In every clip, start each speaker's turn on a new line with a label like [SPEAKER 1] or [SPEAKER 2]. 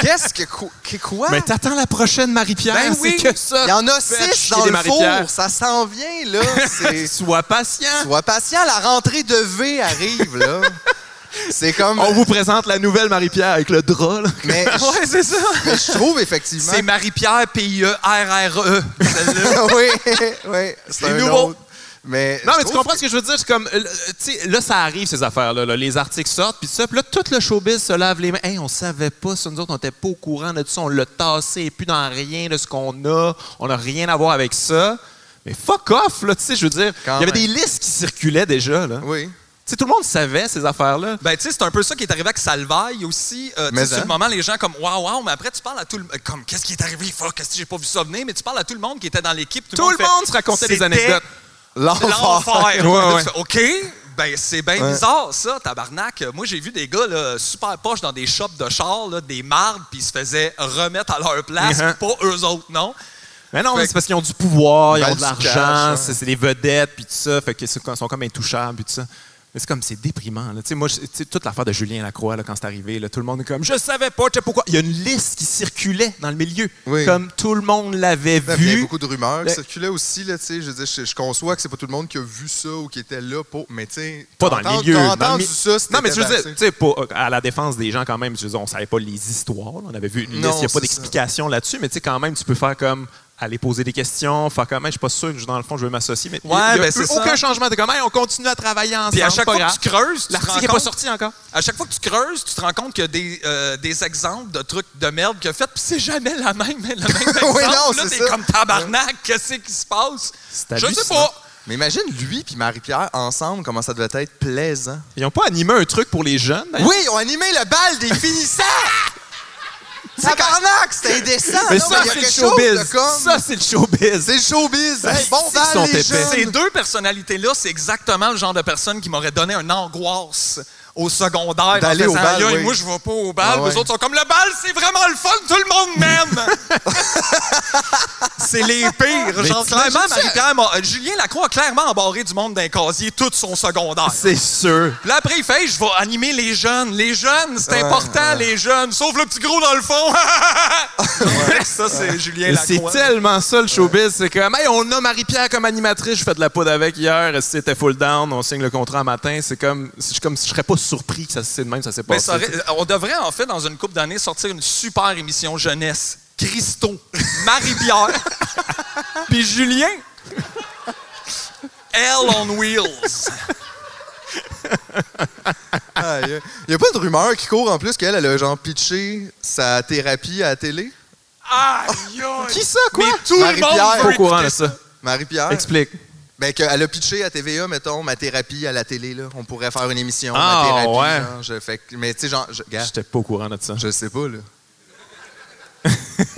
[SPEAKER 1] Qu'est-ce que, quoi- que- quoi?
[SPEAKER 2] Mais t'attends la prochaine Marie-Pierre,
[SPEAKER 1] Ah! Ben
[SPEAKER 2] c'est
[SPEAKER 1] oui.
[SPEAKER 2] que ça.
[SPEAKER 1] Il y en a
[SPEAKER 2] Faites
[SPEAKER 1] six
[SPEAKER 2] chier
[SPEAKER 1] dans
[SPEAKER 2] les
[SPEAKER 1] le
[SPEAKER 2] Marie-Pierre.
[SPEAKER 1] four. Ça s'en vient, là. C'est-
[SPEAKER 2] Sois patient.
[SPEAKER 1] Sois patient, la rentrée de V arrive, là. C'est comme...
[SPEAKER 2] On vous présente la nouvelle Marie-Pierre avec le drap. là.
[SPEAKER 1] Mais je,
[SPEAKER 3] Ouais, c'est ça.
[SPEAKER 1] mais je trouve, effectivement...
[SPEAKER 3] C'est Marie-Pierre,
[SPEAKER 1] E
[SPEAKER 3] P-I-E-R-R-E. Celle-là.
[SPEAKER 1] oui, oui. C'est
[SPEAKER 2] Les
[SPEAKER 1] un
[SPEAKER 2] nouveaux.
[SPEAKER 1] autre. Mais
[SPEAKER 2] Non,
[SPEAKER 1] je
[SPEAKER 2] mais tu
[SPEAKER 1] trouve
[SPEAKER 2] comprends ce que je veux dire? C'est comme, euh, tu sais, là, ça arrive, ces affaires-là. là. Les articles sortent, puis tout ça. Puis là, tout le showbiz se lave les mains. Hey, on savait pas ça. Nous autres, on n'était pas au courant de tout ça. On l'a tassé, plus dans rien de ce qu'on a. On n'a rien à voir avec ça. Mais fuck off, là, tu sais, je veux dire. Il y
[SPEAKER 1] Quand
[SPEAKER 2] avait
[SPEAKER 1] même.
[SPEAKER 2] des listes qui circulaient déjà, là.
[SPEAKER 1] que- Oui.
[SPEAKER 2] Tu sais, tout le monde savait ces affaires-là.
[SPEAKER 3] Ben, tu sais, c'est un peu ça qui est arrivé avec Salvaille aussi. Euh, tu
[SPEAKER 1] Mais
[SPEAKER 3] sais,
[SPEAKER 1] hein.
[SPEAKER 3] sur le moment, les gens, comme, waouh, waouh, mais après, tu parles à tout le monde. Comme, qu'est-ce qui est arrivé? Fuck, qu'est-ce que j'ai pas vu ça venir? Mais tu parles à tout le monde qui était dans l'équipe. Tout,
[SPEAKER 2] Tout le
[SPEAKER 3] fait,
[SPEAKER 2] monde se racontait des
[SPEAKER 3] C'était
[SPEAKER 2] anecdotes.
[SPEAKER 3] L'enfer.
[SPEAKER 2] Ouais, ouais.
[SPEAKER 3] Tu fais, OK, ben, c'est bien
[SPEAKER 1] Ouais.
[SPEAKER 3] bizarre, ça, tabarnak. Moi, j'ai vu des gars là, super poches dans des shops de chars, là, des mardes, puis ils se faisaient remettre à leur place,
[SPEAKER 2] Mhm.
[SPEAKER 3] pas eux autres, non?
[SPEAKER 2] Mais non,
[SPEAKER 3] Fait
[SPEAKER 2] mais
[SPEAKER 3] que-
[SPEAKER 2] c'est parce qu'ils ont du pouvoir, ils
[SPEAKER 1] Ils
[SPEAKER 2] ont
[SPEAKER 1] valent
[SPEAKER 2] de
[SPEAKER 1] du cash,
[SPEAKER 2] l'argent,
[SPEAKER 1] ouais.
[SPEAKER 2] c'est c'est des vedettes, puis tout ça. Fait qu'ils sont comme- sont comme intouchables, puis tout ça. Mais c'est comme, c'est déprimant. Là. Tu sais, Moi, je- tu sais, toute l'affaire de Julien Lacroix, là, quand c'est arrivé, là, tout le monde est comme, je savais pas, je sais pourquoi. Il y a une liste qui circulait dans le milieu.
[SPEAKER 1] Oui.
[SPEAKER 2] Comme tout le monde l'avait
[SPEAKER 1] Il y a
[SPEAKER 2] vu.
[SPEAKER 1] beaucoup de rumeurs qui
[SPEAKER 2] Le-
[SPEAKER 1] circulaient aussi. Là, tu sais, je, veux dire, je, je conçois que c'est pas tout le monde qui a vu ça ou qui était là pour. Mais tu sais.
[SPEAKER 2] Pas dans le
[SPEAKER 1] t'entends-
[SPEAKER 2] milieu.
[SPEAKER 1] t'as
[SPEAKER 2] dans le
[SPEAKER 1] entendu
[SPEAKER 2] mi-
[SPEAKER 1] ça, si
[SPEAKER 2] non, mais je
[SPEAKER 1] t'étais
[SPEAKER 2] veux dire,
[SPEAKER 1] vaccin.
[SPEAKER 2] tu sais, pour- à la défense des gens, quand même, je veux dire, on savait pas les histoires. là. on avait vu une liste,
[SPEAKER 1] Non,
[SPEAKER 2] il n'y a
[SPEAKER 1] c'est
[SPEAKER 2] pas d'explication là-dessus, mais tu sais, quand même, tu peux faire comme aller poser des questions, faire comme, Hey, je suis pas sûr que je- dans le fond, je veux m'associer, mais il y a-
[SPEAKER 3] Ouais,
[SPEAKER 2] il y a
[SPEAKER 3] ben, c'est ça.
[SPEAKER 2] aucun changement. T'es comme, Hey, on continue à travailler ensemble.
[SPEAKER 3] Puis à chaque
[SPEAKER 2] pas
[SPEAKER 3] fois
[SPEAKER 2] grave.
[SPEAKER 3] que tu creuses, tu te rends
[SPEAKER 2] L'article n'est pas
[SPEAKER 3] compte-
[SPEAKER 2] sorti encore.
[SPEAKER 3] À chaque fois que tu creuses, tu te rends compte qu'il y a des, euh, des exemples de trucs de merde qu'il a fait, puis c'est jamais la même, le même exemple.
[SPEAKER 1] non,
[SPEAKER 3] là,
[SPEAKER 1] c'est
[SPEAKER 3] t'es
[SPEAKER 1] ça.
[SPEAKER 3] comme tabarnak, qu'est-ce qui se passe?
[SPEAKER 2] C'est
[SPEAKER 3] Je sais
[SPEAKER 2] hallucinant.
[SPEAKER 3] pas.
[SPEAKER 1] Mais imagine lui puis Marie-Pierre ensemble, comment ça devait être plaisant.
[SPEAKER 2] Ils n'ont pas animé un truc pour les jeunes. d'ailleurs.
[SPEAKER 1] Oui, on animait le bal des finissants! Tabarnak, c'était indécent!
[SPEAKER 2] mais
[SPEAKER 1] non,
[SPEAKER 2] ça,
[SPEAKER 1] il y a
[SPEAKER 2] c'est le
[SPEAKER 1] quelque chose de
[SPEAKER 2] showbiz.
[SPEAKER 1] comme-
[SPEAKER 2] Ça, c'est le showbiz.
[SPEAKER 1] c'est le showbiz! Hey, bon
[SPEAKER 2] si,
[SPEAKER 1] bal,
[SPEAKER 2] ils sont
[SPEAKER 1] les
[SPEAKER 2] épais.
[SPEAKER 1] jeunes!
[SPEAKER 3] Ces Ben, deux personnalités-là, c'est exactement le genre de personne qui m'aurait donné une angoisse au secondaire. en
[SPEAKER 1] D'aller au
[SPEAKER 3] faisant,
[SPEAKER 1] bal,
[SPEAKER 3] Aïe, aïe,
[SPEAKER 1] oui.
[SPEAKER 3] Moi, je vais pas au bal.
[SPEAKER 1] Ah ouais.
[SPEAKER 3] Les autres sont comme le bal, c'est vraiment le fun, tout le monde m'aime. c'est les pires.
[SPEAKER 2] Mais t'imagines
[SPEAKER 3] Genre, clairement,
[SPEAKER 2] ça?
[SPEAKER 3] Marie-Pierre, m'a- euh, Julien Lacroix a clairement embarré du monde d'un casier tout son secondaire.
[SPEAKER 2] C'est sûr.
[SPEAKER 3] Puis là, après, il fait, je vais animer les jeunes. Les jeunes, c'est
[SPEAKER 1] Ouais,
[SPEAKER 3] important,
[SPEAKER 1] ouais.
[SPEAKER 3] les jeunes. Sauf le petit gros dans le fond. Ça, c'est Julien
[SPEAKER 2] Mais C'est
[SPEAKER 3] Lacroix.
[SPEAKER 2] tellement ça, le showbiz. C'est comme, hey, on a Marie-Pierre comme animatrice. Je fais de la poudre avec hier. C'était full down. On signe le contrat un matin. C'est comme, c'est comme si je serais pas surpris que ça c'est de même, ça s'est
[SPEAKER 3] Mais
[SPEAKER 2] passé.
[SPEAKER 3] ça aurait- on devrait, en fait, dans une couple d'années, sortir une super émission jeunesse. Christo, Marie-Pierre, puis Julien. Hell on Wheels.
[SPEAKER 1] Ah, Il n'y a pas de rumeur qui court en plus qu'elle, elle a genre pitché sa thérapie à la télé?
[SPEAKER 3] Aïe,
[SPEAKER 2] Qui ça, quoi?
[SPEAKER 3] Mais tout le
[SPEAKER 1] Marie-Pierre.
[SPEAKER 3] monde
[SPEAKER 2] Pas
[SPEAKER 3] veut
[SPEAKER 2] au courant de
[SPEAKER 3] écouter
[SPEAKER 2] ça.
[SPEAKER 1] Marie-Pierre?
[SPEAKER 2] Explique.
[SPEAKER 1] Ben, qu'elle a pitché à TVA, mettons, ma thérapie à la télé, là. On pourrait faire une émission,
[SPEAKER 2] Ah,
[SPEAKER 1] ma thérapie.
[SPEAKER 2] ouais.
[SPEAKER 1] genre, je, fait, que- mais tu sais, genre, je, gars,
[SPEAKER 2] J'étais pas au courant de ça.
[SPEAKER 1] je sais pas, là.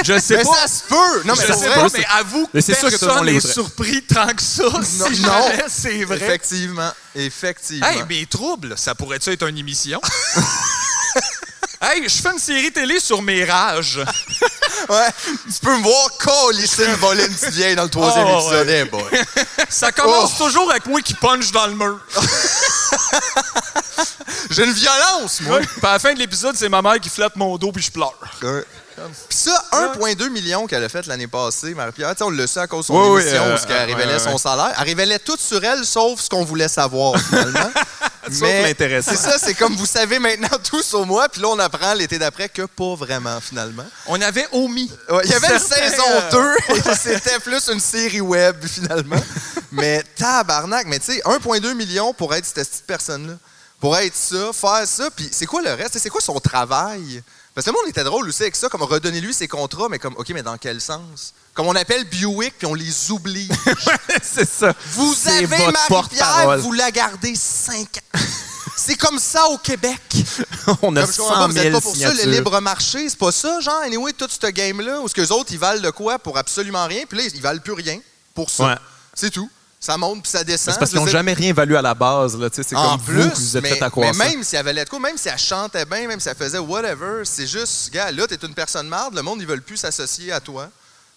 [SPEAKER 3] Je sais
[SPEAKER 1] Mais
[SPEAKER 3] pas.
[SPEAKER 1] ça se peut! Non, mais
[SPEAKER 3] je
[SPEAKER 1] pour
[SPEAKER 3] sais
[SPEAKER 1] vrai,
[SPEAKER 3] pas,
[SPEAKER 2] c'est-
[SPEAKER 3] mais avoue que
[SPEAKER 2] Mais c'est sûr que tout le
[SPEAKER 3] personne
[SPEAKER 2] monde
[SPEAKER 3] n'est
[SPEAKER 2] l'écouterait.
[SPEAKER 3] surpris tant que ça.
[SPEAKER 1] Non,
[SPEAKER 3] si
[SPEAKER 1] non.
[SPEAKER 3] jamais c'est vrai.
[SPEAKER 1] Effectivement, effectivement.
[SPEAKER 3] Hey, mes troubles, ça pourrait-tu être une émission? hey, je fais une série télé sur mes rages.
[SPEAKER 1] Ouais, tu peux me voir colisser le volet une petite vieille dans le troisième
[SPEAKER 3] Ah,
[SPEAKER 1] épisode, hein, boy.
[SPEAKER 3] Ça commence
[SPEAKER 1] Oh.
[SPEAKER 3] toujours avec moi qui punch dans le mur.
[SPEAKER 1] J'ai une violence, moi.
[SPEAKER 3] Puis à la fin de l'épisode, c'est ma mère qui flatte mon dos puis je pleure.
[SPEAKER 1] Ouais. Puis ça, 1,2 million qu'elle a fait l'année passée, Marie-Pierre, tu sais, on le sait à cause de son
[SPEAKER 2] Oui, oui,
[SPEAKER 1] émission,
[SPEAKER 2] euh,
[SPEAKER 1] parce qu'elle
[SPEAKER 2] euh,
[SPEAKER 1] révélait
[SPEAKER 2] ouais,
[SPEAKER 1] son
[SPEAKER 2] ouais.
[SPEAKER 1] salaire. Elle révélait tout sur elle, sauf ce qu'on voulait savoir, finalement.
[SPEAKER 2] Sauf
[SPEAKER 1] Mais
[SPEAKER 2] l'intéressant.
[SPEAKER 1] c'est ça, c'est comme vous savez maintenant tout sur moi, puis là, on apprend l'été d'après que pas vraiment, finalement.
[SPEAKER 3] On avait omis.
[SPEAKER 1] Ouais, Il y avait une
[SPEAKER 3] Certains,
[SPEAKER 1] saison
[SPEAKER 3] euh,
[SPEAKER 1] 2 et c'était plus une série web finalement. mais tabarnak, mais tu sais, 1,2 million pour être cette petite personne-là. Pour être ça, faire ça, puis c'est quoi le reste? C'est quoi son travail? Parce que le monde était drôle aussi avec ça, comme redonner-lui ses contrats, mais comme, OK, mais dans quel sens? Comme on appelle Buick, puis on les oublie.
[SPEAKER 2] c'est ça.
[SPEAKER 1] Vous
[SPEAKER 2] C'est
[SPEAKER 1] avez
[SPEAKER 2] votre
[SPEAKER 1] Marie-Pierre,
[SPEAKER 2] porte-parole.
[SPEAKER 1] vous la gardez 5 ans. c'est comme ça au Québec.
[SPEAKER 2] On a
[SPEAKER 1] Comme je comprends pas,
[SPEAKER 2] 100
[SPEAKER 1] vous êtes
[SPEAKER 2] 000
[SPEAKER 1] pas pour ça, le
[SPEAKER 2] signatures.
[SPEAKER 1] libre marché, c'est pas ça, genre, anyway, tout ce game-là, où ce que les autres, ils valent de quoi pour absolument rien, puis là, ils valent plus rien pour ça.
[SPEAKER 2] Ouais.
[SPEAKER 1] C'est tout. Ça monte, puis ça descend.
[SPEAKER 2] C'est
[SPEAKER 1] Je
[SPEAKER 2] parce qu'ils n'ont
[SPEAKER 1] sais-
[SPEAKER 2] jamais rien valu à la base. là. Tu sais, C'est
[SPEAKER 1] hein, En
[SPEAKER 2] comme
[SPEAKER 1] plus,
[SPEAKER 2] vous que vous êtes
[SPEAKER 1] mais,
[SPEAKER 2] fait accroître.
[SPEAKER 1] mais même si elle valait de quoi, même si elle chantait bien, même si elle faisait whatever, c'est juste, gars, là, t'es une personne marde, le monde, ils veulent plus s'associer à toi.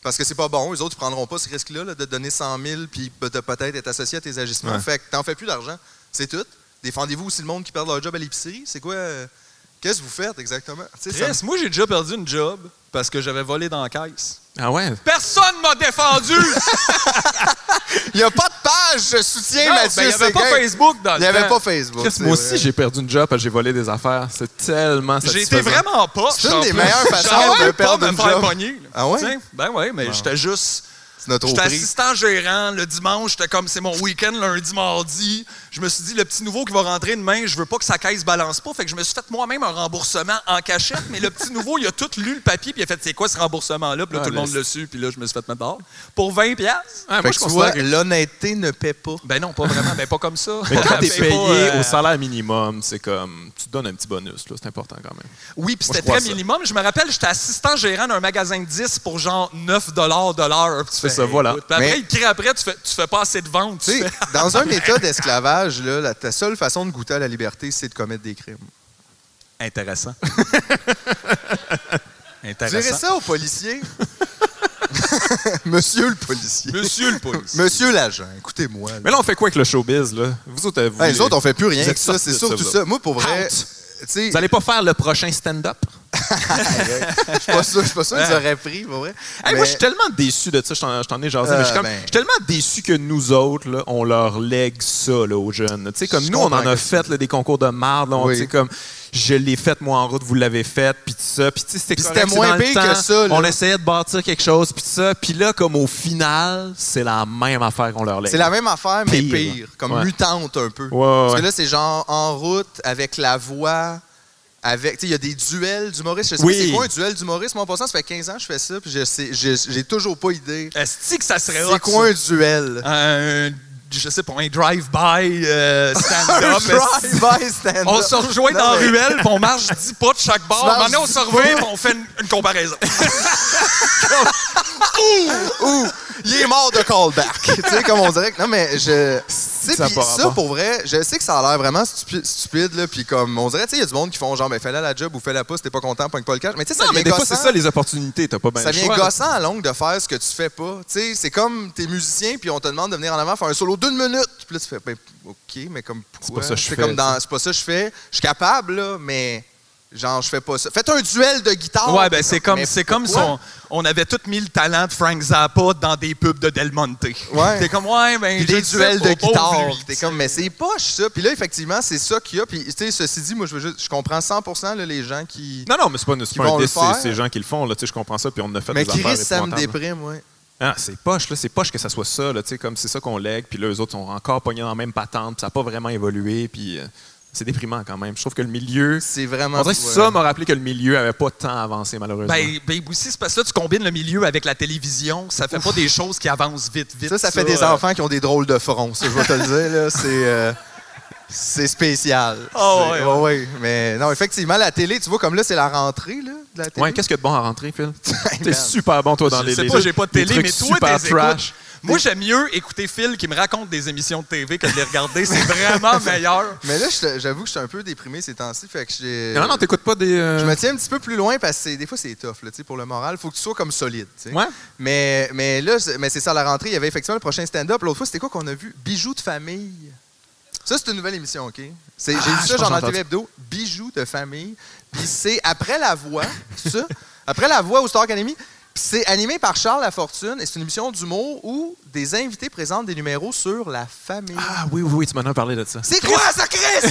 [SPEAKER 1] Parce que c'est pas bon, les autres, ils prendront pas ce risque-là là, de donner 100 000 puis de peut-être être associé à tes agissements.
[SPEAKER 2] Ouais.
[SPEAKER 1] Fait que t'en fais plus d'argent. C'est tout. Défendez-vous aussi le monde qui perd leur job à l'épicerie. C'est quoi. euh, Qu'est-ce que vous faites exactement? Tu sais, ça me-
[SPEAKER 3] Chris, moi, j'ai déjà perdu une job parce que j'avais volé dans la caisse.
[SPEAKER 2] Ah ouais?
[SPEAKER 3] Personne m'a défendu!
[SPEAKER 1] Il n'y a pas de page, je soutiens
[SPEAKER 3] Non, ben,
[SPEAKER 1] Mathieu
[SPEAKER 3] Il n'y avait pas
[SPEAKER 1] Séguin.
[SPEAKER 3] Facebook dans
[SPEAKER 1] Il
[SPEAKER 3] le
[SPEAKER 1] n'y avait
[SPEAKER 3] temps.
[SPEAKER 1] pas Facebook.
[SPEAKER 2] hein. Chris,
[SPEAKER 1] c'est
[SPEAKER 2] moi aussi,
[SPEAKER 1] vrai.
[SPEAKER 2] j'ai perdu une job parce que j'ai volé des affaires. C'est tellement
[SPEAKER 3] J'ai
[SPEAKER 2] satisfaisant.
[SPEAKER 3] été vraiment poche.
[SPEAKER 1] C'est une
[SPEAKER 3] en
[SPEAKER 1] des
[SPEAKER 3] plus.
[SPEAKER 1] meilleures façons
[SPEAKER 3] J'aurais
[SPEAKER 1] de
[SPEAKER 3] même
[SPEAKER 1] perdre
[SPEAKER 3] pas me
[SPEAKER 1] une
[SPEAKER 3] faire
[SPEAKER 1] job.
[SPEAKER 3] pogner, là.
[SPEAKER 1] Ah ouais?
[SPEAKER 3] Tu sais, Ben ouais, mais j'étais juste.
[SPEAKER 1] C'est notre
[SPEAKER 3] J'étais
[SPEAKER 1] prix.
[SPEAKER 3] assistant gérant le dimanche, j'étais comme c'est mon week-end lundi, mardi. Je me suis dit, le petit nouveau qui va rentrer demain, je veux pas que sa caisse balance pas. Fait que je me suis fait moi-même un remboursement en cachette, mais le petit nouveau, il a tout lu le papier, puis il a fait c'est quoi ce remboursement-là, puis là,
[SPEAKER 2] Ah,
[SPEAKER 3] tout le monde
[SPEAKER 2] laisse.
[SPEAKER 3] le su, puis là, je me suis fait mettre dehors. Pour 20$? piastres.
[SPEAKER 2] Ouais,
[SPEAKER 1] Fait
[SPEAKER 2] Ah, moi,
[SPEAKER 1] que
[SPEAKER 2] je
[SPEAKER 1] tu vois,
[SPEAKER 2] considère que...
[SPEAKER 1] l'honnêteté ne paie pas.
[SPEAKER 3] Ben non, pas vraiment, ben pas comme ça.
[SPEAKER 2] Mais quand t'es
[SPEAKER 3] Ben,
[SPEAKER 2] payé
[SPEAKER 3] pas, euh,
[SPEAKER 2] au salaire minimum, c'est comme, tu te donnes un petit bonus, là. C'est important quand même.
[SPEAKER 3] Oui, puis
[SPEAKER 2] Moi,
[SPEAKER 3] c'était
[SPEAKER 2] je crois
[SPEAKER 3] très
[SPEAKER 2] ça.
[SPEAKER 3] minimum. Je me rappelle, j'étais assistant gérant d'un magasin de 10 pour genre 9 de l'heure. Tu fais
[SPEAKER 2] ça, voilà.
[SPEAKER 3] écoute. Puis après,
[SPEAKER 1] Mais-
[SPEAKER 3] il crie après, tu fais, tu fais pas assez de ventes. tu
[SPEAKER 1] Tu sais,
[SPEAKER 3] fais-
[SPEAKER 1] dans un état d'esclavage, là, la- ta seule façon de goûter à la liberté, c'est de commettre des crimes.
[SPEAKER 3] Intéressant.
[SPEAKER 1] Dirais
[SPEAKER 3] Intéressant.
[SPEAKER 1] ça au policier. Monsieur le policier.
[SPEAKER 3] Monsieur le police.
[SPEAKER 1] Monsieur l'agent, écoutez-moi. là.
[SPEAKER 2] Mais là, on fait quoi avec le showbiz, là? Vous autres, euh, vous.
[SPEAKER 1] Hey, les autres, on fait plus rien
[SPEAKER 2] vous êtes
[SPEAKER 1] que ça.
[SPEAKER 2] sortis
[SPEAKER 1] C'est
[SPEAKER 2] de ça,
[SPEAKER 1] surtout
[SPEAKER 2] vous
[SPEAKER 1] ça. Moi, pour vrai,
[SPEAKER 2] Out.
[SPEAKER 1] tu sais,
[SPEAKER 2] Vous allez pas faire le prochain stand-up?
[SPEAKER 1] je suis pas sûr, je suis pas sûr qu'ils auraient pris, pour vrai.
[SPEAKER 2] Hey, Moi,
[SPEAKER 1] Mais-
[SPEAKER 2] je suis tellement déçu de ça, je t'en- je t'en ai jasé,
[SPEAKER 1] Euh,
[SPEAKER 2] mais je suis, comme-
[SPEAKER 1] ben.
[SPEAKER 2] je suis tellement déçu que nous autres, là, on leur lègue ça là, aux jeunes. Tu sais, comme
[SPEAKER 1] Je
[SPEAKER 2] nous, on en
[SPEAKER 1] comprends
[SPEAKER 2] a
[SPEAKER 1] que
[SPEAKER 2] fait là, des concours de marde, là, on-
[SPEAKER 1] Oui.
[SPEAKER 2] tu sais, comme je l'ai fait moi en route, vous l'avez fait, puis tout ça, puis tu sais, c'était
[SPEAKER 1] Puis
[SPEAKER 2] correct,
[SPEAKER 1] c'était
[SPEAKER 2] c'est
[SPEAKER 1] moins
[SPEAKER 2] dans le
[SPEAKER 1] pire que
[SPEAKER 2] temps,
[SPEAKER 1] ça, là.
[SPEAKER 2] On essayait de bâtir quelque chose, puis tout ça, puis là, comme au final, c'est la même affaire qu'on leur lègue.
[SPEAKER 1] C'est la même affaire, mais
[SPEAKER 2] Pire.
[SPEAKER 1] pire. Comme
[SPEAKER 2] Ouais.
[SPEAKER 1] mutante un peu.
[SPEAKER 2] Ouais, ouais,
[SPEAKER 1] Parce
[SPEAKER 2] ouais.
[SPEAKER 1] que là, c'est genre en route avec la voix. Avec, tu sais, il y a des duels d'humoristes. Je sais
[SPEAKER 2] Oui.
[SPEAKER 1] pas c'est quoi un duel d'humoristes. Moi, en passant, ça fait 15 ans que je fais ça, puis je sais- j'ai j'ai toujours pas idée.
[SPEAKER 3] Est-ce que ça serait hot,
[SPEAKER 1] C'est quoi un duel?
[SPEAKER 3] ça? un... Je sais pas, un drive-by euh,
[SPEAKER 2] Ah,
[SPEAKER 3] stand-up. est-ce que-
[SPEAKER 1] drive-by stand-up.
[SPEAKER 3] On se rejoint
[SPEAKER 1] Non,
[SPEAKER 3] dans la
[SPEAKER 1] mais-
[SPEAKER 3] ruelle, puis on marche 10 pas de chaque bord.
[SPEAKER 1] marches
[SPEAKER 3] Maintenant, on se
[SPEAKER 1] 10
[SPEAKER 3] revient, puis on fait une, une comparaison.
[SPEAKER 1] Ouh! Il est mort de callback. tu sais, comme on dirait. que- Non, mais je. tu sais,
[SPEAKER 2] Ça a
[SPEAKER 1] puis
[SPEAKER 2] pas
[SPEAKER 1] ça,
[SPEAKER 2] rapport.
[SPEAKER 1] pour vrai, je sais que ça a l'air vraiment stupi- stupide, là. Puis comme, on dirait, tu sais, il y a du monde qui font genre, ben, fais-la la job ou fais-la pas, si t'es pas content, pogne pas le cash. Mais tu sais, ça
[SPEAKER 2] Non, mais
[SPEAKER 1] devient
[SPEAKER 2] des fois, c'est
[SPEAKER 1] gossant.
[SPEAKER 2] ça les opportunités, t'as pas bien
[SPEAKER 1] ça
[SPEAKER 2] Ben, le
[SPEAKER 1] vient
[SPEAKER 2] choix.
[SPEAKER 1] gossant à longue de faire ce que tu fais pas. Tu sais, c'est comme t'es musicien puis on te demande de venir en avant faire un solo d'une minute. Puis là, tu fais, ben, OK, mais comme pourquoi?
[SPEAKER 2] C'est pas ça que je
[SPEAKER 1] C'est
[SPEAKER 2] fais,
[SPEAKER 1] comme dans- C'est pas ça que je fais. Je suis capable, là, mais genre, je fais pas ça. Faites un duel de guitare.
[SPEAKER 3] ouais, ben c'est comme,
[SPEAKER 1] Ah, Mais
[SPEAKER 3] c'est comme si
[SPEAKER 1] pourquoi?
[SPEAKER 3] on, on avait tous mis le talent de Frank Zappa dans des pubs de Del Monte.
[SPEAKER 1] Ouais.
[SPEAKER 3] T'es comme, ouais, ben.
[SPEAKER 1] Puis
[SPEAKER 3] je
[SPEAKER 1] des
[SPEAKER 3] le sais
[SPEAKER 1] duels
[SPEAKER 3] pas,
[SPEAKER 1] de
[SPEAKER 3] pauvre
[SPEAKER 1] guitare.
[SPEAKER 3] lui.
[SPEAKER 1] T'es comme, mais c'est poche, ça. Puis là, effectivement, c'est ça qu'il y a. Puis, tu sais, ceci dit, moi, je, veux juste, je comprends 100 là, les gens qui.
[SPEAKER 2] Non, non, mais c'est pas, c'est
[SPEAKER 1] Ils
[SPEAKER 2] pas
[SPEAKER 1] vont
[SPEAKER 2] un
[SPEAKER 1] le
[SPEAKER 2] diss, c'est
[SPEAKER 1] faire.
[SPEAKER 2] c'est les gens qui le font, là, tu sais, je comprends ça, puis on a fait
[SPEAKER 1] mais
[SPEAKER 2] des
[SPEAKER 1] qui
[SPEAKER 2] affaires
[SPEAKER 1] risque, ça me
[SPEAKER 2] épouvantables.
[SPEAKER 1] déprime, ouais.
[SPEAKER 2] Ah, c'est poche, là. C'est poche que ça soit ça, là. Tu sais, comme c'est ça qu'on lègue, puis là, eux autres sont encore pognés dans la même patente, puis ça n'a pas vraiment évolué, puis euh, c'est déprimant quand même. Je trouve que le milieu.
[SPEAKER 1] C'est
[SPEAKER 2] On
[SPEAKER 1] vraiment.
[SPEAKER 2] dirait que
[SPEAKER 1] ouais.
[SPEAKER 2] ça m'a rappelé que le milieu avait pas tant avancé, malheureusement.
[SPEAKER 3] Ben, ben aussi, c'est parce que là, tu combines le milieu avec la télévision. Ça fait pas des choses qui avancent vite, vite.
[SPEAKER 1] Ça, ça fait des
[SPEAKER 3] euh.
[SPEAKER 1] enfants qui ont des drôles de fronts, ça, je vais te le dire. là. C'est, euh, c'est spécial.
[SPEAKER 3] Ah
[SPEAKER 1] C'est-
[SPEAKER 3] ouais, ouais.
[SPEAKER 1] ouais. Mais non, effectivement, la télé, tu vois, comme là, c'est la rentrée là, de la télé.
[SPEAKER 2] ouais, qu'est-ce que de bon à rentrer, Phil? T'es
[SPEAKER 1] man.
[SPEAKER 2] super bon, toi, dans
[SPEAKER 3] Je
[SPEAKER 2] les.
[SPEAKER 3] sais
[SPEAKER 2] les-
[SPEAKER 3] pas, j'ai pas de
[SPEAKER 2] les
[SPEAKER 3] télé,
[SPEAKER 2] trucs
[SPEAKER 3] mais toi,
[SPEAKER 2] super
[SPEAKER 3] t'es
[SPEAKER 2] trash.
[SPEAKER 3] écoutes. Moi, j'aime mieux écouter Phil qui me raconte des émissions de TV que de les regarder. C'est vraiment meilleur.
[SPEAKER 1] Mais là, je- j'avoue que je suis un peu déprimé ces temps-ci. Fait que j'ai-
[SPEAKER 2] Non, non, t'écoutes pas des. euh,
[SPEAKER 1] je me tiens un petit peu plus loin parce que c'est- des fois, c'est tough là, tu sais, pour le moral. faut que tu sois comme solide. tu sais.
[SPEAKER 2] Ouais.
[SPEAKER 1] Mais, mais là, c'est- mais c'est ça, à la rentrée, il y avait effectivement le prochain stand-up. L'autre fois, c'était quoi qu'on a vu? Bijoux de famille. Ça, c'est une nouvelle émission, OK? C'est- J'ai
[SPEAKER 2] Ah,
[SPEAKER 1] vu
[SPEAKER 2] je
[SPEAKER 1] ça,
[SPEAKER 2] pense
[SPEAKER 1] genre
[SPEAKER 2] que
[SPEAKER 1] dans
[SPEAKER 2] j'ai
[SPEAKER 1] TV Hebdo. Bijoux de famille. Puis c'est après la voix, c'est ça? Après la voix au Star Academy. Puis c'est animé par Charles Lafortune et c'est une émission d'humour où des invités présentent des numéros sur la famille.
[SPEAKER 2] Ah oui, oui, oui, tu m'en as parlé de ça.
[SPEAKER 1] C'est quoi ça, Chris?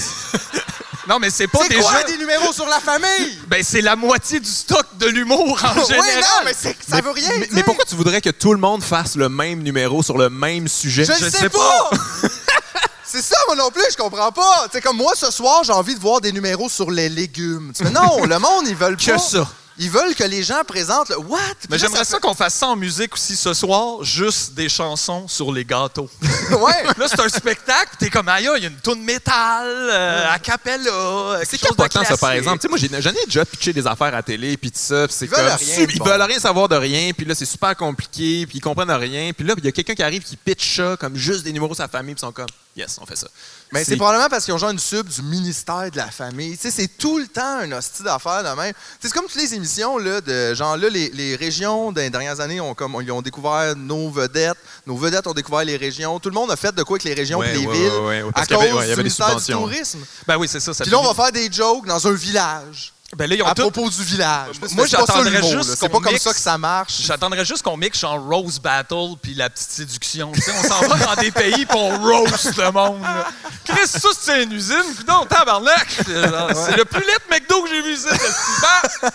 [SPEAKER 3] Non, mais c'est pas
[SPEAKER 1] C'est
[SPEAKER 3] déjà.
[SPEAKER 1] quoi des numéros sur la famille?
[SPEAKER 3] Ben, c'est la moitié du stock de l'humour en
[SPEAKER 1] Oui,
[SPEAKER 3] général.
[SPEAKER 1] non, mais c'est- ça
[SPEAKER 2] Mais-
[SPEAKER 1] veut rien
[SPEAKER 2] mais,
[SPEAKER 1] dire.
[SPEAKER 2] mais pourquoi tu voudrais que tout le monde fasse le même numéro sur le même sujet?
[SPEAKER 1] Je, ne sais, pas! C'est ça, moi non plus, je comprends pas. C'est comme moi, ce soir, j'ai envie de voir des numéros sur les légumes. Tu fais, non, le monde, ils veulent pas.
[SPEAKER 2] Que ça.
[SPEAKER 1] Ils veulent que les gens présentent le What? Puis
[SPEAKER 3] Mais
[SPEAKER 1] là,
[SPEAKER 3] j'aimerais ça qu'on fasse ça en musique aussi ce soir, juste des chansons sur les gâteaux.
[SPEAKER 1] fait- Ouais.
[SPEAKER 3] Là, c'est un spectacle, t'es comme, aïe, il y a une toune métal, euh, a cappella.
[SPEAKER 2] C'est
[SPEAKER 3] quelque chose de
[SPEAKER 2] important, ça, par
[SPEAKER 3] classique.
[SPEAKER 2] exemple. Tu sais, moi, j'ai- j'en ai déjà pitché des affaires à télé, puis tout ça, puis c'est
[SPEAKER 1] Ils veulent
[SPEAKER 2] comme...
[SPEAKER 1] rien,
[SPEAKER 2] sub- ils
[SPEAKER 1] bon.
[SPEAKER 2] veulent rien savoir de rien, puis là, c'est super compliqué, puis ils comprennent rien. Puis là, il y a quelqu'un qui arrive qui pitch ça, comme juste des numéros de sa famille, puis ils sont comme... Yes, on fait ça.
[SPEAKER 1] Mais c'est probablement parce qu'ils ont genre une sub du ministère de la famille. Tu sais, c'est tout le temps un hostie d'affaires de même. Tu sais, c'est comme toutes les émissions, là, de genre là, les, les régions des dernières années ont comme ils ont découvert nos vedettes. Nos vedettes ont découvert les régions. Tout le monde a fait de quoi avec les régions et
[SPEAKER 2] Ouais,
[SPEAKER 1] les
[SPEAKER 2] ouais,
[SPEAKER 1] villes
[SPEAKER 2] ouais, ouais, ouais,
[SPEAKER 1] à
[SPEAKER 2] parce qu'il y
[SPEAKER 1] cause
[SPEAKER 2] avait- ouais, il y
[SPEAKER 1] du
[SPEAKER 2] avait des
[SPEAKER 1] ministère du
[SPEAKER 2] subventions.
[SPEAKER 1] tourisme.
[SPEAKER 3] Ben oui, c'est ça. ça
[SPEAKER 1] Puis là, on
[SPEAKER 3] finit-
[SPEAKER 1] va faire des jokes dans un village.
[SPEAKER 3] Ben là, ils ont
[SPEAKER 1] à
[SPEAKER 3] tout-
[SPEAKER 1] propos du village.
[SPEAKER 3] Moi,
[SPEAKER 1] Mais c'est pas ça,
[SPEAKER 3] j'attendrais
[SPEAKER 1] l'humour,
[SPEAKER 3] juste
[SPEAKER 1] là. C'est
[SPEAKER 3] qu'on
[SPEAKER 1] pas comme
[SPEAKER 3] mixe-
[SPEAKER 1] ça que ça marche.
[SPEAKER 3] J'attendrais juste qu'on mixe en Rose Battle puis la petite séduction. Tu sais, on s'en va dans des pays puis on roast le monde. là. Chris, ça, c'est une usine. Puis non, tabarnak! Genre, C'est le plus lit McDo que j'ai vu ici. le petit bar.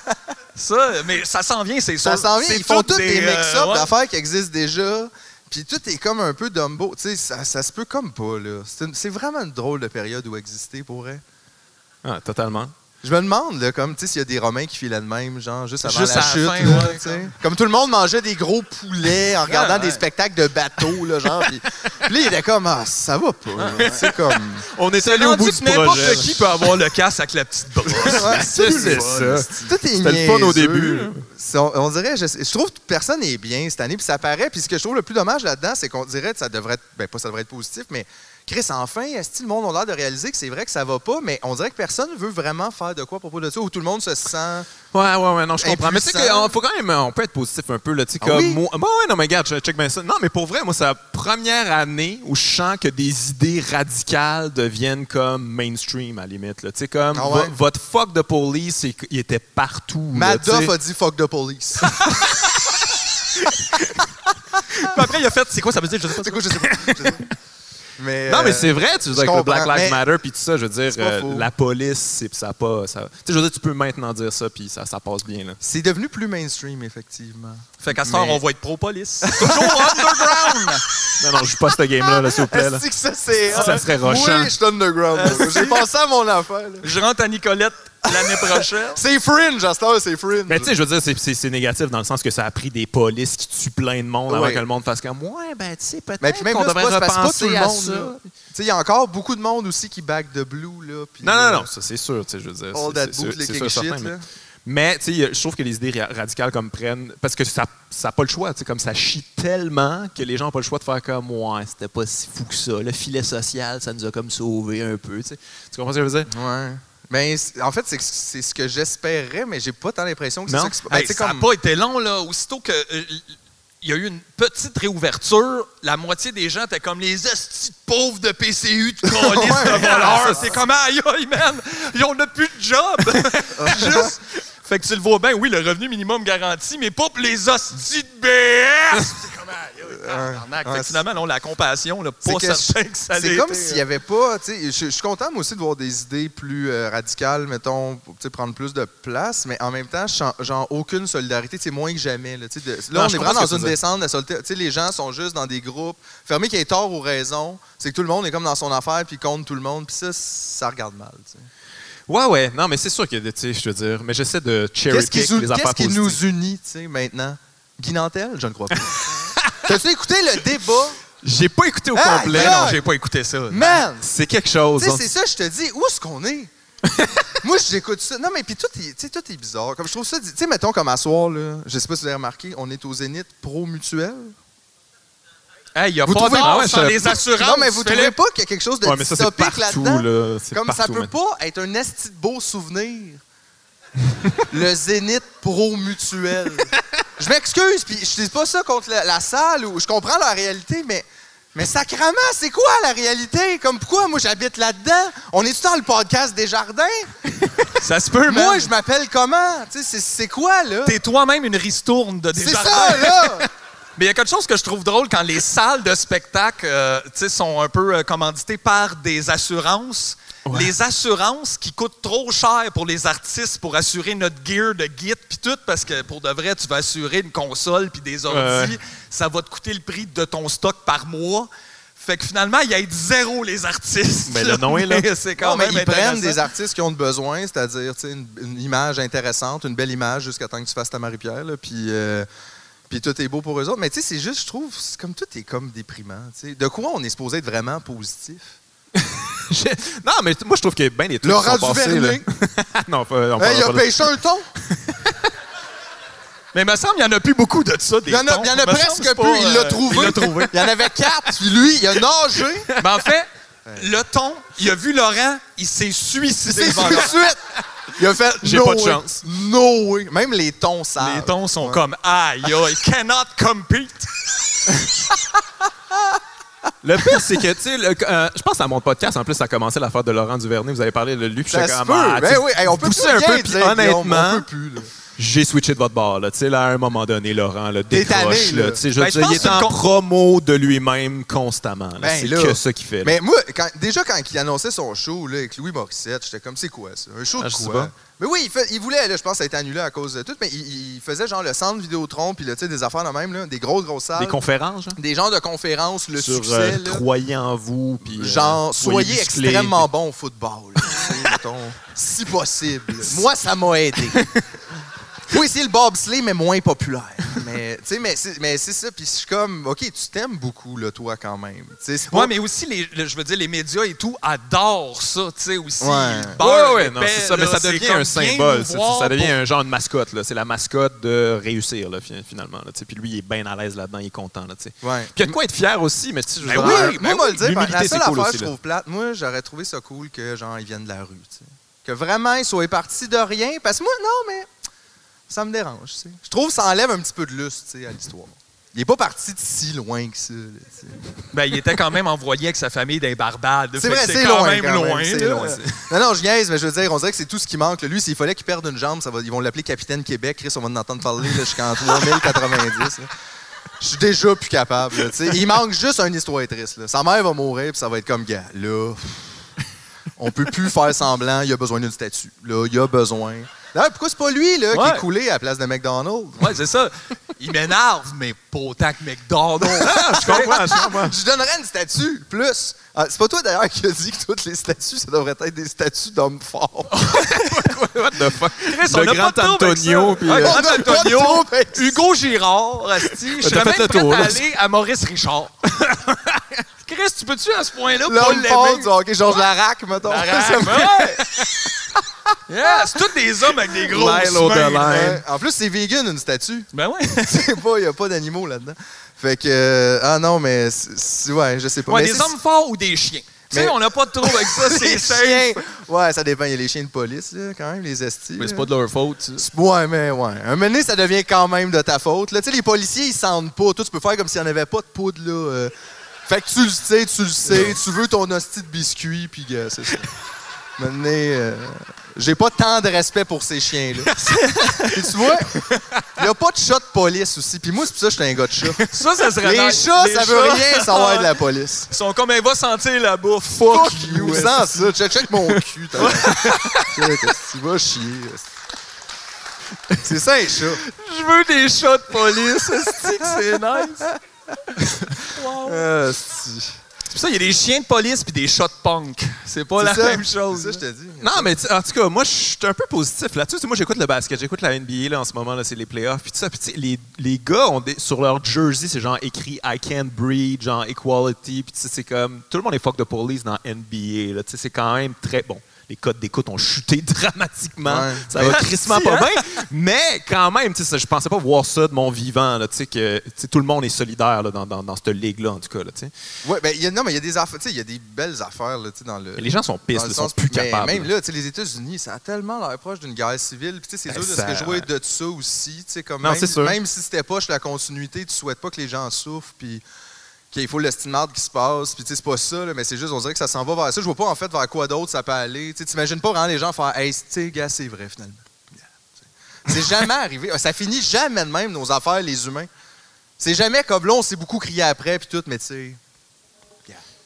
[SPEAKER 3] Ça, mais ça s'en vient, c'est sûr.
[SPEAKER 1] Ça s'en vient.
[SPEAKER 3] C'est
[SPEAKER 1] Ils font tous
[SPEAKER 3] toutes
[SPEAKER 1] des mix-ups
[SPEAKER 3] euh, ouais.
[SPEAKER 1] d'affaires qui existent déjà. Puis tout est comme un peu Dumbo. Tu sais, ça, ça se peut comme pas, là. C'est une- C'est vraiment une drôle de période où exister, pour vrai.
[SPEAKER 2] Ah, totalement.
[SPEAKER 1] Je me demande, là, comme, tu sais, s'il y a des Romains qui filaient de même, genre, juste avant
[SPEAKER 3] Juste
[SPEAKER 1] la
[SPEAKER 3] à la
[SPEAKER 1] chute.
[SPEAKER 3] fin,
[SPEAKER 1] là,
[SPEAKER 3] ouais,
[SPEAKER 1] tu sais. comme tout le monde mangeait des gros poulets en regardant
[SPEAKER 3] ouais.
[SPEAKER 1] des spectacles de bateaux, là, genre. Puis puis là, il était comme, ah, ça va pas. là. C'est comme...
[SPEAKER 2] On est
[SPEAKER 3] Rendu
[SPEAKER 2] allé au bout
[SPEAKER 3] que
[SPEAKER 2] du projet.
[SPEAKER 3] N'importe qui peut avoir le casse avec la petite brosse.
[SPEAKER 1] Ouais,
[SPEAKER 2] C'est
[SPEAKER 1] tout le
[SPEAKER 2] ça.
[SPEAKER 1] fun. Tout est
[SPEAKER 2] C'était le fun au
[SPEAKER 1] niaiseux.
[SPEAKER 2] début, là.
[SPEAKER 1] C'est- On, on dirait, je, je trouve que personne n'est bien cette année, puis ça paraît. Puis ce que je trouve le plus dommage là-dedans, c'est qu'on dirait que ça devrait être, ben pas ça devrait être positif, mais Chris, enfin, est-ce que le monde a l'air de réaliser que c'est vrai que ça va pas, mais on dirait que personne veut vraiment faire de quoi à propos de ça, où tout le monde se sent.
[SPEAKER 2] Ouais, ouais, ouais, non, je comprends. Mais tu sais, que,
[SPEAKER 1] Impuissant.
[SPEAKER 2] euh, faut quand même, euh, on peut être positif un peu, là, tu sais,
[SPEAKER 1] Ah
[SPEAKER 2] comme
[SPEAKER 1] oui?
[SPEAKER 2] moi. Bah ouais, non, mais regarde, je check bien ça. Non, mais pour vrai, moi, c'est la première année où je sens que des idées radicales deviennent comme mainstream, à la limite, là. Tu sais, comme,
[SPEAKER 1] Ah ouais?
[SPEAKER 2] vo- votre fuck de police, c'est qu'il était partout. là, tu sais.
[SPEAKER 1] Madoff a dit fuck the police.
[SPEAKER 3] Puis après, il a fait, c'est quoi ça veut dire? Je sais pas.
[SPEAKER 1] c'est quoi, je sais pas. je sais pas. Mais,
[SPEAKER 2] Non, mais
[SPEAKER 1] euh,
[SPEAKER 2] c'est vrai, tu veux dire,
[SPEAKER 1] je
[SPEAKER 2] avec le Black
[SPEAKER 1] comprends,
[SPEAKER 2] Lives
[SPEAKER 1] mais-
[SPEAKER 2] Matter puis tout ça, je veux dire,
[SPEAKER 1] C'est pas
[SPEAKER 2] euh,
[SPEAKER 1] faux.
[SPEAKER 2] la police, c'est ça a pas. ça- Tu sais, je veux dire, tu peux maintenant dire ça puis ça, ça passe bien, là.
[SPEAKER 1] C'est devenu plus mainstream, effectivement.
[SPEAKER 3] Fait qu'à ce temps,
[SPEAKER 2] Mais-
[SPEAKER 3] on va être pro-police. Toujours underground!
[SPEAKER 2] Non, non, je joue pas ce game-là, là, s'il vous plaît, là.
[SPEAKER 1] Est-ce que ça, c'est.
[SPEAKER 2] Ça serait
[SPEAKER 1] Oui,
[SPEAKER 2] rochant.
[SPEAKER 1] je suis underground. là. J'ai pensé à mon affaire. là.
[SPEAKER 3] Je rentre à Nicolette l'année prochaine.
[SPEAKER 1] C'est fringe, à cette heure, c'est fringe.
[SPEAKER 2] Mais tu sais, je veux dire, c'est- c'est c'est négatif dans le sens que ça a pris des polices qui tuent plein de monde avant
[SPEAKER 1] Ouais.
[SPEAKER 2] que le monde fasse comme Ouais, ben tu sais, peut-être
[SPEAKER 1] Mais puis même
[SPEAKER 2] qu'on
[SPEAKER 1] là, c'est
[SPEAKER 2] devrait
[SPEAKER 1] pas, c'est pas- c'est pas
[SPEAKER 2] repenser
[SPEAKER 1] tout le
[SPEAKER 2] à
[SPEAKER 1] monde.
[SPEAKER 2] ça.
[SPEAKER 1] là. Tu sais, Il y a encore beaucoup de monde aussi qui back de blue. Là, puis,
[SPEAKER 2] Non,
[SPEAKER 1] euh,
[SPEAKER 2] non, non, ça c'est sûr, tu sais, je veux dire.
[SPEAKER 1] All
[SPEAKER 2] c'est-
[SPEAKER 1] that
[SPEAKER 2] c'est sûr-
[SPEAKER 1] bootlegging
[SPEAKER 2] c'est sûr,
[SPEAKER 1] shit,
[SPEAKER 2] certain,
[SPEAKER 1] là.
[SPEAKER 2] mais- Mais tu sais, je trouve que les idées ra- radicales comme prennent. Parce que ça n'a pas le choix, tu sais, comme ça chie tellement que les gens n'ont pas le choix de faire comme Ouais, c'était pas si fou que ça. Le filet social, ça nous a comme sauvé un peu, tu sais. Tu comprends ce que je veux dire?
[SPEAKER 1] Ouais. Mais Ben, c'est- en fait, c'est c'est ce que j'espérais, mais j'ai pas tant l'impression que c'est
[SPEAKER 2] Non.
[SPEAKER 1] ça qui se passe.
[SPEAKER 3] Hey,
[SPEAKER 1] Ben, tu sais,
[SPEAKER 3] ça n'a
[SPEAKER 1] comme-
[SPEAKER 3] pas été long, là. Aussitôt que. euh, il y a eu une petite réouverture. La moitié des gens étaient comme les hosties de pauvres de PCU, de colis, de voleurs. C'est comme, aïe, aïe, man, ils ont plus de job. Juste. Fait que tu le vois bien, oui, le revenu minimum garanti, mais pas pour les hosties de BS. C'est comme, aïe, aïe,
[SPEAKER 1] euh,
[SPEAKER 3] tabarnak.
[SPEAKER 1] Ouais,
[SPEAKER 3] Fait que finalement, non, la compassion, là,
[SPEAKER 1] C'est
[SPEAKER 3] pas
[SPEAKER 1] que
[SPEAKER 3] certain que ça l'ait
[SPEAKER 1] C'est comme
[SPEAKER 3] été,
[SPEAKER 2] hein.
[SPEAKER 1] s'il n'y avait pas. tu sais, Je je suis content, moi aussi, de voir des idées plus euh, radicales, mettons, pour tu sais, prendre plus de place, mais en même temps, je sens- genre, aucune solidarité, c'est moins que jamais. Là, tu sais, de- là,
[SPEAKER 2] Non,
[SPEAKER 1] on
[SPEAKER 2] je
[SPEAKER 1] est
[SPEAKER 2] comprends
[SPEAKER 1] vraiment
[SPEAKER 2] ce que
[SPEAKER 1] dans
[SPEAKER 2] tu
[SPEAKER 1] une
[SPEAKER 2] veux dire.
[SPEAKER 1] descente de solidarité. Tu sais, Les gens sont juste dans des groupes. Fermé qui ait tort ou raison, c'est que tout le monde est comme dans son affaire, puis contre tout le monde, puis ça, ça regarde mal. tu sais.
[SPEAKER 2] Ouais, ouais, non, mais c'est sûr que, tu sais, je veux dire, mais j'essaie de cherry
[SPEAKER 1] Qu'est-ce qui,
[SPEAKER 2] pick
[SPEAKER 1] nous-
[SPEAKER 2] les affaires
[SPEAKER 1] qu'est-ce qui
[SPEAKER 2] positives.
[SPEAKER 1] nous unit, tu sais, maintenant? Guy Nantel? Je ne crois pas. T'as-tu écouté le débat?
[SPEAKER 2] J'ai pas écouté au
[SPEAKER 1] Ah,
[SPEAKER 2] complet.
[SPEAKER 1] yeah!
[SPEAKER 2] non,
[SPEAKER 3] Non, j'ai pas écouté ça.
[SPEAKER 1] Man!
[SPEAKER 2] C'est quelque chose.
[SPEAKER 1] Tu sais,
[SPEAKER 2] on-
[SPEAKER 1] c'est ça, je te dis, où est-ce qu'on est? Moi, j'écoute ça. Non, mais puis tout est, tu sais, tout est bizarre. Comme je trouve ça, tu sais, mettons comme à soir, là, je sais pas si vous avez remarqué, on est au Zénith pro-mutuel.
[SPEAKER 3] Hey, il n'y a
[SPEAKER 1] Vous
[SPEAKER 3] pas
[SPEAKER 1] trouvez-
[SPEAKER 2] Ah
[SPEAKER 3] d'or
[SPEAKER 2] ouais,
[SPEAKER 3] sans
[SPEAKER 2] je-
[SPEAKER 3] les assurances.
[SPEAKER 1] Non, mais vous trouvez
[SPEAKER 3] Philippe.
[SPEAKER 1] pas qu'il y a quelque chose de
[SPEAKER 2] Ouais, mais ça, c'est
[SPEAKER 1] dystopique
[SPEAKER 2] partout,
[SPEAKER 1] là-dedans?
[SPEAKER 2] là. C'est
[SPEAKER 1] Comme ça
[SPEAKER 2] partout,
[SPEAKER 1] peut
[SPEAKER 2] man.
[SPEAKER 1] pas être un esti de beau souvenir. le Zénith Pro Mutuel. je m'excuse, puis je dis pas ça contre la, la salle ou je comprends la réalité, mais mais sacrament, c'est quoi la réalité Comme pourquoi moi j'habite là-dedans On est dans le podcast des jardins.
[SPEAKER 3] hein. Ça se peut,
[SPEAKER 1] Moi,
[SPEAKER 3] man.
[SPEAKER 1] je m'appelle comment Tu sais, c'est- c'est quoi là
[SPEAKER 3] T'es toi-même une ristourne de
[SPEAKER 1] C'est
[SPEAKER 3] Desjardins.
[SPEAKER 1] ça là.
[SPEAKER 3] Mais il y a quelque chose que je trouve drôle quand les salles de spectacle euh, tu sais, sont un peu euh, commanditées par des assurances. Les assurances qui coûtent trop cher pour les artistes pour assurer notre gear de git puis tout, parce que pour de vrai, tu vas assurer une console puis des ordi,
[SPEAKER 2] Ouais, ouais.
[SPEAKER 3] ça va te coûter le prix de ton stock par mois. Fait que finalement, il y a zéro les artistes.
[SPEAKER 2] Mais Ben, le nom est là.
[SPEAKER 3] Mais C'est quand
[SPEAKER 1] Non, mais
[SPEAKER 3] même
[SPEAKER 1] ils prennent
[SPEAKER 3] intéressant.
[SPEAKER 1] des artistes qui ont de besoin, c'est-à-dire tu sais, une, une image intéressante, une belle image jusqu'à temps que tu fasses ta Marie-Pierre, là, puis, euh, puis tout est beau pour eux autres. Mais tu sais, c'est juste, je trouve, c'est comme tout est comme déprimant. tu sais. De quoi on est supposé être vraiment positif?
[SPEAKER 2] Je- Non, mais t- moi, je trouve que bien des trucs
[SPEAKER 1] Laurent
[SPEAKER 2] sont passés. là.
[SPEAKER 1] Duvernay.
[SPEAKER 2] non, pas- on
[SPEAKER 1] Hey,
[SPEAKER 2] parlera
[SPEAKER 1] il a
[SPEAKER 2] pas de-
[SPEAKER 1] pêché un ton!
[SPEAKER 3] Mais il me semble qu'il n'y en a plus beaucoup de ça. Des
[SPEAKER 1] Il y en a,
[SPEAKER 3] tons.
[SPEAKER 1] il y en a
[SPEAKER 3] Me semble,
[SPEAKER 1] presque
[SPEAKER 3] c'est pas,
[SPEAKER 1] plus, il l'a
[SPEAKER 3] euh,
[SPEAKER 1] trouvé.
[SPEAKER 3] il l'a trouvé.
[SPEAKER 1] Il y en avait quatre, puis lui, il a nagé.
[SPEAKER 3] Mais en fait, Le ton, il a vu Laurent, il s'est suicidé
[SPEAKER 1] C'est
[SPEAKER 3] devant
[SPEAKER 1] tout de
[SPEAKER 3] Laurent.
[SPEAKER 1] suite. Il a fait
[SPEAKER 2] J'ai
[SPEAKER 1] no
[SPEAKER 2] pas de
[SPEAKER 1] way.
[SPEAKER 2] chance.
[SPEAKER 1] No way. Même les tons savent.
[SPEAKER 3] Les tons sont comme aïe, aïe, cannot compete.
[SPEAKER 2] Le pire, c'est que, tu sais, le- euh, je pense à mon podcast, en plus, ça a commencé l'affaire de Laurent Duvernay, vous avez parlé de lui, puis
[SPEAKER 1] Ça
[SPEAKER 2] j'étais
[SPEAKER 1] se
[SPEAKER 2] comme,
[SPEAKER 1] peut.
[SPEAKER 2] ah, tu
[SPEAKER 1] Ben
[SPEAKER 2] sais,
[SPEAKER 1] oui, hey, on peut
[SPEAKER 2] poussez
[SPEAKER 1] plus
[SPEAKER 2] un
[SPEAKER 1] rien
[SPEAKER 2] peu, puis
[SPEAKER 1] dire, Guillaume,
[SPEAKER 2] honnêtement,
[SPEAKER 1] on peut plus, là.
[SPEAKER 2] j'ai switché de votre bord, là, tu sais, là, à un moment donné, Laurent, là, décroche,
[SPEAKER 1] tanné, là.
[SPEAKER 2] là, tu sais, je veux
[SPEAKER 3] Ben, je
[SPEAKER 2] dire, il
[SPEAKER 3] pense
[SPEAKER 2] est
[SPEAKER 3] que
[SPEAKER 2] en
[SPEAKER 3] le con-
[SPEAKER 2] promo de lui-même constamment, là.
[SPEAKER 1] Ben,
[SPEAKER 2] c'est
[SPEAKER 1] là.
[SPEAKER 2] que ça qu'il fait, là.
[SPEAKER 1] Mais moi, quand- déjà quand il annonçait son show là, avec Louis Morissette, j'étais comme c'est quoi ça? Un show
[SPEAKER 2] Ah,
[SPEAKER 1] de
[SPEAKER 2] je sais
[SPEAKER 1] quoi?
[SPEAKER 2] pas.
[SPEAKER 1] Mais oui, il, fait- il voulait, là, je pense que ça a été annulé à cause de tout, mais il, il faisait genre le centre Vidéotron, puis là, tu sais, des affaires de même, là, des grosses, grosses salles.
[SPEAKER 2] Des conférences, genre,
[SPEAKER 1] des gens de conférences, le
[SPEAKER 2] sur
[SPEAKER 1] succès.
[SPEAKER 2] euh,
[SPEAKER 1] là.
[SPEAKER 2] croyez en vous, puis euh,
[SPEAKER 1] genre, soyez
[SPEAKER 2] musclé,
[SPEAKER 1] extrêmement bon au football. là, tu sais, mettons, si possible. Moi, ça m'a aidé. Oui, c'est le bobsleigh, mais moins populaire. Mais, tu sais, mais c'est mais c'est ça. Puis je suis comme, OK, tu t'aimes beaucoup, là, toi, quand même. Tu sais, c'est pas-
[SPEAKER 3] Ouais, mais aussi, les, le- je veux dire, les médias et tout adorent ça, tu sais, aussi.
[SPEAKER 1] Ouais.
[SPEAKER 3] Ils
[SPEAKER 2] Ouais,
[SPEAKER 3] beurrent
[SPEAKER 2] ouais,
[SPEAKER 3] épais,
[SPEAKER 2] non, c'est
[SPEAKER 1] ben,
[SPEAKER 2] ça, mais
[SPEAKER 3] là,
[SPEAKER 2] ça
[SPEAKER 3] c'est
[SPEAKER 2] devient
[SPEAKER 3] comme,
[SPEAKER 2] un
[SPEAKER 3] viens nous
[SPEAKER 2] symbole, c'est-
[SPEAKER 3] voir
[SPEAKER 2] ça devient
[SPEAKER 3] pour-
[SPEAKER 2] un genre de mascotte, là, c'est la mascotte de réussir, là, fi- finalement, là, tu sais, puis lui, il est bien à l'aise là-dedans, il est content, là, tu sais.
[SPEAKER 1] Ouais.
[SPEAKER 2] Puis il y a de quoi être fier aussi, mais tu sais, je veux dire,
[SPEAKER 3] Ben
[SPEAKER 1] oui,
[SPEAKER 2] un-
[SPEAKER 1] moi, moi, le dire, ben,
[SPEAKER 2] l'humilité,
[SPEAKER 1] la seule
[SPEAKER 2] c'est cool
[SPEAKER 1] affaire que
[SPEAKER 2] aussi,
[SPEAKER 1] je
[SPEAKER 2] là.
[SPEAKER 1] trouve plate, moi, j'aurais trouvé ça cool que, genre, ils viennent de la rue, tu sais. Que vraiment, ils soient partis de rien, parce que moi, non, mais ça me dérange, tu sais. Je trouve que ça enlève un petit peu de lustre, tu sais, à l'histoire. Il n'est pas parti de si loin que ça, là, tu sais.
[SPEAKER 3] Ben, il était quand même envoyé avec sa famille des Barbades.
[SPEAKER 1] C'est
[SPEAKER 3] Fait
[SPEAKER 1] vrai,
[SPEAKER 3] que
[SPEAKER 1] c'est loin,
[SPEAKER 3] même
[SPEAKER 1] quand même,
[SPEAKER 3] loin.
[SPEAKER 1] c'est
[SPEAKER 3] là.
[SPEAKER 1] loin. Non, non, je niaise, mais je veux dire, on dirait que c'est tout ce qui manque. là. Lui, s'il fallait qu'il perde une jambe, ça va- ils vont l'appeler Capitaine Québec. Chris, on va en entendre parler là, jusqu'en 3090. là. Je suis déjà plus capable. là, tu sais. Il manque juste une histoire triste. là. Sa mère va mourir, puis ça va être comme, gars, là, on peut plus faire semblant, il a besoin d'une statue. Là, il a besoin. D'ailleurs, pourquoi c'est pas lui là, qui
[SPEAKER 3] Ouais.
[SPEAKER 1] est coulé à la place de McDonald's?
[SPEAKER 3] Ouais, c'est ça. Il m'énerve, mais pas autant que McDonald's.
[SPEAKER 2] Je comprends, je comprends.
[SPEAKER 1] Je donnerais une statue, plus. Ah, c'est pas toi d'ailleurs qui a dit que toutes les statues, ça devrait être des statues d'hommes forts.
[SPEAKER 2] What the fuck?
[SPEAKER 3] on
[SPEAKER 2] le
[SPEAKER 3] a pas
[SPEAKER 2] grand
[SPEAKER 3] de tour avec
[SPEAKER 2] Antonio,
[SPEAKER 3] ça.
[SPEAKER 2] puis
[SPEAKER 3] Ouais,
[SPEAKER 2] euh,
[SPEAKER 1] on
[SPEAKER 3] Grand
[SPEAKER 1] a pas de
[SPEAKER 3] Antonio,
[SPEAKER 1] tour avec ça.
[SPEAKER 3] Hugo Girard, Asti. Je
[SPEAKER 2] T'as
[SPEAKER 3] serais même
[SPEAKER 2] fait le
[SPEAKER 3] prêt
[SPEAKER 2] tour,
[SPEAKER 3] à
[SPEAKER 2] là.
[SPEAKER 3] aller à Maurice Richard. Chris, tu peux-tu à ce point-là pas
[SPEAKER 1] L'homme fort
[SPEAKER 3] l'aimer?
[SPEAKER 1] du hockey, Georges Larac, mettons.
[SPEAKER 3] Arrête, ouais. Yeah, c'est tous des hommes avec des gros
[SPEAKER 2] Milo
[SPEAKER 3] mains.
[SPEAKER 2] Delay.
[SPEAKER 1] Ouais. euh, En plus, c'est vegan, une statue.
[SPEAKER 3] Ben ouais.
[SPEAKER 1] C'est pas- Il n'y a pas d'animaux là-dedans. Fait que. euh, ah non, mais. c'est- c'est- ouais, je sais pas.
[SPEAKER 3] Ouais,
[SPEAKER 1] Mais
[SPEAKER 3] des
[SPEAKER 1] c'est-
[SPEAKER 3] hommes forts ou des chiens. Tu
[SPEAKER 1] Mais-
[SPEAKER 3] sais, on n'a pas de trouble avec ça, c'est
[SPEAKER 1] les
[SPEAKER 3] safe.
[SPEAKER 1] chiens. Ouais, ça dépend. Il y a les chiens de police, là, quand même, les estis.
[SPEAKER 2] Mais c'est
[SPEAKER 1] là.
[SPEAKER 2] pas de leur faute. ça.
[SPEAKER 1] Ouais, mais ouais. Un moment donné, ça devient quand même de ta faute. Là, tu sais, les policiers, ils sentent pas. Toi, tu peux faire comme s'il n'y en avait pas de poudre, là. euh. Fait que tu le sais, tu le sais. Tu veux ton hostie de biscuit, puis gars, c'est ça. Un moment donné, euh, j'ai pas tant de respect pour ces chiens-là. Puis tu vois, il n'y a pas de chat de police aussi. Puis moi, c'est pour ça que je suis un gars de chat.
[SPEAKER 3] Ça, ça serait
[SPEAKER 1] Les
[SPEAKER 3] nice.
[SPEAKER 1] chats,
[SPEAKER 3] Les
[SPEAKER 1] ça veut
[SPEAKER 3] chats.
[SPEAKER 1] rien savoir de la police.
[SPEAKER 3] Ils sont comme, elle va sentir la bouffe.
[SPEAKER 1] Fuck
[SPEAKER 3] you,
[SPEAKER 1] you, sans ça. Check, check mon cul, t'as Check, est-ce que tu vas chier. est-ce que- C'est ça, un chat.
[SPEAKER 3] Je veux des chats de police. Esti, que C'est nice. Wow.
[SPEAKER 1] Euh, c'est-
[SPEAKER 3] C'est pour ça, il y a des chiens de police puis des chats de punk. C'est pas
[SPEAKER 1] C'est
[SPEAKER 3] la
[SPEAKER 1] ça.
[SPEAKER 3] même chose.
[SPEAKER 1] C'est ça, je te dis.
[SPEAKER 2] Non, mais tu- en tout cas, moi, je suis un peu positif là-dessus. Tu sais, Moi, j'écoute le basket, j'écoute la NBA là, en ce moment, là, c'est les playoffs. Puis tout ça, puis tu sais, les, les gars, ont des- sur leur jersey, c'est genre écrit I can't breathe, genre equality. Puis tu sais, c'est comme tout le monde est fuck de police dans NBA. Là, Tu sais, c'est quand même très bon. Les codes d'écoute ont chuté dramatiquement.
[SPEAKER 1] Ouais. Ben, hein?
[SPEAKER 2] Ça va
[SPEAKER 3] Mais-
[SPEAKER 2] tristement pas bien. Mais quand même, tu sais, ça, je pensais pas voir ça de mon vivant. Là, tu sais, que tu sais, tout le monde est solidaire là, dans, dans, dans cette ligue-là, en tout cas. Là, tu sais.
[SPEAKER 1] Ouais, ben, il y a, non, mais il y a des affaires, tu sais, il y a des belles affaires, là, tu sais, dans le.
[SPEAKER 2] Mais les gens sont pistes,
[SPEAKER 1] dans le
[SPEAKER 2] ils
[SPEAKER 1] sens-
[SPEAKER 2] sont plus
[SPEAKER 1] mais
[SPEAKER 2] capables.
[SPEAKER 1] Même
[SPEAKER 2] là.
[SPEAKER 1] là, tu sais, les États-Unis, ça a tellement l'air proche d'une guerre civile. Puis, tu sais, c'est
[SPEAKER 2] Ben,
[SPEAKER 1] dur de
[SPEAKER 2] ça-
[SPEAKER 1] se jouer de ça aussi. tu sais, Comme
[SPEAKER 2] Non,
[SPEAKER 1] même,
[SPEAKER 2] c'est sûr.
[SPEAKER 1] même si c'était poche la continuité, tu souhaites pas que les gens souffrent. Puis qu'il faut le stigmate qui se passe. Puis, tu sais, c'est pas ça, là, mais c'est juste, on dirait que ça s'en va vers ça. Je vois pas, en fait, vers quoi d'autre ça peut aller. Tu sais, t'imagines pas vraiment les gens faire, hey, tu sais, gars, c'est vrai, finalement. C'est jamais arrivé. Ça finit jamais de même, nos affaires, les humains. C'est jamais comme là, on s'est beaucoup crié après, puis tout, mais tu sais.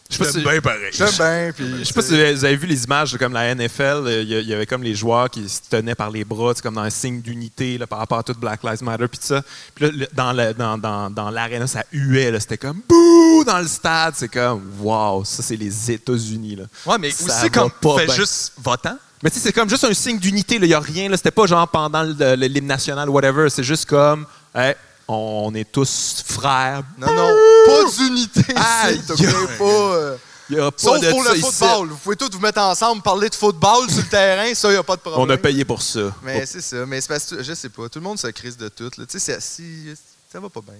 [SPEAKER 2] Je sais pas si-
[SPEAKER 3] pareil.
[SPEAKER 1] J'aime bien,
[SPEAKER 3] Ah ben,
[SPEAKER 1] puis.
[SPEAKER 2] Je sais pas si vous avez vu les images de comme la NFL, euh, il y a- il y avait comme les joueurs qui se tenaient par les bras, tu sais, comme dans un signe d'unité là, par rapport à tout Black Lives Matter puis tout ça. Puis là, le- dans le- dans dans dans l'arène, ça huait, là, c'était comme bouh dans le stade, c'est comme wow, ça c'est les États-Unis là.
[SPEAKER 3] Ouais, mais
[SPEAKER 2] Ça va
[SPEAKER 3] aussi comme
[SPEAKER 2] pas
[SPEAKER 3] fait
[SPEAKER 2] bien.
[SPEAKER 3] juste votant.
[SPEAKER 2] Mais tu sais, c'est comme juste un signe d'unité, il y a rien là, c'était pas genre pendant le- le- l'hymne national whatever, c'est juste comme hey, on est tous frères.
[SPEAKER 1] Non, non, pas d'unité
[SPEAKER 2] Ah! Aïe,
[SPEAKER 1] ici. t'as compris, pas, euh,
[SPEAKER 2] Il y a pas
[SPEAKER 1] Sauf
[SPEAKER 2] de
[SPEAKER 1] pour
[SPEAKER 2] ça
[SPEAKER 1] le
[SPEAKER 2] ici.
[SPEAKER 1] football. Vous pouvez tous vous mettre ensemble, parler de football sur le terrain, ça, il a pas de problème.
[SPEAKER 2] On a payé pour ça.
[SPEAKER 1] Mais c'est ça. Mais c'est parce que, je sais pas, tout le monde se crise de tout. là. Tu sais, c'est assis, ça va pas bien. là.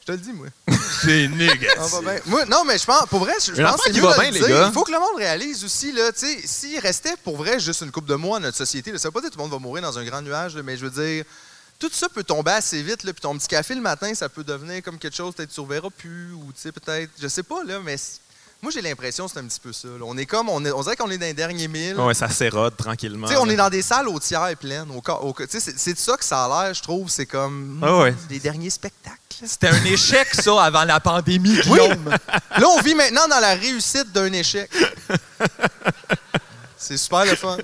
[SPEAKER 1] Je te le dis, moi.
[SPEAKER 2] Oh.
[SPEAKER 3] C'est négatif.
[SPEAKER 1] On va bien. Ah, bah, ben, Moi, non, mais je pense, pour vrai, je je
[SPEAKER 2] Une
[SPEAKER 1] pense que
[SPEAKER 2] affaire
[SPEAKER 1] c'est
[SPEAKER 2] qui
[SPEAKER 1] mieux
[SPEAKER 2] va
[SPEAKER 1] de
[SPEAKER 2] bien,
[SPEAKER 1] le
[SPEAKER 2] les
[SPEAKER 1] dire.
[SPEAKER 2] gars.
[SPEAKER 1] Il faut que le monde réalise aussi, là, tu sais, s'il restait pour vrai juste une coupe de mois, notre société, là, ça veut pas dire que tout le monde va mourir dans un grand nuage, là, mais je veux dire, tout ça peut tomber assez vite, là, puis ton petit café le matin, ça peut devenir comme quelque chose, peut-être tu reverras plus, ou tu sais, peut-être, je sais pas, là, mais c- moi, j'ai l'impression que c'est un petit peu ça. là. On est comme, on, est- on dirait qu'on est dans les derniers milles.
[SPEAKER 2] Ouais, ça s'érode tranquillement.
[SPEAKER 1] Tu sais, on
[SPEAKER 2] là.
[SPEAKER 1] est dans des salles au tiers pleines. Au, ca- au ca- tu sais, c'est c'est de ça que ça a l'air, je trouve. C'est comme
[SPEAKER 2] Ah ouais.
[SPEAKER 1] les derniers spectacles.
[SPEAKER 3] C'était un échec, ça, avant la pandémie, Guillaume.
[SPEAKER 1] Là, on vit maintenant dans la réussite d'un échec. C'est super le fun.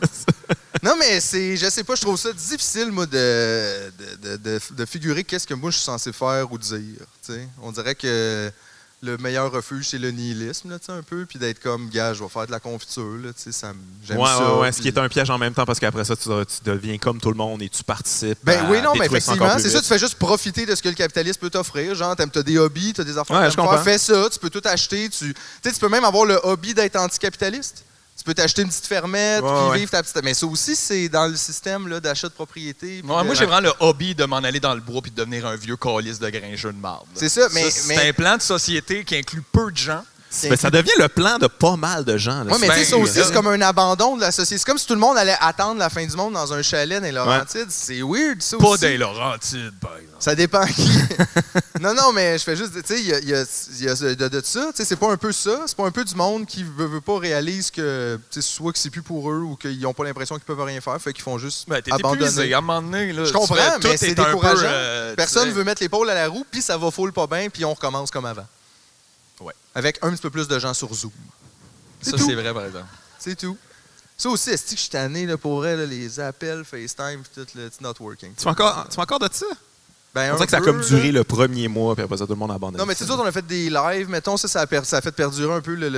[SPEAKER 1] Non, mais c'est, je sais pas, je trouve ça difficile, moi, de, de, de- de- de figurer qu'est-ce que moi je suis censé faire ou dire. tu sais. On dirait que le meilleur refuge, c'est le nihilisme, là, tu sais, un peu, puis d'être comme, gars, je vais faire de la confiture, là, tu sais, ça, me- j'aime
[SPEAKER 2] Ouais,
[SPEAKER 1] ça.
[SPEAKER 2] ouais, ouais, ce
[SPEAKER 1] puis-
[SPEAKER 2] qui est un piège en même temps parce qu'après ça, tu, tu deviens comme tout le monde et tu participes.
[SPEAKER 1] Ben
[SPEAKER 2] à
[SPEAKER 1] oui, non, mais
[SPEAKER 2] détruire encore
[SPEAKER 1] effectivement,
[SPEAKER 2] plus
[SPEAKER 1] c'est ça,
[SPEAKER 2] vite.
[SPEAKER 1] tu fais juste profiter de ce que le capitalisme peut t'offrir. Genre, t'aimes, t'as des hobbies, t'as des affaires.
[SPEAKER 2] Ouais,
[SPEAKER 1] que
[SPEAKER 2] je
[SPEAKER 1] t'aimes
[SPEAKER 2] comprends.
[SPEAKER 1] faire. Fais ça, tu peux tout acheter. Tu tu sais, tu peux même avoir le hobby d'être anticapitaliste. Tu peux t'acheter une petite fermette,
[SPEAKER 2] Ouais,
[SPEAKER 1] puis
[SPEAKER 2] ouais.
[SPEAKER 1] vivre ta petite. Mais ça aussi, c'est dans le système là, d'achat de propriété. puis
[SPEAKER 3] Ouais,
[SPEAKER 1] de-
[SPEAKER 3] moi, j'ai vraiment le hobby de m'en aller dans le bois puis de devenir un vieux calice de gringeux de marbre.
[SPEAKER 1] C'est ça, mais-
[SPEAKER 3] c'est
[SPEAKER 1] mais-
[SPEAKER 3] un plan de société qui inclut peu de gens.
[SPEAKER 1] C'est-
[SPEAKER 2] Ben, ça devient le plan de pas mal de gens. là.
[SPEAKER 1] Ouais, mais
[SPEAKER 3] Ben,
[SPEAKER 1] tu sais, ça aussi,
[SPEAKER 3] euh,
[SPEAKER 1] c'est comme un abandon de la société. C'est comme si tout le monde allait attendre la fin du monde dans un chalet dans les Laurentides. C'est weird, ça
[SPEAKER 3] Pas
[SPEAKER 1] aussi.
[SPEAKER 3] des Laurentides, par exemple.
[SPEAKER 1] Ça dépend qui. non, non, mais je fais juste. dire, Tu sais, il y a, il y a- il y a de, de ça. Tu sais, c'est pas un peu ça. C'est pas un peu du monde qui veut, veut pas réalise que, tu sais, soit que c'est plus pour eux ou qu'ils n'ont pas l'impression qu'ils peuvent rien faire. Fait qu'ils font juste
[SPEAKER 3] Ben, t'es épuisé,
[SPEAKER 1] abandonner.
[SPEAKER 3] à un moment donné. Là,
[SPEAKER 1] Je
[SPEAKER 3] tu
[SPEAKER 1] comprends,
[SPEAKER 3] fais- tout
[SPEAKER 1] mais c'est
[SPEAKER 3] est un peu,
[SPEAKER 1] décourageant.
[SPEAKER 3] euh, tu
[SPEAKER 1] Personne
[SPEAKER 3] sais.
[SPEAKER 1] veut mettre l'épaule à la roue, puis ça va full pas bien, puis on recommence comme avant.
[SPEAKER 3] Ouais.
[SPEAKER 1] Avec un petit peu plus de gens sur Zoom.
[SPEAKER 3] Ça,
[SPEAKER 1] C'est tout.
[SPEAKER 3] c'est vrai, par exemple.
[SPEAKER 1] C'est tout. Ça aussi, est-ce que je suis tanné là, pour vrai, là, les appels, FaceTime, puis tout, le it's not working.
[SPEAKER 2] Tu fais encore, tu fais encore de ça?
[SPEAKER 1] Ben,
[SPEAKER 2] On
[SPEAKER 1] un
[SPEAKER 2] dirait que ça a
[SPEAKER 1] peu,
[SPEAKER 2] comme
[SPEAKER 1] là.
[SPEAKER 2] duré le premier mois, puis après ça, tout le monde a abandonné.
[SPEAKER 1] Non, mais tu sais, nous autres, on a fait des lives, mettons, ça, ça a, per- ça a fait perdurer un peu le, le,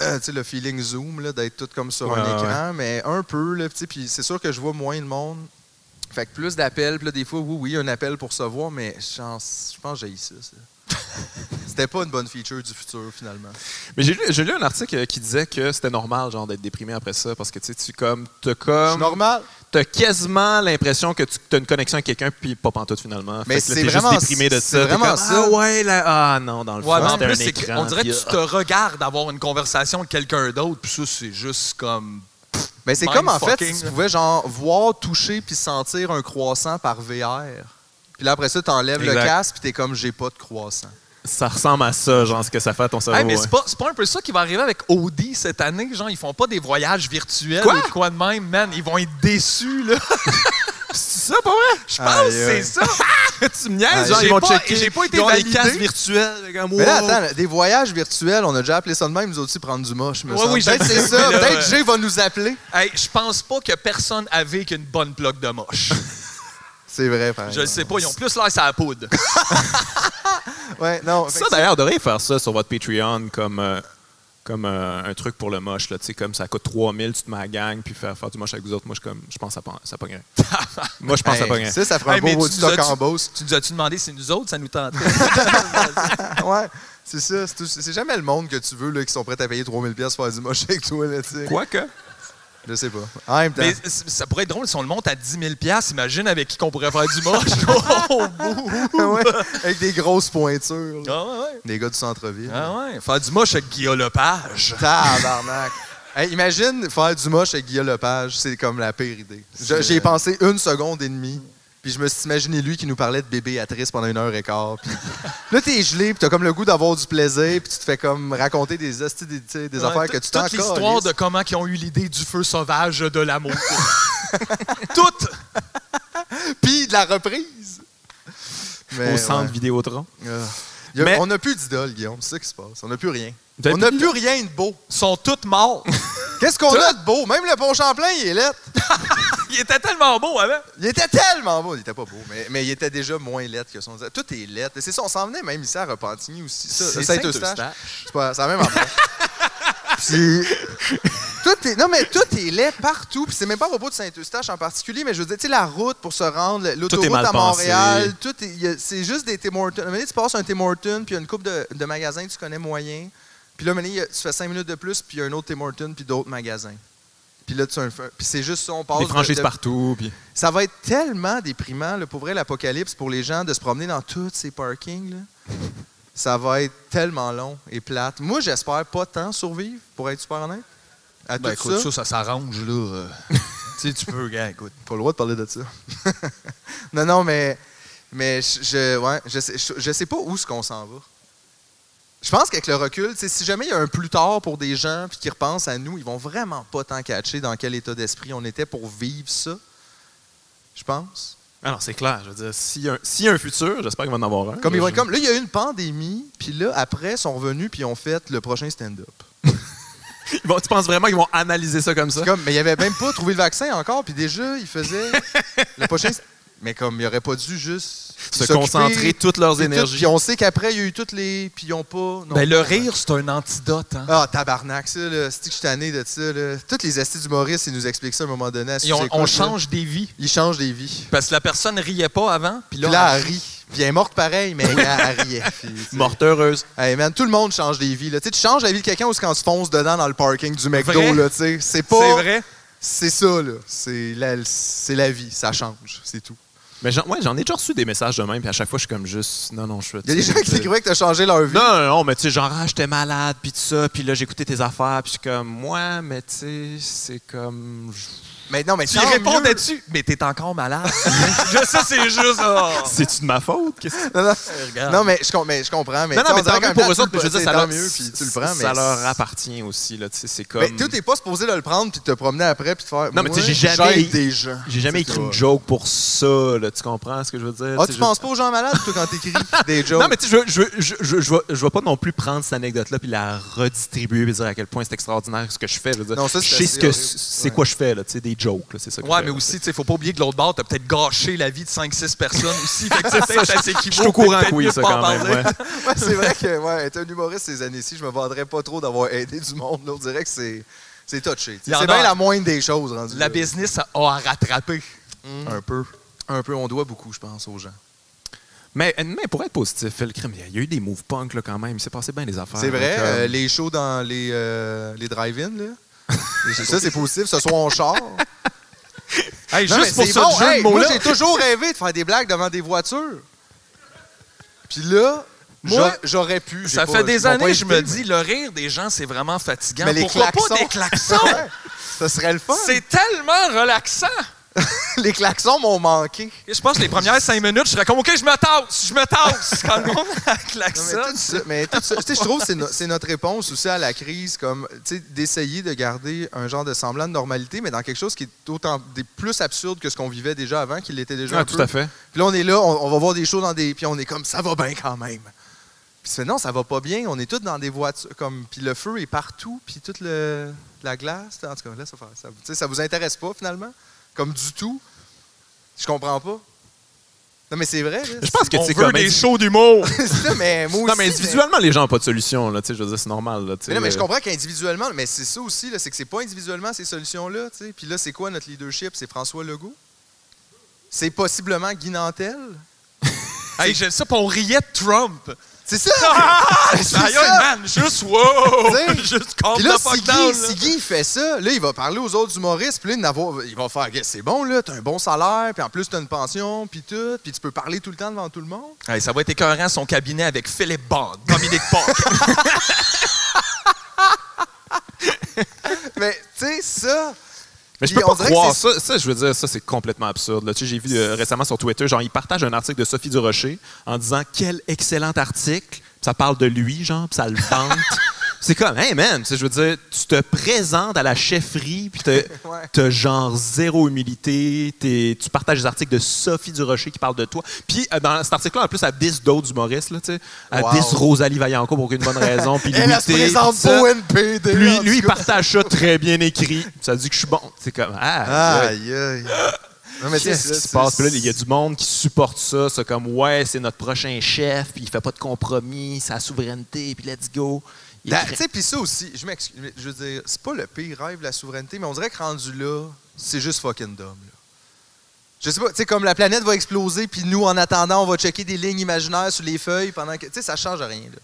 [SPEAKER 1] euh, tu sais, le feeling Zoom, là, d'être tout comme sur
[SPEAKER 2] Ouais,
[SPEAKER 1] un
[SPEAKER 2] ouais,
[SPEAKER 1] écran, mais un peu, là, tu sais, puis c'est sûr que je vois moins de monde. Fait que plus d'appels, puis là, des fois, oui, oui, un appel pour se voir, mais je pense je pense que j'ai ça. ça. C'était pas une bonne feature du futur, finalement.
[SPEAKER 2] Mais j'ai lu, j'ai lu un article euh, qui disait que c'était normal, genre, d'être déprimé après ça, parce que tu sais, tu comme, t'as
[SPEAKER 1] C'est
[SPEAKER 2] comme,
[SPEAKER 1] normal.
[SPEAKER 2] t'as quasiment l'impression que tu as une connexion avec quelqu'un, puis pas pantoute finalement.
[SPEAKER 1] Mais
[SPEAKER 2] Fait que là,
[SPEAKER 1] c'est
[SPEAKER 2] t'es
[SPEAKER 1] vraiment-
[SPEAKER 2] juste déprimé de
[SPEAKER 1] c'est
[SPEAKER 2] ça. T'es
[SPEAKER 1] vraiment
[SPEAKER 2] comme,
[SPEAKER 1] ça.
[SPEAKER 2] Ah ouais, là, ah non, dans le
[SPEAKER 3] Ouais,
[SPEAKER 2] fond,
[SPEAKER 3] mais en
[SPEAKER 2] c'était
[SPEAKER 3] plus,
[SPEAKER 2] un
[SPEAKER 3] c'est que-
[SPEAKER 2] écran.
[SPEAKER 3] on dirait que
[SPEAKER 2] puis, ah.
[SPEAKER 3] tu te regardes avoir une conversation avec quelqu'un d'autre, puis ça, c'est juste comme.
[SPEAKER 1] Mais c'est comme, en fait,
[SPEAKER 3] Mindfucking,
[SPEAKER 1] si tu
[SPEAKER 3] là.
[SPEAKER 1] pouvais, genre, voir, toucher, puis sentir un croissant par VR. Puis là, après ça, t'enlèves le
[SPEAKER 2] Exact.
[SPEAKER 1] casque, puis t'es comme, j'ai pas de croissant.
[SPEAKER 2] ah, ça ressemble à ça, genre, ce que ça fait à ton cerveau.
[SPEAKER 3] Hey, mais
[SPEAKER 2] Ah ouais.
[SPEAKER 3] c'est pas, c'est pas un peu ça qui va arriver avec Audi cette année. Genre, ils font pas des voyages virtuels
[SPEAKER 2] Quoi?
[SPEAKER 3] ou de quoi de même, man. Ils vont être déçus, là.
[SPEAKER 2] C'est ça, pas vrai?
[SPEAKER 3] Je pense
[SPEAKER 1] Aïe,
[SPEAKER 3] que c'est
[SPEAKER 1] aïe.
[SPEAKER 3] ça.
[SPEAKER 2] tu me niaises,
[SPEAKER 1] Ouais,
[SPEAKER 2] genre,
[SPEAKER 3] j'ai
[SPEAKER 2] ils vont
[SPEAKER 3] pas-
[SPEAKER 2] checker.
[SPEAKER 3] j'ai pas été
[SPEAKER 2] ils ont des
[SPEAKER 3] validé.
[SPEAKER 2] casques virtuels. Comme,
[SPEAKER 1] Mais là,
[SPEAKER 2] wow.
[SPEAKER 1] attends, là, des voyages virtuels, on a déjà appelé ça de même, nous autres aussi, prendre du moche. me
[SPEAKER 3] Ouais,
[SPEAKER 1] semble.
[SPEAKER 3] oui,
[SPEAKER 1] peut-être
[SPEAKER 3] j'ai-
[SPEAKER 1] c'est ça.
[SPEAKER 3] Mais là,
[SPEAKER 1] Peut-être
[SPEAKER 3] euh,
[SPEAKER 1] Jay va nous appeler.
[SPEAKER 3] Hey, je pense pas que personne avait qu'une bonne plaque de moche.
[SPEAKER 1] C'est vrai, par
[SPEAKER 3] Je le
[SPEAKER 1] exemple.
[SPEAKER 3] sais pas, ils ont plus l'air sur la poudre.
[SPEAKER 1] Ouais, non.
[SPEAKER 2] Ça, d'ailleurs, devrait faire ça sur votre Patreon comme, euh, comme euh, un truc pour le moche. Là, tu sais, comme ça coûte 3000, tu te mets à la gang, puis faire, faire du moche avec vous autres. Moi, je, comme, je pense que ça, pan- ça pognerait. Moi, je pense que ça
[SPEAKER 1] Hey,
[SPEAKER 2] pognerait.
[SPEAKER 1] ça, ça fera
[SPEAKER 3] Hey,
[SPEAKER 1] un
[SPEAKER 3] mais
[SPEAKER 1] beau
[SPEAKER 3] tu nous
[SPEAKER 1] stock
[SPEAKER 3] as-
[SPEAKER 1] en bosse.
[SPEAKER 3] Tu nous as-tu demandé si nous autres, ça nous tentait?
[SPEAKER 1] ouais, c'est ça. c'est tout- C'est jamais le monde que tu veux là, qui sont prêts à payer 3000$ pour faire du moche avec toi. Là, tu sais.
[SPEAKER 2] Quoique.
[SPEAKER 1] Je sais pas. En même temps.
[SPEAKER 3] Mais c- ça pourrait être drôle si on le monte à 10 000 imagine avec qui qu'on pourrait faire du moche. Oh, bouh.
[SPEAKER 1] Ouais, avec des grosses pointures. là.
[SPEAKER 3] ah ouais.
[SPEAKER 1] Des gars du centre-ville.
[SPEAKER 3] Ah ouais. Faire du moche avec Guillaume Lepage.
[SPEAKER 1] Tabarnak. Hey, imagine faire du moche avec Guillaume Lepage, c'est comme la pire idée. Je- J'y ai pensé une seconde et demie, puis je me suis imaginé lui qui nous parlait de bébé actrice pendant une heure et quart. puis- là, t'es gelé, puis t'as comme le goût d'avoir du plaisir, puis tu te fais comme raconter des hosties, des, tu sais, des
[SPEAKER 3] Ouais,
[SPEAKER 1] affaires
[SPEAKER 3] tout-
[SPEAKER 1] que tu t'en
[SPEAKER 3] Toute l'histoire de comment ils ont eu l'idée du feu sauvage de l'amour. Toute.
[SPEAKER 1] calisses. Puis de la reprise. Mais,
[SPEAKER 2] Au centre
[SPEAKER 1] ouais.
[SPEAKER 2] Vidéotron.
[SPEAKER 1] Ah. Il y a-
[SPEAKER 2] Mais-
[SPEAKER 1] On n'a plus d'idole, Guillaume, c'est ça qui se passe. On n'a plus rien.
[SPEAKER 2] Vous avez
[SPEAKER 1] On n'a
[SPEAKER 2] plus
[SPEAKER 1] plus rien de beau.
[SPEAKER 3] sont toutes morts.
[SPEAKER 1] Qu'est-ce qu'on a de beau? Même le pont Champlain, il est là.
[SPEAKER 3] Il était tellement beau hein? avant.
[SPEAKER 1] Il était tellement beau. Il était pas beau, mais, mais il était déjà moins lettre que son. Tout est lettre. Et C'est ça, on s'en venait même ici à Repentigny aussi. Ça,
[SPEAKER 2] C'est
[SPEAKER 1] Saint-Eustache.
[SPEAKER 2] Saint-Eustache.
[SPEAKER 1] C'est pas- c'est la même affaire. Puis, tout est, non, mais tout est laid partout. Puis c'est même pas à propos de Saint-Eustache en particulier, mais je veux dire, tu sais, la route pour se rendre, l'autoroute
[SPEAKER 2] mal
[SPEAKER 1] à
[SPEAKER 2] pensé.
[SPEAKER 1] Montréal, tout est- il y a- c'est juste des Tim Hortons. Un moment donné, tu passes un Tim Hortons, puis il y a une coupe de, de magasins que tu connais moyen. Puis là, un moment donné, il y a- tu fais cinq minutes de plus, puis il y a un autre Tim Hortons, puis d'autres magasins. puis là, tu as un feu. Puis c'est juste ça, on passe.
[SPEAKER 2] Des
[SPEAKER 1] de-
[SPEAKER 2] franchises
[SPEAKER 1] de-
[SPEAKER 2] partout. puis-
[SPEAKER 1] Ça va être tellement déprimant, là, pour vrai, l'apocalypse, pour les gens, de se promener dans tous ces parkings. là. Ça va être tellement long et plate. Moi, j'espère pas tant survivre, pour être super honnête. À
[SPEAKER 3] Ben,
[SPEAKER 1] tout
[SPEAKER 3] écoute,
[SPEAKER 1] ça.
[SPEAKER 3] ça, ça, s'arrange, là. euh. tu sais, tu peux, gars, écoute.
[SPEAKER 1] Pas le droit de parler de ça. non, non, mais, mais je, je, ouais, je, sais, je, je sais pas où ce qu'on s'en va. Je pense qu'avec le recul, tu sais, si jamais il y a un plus tard pour des gens puis qu'ils repensent à nous, ils vont vraiment pas tant catcher dans quel état d'esprit on était pour vivre ça. Je pense.
[SPEAKER 2] Ah non, c'est clair. Je veux dire, s'il y, a un- s'il y a un futur, j'espère qu'il va en avoir un.
[SPEAKER 1] Comme ils vont être
[SPEAKER 2] Je-
[SPEAKER 1] comme, là, il y a eu une pandémie, puis là, après, ils sont revenus, puis ils ont fait le prochain stand-up.
[SPEAKER 2] Ils vont- tu penses vraiment qu'ils vont analyser ça comme ça?
[SPEAKER 1] C'est comme, mais il avait même pas trouvé le vaccin encore, puis déjà, ils faisaient le prochain. Mais comme, il aurait pas dû juste
[SPEAKER 2] Se
[SPEAKER 1] s'occuper-
[SPEAKER 2] concentrer toutes leurs
[SPEAKER 1] C'est tout.
[SPEAKER 2] énergies.
[SPEAKER 1] Puis on sait qu'après, il y a eu toutes les. Puis ils ont pas. non.
[SPEAKER 3] Ben, le rire, c'est un antidote, hein.
[SPEAKER 1] Ah, tabarnak, ça, là. C'est que je suis tanné de ça, là. Toutes les astis d'humoristes, ils nous expliquent ça à un moment donné. à
[SPEAKER 3] Et on,
[SPEAKER 1] Sous-écoute,
[SPEAKER 3] on
[SPEAKER 1] là.
[SPEAKER 3] change des vies.
[SPEAKER 1] Ils changent des vies.
[SPEAKER 3] Parce que la personne riait pas avant, puis
[SPEAKER 1] Puis
[SPEAKER 3] là,
[SPEAKER 1] là, elle rit. Puis elle est morte pareil, mais elle, elle riait. Puis, tu sais.
[SPEAKER 2] Morte heureuse.
[SPEAKER 1] Hey, man, tout le monde change des vies, là. Tu sais, tu changes la vie de quelqu'un ou c'est quand tu fonces dedans dans le parking du McDo,
[SPEAKER 3] Vrai.
[SPEAKER 1] là, tu sais. C'est pas.
[SPEAKER 3] c'est vrai.
[SPEAKER 1] C'est ça, là. C'est la, c'est la vie. Ça change. C'est tout.
[SPEAKER 2] Mais j'en- ouais, j'en ai déjà reçu des messages de même, puis à chaque fois, je suis comme juste. Non, non, je suis.
[SPEAKER 1] Il y a des gens qui croient que t'as changé leur vie.
[SPEAKER 2] Non, non, non, mais tu sais, genre, ah, j'étais malade, puis tout ça, puis là, j'écoutais tes affaires, puis je suis comme, moi, mais tu sais, c'est comme.
[SPEAKER 1] Mais non, mais
[SPEAKER 3] Tu y
[SPEAKER 1] tant mieux.
[SPEAKER 3] répondais-tu? Mais t'es encore malade. Je sais, c'est juste. oh.
[SPEAKER 2] C'est-tu de ma faute? Qu'est-ce que-
[SPEAKER 1] Non, non.
[SPEAKER 3] Regarde.
[SPEAKER 1] Non, mais je, com- mais je comprends. Mais
[SPEAKER 2] Ah.
[SPEAKER 1] tu
[SPEAKER 2] non, non,
[SPEAKER 1] sais,
[SPEAKER 2] mais
[SPEAKER 1] on dirait
[SPEAKER 2] tant
[SPEAKER 1] qu'en
[SPEAKER 2] mieux pour
[SPEAKER 1] même
[SPEAKER 2] eux
[SPEAKER 1] temps,
[SPEAKER 2] autres,
[SPEAKER 1] tu
[SPEAKER 2] puis je veux
[SPEAKER 1] le-
[SPEAKER 2] dire, ça
[SPEAKER 1] tant
[SPEAKER 2] leur,
[SPEAKER 1] mieux, puis tu le prends.
[SPEAKER 2] ça
[SPEAKER 1] mais
[SPEAKER 2] leur appartient aussi, là, tu sais, c'est comme...
[SPEAKER 1] Mais toi, t'es pas supposé de le prendre puis de te promener après puis de faire.
[SPEAKER 2] Non, mais tu sais,
[SPEAKER 1] Moi,
[SPEAKER 2] j'ai jamais-
[SPEAKER 1] j'aide des gens.
[SPEAKER 2] J'ai jamais
[SPEAKER 1] C'est
[SPEAKER 2] écrit une
[SPEAKER 1] ça.
[SPEAKER 2] joke pour ça, là, tu comprends ce que je veux dire?
[SPEAKER 1] Ah,
[SPEAKER 2] sais,
[SPEAKER 1] tu
[SPEAKER 2] je-
[SPEAKER 1] penses pas aux gens malades, toi, quand t'écris des jokes?
[SPEAKER 2] Non, mais tu sais, je, veux- je, veux- je, je, je, vais- je vais pas non plus prendre cette anecdote-là puis la redistribuer et dire à quel point c'est extraordinaire ce que je fais. Je veux dire,
[SPEAKER 1] Non, ça, c'est
[SPEAKER 2] je sais
[SPEAKER 1] assez
[SPEAKER 2] ce que
[SPEAKER 1] horrible.
[SPEAKER 2] c'est
[SPEAKER 1] Ouais.
[SPEAKER 2] quoi je fais, là, tu sais, des jokes, là, c'est ça que je
[SPEAKER 3] Ouais,
[SPEAKER 2] fais,
[SPEAKER 3] mais
[SPEAKER 2] là, tu sais.
[SPEAKER 3] aussi, tu sais, faut pas oublier que l'autre bord, t'as peut-être gâché la vie de 5-6 personnes aussi. Fait que tu sais, peut-être ça s'équivaut.
[SPEAKER 2] Je suis au courant
[SPEAKER 3] peut-être
[SPEAKER 2] que oui,
[SPEAKER 3] mieux
[SPEAKER 2] ça,
[SPEAKER 3] de pas en
[SPEAKER 2] quand même.
[SPEAKER 3] parler.
[SPEAKER 2] ouais.
[SPEAKER 1] Ouais, c'est vrai que, ouais, être un humoriste ces années-ci, je me vendrais pas trop d'avoir aidé du monde. Là. On dirait que c'est. C'est touché.
[SPEAKER 3] Il y en
[SPEAKER 1] C'est
[SPEAKER 3] a-
[SPEAKER 1] bien la moindre des choses rendu.
[SPEAKER 3] La
[SPEAKER 1] là.
[SPEAKER 3] business a a à rattraper.
[SPEAKER 1] Un peu. Un peu. On doit beaucoup, je pense, aux gens.
[SPEAKER 2] Mais, mais pour être positif, Phil Crime, il y a eu des moves punk là, quand même. Il s'est passé bien des affaires.
[SPEAKER 1] C'est vrai,
[SPEAKER 2] Donc, euh,
[SPEAKER 1] euh, les shows dans les, euh, les drive-in, là. ça, c'est possible. Ce soir, on char.
[SPEAKER 3] Hey,
[SPEAKER 1] Non,
[SPEAKER 3] juste
[SPEAKER 1] mais
[SPEAKER 3] pour
[SPEAKER 1] c'est
[SPEAKER 3] ça,
[SPEAKER 1] bon.
[SPEAKER 3] le jeu
[SPEAKER 1] Hey,
[SPEAKER 3] de mots
[SPEAKER 1] moi,
[SPEAKER 3] là.
[SPEAKER 1] j'ai toujours rêvé de faire des blagues devant des voitures. Puis là,
[SPEAKER 3] Moi,
[SPEAKER 1] j'a- j'aurais pu. J'ai
[SPEAKER 3] Ça
[SPEAKER 1] pas-
[SPEAKER 3] fait des
[SPEAKER 1] ils m'ont pas
[SPEAKER 3] années, je me
[SPEAKER 1] invité,
[SPEAKER 3] dis,
[SPEAKER 1] mais-
[SPEAKER 3] le rire des gens, c'est vraiment fatigant.
[SPEAKER 1] Mais les
[SPEAKER 3] Pourquoi
[SPEAKER 1] klaxons?
[SPEAKER 3] pas des klaxons?
[SPEAKER 1] Ouais, Ça serait le fun.
[SPEAKER 3] C'est tellement relaxant.
[SPEAKER 1] Les klaxons m'ont manqué.
[SPEAKER 3] Et Je pense que les premières cinq minutes, je serais comme, OK, je me tasse, je me tasse. Quand le monde a un
[SPEAKER 1] Non,
[SPEAKER 3] klaxon.
[SPEAKER 1] mais tout ça- mais tout ça- tu sais, je trouve que c'est no- c'est notre réponse aussi à la crise, comme tu sais, d'essayer de garder un genre de semblant de normalité, mais dans quelque chose qui est autant des plus absurde que ce qu'on vivait déjà avant, qu'il l'était déjà.
[SPEAKER 2] ah,
[SPEAKER 1] un
[SPEAKER 2] tout
[SPEAKER 1] peu.
[SPEAKER 2] à fait.
[SPEAKER 1] Puis là, on est là, on, on va voir des shows dans des. Puis on est comme, ça va bien quand même. Puis tu fais, non, ça va pas bien. On est tous dans des voitures. Comme, puis le feu est partout, puis toute le, la glace. En tout cas, là, ça, fait- ça, tu sais, ça vous intéresse pas, finalement. Comme du tout. Je comprends pas. Non, mais c'est vrai. là.
[SPEAKER 2] Je pense que
[SPEAKER 3] On
[SPEAKER 2] tu sais
[SPEAKER 3] veut
[SPEAKER 2] comme.
[SPEAKER 3] des shows d'humour.
[SPEAKER 1] C'est ça, mais moi
[SPEAKER 2] Non, mais
[SPEAKER 1] aussi,
[SPEAKER 2] individuellement, les gens n'ont pas de solution. Là, tu sais, je veux dire, c'est normal. Là, tu sais,
[SPEAKER 1] Mais, non, mais je
[SPEAKER 2] euh,
[SPEAKER 1] comprends qu'individuellement, mais c'est ça aussi, là, c'est que c'est pas individuellement ces solutions-là. tu sais. Puis là, c'est quoi notre leadership? C'est François Legault? C'est possiblement Guy Nantel?
[SPEAKER 3] Hey, j'aime ça, puis on riait de Trump.
[SPEAKER 1] C'est ça!
[SPEAKER 3] Ah,
[SPEAKER 1] C'est
[SPEAKER 3] aïe,
[SPEAKER 1] ça.
[SPEAKER 3] man, juste wow!
[SPEAKER 1] T'sais,
[SPEAKER 3] juste calm
[SPEAKER 1] Puis là,
[SPEAKER 3] the
[SPEAKER 1] si
[SPEAKER 3] fuck
[SPEAKER 1] Guy,
[SPEAKER 3] down.
[SPEAKER 1] si
[SPEAKER 3] là.
[SPEAKER 1] Guy fait ça, là, il va parler aux autres humoristes, puis là, il va avoir- il va faire Guess, c'est bon, là, t'as un bon salaire, puis en plus, t'as une pension, puis tout, puis tu peux parler tout le temps devant tout le monde.
[SPEAKER 3] Hey, ça va être écœurant son cabinet avec Philippe Bond, Dominique Park.
[SPEAKER 1] Mais, tu sais, ça.
[SPEAKER 2] Mais je
[SPEAKER 1] Puis
[SPEAKER 2] peux pas
[SPEAKER 1] on dirait que
[SPEAKER 2] croire ça, ça, je veux dire, ça, c'est complètement absurde. là. Tu sais, j'ai vu euh, récemment sur Twitter, genre, il partage un article de Sophie Durocher en disant quel excellent article. Ça parle de lui, genre, puis ça le vante. c'est comme, hey man, tu sais, je veux dire, tu te présentes à la chefferie, puis t'as
[SPEAKER 1] Ouais.
[SPEAKER 2] t'as genre zéro humilité. t'es- tu partages des articles de Sophie Durocher qui parlent de toi. Puis euh, dans cet article-là, en plus, elle diss d'autres humoristes, là, tu sais. Elle
[SPEAKER 1] Wow.
[SPEAKER 2] diss Rosalie Vaillancourt pour aucune bonne raison, puis
[SPEAKER 1] Elle, elle se
[SPEAKER 2] Louis T,
[SPEAKER 1] présente
[SPEAKER 2] puis ça.
[SPEAKER 1] au NPD.
[SPEAKER 2] Lui,
[SPEAKER 1] en
[SPEAKER 2] lui, il
[SPEAKER 1] tout cas.
[SPEAKER 2] partage ça très bien écrit. Ça dit que je suis bon. C'est comme, ah, ouais.
[SPEAKER 1] Aïe, aïe. Non, mais tu sais,
[SPEAKER 2] qu'est-ce qui
[SPEAKER 1] ça,
[SPEAKER 2] se
[SPEAKER 1] c'est-
[SPEAKER 2] passe? Puis là, il y a du monde qui supporte ça. C'est comme, ouais, c'est notre prochain chef, puis il fait pas de compromis, sa souveraineté, puis let's go. Il
[SPEAKER 1] La-
[SPEAKER 2] crée-
[SPEAKER 1] Tu sais, puis ça aussi, je m'excuse, mais je veux dire, c'est pas le pire rêve, la souveraineté, mais on dirait que rendu là, c'est juste fucking dumb. là. Je sais pas, tu sais, comme la planète va exploser, puis nous, en attendant, on va checker des lignes imaginaires sur les feuilles pendant que. Tu sais, ça change rien, là. Tu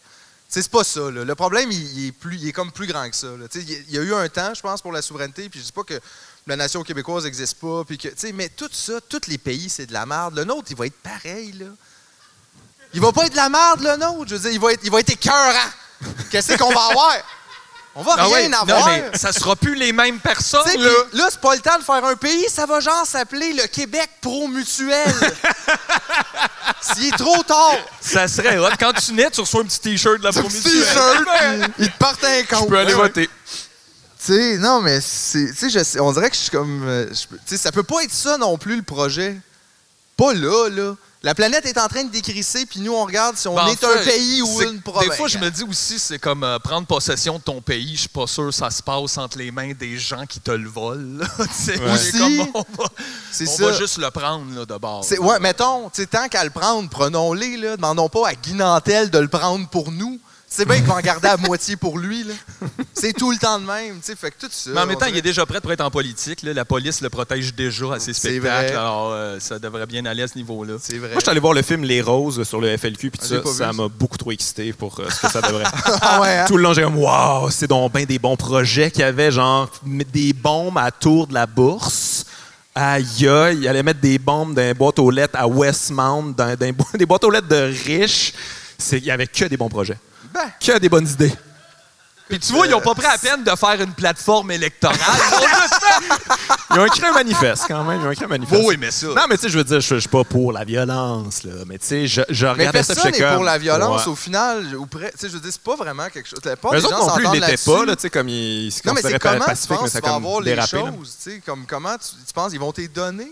[SPEAKER 1] sais, c'est pas ça. là. Le problème, il, il est plus, il est comme plus grand que ça. là. Tu sais, Il y a eu un temps, je pense, pour la souveraineté, puis je dis pas que la nation québécoise n'existe pas, puis que, tu sais, mais tout ça, tous les pays, c'est de la merde. Le nôtre, il va être pareil. Là. Il va pas être de la merde, le nôtre. Je veux dire, il va être, il va être écœurant. Qu'est-ce qu'on va avoir? On va
[SPEAKER 3] Ah ouais,
[SPEAKER 1] rien
[SPEAKER 3] non,
[SPEAKER 1] avoir.
[SPEAKER 3] mais ça sera plus les mêmes personnes,
[SPEAKER 1] Tu sais,
[SPEAKER 3] là.
[SPEAKER 1] puis là, c'est pas le temps de faire un pays, ça va genre s'appeler le Québec pro-mutuel. S'il est trop tard,
[SPEAKER 3] Ça serait hot. Quand tu nais, tu reçois un petit T-shirt de la
[SPEAKER 1] ton
[SPEAKER 3] promise.
[SPEAKER 1] t-shirt, il te porte un compte.
[SPEAKER 2] Je peux aller voter.
[SPEAKER 1] Tu sais, non, mais c'est, tu sais, je sais- on dirait que je suis comme. euh, je peux- tu sais, ça peut pas être ça non plus le projet. Pas là, là. La planète est en train de décrisser, puis nous, on regarde si on
[SPEAKER 3] Ben, en
[SPEAKER 1] est
[SPEAKER 3] fait,
[SPEAKER 1] un pays ou
[SPEAKER 3] c'est-
[SPEAKER 1] une province.
[SPEAKER 3] Des fois, je me dis aussi, c'est comme euh, prendre possession de ton pays. Je suis pas sûr que ça se passe entre les mains des gens qui te le volent. là. Tu sais,
[SPEAKER 1] Ouais.
[SPEAKER 3] c'est
[SPEAKER 1] Aussi,
[SPEAKER 3] comme, on va,
[SPEAKER 1] c'est
[SPEAKER 3] on
[SPEAKER 1] ça.
[SPEAKER 3] va juste le prendre là, de bord.
[SPEAKER 1] C'est- ouais, mettons, tu sais, tant qu'à le prendre, prenons-les, là. Demandons pas à Guy Nantel de le prendre pour nous. C'est bien qu'il va en garder à moitié pour lui, là. C'est tout le temps de même, tu sais. Fait que tout ça.
[SPEAKER 3] Mais en même
[SPEAKER 1] on
[SPEAKER 3] temps, il
[SPEAKER 1] dirait-
[SPEAKER 3] est déjà prêt pour être en politique. là. La police le protège déjà à ses
[SPEAKER 1] C'est
[SPEAKER 3] spectacles.
[SPEAKER 1] vrai.
[SPEAKER 3] Alors, euh, ça devrait bien aller à ce niveau-là.
[SPEAKER 1] C'est vrai.
[SPEAKER 2] Moi, je suis allé voir le film Les Roses sur le FLQ, puis tout
[SPEAKER 1] Ah, j'ai
[SPEAKER 2] ça,
[SPEAKER 1] pas vu
[SPEAKER 2] ça
[SPEAKER 1] ça.
[SPEAKER 2] m'a beaucoup trop excité pour euh, ce que ça devrait être.
[SPEAKER 1] Ah ouais, hein?
[SPEAKER 2] Tout le long, j'ai comme, waouh, c'est donc bien des bons projets qu'il y avait, genre, mettre des bombes à tour de la bourse. Aïe, aïe, il allait mettre des bombes dans les boîtes aux lettres à Westmount, dans, dans les bo- des boîtes aux lettres de riches. C'est- Il n'y avait que des bons projets,
[SPEAKER 1] Ben,
[SPEAKER 2] que des bonnes idées.
[SPEAKER 3] Puis tu vois, ils n'ont pas pris à peine de faire une plateforme électorale. Ils ont juste fait-
[SPEAKER 2] Ils ont écrit un manifeste, quand même. Ils ont écrit un
[SPEAKER 1] Ah,
[SPEAKER 2] manifeste.
[SPEAKER 3] Oui, mais ça.
[SPEAKER 2] Non, mais tu sais, je veux dire, je je suis pas pour la violence, là. Mais tu sais, je, je
[SPEAKER 1] Mais
[SPEAKER 2] regardais ça,
[SPEAKER 1] personne
[SPEAKER 2] je fais
[SPEAKER 1] n'est pour
[SPEAKER 2] comme,
[SPEAKER 1] la violence
[SPEAKER 2] ouais.
[SPEAKER 1] au final, ou près. Tu sais, je veux dire, c'est pas vraiment quelque chose. La plupart
[SPEAKER 2] Mais
[SPEAKER 1] des
[SPEAKER 2] eux autres
[SPEAKER 1] gens
[SPEAKER 2] non plus, ils
[SPEAKER 1] s'entendent
[SPEAKER 2] l'étaient
[SPEAKER 1] là-dessus,
[SPEAKER 2] pas, là, tu sais, comme ils ils se
[SPEAKER 1] Non, mais c'est
[SPEAKER 2] considéraient pa-
[SPEAKER 1] comment tu
[SPEAKER 2] pacifiques, mais
[SPEAKER 1] penses
[SPEAKER 2] ça
[SPEAKER 1] qu'ils
[SPEAKER 2] a
[SPEAKER 1] vont
[SPEAKER 2] comme
[SPEAKER 1] avoir les
[SPEAKER 2] dérapé, là.
[SPEAKER 1] choses? tu sais, Comme comment tu, tu penses ils vont t'y donner?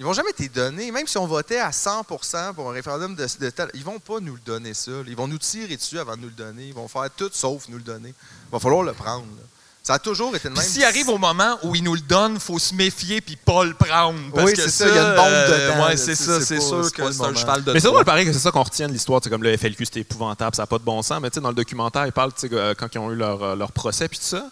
[SPEAKER 1] Ils vont jamais t'y donner. Même si on votait à 100 pour un référendum de, de tel, ils vont pas nous le donner ça. là. Ils vont nous tirer dessus avant de nous le donner. Ils vont faire tout sauf nous le donner. Il va falloir le prendre. là. Ça a toujours été le même.
[SPEAKER 3] Puis s'il arrive au moment où ils nous le donnent, faut se méfier puis pas le prendre. Parce
[SPEAKER 1] Oui,
[SPEAKER 3] que euh,
[SPEAKER 1] c'est ça, il y a une bombe dedans,
[SPEAKER 3] ouais,
[SPEAKER 1] là,
[SPEAKER 3] c'est
[SPEAKER 1] tu sais,
[SPEAKER 3] ça,
[SPEAKER 1] c'est
[SPEAKER 3] c'est
[SPEAKER 1] pas-
[SPEAKER 3] sûr
[SPEAKER 1] c'est pas
[SPEAKER 3] que
[SPEAKER 1] le
[SPEAKER 3] c'est un
[SPEAKER 1] moment.
[SPEAKER 3] cheval de
[SPEAKER 2] Mais c'est
[SPEAKER 3] Troie.
[SPEAKER 2] drôle, pareil, que c'est ça qu'on retient de l'histoire. C'est comme le FLQ, c'était épouvantable, ça n'a pas de bon sens. Mais tu sais, dans le documentaire, ils parlent, tu sais, euh, quand ils ont eu leur, euh, leur procès, puis tout ça,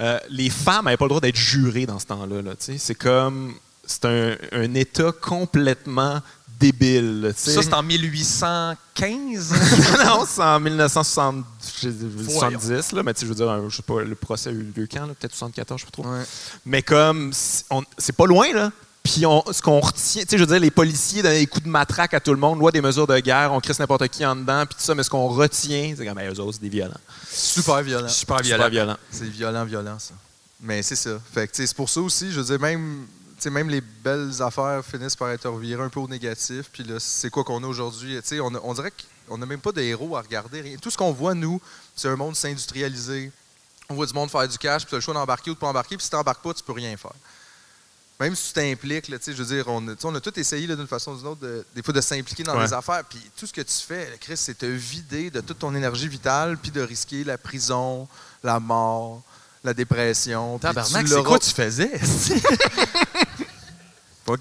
[SPEAKER 2] euh, les femmes n'avaient pas le droit d'être jurées dans ce temps-là. là, tu sais. c'est comme. C'est un, un État complètement débile. là, tu sais.
[SPEAKER 3] Ça, c'est en 1815.
[SPEAKER 2] non, c'est en 1970, là, mais tu sais, je veux dire, un- je sais pas, le procès a eu lieu quand, là, peut-être 74, je sais pas trop.
[SPEAKER 1] Ouais.
[SPEAKER 2] Mais comme, c'est on- c'est pas loin, là. Puis on- ce qu'on retient, tu sais, je veux dire, les policiers donnent des coups de matraque à tout le monde, loi des mesures de guerre, on crisse n'importe qui en dedans, puis tout ça, mais ce qu'on retient, c'est comme, ben, eux autres, c'est des violents.
[SPEAKER 1] Ah. super violent.
[SPEAKER 3] Super
[SPEAKER 2] Super violents.
[SPEAKER 1] C'est violent, violent, ça. Mais c'est ça. Fait que, tu sais, c'est pour ça aussi, je veux dire, même, tu sais, même les belles affaires finissent par être revirées un peu au négatif. Puis là, c'est quoi qu'on a aujourd'hui? Tu sais, on, a- on dirait qu'on n'a même pas de héros à regarder. rien. Tout ce qu'on voit, nous, c'est un monde s'industrialiser. On voit du monde faire du cash, puis tu as le choix d'embarquer ou de pas embarquer. Puis si tu n'embarques pas, tu peux rien faire. Même si tu t'impliques, là, tu sais, je veux dire, on a, tu sais, on a tout essayé là, d'une façon ou d'une autre, de, des fois, de s'impliquer dans
[SPEAKER 2] Ouais.
[SPEAKER 1] les affaires. Puis tout ce que tu fais, Chris, c'est te vider de toute ton énergie vitale, puis de risquer la prison, la mort, la dépression. puis
[SPEAKER 3] Tabarnak,
[SPEAKER 1] tu
[SPEAKER 3] c'est
[SPEAKER 1] l'auras-
[SPEAKER 3] quoi tu faisais?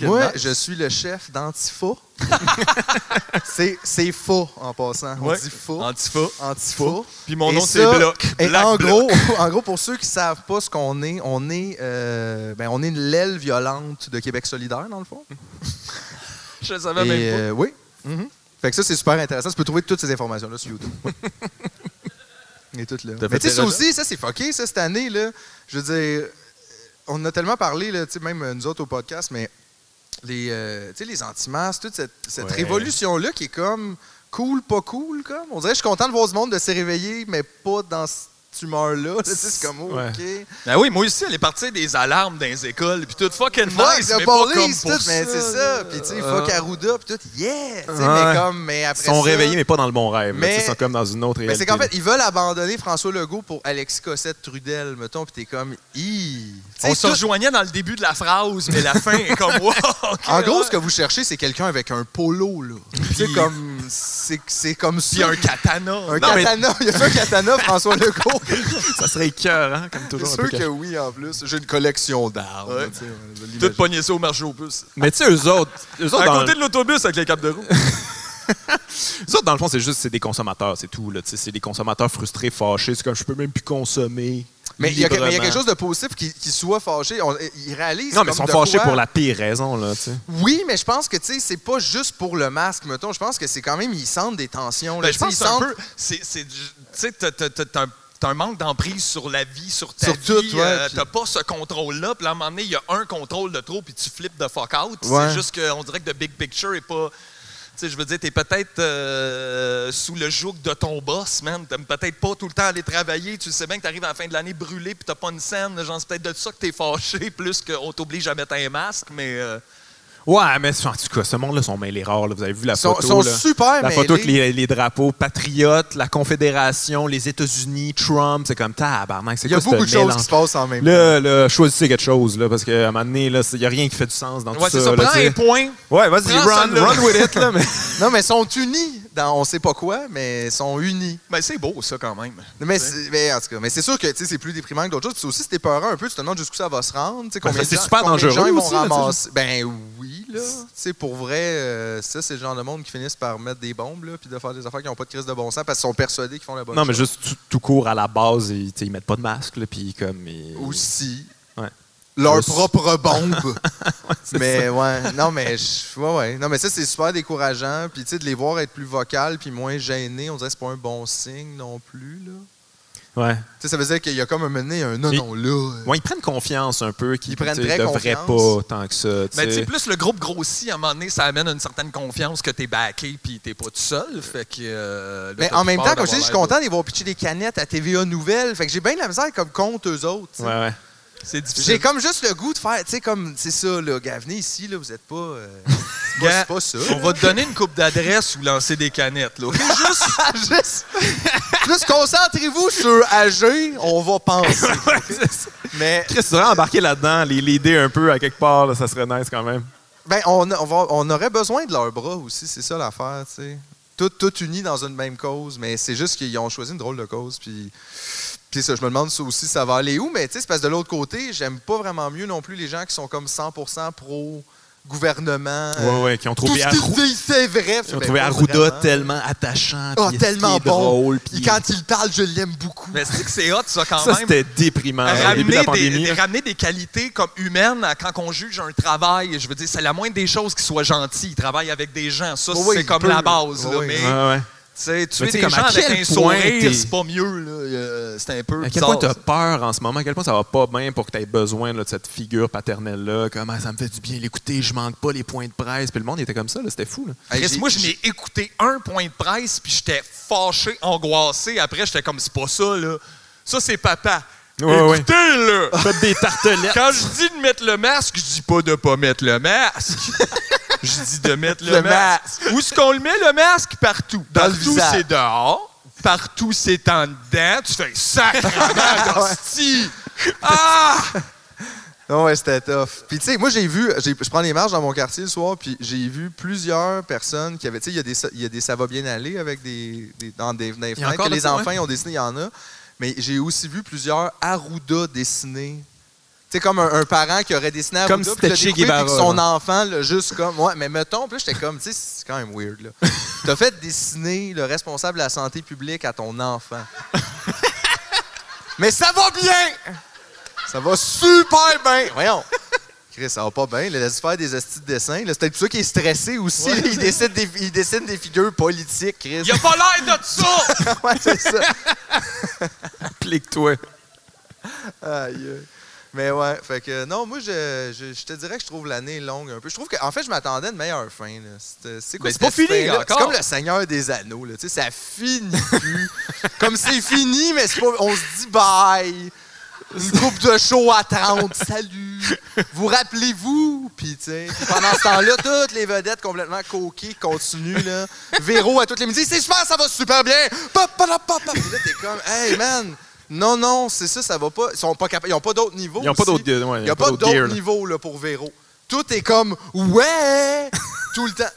[SPEAKER 1] Moi, je suis le chef d'Antifa. c'est, c'est faux en passant. On
[SPEAKER 3] Ouais.
[SPEAKER 1] dit faux.
[SPEAKER 3] Antifa.
[SPEAKER 1] Antifa.
[SPEAKER 3] Ah, Puis mon
[SPEAKER 1] Et
[SPEAKER 3] nom, c'est
[SPEAKER 1] ça-
[SPEAKER 3] Bloc.
[SPEAKER 1] Et
[SPEAKER 3] Black
[SPEAKER 1] en,
[SPEAKER 3] Bloc.
[SPEAKER 1] gros, en gros, pour ceux qui ne savent pas ce qu'on est, on est, euh, ben, on est l'aile violente de Québec solidaire, dans le fond.
[SPEAKER 3] Je le savais
[SPEAKER 1] Et,
[SPEAKER 3] même pas.
[SPEAKER 1] euh, oui. Mhm. Fait que ça, c'est super intéressant. Tu peux trouver toutes ces informations-là sur YouTube. Oui. Et toutes là.
[SPEAKER 3] T'as fait
[SPEAKER 1] Mais tu sais,
[SPEAKER 3] tes
[SPEAKER 1] ça
[SPEAKER 3] recherches?
[SPEAKER 1] aussi, ça, c'est fucké, ça, cette année, là. Je veux dire, on en a tellement parlé, là, tu sais, même euh, nous autres au podcast, mais les, euh, tu sais, les anti-masques, toute cette, cette
[SPEAKER 2] Ouais.
[SPEAKER 1] révolution-là qui est comme cool, pas cool, comme. On dirait que je suis content de voir du monde de se réveiller, mais pas dans cette humeur-là. là. Tu sais, c'est comme, oh,
[SPEAKER 2] Ouais.
[SPEAKER 1] OK.
[SPEAKER 3] Ben oui, moi aussi, elle est partie des alarmes dans les écoles, puis tout fucking
[SPEAKER 1] Ouais,
[SPEAKER 3] nice,
[SPEAKER 1] la
[SPEAKER 3] mais pas comme
[SPEAKER 1] police,
[SPEAKER 3] pour
[SPEAKER 1] tout, mais c'est ça.
[SPEAKER 3] là.
[SPEAKER 1] Puis, tu sais,
[SPEAKER 3] Euh,
[SPEAKER 1] fuck Arruda, puis tout, yeah! Tu sais,
[SPEAKER 2] Ah. Ouais.
[SPEAKER 1] mais comme, mais après
[SPEAKER 2] Ils sont
[SPEAKER 1] ça-
[SPEAKER 2] réveillés, mais pas dans le bon rêve. là, tu sais,
[SPEAKER 1] Mais-
[SPEAKER 2] Ils sont comme dans une autre
[SPEAKER 1] Mais
[SPEAKER 2] réalité.
[SPEAKER 1] c'est qu'en fait, ils veulent abandonner François Legault pour Alexis Cossette Trudel, mettons, puis t'es comme, Ih! Tu sais,
[SPEAKER 3] On se
[SPEAKER 1] tout-
[SPEAKER 3] rejoignait dans le début de la phrase, mais la fin est comme wow, ok,
[SPEAKER 1] En gros,
[SPEAKER 3] ouais.
[SPEAKER 1] ce que vous cherchez, c'est quelqu'un avec un polo, là. C'est comme, c'est c'est comme ça.
[SPEAKER 3] Puis un katana.
[SPEAKER 1] Un
[SPEAKER 3] Non, mais-
[SPEAKER 1] katana. Il y a un katana, François Legault.
[SPEAKER 2] ça serait écœurant, comme
[SPEAKER 1] C'est
[SPEAKER 2] toujours. un peu
[SPEAKER 1] sûr que
[SPEAKER 2] caché.
[SPEAKER 1] oui, en plus. J'ai une collection d'armes.
[SPEAKER 3] Ouais.
[SPEAKER 1] tu sais, on va
[SPEAKER 3] Tout
[SPEAKER 1] l'imaginer.
[SPEAKER 3] pogné ça au marché aux puces.
[SPEAKER 2] Mais tu sais, eux autres, eux autres
[SPEAKER 3] À
[SPEAKER 2] dans-
[SPEAKER 3] côté de l'autobus avec les capes de roue.
[SPEAKER 2] Les autres, dans le fond, c'est juste c'est des consommateurs, c'est tout. là. Tu sais, C'est des consommateurs frustrés, fâchés. C'est comme je peux même plus consommer.
[SPEAKER 1] Mais il y, a, mais il y a
[SPEAKER 2] librement.
[SPEAKER 1] quelque chose de positif qui, qui soit fâché. On- ils réalisent.
[SPEAKER 2] Non, mais ils
[SPEAKER 1] comme
[SPEAKER 2] sont
[SPEAKER 1] de
[SPEAKER 2] fâchés
[SPEAKER 1] quoi-
[SPEAKER 2] pour la pire raison, là, tu sais.
[SPEAKER 1] Oui, mais je pense que tu sais, c'est pas juste pour le masque, mettons. Je pense que c'est quand même ils sentent des tensions. là.
[SPEAKER 3] Ben, je
[SPEAKER 1] Tu sais,
[SPEAKER 3] pense
[SPEAKER 1] ils
[SPEAKER 3] que c'est un
[SPEAKER 1] sentent-
[SPEAKER 3] peu. c'est- c'est du- Tu sais, t'as- t'as- t'as- t'as un- t'as un manque d'emprise sur la vie, sur ta
[SPEAKER 1] Sur
[SPEAKER 3] vie.
[SPEAKER 1] tout, ouais,
[SPEAKER 3] euh,
[SPEAKER 1] puis-
[SPEAKER 3] T'as pas ce contrôle-là. Puis là, à un moment donné, il y a un contrôle de trop, puis tu flippes de fuck out.
[SPEAKER 1] Ouais.
[SPEAKER 3] C'est juste qu'on dirait que the big picture est pas. Tu sais, je veux dire, t'es peut-être euh, sous le joug de ton boss, man. T'aimes peut-être pas tout le temps aller travailler. Tu sais bien que t'arrives à la fin de l'année brûlé, puis t'as pas une scène. Genre, c'est peut-être de ça que t'es fâché, plus qu'on t'oblige à mettre un masque, mais. euh,
[SPEAKER 2] Ouais, mais en tout cas, ce monde-là sont mêlés rares. là. Vous avez vu la
[SPEAKER 1] Ils sont-
[SPEAKER 2] photo.
[SPEAKER 1] sont
[SPEAKER 2] là.
[SPEAKER 1] super
[SPEAKER 2] La photo avec
[SPEAKER 1] mêlés.
[SPEAKER 2] les, les drapeaux patriotes, la Confédération, les États-Unis, Trump. C'est comme tabarnak. C'est
[SPEAKER 1] Il y a
[SPEAKER 2] quoi ce
[SPEAKER 1] beaucoup de choses
[SPEAKER 2] mélange?
[SPEAKER 1] qui se passent en même temps.
[SPEAKER 2] Là, là, choisissez quelque chose, là, parce qu'à un moment donné, là, c'est- il n'y a rien qui fait du sens dans
[SPEAKER 3] Ouais,
[SPEAKER 2] tout
[SPEAKER 3] c'est
[SPEAKER 2] ça.
[SPEAKER 3] ça.
[SPEAKER 2] là,
[SPEAKER 3] Prends
[SPEAKER 2] tu sais.
[SPEAKER 3] un point.
[SPEAKER 2] Ouais, vas-y,
[SPEAKER 3] Prends
[SPEAKER 2] run,
[SPEAKER 3] celle-là.
[SPEAKER 2] run with it, là, mais...
[SPEAKER 1] Non, mais ils sont unis dans on sait pas quoi, mais ils sont unis.
[SPEAKER 3] Mais Ben, c'est beau, ça, quand même.
[SPEAKER 1] Mais, c'est- mais en tout cas, mais c'est sûr que tu sais, c'est plus déprimant que d'autres choses. Puis aussi, si t'es peureux un peu, tu te demandes jusqu'où ça va se rendre. tu sais,
[SPEAKER 2] Parce
[SPEAKER 1] combien
[SPEAKER 2] que
[SPEAKER 1] de
[SPEAKER 2] Ben, c'est
[SPEAKER 1] gens-
[SPEAKER 2] super
[SPEAKER 1] combien de
[SPEAKER 2] dangereux
[SPEAKER 1] gens ils vont
[SPEAKER 2] aussi, là, tu sais,
[SPEAKER 1] ramasser- Ben oui, là. Tu sais, pour vrai, euh, ça, c'est le genre de monde qui finissent par mettre des bombes, là, puis de faire des affaires qui n'ont pas de crise de bon sens parce qu'ils sont persuadés qu'ils font la bonne
[SPEAKER 2] Non, mais
[SPEAKER 1] chose.
[SPEAKER 2] juste tout, tout court, à la base, ils, tu sais, ils mettent pas de masque, là, puis comme... ils-
[SPEAKER 1] Aussi.
[SPEAKER 2] Ouais.
[SPEAKER 1] Leur
[SPEAKER 2] Juste.
[SPEAKER 1] propre bombe. mais ouais, non, mais je- ouais, ouais. Non, mais ça, c'est super décourageant. Puis, tu sais, de les voir être plus vocal puis moins gênés, on dirait que c'est pas un bon signe non plus, là.
[SPEAKER 2] Ouais.
[SPEAKER 1] Tu sais, ça veut dire qu'il y a comme un mené un
[SPEAKER 2] Et-
[SPEAKER 1] non-non là. euh,
[SPEAKER 2] Ouais, ils prennent confiance un peu, qu'ils
[SPEAKER 1] Ils prennent
[SPEAKER 2] tu sais,
[SPEAKER 1] très
[SPEAKER 2] devraient
[SPEAKER 1] confiance. Ben,
[SPEAKER 2] pas tant que ça, tu
[SPEAKER 3] Mais Ben, tu
[SPEAKER 2] sais.
[SPEAKER 3] sais, plus le groupe grossit, à un moment donné, ça amène une certaine confiance que t'es backé puis t'es pas tout seul. Fait que, euh, là,
[SPEAKER 1] Mais
[SPEAKER 3] t'as
[SPEAKER 1] en
[SPEAKER 3] plus
[SPEAKER 1] même
[SPEAKER 3] peur
[SPEAKER 1] temps, comme je dis, je
[SPEAKER 3] d'avoir
[SPEAKER 1] suis
[SPEAKER 3] l'air de-
[SPEAKER 1] content de les voir pitcher des canettes à TVA Nouvelle. Fait que j'ai bien de la misère comme contre eux autres. tu sais.
[SPEAKER 2] Ouais, ouais.
[SPEAKER 3] C'est
[SPEAKER 1] J'ai
[SPEAKER 3] difficile.
[SPEAKER 1] comme juste le goût de faire, tu sais, comme, c'est ça, là, gars, venez ici, là, vous êtes pas. euh, c'est pas-
[SPEAKER 3] Gars,
[SPEAKER 1] c'est
[SPEAKER 3] On va te donner une coupe d'adresse ou lancer des canettes. Là. OK? Juste,
[SPEAKER 1] pas ça. juste, juste concentrez-vous sur AG, on va penser. Mais,
[SPEAKER 2] Chris, tu devrais embarquer là-dedans, les l'aider un peu à quelque part, là, ça serait nice quand même.
[SPEAKER 1] ben, on, on va- on aurait besoin de leurs bras aussi, c'est ça l'affaire, tu sais. Toutes toutes unies dans une même cause, mais c'est juste qu'ils ont choisi une drôle de cause, puis. Puis ça, je me demande ça aussi, ça va aller où, mais tu sais, c'est parce que de l'autre côté, j'aime pas vraiment mieux non plus les gens qui sont comme 100% pro-gouvernement. euh,
[SPEAKER 2] Ouais, ouais, qui ont
[SPEAKER 1] Tout
[SPEAKER 2] trouvé
[SPEAKER 1] ce
[SPEAKER 2] à
[SPEAKER 1] qu'il dit, c'est vrai.
[SPEAKER 2] Ils ont
[SPEAKER 1] Ben,
[SPEAKER 2] trouvé
[SPEAKER 1] pas
[SPEAKER 2] Arruda
[SPEAKER 1] vraiment.
[SPEAKER 2] tellement attachant,
[SPEAKER 1] Ah,
[SPEAKER 2] puis
[SPEAKER 1] tellement
[SPEAKER 2] il est drôle,
[SPEAKER 1] bon.
[SPEAKER 2] puis
[SPEAKER 1] Et quand il parle, je l'aime beaucoup.
[SPEAKER 3] mais c'est que c'est hot, ça, quand
[SPEAKER 2] ça
[SPEAKER 3] même.
[SPEAKER 2] c'était déprimant hein, au début de
[SPEAKER 3] Ramener
[SPEAKER 2] la
[SPEAKER 3] des,
[SPEAKER 2] pandémie.
[SPEAKER 3] des- ramener des qualités comme humaines à quand on juge un travail, je veux dire, c'est la moindre des choses qu'il soit gentil. Il travaille avec des gens, ça,
[SPEAKER 1] Oui,
[SPEAKER 3] c'est
[SPEAKER 1] il
[SPEAKER 3] comme
[SPEAKER 1] peut,
[SPEAKER 3] la base.
[SPEAKER 1] oui.
[SPEAKER 3] là, mais
[SPEAKER 2] Ouais, ouais.
[SPEAKER 3] tu sais,
[SPEAKER 2] Mais
[SPEAKER 3] tuer
[SPEAKER 2] tu sais,
[SPEAKER 3] des
[SPEAKER 2] comme à
[SPEAKER 3] gens avec
[SPEAKER 2] quel
[SPEAKER 3] un
[SPEAKER 2] point t'es-
[SPEAKER 3] sourire, c'est pas mieux. là. Euh, C'est un peu
[SPEAKER 2] À quel point
[SPEAKER 3] bizarre,
[SPEAKER 2] t'as peur en ce moment? À quel point ça va pas bien pour que t'aies besoin là, de cette figure paternelle-là? Comment ça me fait du bien l'écouter? Je manque pas les points de presse. Puis le monde était comme ça, là, c'était fou. Là.
[SPEAKER 1] Hey,
[SPEAKER 3] Chris,
[SPEAKER 1] j'ai-
[SPEAKER 3] moi, je n'ai écouté un point de presse, puis j'étais fâché, angoissé. Après, j'étais comme, c'est pas ça, là. Ça, c'est papa.
[SPEAKER 2] Ouais, ouais.
[SPEAKER 3] Écoutez,
[SPEAKER 1] Ah.
[SPEAKER 3] là!
[SPEAKER 2] Faites des tartelettes.
[SPEAKER 3] Quand je dis de mettre le masque, je dis pas de pas mettre le masque. Je dis de mettre le,
[SPEAKER 1] Le
[SPEAKER 3] masque. Où est-ce qu'on le met, le masque? Partout.
[SPEAKER 1] Dans le
[SPEAKER 3] Partout,
[SPEAKER 1] visage.
[SPEAKER 3] c'est dehors. Partout, c'est en dedans. Tu fais sacrement d'hostie. Ah!
[SPEAKER 1] Non, ouais, c'était tough. Puis, tu sais, moi, j'ai vu, j'ai- je prends les marches dans mon quartier le soir, puis j'ai vu plusieurs personnes qui avaient, tu sais, il y a des ça- il y, a des ça va bien aller avec des. des- dans des, dans les fenêtres
[SPEAKER 2] encore
[SPEAKER 1] que
[SPEAKER 2] de
[SPEAKER 1] les
[SPEAKER 2] ça,
[SPEAKER 1] enfants ils ont dessiné, il y en a. Mais j'ai aussi vu plusieurs Arruda dessinés. Tu sais, comme un, un parent qui aurait dessiné Arruda,
[SPEAKER 2] Comme si
[SPEAKER 1] puis l'a
[SPEAKER 2] c'était Che
[SPEAKER 1] découpé, puis que
[SPEAKER 2] Guevara,
[SPEAKER 1] son
[SPEAKER 2] là.
[SPEAKER 1] enfant, là, juste comme. Ouais, mais mettons, puis là, j'étais comme, tu sais, c'est quand même weird, là. T'as fait dessiner le responsable de la santé publique à ton enfant. Mais ça va bien! Ça va super bien! Voyons! Chris, ça va pas bien. là. Laisse faire des hosties de dessin. là. C'est peut-être pour ça qu'il est stressé aussi. là. il, dessine des, il dessine des figures politiques, Chris.
[SPEAKER 3] Il a pas l'air de ça!
[SPEAKER 1] Ouais, c'est ça.
[SPEAKER 2] Applique-toi.
[SPEAKER 1] Aïe, aïe. Mais ouais, fait que non, moi, je, je, je te dirais que je trouve l'année longue un peu. Je trouve qu'en en fait, je m'attendais à une meilleure fin. là. C'était- C'est quoi
[SPEAKER 3] Mais
[SPEAKER 1] cette
[SPEAKER 3] Ben, c'est pas fini,
[SPEAKER 1] fin-là?
[SPEAKER 3] encore.
[SPEAKER 1] C'est comme le Seigneur des Anneaux. Là. Tu sais, ça finit plus. comme c'est fini, mais c'est pas, on se dit bye. Une coupe de show à 30, salut. Vous rappelez-vous? Puis, tu sais, puis pendant ce temps-là, toutes les vedettes complètement coquées continuent, là. Véro, à toutes les midis, c'est super, ça va super bien. Pa, pa, la, pa, pa. Puis là, t'es comme, hey, man, non, non, c'est ça, ça va pas. Ils sont pas capables, ils ont pas d'autres niveaux.
[SPEAKER 2] Ils n'ont pas
[SPEAKER 1] aussi.
[SPEAKER 2] d'autres ouais,
[SPEAKER 1] Il
[SPEAKER 2] ils
[SPEAKER 1] n'y
[SPEAKER 2] ont
[SPEAKER 1] a pas
[SPEAKER 2] gear,
[SPEAKER 1] d'autre
[SPEAKER 2] là.
[SPEAKER 1] niveau là, pour Véro. Tout est comme ouais tout le temps.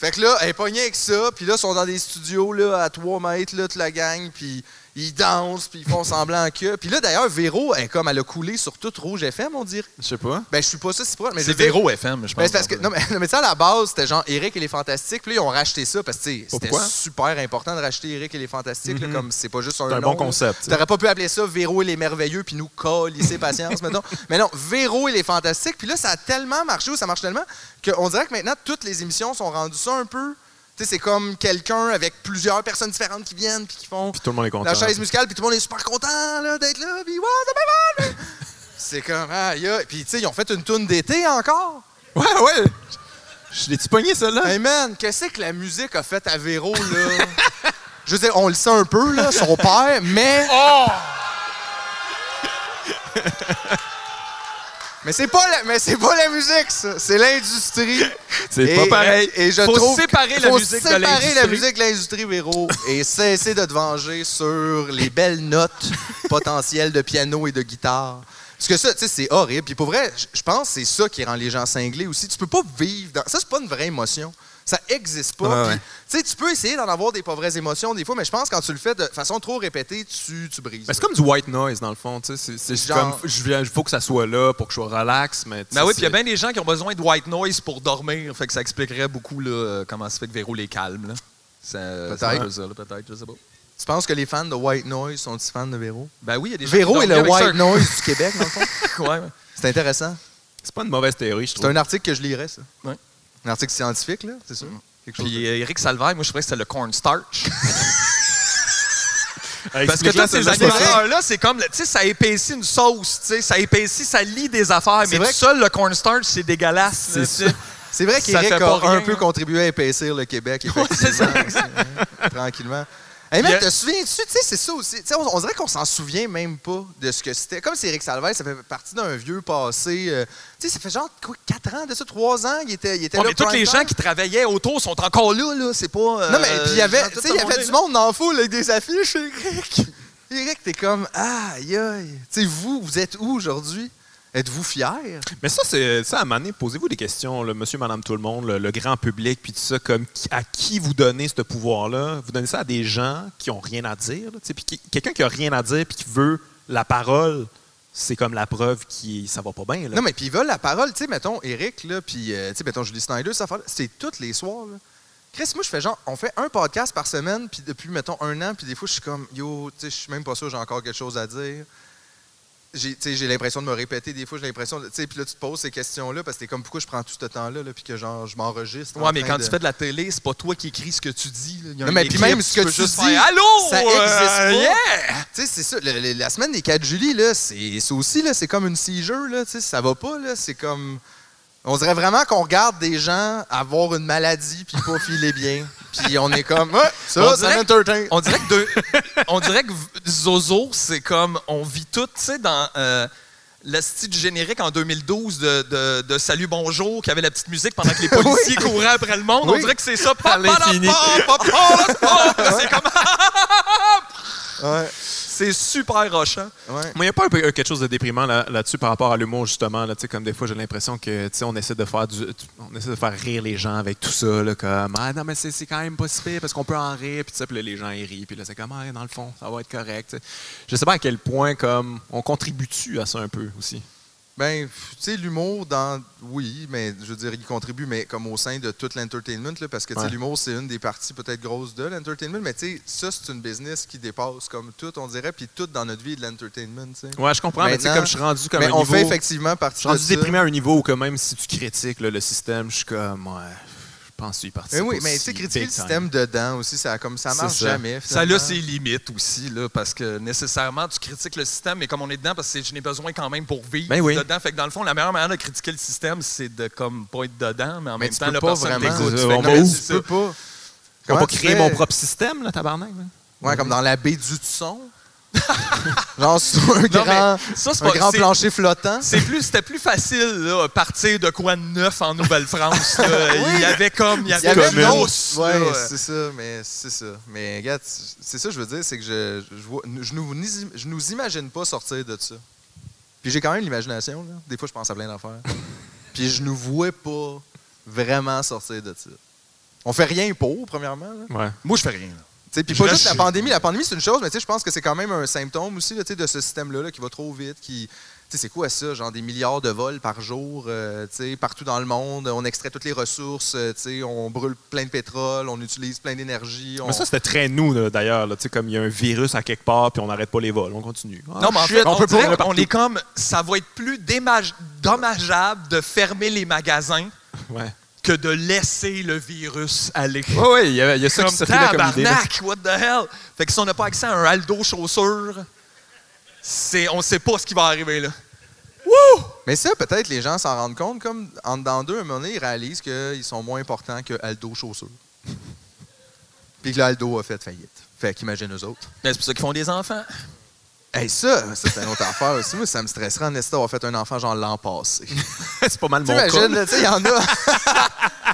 [SPEAKER 1] Fait que là, elle est pognée avec ça, puis là, ils sont dans des studios là, à 3 mètres, là, toute la gang, puis ils dansent, puis ils font semblant que. Puis là, d'ailleurs, Véro, elle, comme elle a coulé sur toute Rouge FM, on dirait.
[SPEAKER 2] Je sais pas.
[SPEAKER 1] Ben, je suis pas ça si proche, mais je
[SPEAKER 3] C'est
[SPEAKER 1] veux dire-
[SPEAKER 3] Véro FM, je pense.
[SPEAKER 1] Ben, c'est parce que, non, mais, non, mais tu sais, à la base, c'était genre Eric et les Fantastiques. Puis là, ils ont racheté ça parce que tu sais, c'était
[SPEAKER 2] Pourquoi? Mm-hmm.
[SPEAKER 1] super important de racheter Eric et les Fantastiques. là, comme c'est pas juste un,
[SPEAKER 2] C'est un
[SPEAKER 1] nom,
[SPEAKER 2] bon concept,
[SPEAKER 1] Tu
[SPEAKER 2] t'sais.
[SPEAKER 1] n'aurais pas pu appeler ça Véro et les Merveilleux puis nous colisser patience, mettons. Mais non, Véro et les Fantastiques. Puis là, ça a tellement marché ou ça marche tellement qu'on dirait que maintenant, toutes les émissions sont rendues ça un peu. Tu sais, c'est comme quelqu'un avec plusieurs personnes différentes qui viennent puis qui font
[SPEAKER 2] Puis tout le monde est content.
[SPEAKER 1] la chaise musicale, puis tout le monde est super content là, d'être là, puis wow, c'est pas mal! C'est comme, ah, y a... Puis, tu sais, ils ont fait une tourne d'été encore.
[SPEAKER 2] Ouais, ouais. Je l'ai-tu pogné, celle-là?
[SPEAKER 1] Hey man, qu'est-ce que la musique a fait à Véro, là? Je veux dire, on le sait un peu, là, son père, mais. Mais c'est pas la, mais c'est pas la musique, ça. C'est l'industrie.
[SPEAKER 2] C'est
[SPEAKER 1] Et-
[SPEAKER 2] pas pareil.
[SPEAKER 1] Et je
[SPEAKER 3] Faut
[SPEAKER 1] trouve
[SPEAKER 3] séparer la
[SPEAKER 1] faut
[SPEAKER 3] musique de
[SPEAKER 1] séparer la
[SPEAKER 3] l'industrie.
[SPEAKER 1] musique de l'industrie, Véro, et cesser de te venger sur les belles notes potentielles de piano et de guitare. Parce que ça, tu sais, c'est horrible. Puis pour vrai, j- je pense que c'est ça qui rend les gens cinglés aussi. Tu peux pas vivre dans... Ça, c'est pas une vraie émotion. Ça existe pas.
[SPEAKER 2] Ouais,
[SPEAKER 1] Puis, Tu sais, tu peux essayer d'en avoir des pas vraies émotions des fois, mais je pense que quand tu le fais de façon trop répétée, tu, tu brises.
[SPEAKER 2] Mais c'est comme du white noise, dans le fond. tu sais. C'est- C'est juste
[SPEAKER 1] Genre-
[SPEAKER 2] comme, je viens- il faut que ça soit là pour que je sois relax. Mais tu sais,
[SPEAKER 3] Ben oui, puis il y a
[SPEAKER 2] c'est-
[SPEAKER 3] bien des gens qui ont besoin de white noise pour dormir. Fait que ça expliquerait beaucoup là, euh, comment se fait que Véro les calme. là. Ça- ça
[SPEAKER 1] Peut-être.
[SPEAKER 3] peut ça, là, Peut-être, je sais pas.
[SPEAKER 1] Tu penses que les fans de White Noise sont fans de Véro?
[SPEAKER 3] Ben oui, il y a des gens
[SPEAKER 1] Véro
[SPEAKER 3] qui
[SPEAKER 1] est le
[SPEAKER 3] dorment avec
[SPEAKER 1] White Noise du Québec, dans le fond.
[SPEAKER 3] ça. Ouais, ouais.
[SPEAKER 1] C'est intéressant.
[SPEAKER 2] c'est pas une mauvaise théorie, je
[SPEAKER 1] C'est
[SPEAKER 2] trouve.
[SPEAKER 1] un article que je lirais, ça.
[SPEAKER 3] Ouais.
[SPEAKER 1] Un article scientifique, là, c'est
[SPEAKER 2] Mm.
[SPEAKER 1] sûr. Quelque chose de-
[SPEAKER 3] Puis euh, Eric Salvaire, moi, je trouvais que c'était le cornstarch.
[SPEAKER 2] Hey,
[SPEAKER 3] Parce que
[SPEAKER 2] explique-la,
[SPEAKER 3] toutes ces
[SPEAKER 2] celle-là, c'est pas ça.
[SPEAKER 3] agresseurs-là, c'est comme, le- tu sais, ça épaissit une sauce, tu sais, ça épaissit, ça lie des affaires.
[SPEAKER 1] C'est
[SPEAKER 3] Mais
[SPEAKER 1] vrai
[SPEAKER 3] tout
[SPEAKER 1] que-
[SPEAKER 3] seul, le cornstarch, c'est dégueulasse. là,
[SPEAKER 2] C'est
[SPEAKER 3] tu sais.
[SPEAKER 1] C'est vrai
[SPEAKER 3] Ça
[SPEAKER 1] qu'Éric
[SPEAKER 3] fait
[SPEAKER 1] a
[SPEAKER 3] pas
[SPEAKER 1] un
[SPEAKER 3] rien,
[SPEAKER 1] peu
[SPEAKER 3] hein.
[SPEAKER 1] contribué à épaissir le Québec, effectivement.
[SPEAKER 3] c'est ça, euh,
[SPEAKER 1] Ouais, Tranquillement. Hey, mec,
[SPEAKER 3] Il y
[SPEAKER 1] te
[SPEAKER 3] a-
[SPEAKER 1] souviens-tu, tu sais, c'est ça aussi. Tu sais, On, on dirait qu'on s'en souvient même pas de ce que c'était. Comme si Éric Salvaire, ça fait partie d'un vieux passé. euh, tu sais, ça fait genre quoi, 4 ans de ça, 3 ans, il était, il était
[SPEAKER 3] Ouais,
[SPEAKER 1] là.
[SPEAKER 3] mais tous
[SPEAKER 1] prime
[SPEAKER 3] les
[SPEAKER 1] time.
[SPEAKER 3] gens qui travaillaient autour sont encore là, là. C'est pas. euh,
[SPEAKER 1] Non, mais puis il y avait,
[SPEAKER 3] genre,
[SPEAKER 1] tu
[SPEAKER 3] tout
[SPEAKER 1] sais,
[SPEAKER 3] le
[SPEAKER 1] il y
[SPEAKER 3] monde
[SPEAKER 1] avait
[SPEAKER 3] est
[SPEAKER 1] du
[SPEAKER 3] là.
[SPEAKER 1] monde en foule avec des affiches, Éric. Éric, t'es comme, aïe, aïe. Tu sais, vous, vous êtes où aujourd'hui? Êtes-vous fier?
[SPEAKER 2] Mais ça, c'est ça, à un moment donné, posez-vous des questions, là, monsieur, madame, tout le monde, le, le grand public, puis tout ça, comme qui- à qui vous donnez ce pouvoir-là? Vous donnez ça à des gens qui ont rien à dire, là, tu sais, puis qui- quelqu'un qui a rien à dire, puis qui veut la parole, c'est comme la preuve qui ça va pas bien. Là.
[SPEAKER 1] Non, mais puis ils veulent la parole. Tu sais, mettons, Eric, là, puis, euh, tu sais, mettons, Julie Snyder, ça fait- c'est tous les soirs, là. Chris, moi, je fais genre, on fait un podcast par semaine, puis depuis, mettons, un an, puis des fois, je suis comme, yo, tu sais, je suis même pas sûr, j'ai encore quelque chose à dire. J'ai tu sais, j'ai l'impression de me répéter, des fois, j'ai l'impression, de- tu sais, puis là, tu te poses ces questions-là, parce que t'es comme, pourquoi je prends tout ce temps-là, là, puis que genre, je m'enregistre. en
[SPEAKER 3] Ouais, mais
[SPEAKER 1] train
[SPEAKER 3] quand
[SPEAKER 1] de-
[SPEAKER 3] tu fais de la télé, c'est pas toi qui écris ce que tu dis. là. Il y
[SPEAKER 1] Non,
[SPEAKER 3] a une
[SPEAKER 1] mais puis
[SPEAKER 3] équipe,
[SPEAKER 1] même ce que
[SPEAKER 3] peux
[SPEAKER 1] tu
[SPEAKER 3] juste
[SPEAKER 1] dis,
[SPEAKER 3] faire, Allô!
[SPEAKER 1] ça existe pas.
[SPEAKER 3] euh, yeah!
[SPEAKER 2] Ah.
[SPEAKER 1] Tu sais, c'est ça. le- le- la semaine des 4 Julie, là, c'est ça aussi, là, c'est comme une seizure, là. Tu sais, ça va pas, là. C'est comme. On dirait vraiment qu'on regarde des gens avoir une maladie puis pas filer bien. Puis on est comme, Ouais,
[SPEAKER 3] On
[SPEAKER 1] ça, ça
[SPEAKER 3] dirait-
[SPEAKER 1] m'entertain.
[SPEAKER 3] On dirait que, de- on dirait que v- Zozo, c'est comme on vit tout, tu sais, dans euh, le style générique en 2012 de, de- de Salut Bonjour, qui avait la petite musique pendant que les policiers couraient après le monde. On
[SPEAKER 1] Oui.
[SPEAKER 3] dirait que c'est ça. Pa-
[SPEAKER 2] À l'infini.
[SPEAKER 3] pa- pa- pa- pa- pa- pa- C'est comme
[SPEAKER 1] Ouais,
[SPEAKER 3] c'est super hein. rochant.
[SPEAKER 1] ouais.
[SPEAKER 2] Mais il n'y a pas un peu- euh, quelque chose de déprimant là- là-dessus par rapport à l'humour, justement. Là, tu sais, comme des fois, j'ai l'impression que tu sais, on essaie de faire du- tu- on essaie de faire rire les gens avec tout ça. Là, comme Ah non, mais c'est c'est quand même pas si pire parce qu'on peut en rire. Puis, tu sais, puis là, les gens ils rient. Puis là, c'est comme Ah, dans le fond, ça va être correct. tu sais. Je sais pas à quel point comme on contribue-tu à ça un peu aussi.
[SPEAKER 1] Ben, pff, tu sais, l'humour dans. Oui, mais je veux dire, il contribue, mais comme au sein de tout l'entertainment, là, parce que tu sais,
[SPEAKER 2] Ouais.
[SPEAKER 1] l'humour, c'est une des parties peut-être grosses de l'entertainment, mais tu sais, ça, c'est une business qui dépasse comme tout, on dirait, puis tout dans notre vie est de l'entertainment, tu sais.
[SPEAKER 2] Ouais, je comprends. Mais tu sais,
[SPEAKER 1] Maintenant-
[SPEAKER 2] comme je suis rendu comme
[SPEAKER 1] mais
[SPEAKER 2] un
[SPEAKER 1] on
[SPEAKER 2] niveau-
[SPEAKER 1] fait effectivement
[SPEAKER 2] Je
[SPEAKER 1] partie
[SPEAKER 2] suis
[SPEAKER 1] de
[SPEAKER 2] rendu
[SPEAKER 1] ça.
[SPEAKER 2] déprimé à un niveau où, quand même, si tu critiques là, le système, je suis comme Ouais, je pense que tu y
[SPEAKER 1] Mais
[SPEAKER 2] participes.
[SPEAKER 1] oui, mais tu
[SPEAKER 2] aussi
[SPEAKER 1] sais, critiquer le
[SPEAKER 2] big time.
[SPEAKER 1] système dedans aussi, ça, comme ça
[SPEAKER 2] C'est
[SPEAKER 1] marche
[SPEAKER 2] ça.
[SPEAKER 1] jamais.
[SPEAKER 3] Ça a
[SPEAKER 1] finalement.
[SPEAKER 3] ses limites aussi, là, parce que nécessairement, tu critiques le système, mais comme on est dedans, parce que je n'ai besoin quand même pour vivre
[SPEAKER 2] Ben oui.
[SPEAKER 3] dedans. Fait que dans le fond, la meilleure manière de critiquer le système, c'est de comme pas être dedans, mais en
[SPEAKER 1] Mais
[SPEAKER 3] même
[SPEAKER 1] tu
[SPEAKER 3] temps,
[SPEAKER 1] peux
[SPEAKER 3] la
[SPEAKER 1] pas
[SPEAKER 3] personne
[SPEAKER 1] vraiment.
[SPEAKER 3] t'écoute.
[SPEAKER 1] Tu
[SPEAKER 2] Fait que
[SPEAKER 3] Fait
[SPEAKER 2] on
[SPEAKER 3] que
[SPEAKER 2] va
[SPEAKER 3] là,
[SPEAKER 2] où?
[SPEAKER 3] c'est
[SPEAKER 1] tu
[SPEAKER 3] ça.
[SPEAKER 1] peux pas.
[SPEAKER 2] On
[SPEAKER 1] Comment
[SPEAKER 2] va pas
[SPEAKER 1] tu
[SPEAKER 2] créer
[SPEAKER 1] fais?
[SPEAKER 2] mon propre système, là, tabarnak. là.
[SPEAKER 1] Ouais, comme dans la baie du son. Genre sur un
[SPEAKER 3] Non,
[SPEAKER 1] grand,
[SPEAKER 3] mais ça, c'est
[SPEAKER 1] un
[SPEAKER 3] pas-
[SPEAKER 1] grand
[SPEAKER 3] c'est-
[SPEAKER 1] plancher flottant.
[SPEAKER 3] C'est plus, c'était plus facile là, à partir de quoi de neuf en Nouvelle-France. là. Il y avait comme, il y
[SPEAKER 1] Il y avait
[SPEAKER 3] avait
[SPEAKER 1] une
[SPEAKER 3] une
[SPEAKER 2] commune.
[SPEAKER 3] hausse,
[SPEAKER 1] Ouais,
[SPEAKER 3] là.
[SPEAKER 1] c'est ça, mais c'est ça. Mais regarde, c'est ça que je veux dire, c'est que je, je, vois- je nous, je nous imagine pas sortir de ça. Puis j'ai quand même l'imagination, là. Des fois, je pense à plein d'affaires. Puis je nous vois pas vraiment sortir de ça. On fait rien pour, premièrement. là.
[SPEAKER 2] Ouais.
[SPEAKER 3] Moi, je fais rien. là.
[SPEAKER 1] Tu Tu sais, Puis
[SPEAKER 3] Je
[SPEAKER 1] pas juste
[SPEAKER 3] reste-
[SPEAKER 1] la pandémie. La pandémie, c'est une chose, mais tu sais, je pense que c'est quand même un symptôme aussi là, tu sais, de ce système-là là, qui va trop vite, qui. tu sais, C'est quoi ça, genre des milliards de vols par jour, euh, tu sais, partout dans le monde, on extrait toutes les ressources, euh, tu sais, on brûle plein de pétrole, on utilise plein d'énergie. on-
[SPEAKER 2] Mais ça, c'était très nous, là, d'ailleurs. là, tu sais, Comme il y a un virus à quelque part, puis on n'arrête pas les vols. On continue. Ah,
[SPEAKER 3] Non, mais en
[SPEAKER 2] shit,
[SPEAKER 3] fait, on,
[SPEAKER 2] peut
[SPEAKER 3] dirait
[SPEAKER 2] pas.
[SPEAKER 3] qu'on est comme, ça va être plus démage- dommageable de fermer les magasins
[SPEAKER 2] Ouais.
[SPEAKER 3] que de laisser le virus aller.
[SPEAKER 2] Ouais, ouais, il y a, il y a Oh, ça
[SPEAKER 3] comme
[SPEAKER 2] qui circulait comme idée. là.
[SPEAKER 3] tabarnak, what the hell? Fait que si on n'a pas accès à un Aldo chaussure, c'est, on sait pas ce qui va arriver là. Wouh!
[SPEAKER 1] Mais ça, peut-être les gens s'en rendent compte, comme en dedans d'eux, à un moment donné, ils réalisent qu'ils sont moins importants que Aldo Chaussures. Puis que le Aldo a fait faillite. Fait qu'imagine eux autres.
[SPEAKER 3] Mais Ben, c'est pour ça qu'ils font des enfants.
[SPEAKER 1] Hey, ça, ça c'est une autre affaire aussi. Moi, ça me stresserait en est d'avoir fait un enfant genre l'an passé.
[SPEAKER 2] c'est pas mal mon cas.
[SPEAKER 1] T'imagines, là, tu sais, il y en a.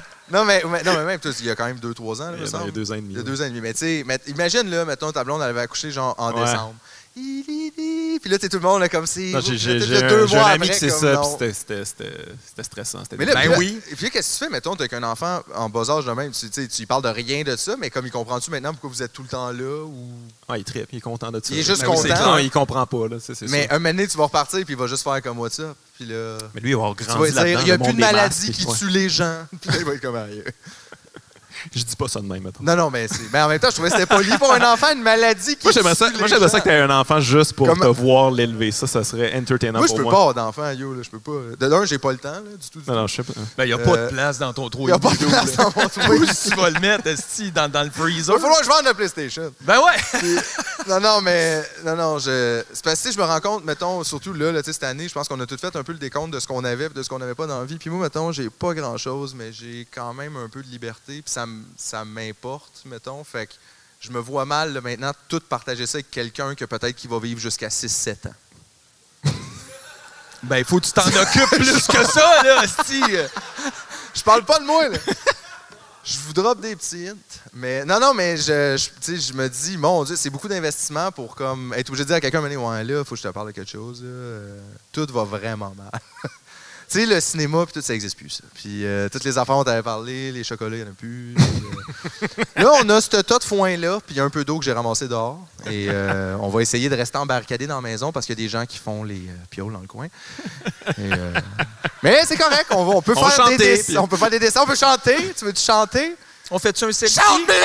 [SPEAKER 1] non, mais, mais- non, mais même, tu sais, il y a quand même 2-3 ans, là,
[SPEAKER 2] Il
[SPEAKER 1] me
[SPEAKER 2] y en a
[SPEAKER 1] semble.
[SPEAKER 2] deux ans et
[SPEAKER 1] Il
[SPEAKER 2] demi,
[SPEAKER 1] y a
[SPEAKER 2] ouais.
[SPEAKER 1] deux ans et demi. Mais tu sais, mais imagine, là, mettons, ta blonde, elle avait accouché genre en
[SPEAKER 2] Ouais.
[SPEAKER 1] décembre. Hi, hi, hi. Puis là, t'es tout le monde là, comme si.
[SPEAKER 2] Non, j'ai- J'ai
[SPEAKER 1] Peut-être
[SPEAKER 2] j'ai
[SPEAKER 1] le deux
[SPEAKER 2] un, j'ai
[SPEAKER 1] mois
[SPEAKER 2] un ami
[SPEAKER 1] après,
[SPEAKER 2] qui c'est
[SPEAKER 1] comme,
[SPEAKER 2] ça,
[SPEAKER 1] non.
[SPEAKER 2] puis c'était- c'était- c'était c'était stressant. c'était
[SPEAKER 1] Mais là,
[SPEAKER 3] Ben
[SPEAKER 1] puis là-
[SPEAKER 3] oui.
[SPEAKER 1] Et puis là, qu'est-ce que tu fais, mettons, t'as qu'un enfant en bas âge de même, tu tu sais, tu lui parles de rien de ça, mais comme il comprend-tu maintenant pourquoi vous êtes tout le temps là ou.
[SPEAKER 2] Ah, il tripe, il est content de ça.
[SPEAKER 1] Il est juste
[SPEAKER 2] Ben oui, c'est
[SPEAKER 1] content.
[SPEAKER 2] clair, Non, il comprend pas, là, ça, c'est
[SPEAKER 1] Mais
[SPEAKER 2] sûr.
[SPEAKER 1] un moment donné, tu vas repartir, puis il va juste faire comme what's up. Puis là.
[SPEAKER 2] Mais lui, euh, il va avoir
[SPEAKER 1] Tu vas
[SPEAKER 2] grandi
[SPEAKER 1] dire,
[SPEAKER 2] là-dedans.
[SPEAKER 1] il n'y a
[SPEAKER 2] le monde
[SPEAKER 1] plus de
[SPEAKER 2] des masques,
[SPEAKER 1] maladie
[SPEAKER 2] puis-
[SPEAKER 1] qui
[SPEAKER 2] ouais.
[SPEAKER 1] tue les gens. Puis là, il va être comme aïe.
[SPEAKER 2] Je dis pas ça de même, mettons.
[SPEAKER 1] Non, non, mais, c'est- mais en même temps, je trouvais que c'était poli pour un enfant, une maladie qui.
[SPEAKER 2] Moi, j'aimerais ça,
[SPEAKER 1] tue
[SPEAKER 2] moi,
[SPEAKER 1] les
[SPEAKER 2] j'aimerais ça
[SPEAKER 1] gens.
[SPEAKER 2] que tu aies un enfant juste pour
[SPEAKER 1] Comme-
[SPEAKER 2] te voir l'élever. Ça, ça serait entertainant
[SPEAKER 1] Moi, je
[SPEAKER 2] pour
[SPEAKER 1] peux
[SPEAKER 2] moi.
[SPEAKER 1] pas avoir d'enfant, yo, là, je peux pas. De l'un, j'ai pas le temps, là, du tout. Du
[SPEAKER 2] Non,
[SPEAKER 1] tout.
[SPEAKER 2] non, je sais pas.
[SPEAKER 3] Ben, y a
[SPEAKER 1] pas de
[SPEAKER 3] place dans ton trou.
[SPEAKER 1] Il n'y a pas de place dans mon trou.
[SPEAKER 3] Où est-ce que tu vas le mettre, esti, dans, dans le freezer?
[SPEAKER 1] Il va falloir que je vende la PlayStation.
[SPEAKER 3] Ben ouais!
[SPEAKER 1] Puis- non, non, mais. Non, non, je. C'est parce que si je me rends compte, mettons, surtout là, là, tu sais, cette année, je pense qu'on a tout fait un peu le décompte de ce qu'on avait et de ce qu'on n'avait pas dans la vie. Puis moi, mettons, j'ai pas grand-chose, mais j'ai quand même un peu de liberté. Puis ça, m- ça m'importe, mettons. Fait que je me vois mal, là, maintenant, tout partager ça avec quelqu'un que peut-être qui va vivre jusqu'à 6-7 ans.
[SPEAKER 3] Ben, faut que tu t'en occupes plus que ça, là, esti.
[SPEAKER 1] euh. Je parle pas de moi, là. Je vous drop des petites. Mais non, non, mais je, je, tu sais, je me dis, mon Dieu, c'est beaucoup d'investissement pour comme être obligé de dire à quelqu'un, Mais ouais, là, faut que je te parle de quelque chose. là. Euh, tout va vraiment mal. tu sais, le cinéma, puis tout, ça n'existe plus, ça. Puis euh, toutes les affaires, on t'avait parlé, les chocolats, il n'y en a plus. Puis, euh, là, on a ce tas de foin-là, puis il y a un peu d'eau que j'ai ramassé dehors. Et euh, on va essayer de rester embarcadé dans la maison parce qu'il y a des gens qui font les euh, pioles dans le coin. Et, euh, mais c'est correct, on, va- on peut
[SPEAKER 2] On va
[SPEAKER 1] faire des
[SPEAKER 2] chanter,
[SPEAKER 1] dess-
[SPEAKER 2] puis-
[SPEAKER 1] on peut faire des dessins, on peut chanter. Tu veux-tu chanter?
[SPEAKER 3] On fait-tu un selfie? Ben,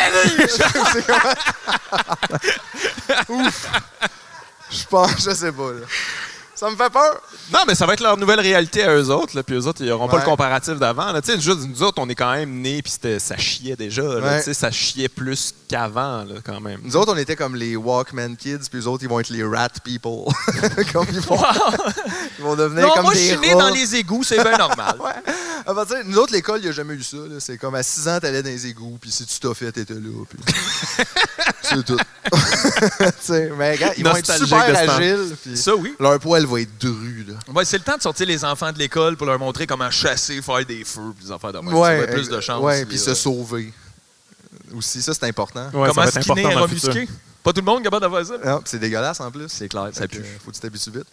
[SPEAKER 1] C'est comme- Ouf! Je pense, je sais pas. là. Ça me fait peur.
[SPEAKER 2] Non, mais ça va être leur nouvelle réalité à eux autres. Là, puis eux autres, ils n'auront pas
[SPEAKER 1] Ouais.
[SPEAKER 2] le comparatif d'avant. là. Tu sais, juste nous autres, on est quand même nés, puis c'était- ça chiait déjà. là.
[SPEAKER 1] Ouais.
[SPEAKER 2] Tu sais, ça chiait plus qu'avant, là, quand même.
[SPEAKER 1] Nous autres, on était comme les Walkman Kids, puis eux autres, ils vont être les Rat People. comme ils, vont, ils vont devenir
[SPEAKER 3] Non,
[SPEAKER 1] comme
[SPEAKER 3] moi, je
[SPEAKER 1] des
[SPEAKER 3] suis né
[SPEAKER 1] rats.
[SPEAKER 3] dans les égouts, c'est bien normal.
[SPEAKER 1] Ouais. À partir- nous autres, l'école, il n'y a jamais eu ça. là. C'est comme à 6 ans, t'allais dans les égouts, puis si tu t'as fait, t'étais là. puis- C'est tout. Tu sais, mais regarde, ils vont être
[SPEAKER 2] Nostalgique
[SPEAKER 1] super
[SPEAKER 2] de ce temps.
[SPEAKER 1] agiles, puis
[SPEAKER 3] Ça, oui.
[SPEAKER 1] leur poil va être dru. Là.
[SPEAKER 3] Ouais, c'est le temps de sortir les enfants de l'école pour leur montrer comment chasser, faire des feux, puis des affaires de même. Ça va être plus de
[SPEAKER 1] ex-
[SPEAKER 3] chance.
[SPEAKER 1] Ouais, puis se
[SPEAKER 3] euh,
[SPEAKER 1] sauver. Aussi, ça, c'est important.
[SPEAKER 2] Ouais, ça
[SPEAKER 3] comment
[SPEAKER 2] va être
[SPEAKER 3] skinner et
[SPEAKER 2] important dans le futur.
[SPEAKER 3] remusquer. Pas tout le monde est capable de faire ça.
[SPEAKER 1] Non, puis c'est dégueulasse en plus.
[SPEAKER 3] C'est clair, ça
[SPEAKER 1] Fait que,
[SPEAKER 3] pue.
[SPEAKER 1] euh, faut que tu t'habitues vite.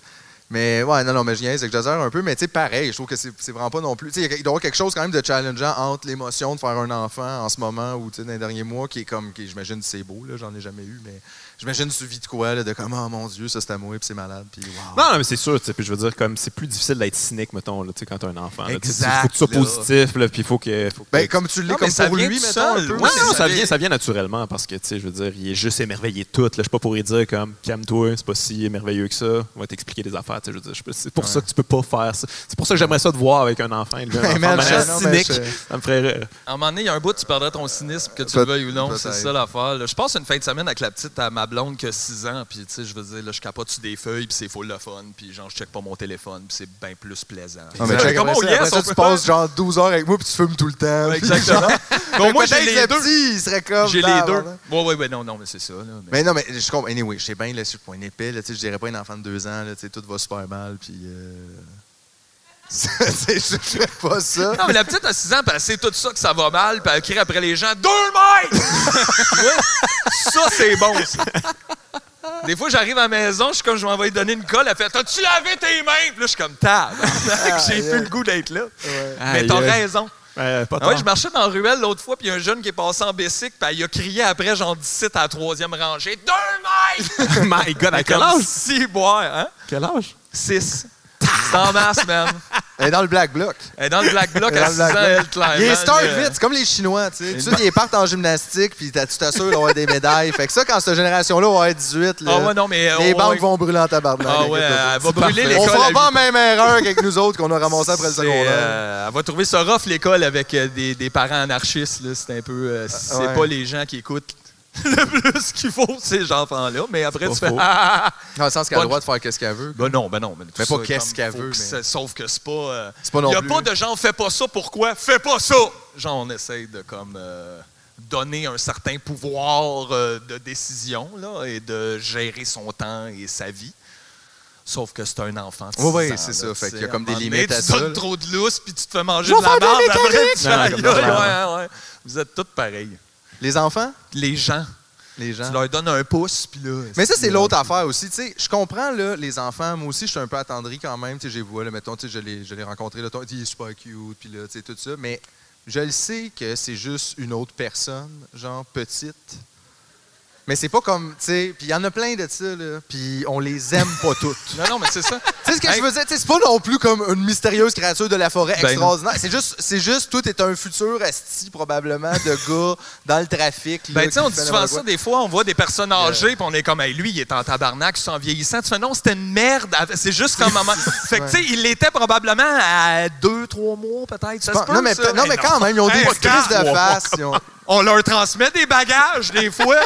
[SPEAKER 1] Mais ouais, non, non, mais je niaise, c'est que je gère un peu, mais tu sais, pareil, je trouve que c'est c'est vraiment pas non plus. Tu sais, il doit y avoir quelque chose quand même de challengeant entre l'émotion de faire un enfant en ce moment ou tu sais, dans les derniers mois qui est comme, qui, j'imagine, c'est beau, là, j'en ai jamais eu, mais j'imagine, tu vis de quoi, là, de comme, oh mon Dieu, ça c'est à moi, puis c'est malade, puis wow.
[SPEAKER 2] Non, non, mais c'est sûr, tu sais, puis je veux dire, comme c'est plus difficile d'être cynique, mettons, là, tu sais, quand t'as un enfant. là, tu sais,
[SPEAKER 1] Exact,
[SPEAKER 2] faut que tu sois
[SPEAKER 1] là.
[SPEAKER 2] positif, là, puis il faut que. Faut que
[SPEAKER 1] Ben, comme tu l'es,
[SPEAKER 3] Non, mais
[SPEAKER 1] comme
[SPEAKER 3] ça
[SPEAKER 1] pour
[SPEAKER 3] vient
[SPEAKER 1] lui,
[SPEAKER 3] tout
[SPEAKER 1] mettons,
[SPEAKER 3] seul.
[SPEAKER 1] un peu.
[SPEAKER 3] Ouais,
[SPEAKER 2] Ouais,
[SPEAKER 1] aussi.
[SPEAKER 2] non, ça
[SPEAKER 3] ça
[SPEAKER 2] vient,
[SPEAKER 3] vient-
[SPEAKER 2] ça vient naturellement parce que, tu sais, je veux dire, il est juste émerveillé tout. Là. Je suis pas pour lui dire comme calme-toi, c'est pas si merveilleux que ça. On va t'expliquer des affaires. tu sais, Je veux dire, je peux- c'est pour ça que tu peux pas faire ça. C'est pour ça que j'aimerais ça te voir avec un enfant. Là, un enfant de
[SPEAKER 1] man,
[SPEAKER 2] manière
[SPEAKER 1] je- non, mais
[SPEAKER 2] cynique,
[SPEAKER 1] je-
[SPEAKER 2] ça me ferait rire.
[SPEAKER 3] À un moment donné, il y a un bout, tu perdrais ton cynisme, que tu
[SPEAKER 1] Peut-
[SPEAKER 3] le veuilles ou non.
[SPEAKER 1] peut-être.
[SPEAKER 3] C'est ça l'affaire. là. Je passe une fin de semaine avec la petite à ma blonde qui a 6 ans, puis tu sais, je veux dire, là, je capote sur des feuilles, puis c'est full le fun, puis genre, je check pas mon téléphone, puis c'est bien plus plaisant.
[SPEAKER 1] Non, Ah, mais
[SPEAKER 3] Fait
[SPEAKER 1] check,
[SPEAKER 3] comme,
[SPEAKER 1] après
[SPEAKER 3] oh,
[SPEAKER 1] ça,
[SPEAKER 3] yes,
[SPEAKER 1] après ça,
[SPEAKER 3] on
[SPEAKER 1] tu
[SPEAKER 3] peut
[SPEAKER 1] passes genre 12 heures avec moi, puis tu fumes tout le temps.
[SPEAKER 3] faire-
[SPEAKER 1] puis
[SPEAKER 3] Exactement.
[SPEAKER 1] Fait
[SPEAKER 3] Donc,
[SPEAKER 1] que
[SPEAKER 3] moi, j'ai
[SPEAKER 1] peut-être
[SPEAKER 3] les
[SPEAKER 1] le
[SPEAKER 3] deux.
[SPEAKER 1] petit, il serait comme.
[SPEAKER 3] J'ai les
[SPEAKER 1] Ah,
[SPEAKER 3] deux.
[SPEAKER 1] voilà.
[SPEAKER 3] Ouais, ouais, ouais, non, non, mais c'est ça. Là, mais-
[SPEAKER 1] Mais non, mais je comprends. Anyway, je sais bien, là, je suis pas un épais, là, tu sais, je dirais pas un enfant de deux ans, là, tu sais, tout va super mal, puis. Euh... c'est- je fais pas ça.
[SPEAKER 3] Non, mais la petite a 6 ans, puis elle sait tout ça que ça va mal, puis elle crie après les gens Deux mètres Ça, c'est bon, ça. Des fois, j'arrive à la maison, je suis comme, je m'en vais lui donner une colle. Elle fait T'as-tu lavé tes mains Puis là, je suis comme Tab. J'ai
[SPEAKER 1] Aïe,
[SPEAKER 3] plus
[SPEAKER 1] aïe.
[SPEAKER 3] le goût d'être là.
[SPEAKER 1] Ouais.
[SPEAKER 3] mais t'as
[SPEAKER 2] Aïe, aïe.
[SPEAKER 3] raison.
[SPEAKER 2] Euh, pas
[SPEAKER 3] Ah ouais,
[SPEAKER 2] tard.
[SPEAKER 3] je marchais dans la ruelle l'autre fois, puis il y a un jeune qui est passé en bicycle, puis il a crié après, genre 17 à la troisième rangée, « Deux mètres!
[SPEAKER 2] My God, à » quel
[SPEAKER 3] Comme
[SPEAKER 2] âge?
[SPEAKER 3] si, boire, hein?
[SPEAKER 2] Quel âge?
[SPEAKER 3] 6. C'est en masse, man.
[SPEAKER 1] Elle est dans le black bloc.
[SPEAKER 3] Elle est dans le Black Bloc
[SPEAKER 1] Elle est
[SPEAKER 3] à
[SPEAKER 1] dans le Black
[SPEAKER 3] 600,
[SPEAKER 1] Bloc.
[SPEAKER 3] elle, clairement.
[SPEAKER 1] Il est start
[SPEAKER 3] mais, euh,
[SPEAKER 1] vite, c'est comme les Chinois, tu sais. Tu sais, ils partent en gymnastique, puis t'as- tu t'assures d'avoir des médailles. Fait que ça, quand cette génération-là va être 18, là,
[SPEAKER 3] Ah ouais, non, mais...
[SPEAKER 1] les
[SPEAKER 3] on-
[SPEAKER 1] banques vont brûler en tabarnak.
[SPEAKER 3] Ah ouais,
[SPEAKER 1] inquiète-toi pas.
[SPEAKER 3] elle va brûler
[SPEAKER 1] On
[SPEAKER 3] l'école. à
[SPEAKER 1] fera
[SPEAKER 3] huit
[SPEAKER 1] pas la même erreur qu'avec nous autres qu'on a ramassé après le
[SPEAKER 3] C'est,
[SPEAKER 1] secondaire.
[SPEAKER 3] euh, elle va trouver ça rough, l'école, avec euh, des, des parents anarchistes. là. C'est un peu... euh, c'est
[SPEAKER 1] ouais.
[SPEAKER 3] pas les gens qui écoutent le plus qu'il faut, ces enfants-là. Mais après,
[SPEAKER 2] pas
[SPEAKER 3] tu fais...
[SPEAKER 2] faux.
[SPEAKER 3] Ah, ah, ah.
[SPEAKER 1] Dans le sens qu'elle a le
[SPEAKER 3] bonne-
[SPEAKER 1] droit de faire qu'est-ce qu'elle veut.
[SPEAKER 3] Ben non, ben non. Mais, tout
[SPEAKER 1] Mais pas
[SPEAKER 3] ça,
[SPEAKER 1] qu'est-ce
[SPEAKER 3] comme,
[SPEAKER 1] qu'elle
[SPEAKER 3] faut
[SPEAKER 1] veut,
[SPEAKER 3] que
[SPEAKER 1] mais-
[SPEAKER 3] ça- Sauf que c'est pas... euh,
[SPEAKER 1] C'est pas
[SPEAKER 3] Il
[SPEAKER 1] non
[SPEAKER 3] n'y a
[SPEAKER 1] plus.
[SPEAKER 3] pas de genre, fais pas ça, pourquoi? Fais pas ça! Genre, on essaye de comme euh, donner un certain pouvoir euh, de décision là, et de gérer son temps et sa vie. Sauf que c'est un enfant. de
[SPEAKER 1] Oui, oui,
[SPEAKER 3] six ans,
[SPEAKER 1] c'est
[SPEAKER 3] là,
[SPEAKER 1] ça.
[SPEAKER 3] tu
[SPEAKER 1] Fait
[SPEAKER 3] sais,
[SPEAKER 1] qu'il y a
[SPEAKER 3] à un
[SPEAKER 1] comme des
[SPEAKER 3] moment donné,
[SPEAKER 1] limites à
[SPEAKER 3] tu
[SPEAKER 1] ça,
[SPEAKER 3] donnes
[SPEAKER 1] là.
[SPEAKER 3] trop de lousse, puis tu te fais manger
[SPEAKER 1] Je vais
[SPEAKER 3] de la
[SPEAKER 1] faire de la
[SPEAKER 3] merde après.
[SPEAKER 1] mécanique!
[SPEAKER 3] tu
[SPEAKER 2] Non, non,
[SPEAKER 3] fais,
[SPEAKER 2] comme dans la-
[SPEAKER 3] ouais, ouais. Vous êtes tous pareils.
[SPEAKER 1] Les enfants,
[SPEAKER 3] Les gens,
[SPEAKER 1] les gens.
[SPEAKER 3] tu leur donnes un pouce, puis là...
[SPEAKER 1] Mais ça, c'est l'autre affaire aussi. Tu sais, je comprends, là, les enfants. Moi aussi, je suis un peu attendri quand même. Tu sais, j'ai vu, là, mettons, tu sais, je l'ai- je l'ai rencontré, là, ton- il est super cute, puis là, tu sais, tout ça. Mais je le sais que c'est juste une autre personne, genre petite. Mais c'est pas comme, tu sais, puis il y en a plein de ça, là, puis on les aime pas toutes.
[SPEAKER 3] Non, non, mais c'est ça.
[SPEAKER 1] tu sais ce que je veux dire? Tu sais, c'est pas non plus comme une mystérieuse créature de la forêt
[SPEAKER 3] Ben non.
[SPEAKER 1] extraordinaire. C'est juste, c'est juste, tout est un futur asti, probablement, de gars dans le trafic. là,
[SPEAKER 3] Ben, tu sais, on
[SPEAKER 1] qui
[SPEAKER 3] dit
[SPEAKER 1] fait
[SPEAKER 3] souvent
[SPEAKER 1] n'importe quoi.
[SPEAKER 3] ça, des fois, on voit des personnes âgées, puis on est comme, Hey, lui, il est en tabarnak, c'est en vieillissant. Tu fais, non, c'était une merde. C'est juste comme maman. fait que, tu sais, il était probablement à deux, trois mois, peut-être. Ça se peut,
[SPEAKER 1] non, mais,
[SPEAKER 3] ça?
[SPEAKER 1] non, mais quand même, ils ont des
[SPEAKER 3] Hey,
[SPEAKER 1] crises de
[SPEAKER 3] regarde.
[SPEAKER 1] face. ils ont-
[SPEAKER 3] On leur transmet des bagages, des fois.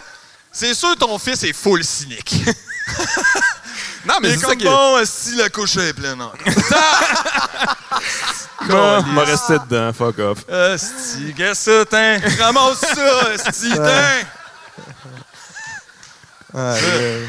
[SPEAKER 3] C'est sûr, ton fils est full cynique.
[SPEAKER 2] Non, mais
[SPEAKER 3] Mais
[SPEAKER 2] c'est ça
[SPEAKER 3] comme
[SPEAKER 2] qui est.
[SPEAKER 3] bon, si la couche est pleine encore.
[SPEAKER 2] Ah, m'a resté dedans, fuck off.
[SPEAKER 3] Esti, qu'est-ce que c'est, t'in? Ramasse ça, esti, t'in!
[SPEAKER 1] euh,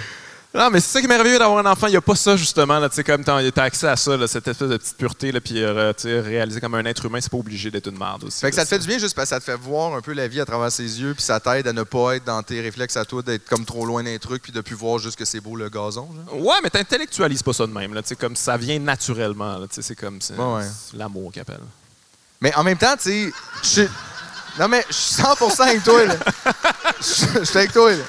[SPEAKER 2] Non, mais c'est ça qui est merveilleux d'avoir un enfant. Il n'y a pas ça, justement. Là, tu sais, comme t'as t'as accès à ça, là, cette espèce de petite pureté, là, puis euh, tu sais, réaliser comme un être humain, c'est pas obligé d'être une merde aussi.
[SPEAKER 1] Fait que
[SPEAKER 2] là,
[SPEAKER 1] ça te fait du bien juste parce que ça te fait voir un peu la vie à travers ses yeux, puis ça t'aide à ne pas être dans tes réflexes à toi, d'être comme trop loin d'un truc, puis de plus voir juste que c'est beau le gazon. genre.
[SPEAKER 2] Ouais, mais t'intellectualises pas ça de même. Là, tu sais, comme ça vient naturellement. là, tu sais, C'est comme c'est-
[SPEAKER 1] Ouais, ouais.
[SPEAKER 2] c'est l'amour qui appelle.
[SPEAKER 1] Mais en même temps, tu sais, je suis- Non, mais je suis 100% avec toi, là. Je je suis avec toi, là.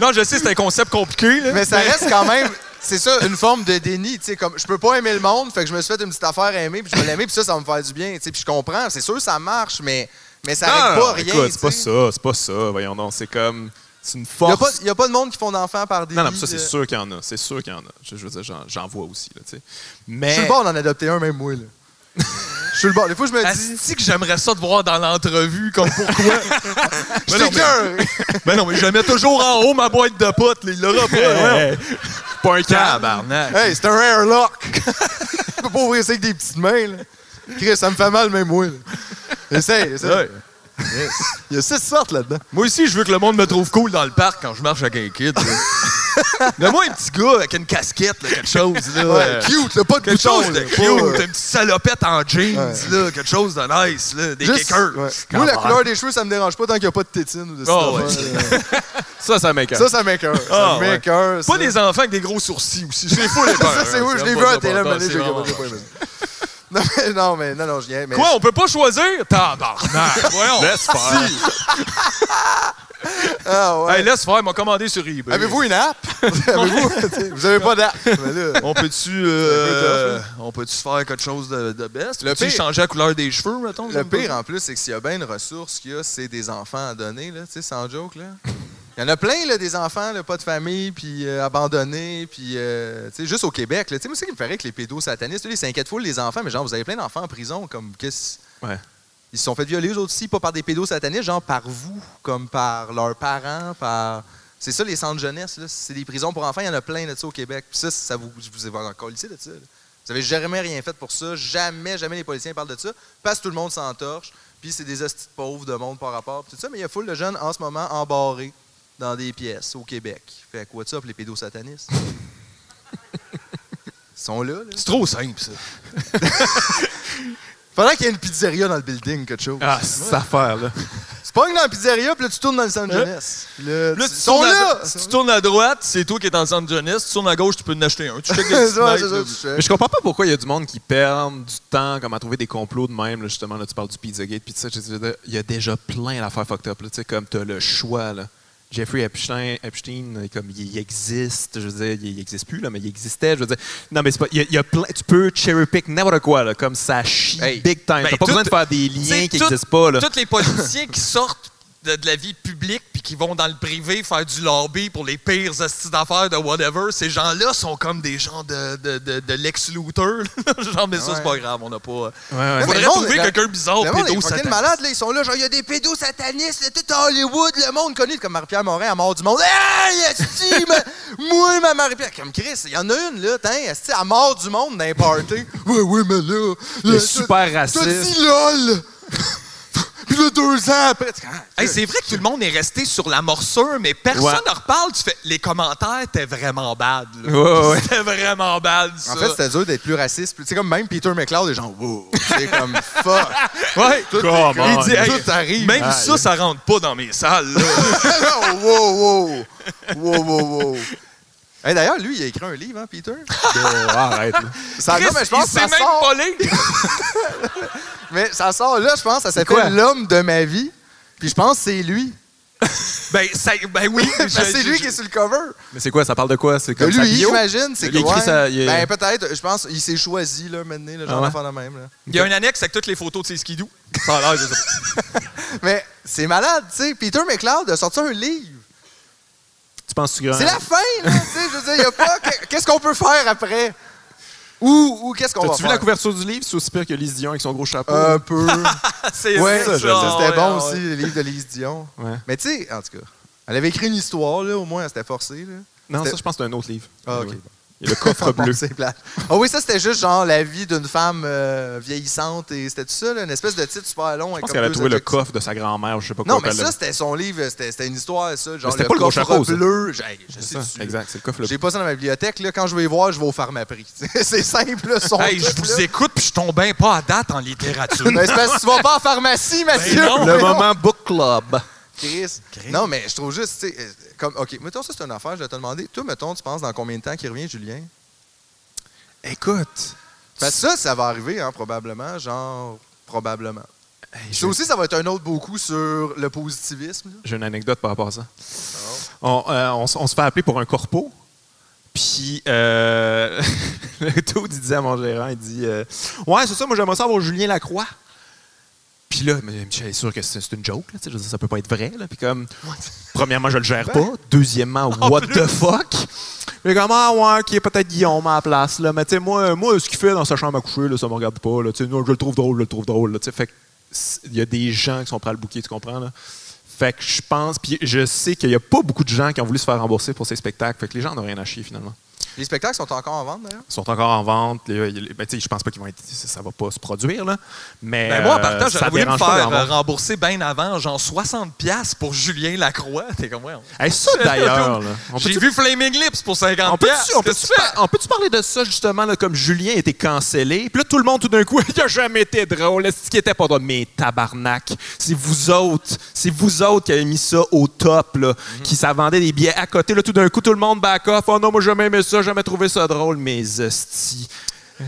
[SPEAKER 3] Non, je sais, c'est un concept compliqué, là.
[SPEAKER 1] Mais ça reste quand même. C'est ça, une forme de déni, tu sais, comme je peux pas aimer le monde, fait que je me suis fait une petite affaire à aimer, puis je vais l'aimer, puis ça, ça va me faire du bien, tu sais, puis je comprends, c'est sûr, ça marche, mais, mais ça
[SPEAKER 2] Ah,
[SPEAKER 1] règle pas rien,
[SPEAKER 2] écoute, c'est pas
[SPEAKER 1] tu sais.
[SPEAKER 2] ça, c'est pas ça. Voyons donc, c'est comme. C'est
[SPEAKER 1] Il
[SPEAKER 2] une
[SPEAKER 1] y a
[SPEAKER 2] force.
[SPEAKER 1] pas- Il n'y a, pas de monde qui font d'enfants par euh. déni.
[SPEAKER 2] Non, non, mais ça, c'est
[SPEAKER 1] de-
[SPEAKER 2] sûr qu'il y en a. C'est sûr qu'il y en a. Je, je veux dire, j'en- j'en vois aussi. Là, tu sais.
[SPEAKER 1] Je
[SPEAKER 2] mais.
[SPEAKER 1] suis le bord d'en adopter un, même moi. Là. Je suis le bord. Des fois, je me dis.
[SPEAKER 3] Asti que j'aimerais ça te voir dans l'entrevue, comme pourquoi.
[SPEAKER 1] Je
[SPEAKER 3] Mais non,
[SPEAKER 1] t'écœure!
[SPEAKER 3] mais, ben non, mais je la mets toujours en haut ma boîte de potes, là, il l'aura pas. ouais.
[SPEAKER 2] Hey, pas un câble.
[SPEAKER 3] Tabarnak.
[SPEAKER 1] Hey, c'est un airlock! je peux pas ouvrir ça avec des petites mains. Là. Chris, ça me fait mal, même moi. là. Essaye, essaye.
[SPEAKER 3] Ouais.
[SPEAKER 1] Il y a six sortes là-dedans.
[SPEAKER 3] Moi aussi, je veux que le monde me trouve cool dans le parc quand je marche avec un kid. là. Mais moi, un petit gars avec une casquette, là, quelque chose. Là,
[SPEAKER 1] Ouais,
[SPEAKER 3] euh,
[SPEAKER 1] cute, là, pas de
[SPEAKER 3] quelque
[SPEAKER 1] bouton,
[SPEAKER 3] chose de
[SPEAKER 1] là,
[SPEAKER 3] cute,
[SPEAKER 1] pas, euh,
[SPEAKER 3] une petite salopette en jeans,
[SPEAKER 1] Ouais.
[SPEAKER 3] là, quelque chose de nice, là, des
[SPEAKER 1] juste-
[SPEAKER 3] kickers.
[SPEAKER 1] ouais. Moi, la couleur des cheveux, ça me dérange pas tant qu'il n'y a pas de tétine ou de ça.
[SPEAKER 3] Oh,
[SPEAKER 2] Ça, ça m'écoeure.
[SPEAKER 1] Ça, ça m'écœure.
[SPEAKER 3] Ah,
[SPEAKER 1] Ça m'écœure.
[SPEAKER 3] Pas
[SPEAKER 1] ça.
[SPEAKER 3] des enfants avec des gros sourcils aussi. C'est fou, les hein.
[SPEAKER 1] Ça, c'est où? Je l'ai vu à télé, mais j'ai
[SPEAKER 3] vraiment-
[SPEAKER 1] j'ai pas aimé. Non, mais non, mais non, non, je viens. Mais
[SPEAKER 3] Quoi, on peut pas choisir? Tabarnak, voyons.
[SPEAKER 2] Laisse faire.
[SPEAKER 1] Ah, ouais.
[SPEAKER 3] Hey, laisse faire, il m'a commandé sur eBay.
[SPEAKER 1] Avez-vous une app? Avez-vous? T'sais, Vous avez pas d'app. Mais là,
[SPEAKER 3] On peut-tu
[SPEAKER 1] euh,
[SPEAKER 3] on peut faire quelque chose de, best?
[SPEAKER 1] Peux-tu
[SPEAKER 3] changer la couleur des cheveux, mettons?
[SPEAKER 1] Le pire hein. en plus, c'est que s'il y a bien une ressource qu'il y a, c'est des enfants à donner, là, tu sais, sans joke, là. Il y en a plein, là, des enfants, là, pas de famille, puis euh, abandonnés, puis, euh, tu sais, juste au Québec, là. Tu sais, moi, c'est qu'il me ferait que les pédos satanistes, eux, ils s'inquiètent fou, les enfants, mais genre, vous avez plein d'enfants en prison, comme, qu'est-ce...
[SPEAKER 2] Ouais.
[SPEAKER 1] Ils se sont fait violer, eux autres aussi, pas par des pédos satanistes, genre par vous, comme par leurs parents, par... C'est ça, les centres jeunesse, là. C'est des prisons pour enfants, il y en a plein de ça au Québec. Puis ça, ça vous, je vous ai encore lycée de ça, là. Vous avez jamais rien fait pour ça. Jamais, jamais les policiers parlent de ça. Parce que tout le monde s'entorche. Puis c'est des hosties de pauvres de monde par rapport. puis tout ça. Mais il y a full de jeunes en ce moment embarrés dans des pièces au Québec. Fait que what's up, les pédosatanistes? Ils sont là, là.
[SPEAKER 3] C'est trop simple, ça.
[SPEAKER 1] Faudrait qu'il y ait une pizzeria dans le building, quelque chose.
[SPEAKER 2] Ah, cette affaire-là.
[SPEAKER 1] Tu pognes dans la pizzeria, puis là, tu tournes dans le centre
[SPEAKER 3] Hein?
[SPEAKER 1] jeunesse. Puis Là,
[SPEAKER 3] Là,
[SPEAKER 1] tu-
[SPEAKER 3] tu
[SPEAKER 1] sont
[SPEAKER 3] tournes,
[SPEAKER 1] là!
[SPEAKER 3] à, si tu tournes à droite, c'est toi qui es en centre jeunesse. Tu tournes à gauche, tu peux en acheter un. Tu checkes les
[SPEAKER 1] Ouais,
[SPEAKER 3] petites
[SPEAKER 1] c'est ça,
[SPEAKER 3] fenêtres, là.
[SPEAKER 1] tu fais.
[SPEAKER 2] Mais Euh, je comprends pas pourquoi il y a du monde qui perd du temps comme à trouver des complots de même. là, justement, là, tu parles du Pizzagate, puis tout ça. je veux dire, Il y a déjà plein d'affaires fucked up. Là, tu sais, comme tu as le choix. Là. Jeffrey Epstein, Epstein, comme il existe, je veux dire, il il existe plus, là, mais il existait. Je veux dire, non, mais c'est pas, il y a, il y a plein, tu peux cherry pick n'importe quoi, là, comme ça chie
[SPEAKER 1] Hey.
[SPEAKER 2] big time.
[SPEAKER 3] Ben,
[SPEAKER 2] T'as pas
[SPEAKER 3] tout-
[SPEAKER 2] besoin de faire des liens
[SPEAKER 3] T'sais,
[SPEAKER 2] qui
[SPEAKER 3] tout-
[SPEAKER 2] n'existent pas. Là.
[SPEAKER 3] Tous les politiciens qui sortent de, de la vie publique puis qui vont dans le privé faire du lobby pour les pires astuces d'affaires de whatever, ces gens-là sont comme des gens de, de, de, de Lex Luthor. là. genre, mais ça,
[SPEAKER 1] Ouais.
[SPEAKER 3] c'est pas grave, on n'a pas.
[SPEAKER 2] Ouais, ouais.
[SPEAKER 1] Mais
[SPEAKER 3] Faudrait
[SPEAKER 1] le monde-
[SPEAKER 3] trouver
[SPEAKER 1] la-
[SPEAKER 3] quelqu'un bizarre,
[SPEAKER 1] le monde est
[SPEAKER 3] oh, pédo
[SPEAKER 1] fucking
[SPEAKER 3] sataniste.
[SPEAKER 1] malade, là. ben Ils sont là, genre, il y a des pédos satanistes, là, tout à Hollywood, le monde connu, comme Marie-Pierre Morin, à mort du monde. Hey, esti, ma- moi, ma Marie-Pierre, comme Chris, il y en a une, là, t'in, esti, à mort du monde d'un party. Oui, oui, mais là,
[SPEAKER 2] Il
[SPEAKER 1] là,
[SPEAKER 2] est super
[SPEAKER 1] T'as
[SPEAKER 2] raciste.
[SPEAKER 1] dit lol! Puis là, deux ans après, tu- ah,
[SPEAKER 3] Hey, c'est vrai que tout le monde est resté sur la morsure, mais personne
[SPEAKER 2] Ouais.
[SPEAKER 3] ne reparle. Tu fais les commentaires, t'es vraiment bad. là.
[SPEAKER 2] Ouais, ouais.
[SPEAKER 3] C'était vraiment bad. Ça.
[SPEAKER 1] En fait, c'était dur d'être plus raciste. Tu sais, comme même Peter McLeod, les gens, wow, c'est comme fuck.
[SPEAKER 3] Ouais.
[SPEAKER 1] Tout, est
[SPEAKER 2] Come on.
[SPEAKER 1] comme-
[SPEAKER 3] Il dit, hey,
[SPEAKER 1] tout arrive.
[SPEAKER 3] même
[SPEAKER 2] Ah,
[SPEAKER 3] ça, ça rentre pas dans mes salles. là.
[SPEAKER 1] Non, wow, wow. Wow, wow, wow. Hey, D'ailleurs, lui, il a écrit un livre, hein, Peter?
[SPEAKER 2] Oh, arrête. là.
[SPEAKER 1] Ça,
[SPEAKER 3] Chris,
[SPEAKER 1] Ah, non, mais je pense
[SPEAKER 3] il
[SPEAKER 1] que ça
[SPEAKER 3] sait même
[SPEAKER 1] sort.
[SPEAKER 3] pas lire.
[SPEAKER 1] Mais ça sort là, je pense. Ça
[SPEAKER 2] quoi?
[SPEAKER 1] s'appelle L'homme de ma vie. Puis je pense que c'est lui.
[SPEAKER 3] Ben, ça- ben oui.
[SPEAKER 1] Parce que
[SPEAKER 3] je-
[SPEAKER 1] c'est
[SPEAKER 3] je-
[SPEAKER 1] lui
[SPEAKER 3] je-
[SPEAKER 1] qui est sur le cover.
[SPEAKER 2] Mais c'est quoi Ça parle de quoi C'est comme
[SPEAKER 1] de
[SPEAKER 2] sa
[SPEAKER 1] lui,
[SPEAKER 2] bio?
[SPEAKER 1] j'imagine. C'est
[SPEAKER 2] Il a
[SPEAKER 1] que,
[SPEAKER 2] écrit
[SPEAKER 1] ouais.
[SPEAKER 2] ça, il-
[SPEAKER 1] Ben, peut-être. Je pense qu'il s'est choisi, là, maintenant, le genre
[SPEAKER 2] Ah ouais?
[SPEAKER 1] d'enfant de même. Là.
[SPEAKER 3] Il y a un annexe avec toutes les photos de ses skidoo. Ça a l'air de ça.
[SPEAKER 1] Mais c'est malade, tu sais. Peter McLeod a sorti un livre.
[SPEAKER 2] Tu penses que
[SPEAKER 1] C'est la fin, là, tu sais. Je veux dire, il n'y a pas. que- Qu'est-ce qu'on peut faire après? Ou, ou qu'est-ce qu'on va
[SPEAKER 2] T'as-tu vu la
[SPEAKER 1] faire? Euh,
[SPEAKER 2] couverture du livre C'est aussi pire que Lise Dion avec son gros chapeau.
[SPEAKER 1] Un peu.
[SPEAKER 3] Ah, C'est
[SPEAKER 1] ouais,
[SPEAKER 3] ça,
[SPEAKER 1] c'était bon
[SPEAKER 3] ouais, ouais.
[SPEAKER 1] aussi, le livre de Lise Dion.
[SPEAKER 2] Ouais.
[SPEAKER 1] Mais tu sais, en tout cas, elle avait écrit une histoire, là, au moins, elle s'était forcée. Là.
[SPEAKER 2] Non, ça,
[SPEAKER 1] C'était-
[SPEAKER 2] je pense que c'est un autre livre.
[SPEAKER 1] Ah, ok.
[SPEAKER 2] Ouais, ouais. Il y a le coffre
[SPEAKER 1] Bon,
[SPEAKER 2] bleu.
[SPEAKER 1] c'est plate. Ah oui, ça, c'était juste genre la vie d'une femme euh, vieillissante et c'était tout ça, là, une espèce de titre super long.
[SPEAKER 2] Je pense qu'elle a trouvé le coffre de sa grand-mère, je sais pas quoi.
[SPEAKER 1] Non, mais
[SPEAKER 2] elle l'a-
[SPEAKER 1] ça, c'était son livre, c'était c'était une histoire, ça. Genre,
[SPEAKER 2] c'était pas le gros
[SPEAKER 1] coffre
[SPEAKER 2] chapeau, ça.
[SPEAKER 1] bleu. J'ai- Je sais
[SPEAKER 2] C'est ça,
[SPEAKER 1] dessus.
[SPEAKER 2] Exact, c'est le coffre bleu.
[SPEAKER 1] J'ai pas ça dans ma bibliothèque. Là, quand je vais y voir, je vais au pharmaprix. c'est simple, là, son
[SPEAKER 3] Hey, je
[SPEAKER 1] truc,
[SPEAKER 3] vous
[SPEAKER 1] là.
[SPEAKER 3] écoute puis je tombe bien pas à date en littérature.
[SPEAKER 1] Ben, c'est parce que tu vas pas en pharmacie,
[SPEAKER 2] Ben
[SPEAKER 1] Mathieu. Ben
[SPEAKER 3] non.
[SPEAKER 1] Voyons,
[SPEAKER 2] book club.
[SPEAKER 1] Chris.
[SPEAKER 3] Chris.
[SPEAKER 1] Non, mais je trouve juste, tu sais, euh, comme, OK, mettons, ça, c'est une affaire, je vais te demander. Toi, mettons, tu penses dans combien de temps qu'il revient, Julien?
[SPEAKER 2] Écoute.
[SPEAKER 1] Parce que ça, ça va arriver, hein, probablement. Genre, probablement.
[SPEAKER 2] hey,
[SPEAKER 1] Ça
[SPEAKER 2] J'ai
[SPEAKER 1] aussi, ça va être un autre beaucoup sur le positivisme. là.
[SPEAKER 2] j'ai une anecdote par rapport à ça.
[SPEAKER 1] Oh.
[SPEAKER 2] On, euh, on s- on se fait appeler pour un corpo. Puis, euh, le tout, il disait à mon gérant, il dit euh, Ouais, c'est ça, moi j'aimerais ça avoir Julien Lacroix. Puis là, mais Michel est sûr que c'est c'est une joke, là, tu sais, je veux dire, ça peut pas être vrai. Là. Puis comme, premièrement, je le gère pas. Deuxièmement, what the fuck? Ben. Mais comme, ah ouais, ok, peut-être Guillaume à la place. Là. Mais tu sais, moi, moi, ce qu'il fait dans sa chambre à coucher, là, ça me regarde pas. Là. Tu sais, non, je le trouve drôle, je le trouve drôle. là. Tu sais, fait que c'est- il y a des gens qui sont prêts à le bouquet, tu comprends? Là? Fait que je pense, puis je sais qu'il y a pas beaucoup de gens qui ont voulu se faire rembourser pour ces spectacles. Fait que les gens n'ont rien à chier finalement.
[SPEAKER 1] Les spectacles sont encore en vente, d'ailleurs.
[SPEAKER 2] Ils sont encore en vente. les- les- ben, tu sais, je pense pas qu'ils vont être. Ça va pas se produire, là. Mais.
[SPEAKER 3] Ben, moi, en
[SPEAKER 2] euh,
[SPEAKER 3] partant,
[SPEAKER 2] ça
[SPEAKER 3] j'aurais voulu me
[SPEAKER 2] dérange pas
[SPEAKER 3] faire
[SPEAKER 2] d'en
[SPEAKER 3] euh,
[SPEAKER 2] vendre.
[SPEAKER 3] rembourser bien avant, genre 60$ piastres pour Julien Lacroix. T'es comme, ouais. on-
[SPEAKER 2] Hey, ça, d'ailleurs, là, on
[SPEAKER 3] J'ai
[SPEAKER 2] peut-tu-
[SPEAKER 3] vu Flaming Lips pour 50$.
[SPEAKER 2] on peut-tu
[SPEAKER 3] piastres.
[SPEAKER 2] on
[SPEAKER 3] Qu'est-ce
[SPEAKER 2] peut-tu
[SPEAKER 3] que tu fais?
[SPEAKER 2] par- on peut-tu parler de ça, justement, là, comme Julien était cancellé? Puis là, tout le monde, tout d'un coup, il a jamais été drôle. Ce qui était pas drôle. Mais tabarnak, c'est vous autres, c'est vous autres qui avez mis ça au top, là,
[SPEAKER 3] Mhm.
[SPEAKER 2] qui ça vendait des billets à côté. Là, tout d'un coup, tout le monde back off. Oh non, moi, jamais aimé ça, jamais trouvé ça drôle. Mais hosties.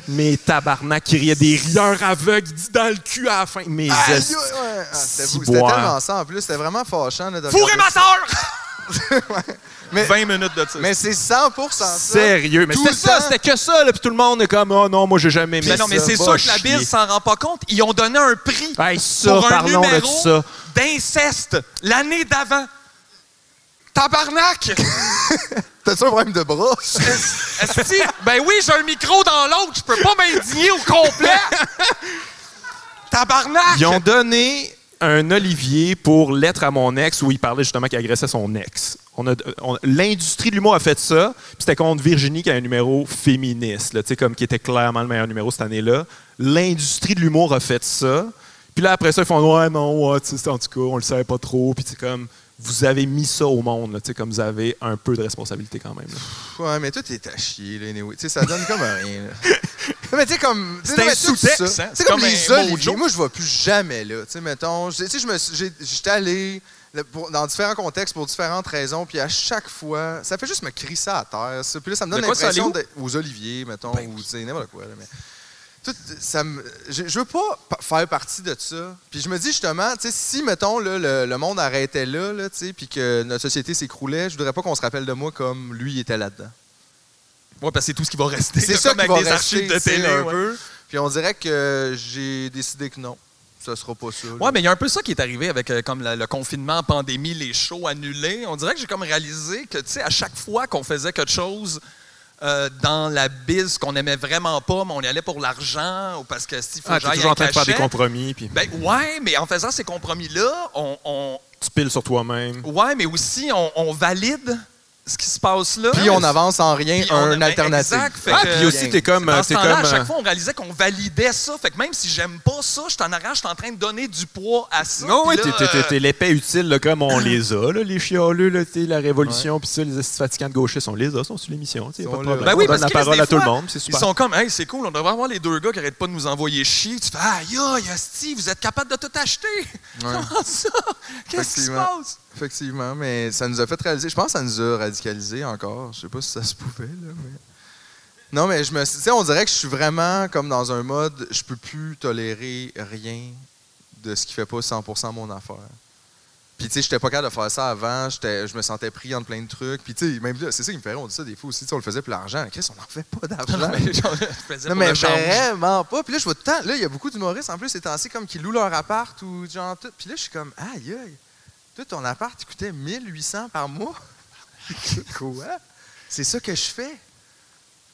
[SPEAKER 2] Mais tabarnak, il riait des rieurs aveugles, il dit dans le cul à la fin. Mais
[SPEAKER 1] Aïe,
[SPEAKER 2] hosties.
[SPEAKER 3] oh,
[SPEAKER 1] ouais. Ah, C'était
[SPEAKER 2] si
[SPEAKER 1] beau. C'était
[SPEAKER 2] boire.
[SPEAKER 1] tellement ça, en plus. C'était vraiment fâchant. Là, de
[SPEAKER 3] Fourrez
[SPEAKER 1] regarder
[SPEAKER 3] ma
[SPEAKER 1] ça.
[SPEAKER 3] soeur!
[SPEAKER 1] Mais-
[SPEAKER 3] 20 minutes de ça.
[SPEAKER 1] Mais c'est 100 ça.
[SPEAKER 2] Sérieux, mais
[SPEAKER 1] Tout
[SPEAKER 2] c'était
[SPEAKER 1] le
[SPEAKER 2] ça,
[SPEAKER 1] temps.
[SPEAKER 2] c'était que ça, là, puis tout le monde est comme, oh non, moi j'ai jamais aimé
[SPEAKER 3] Mais non, mais
[SPEAKER 2] ça,
[SPEAKER 3] c'est
[SPEAKER 2] va
[SPEAKER 3] sûr que la
[SPEAKER 2] chier.
[SPEAKER 3] Bill s'en rend pas compte. Ils ont donné un prix
[SPEAKER 2] Hey, ça,
[SPEAKER 3] pour un
[SPEAKER 2] parlons
[SPEAKER 3] numéro
[SPEAKER 2] de ça.
[SPEAKER 3] d'inceste l'année d'avant. Tabarnak!
[SPEAKER 1] T'as-tu un problème de bras?
[SPEAKER 3] Esti, ben oui, j'ai un micro dans l'autre, je peux pas m'indigner au complet. Tabarnak!
[SPEAKER 2] Ils ont donné un Olivier pour Lettre à mon ex où il parlait justement qu'il agressait son ex. On a- on- L'industrie de l'humour a fait ça. puis C'était contre Virginie qui a un numéro féministe, là, tu sais, comme qui était clairement le meilleur numéro cette année-là. L'industrie de l'humour a fait ça. Puis là, après ça, ils font Ouais, non, ouais, tu sais, en tout cas, on le savait pas trop. Puis c'est comme vous avez mis ça au monde, là, tu sais, comme vous avez un peu de responsabilité quand même. là.
[SPEAKER 1] Ouais, mais tout est à chier, là, anyway. Tu sais, ça donne comme un rien, là. Non, mais tu sais, comme. tu sais,
[SPEAKER 3] C'est
[SPEAKER 1] non,
[SPEAKER 3] un
[SPEAKER 1] mais tout
[SPEAKER 3] sous-texte,
[SPEAKER 1] ça.
[SPEAKER 3] hein?
[SPEAKER 1] C'est
[SPEAKER 3] C'est
[SPEAKER 1] comme,
[SPEAKER 3] comme
[SPEAKER 1] les
[SPEAKER 3] un
[SPEAKER 1] oliviers.
[SPEAKER 3] mojo.
[SPEAKER 1] Moi, je ne vais plus jamais, là. Tu sais, mettons. je- Tu sais, je me suis- j'ai- j'étais allé là, pour- dans différents contextes pour différentes raisons, puis à chaque fois, ça fait juste me crisser à terre, ça. Puis là, ça me donne
[SPEAKER 3] De quoi, ça
[SPEAKER 1] l'impression
[SPEAKER 3] allait
[SPEAKER 1] d'être aux oliviers, mettons,
[SPEAKER 3] Ben
[SPEAKER 1] ou tu sais, n'importe quoi, là. Mais tout, ça me- je, je veux pas pa- faire partie de ça. Puis je me dis justement, tu sais, si, mettons, là, le, le monde arrêtait là, là, tu sais, puis que notre société s'écroulait, je voudrais pas qu'on se rappelle de moi comme lui il était là-dedans.
[SPEAKER 3] Ouais, parce que c'est tout ce qui va rester.
[SPEAKER 1] C'est
[SPEAKER 3] là,
[SPEAKER 1] ça
[SPEAKER 3] comme
[SPEAKER 1] qui
[SPEAKER 3] avec
[SPEAKER 1] va
[SPEAKER 3] des
[SPEAKER 1] rester
[SPEAKER 3] archives de
[SPEAKER 1] tu sais,
[SPEAKER 3] télé.
[SPEAKER 1] un
[SPEAKER 3] ouais.
[SPEAKER 1] peu. Puis on dirait que j'ai décidé que non, ce sera pas ça. là.
[SPEAKER 3] Ouais, mais il y a un peu ça qui est arrivé avec euh, comme la- le confinement, pandémie, les shows annulés. On dirait que j'ai comme réalisé que, tu sais, à chaque fois qu'on faisait quelque chose euh, dans la bise qu'on aimait vraiment pas, mais on y allait pour l'argent ou parce que s'il faut
[SPEAKER 2] Ah,
[SPEAKER 3] que
[SPEAKER 2] t'es
[SPEAKER 3] j'aille
[SPEAKER 2] toujours en train
[SPEAKER 3] un
[SPEAKER 2] de faire des
[SPEAKER 3] cachet,
[SPEAKER 2] compromis, puis
[SPEAKER 3] Ben ouais, mais en faisant ces compromis-là, on, on-
[SPEAKER 2] tu piles sur toi-même.
[SPEAKER 3] ouais, mais aussi on, on valide ce qui se passe là.
[SPEAKER 1] Puis on avance en rien,
[SPEAKER 3] Puis on-
[SPEAKER 1] un
[SPEAKER 3] ben,
[SPEAKER 1] alternative.
[SPEAKER 3] exact, fait
[SPEAKER 2] Ah,
[SPEAKER 3] que-
[SPEAKER 2] puis aussi, t'es comme.
[SPEAKER 3] Dans
[SPEAKER 2] euh,
[SPEAKER 3] ce
[SPEAKER 2] t'es
[SPEAKER 3] temps-là,
[SPEAKER 2] comme,
[SPEAKER 3] à
[SPEAKER 2] euh,
[SPEAKER 3] chaque fois, on réalisait qu'on validait ça. Fait que même si j'aime pas ça, je suis en arrière, je suis en train de donner du poids à ça.
[SPEAKER 2] Non, oui, Ah
[SPEAKER 3] Puis
[SPEAKER 2] t'es,
[SPEAKER 3] là,
[SPEAKER 2] t'es- t'es-
[SPEAKER 3] euh,
[SPEAKER 2] t'es l'épée utile, là, comme on les a, là, les chialeux, là, t'sais, la révolution, puis ça, les assis fatigants de gauchistes, on les a, sont sur l'émission, t'sais, y a
[SPEAKER 1] Sont
[SPEAKER 2] pas de
[SPEAKER 1] là.
[SPEAKER 2] problème.
[SPEAKER 3] Ben oui,
[SPEAKER 2] on donne
[SPEAKER 3] parce
[SPEAKER 2] la
[SPEAKER 3] que Chris,
[SPEAKER 2] parole
[SPEAKER 3] des
[SPEAKER 2] à tout le
[SPEAKER 3] fois,
[SPEAKER 2] monde, c'est
[SPEAKER 3] Ils
[SPEAKER 2] super.
[SPEAKER 3] sont comme, hey, c'est cool, on devrait avoir les deux gars qui arrêtent pas de nous envoyer chier. Tu fais, aïe, aïe, Asti, vous êtes capable de tout acheter. Comment ça? Qu'est-ce qui se
[SPEAKER 1] Effectivement.
[SPEAKER 3] passe?
[SPEAKER 1] Effectivement, mais ça nous a fait réaliser. Je pense que ça nous a radicalisé encore. Je sais pas si ça se pouvait, là, mais- Non, mais je me suis- tu sais, on dirait que je suis vraiment comme dans un mode, je peux plus tolérer rien de ce qui fait pas 100% mon affaire. Puis, tu sais, j'étais pas capable de faire ça avant. J'étais- Je me sentais pris entre plein de trucs. Puis, tu sais, même là, c'est ça qui me fait rire. On dit ça des fois aussi. Tu sais, on le faisait pour l'argent. Chris, on n'en fait pas
[SPEAKER 3] Non,
[SPEAKER 1] d'argent.
[SPEAKER 3] Ah, ben. mais genre, je faisais
[SPEAKER 1] Non,
[SPEAKER 3] pour
[SPEAKER 1] mais
[SPEAKER 3] le change.
[SPEAKER 1] vraiment pas. Puis là, je vois tout le temps. Là, il y a beaucoup d'humoristes en plus ces temps-ci comme qui louent leur appart ou genre tout. Puis là, je suis comme, aïe, aïe. Toi, ton appart, il coûtait 1800 par mois. Quoi? C'est ça que je fais.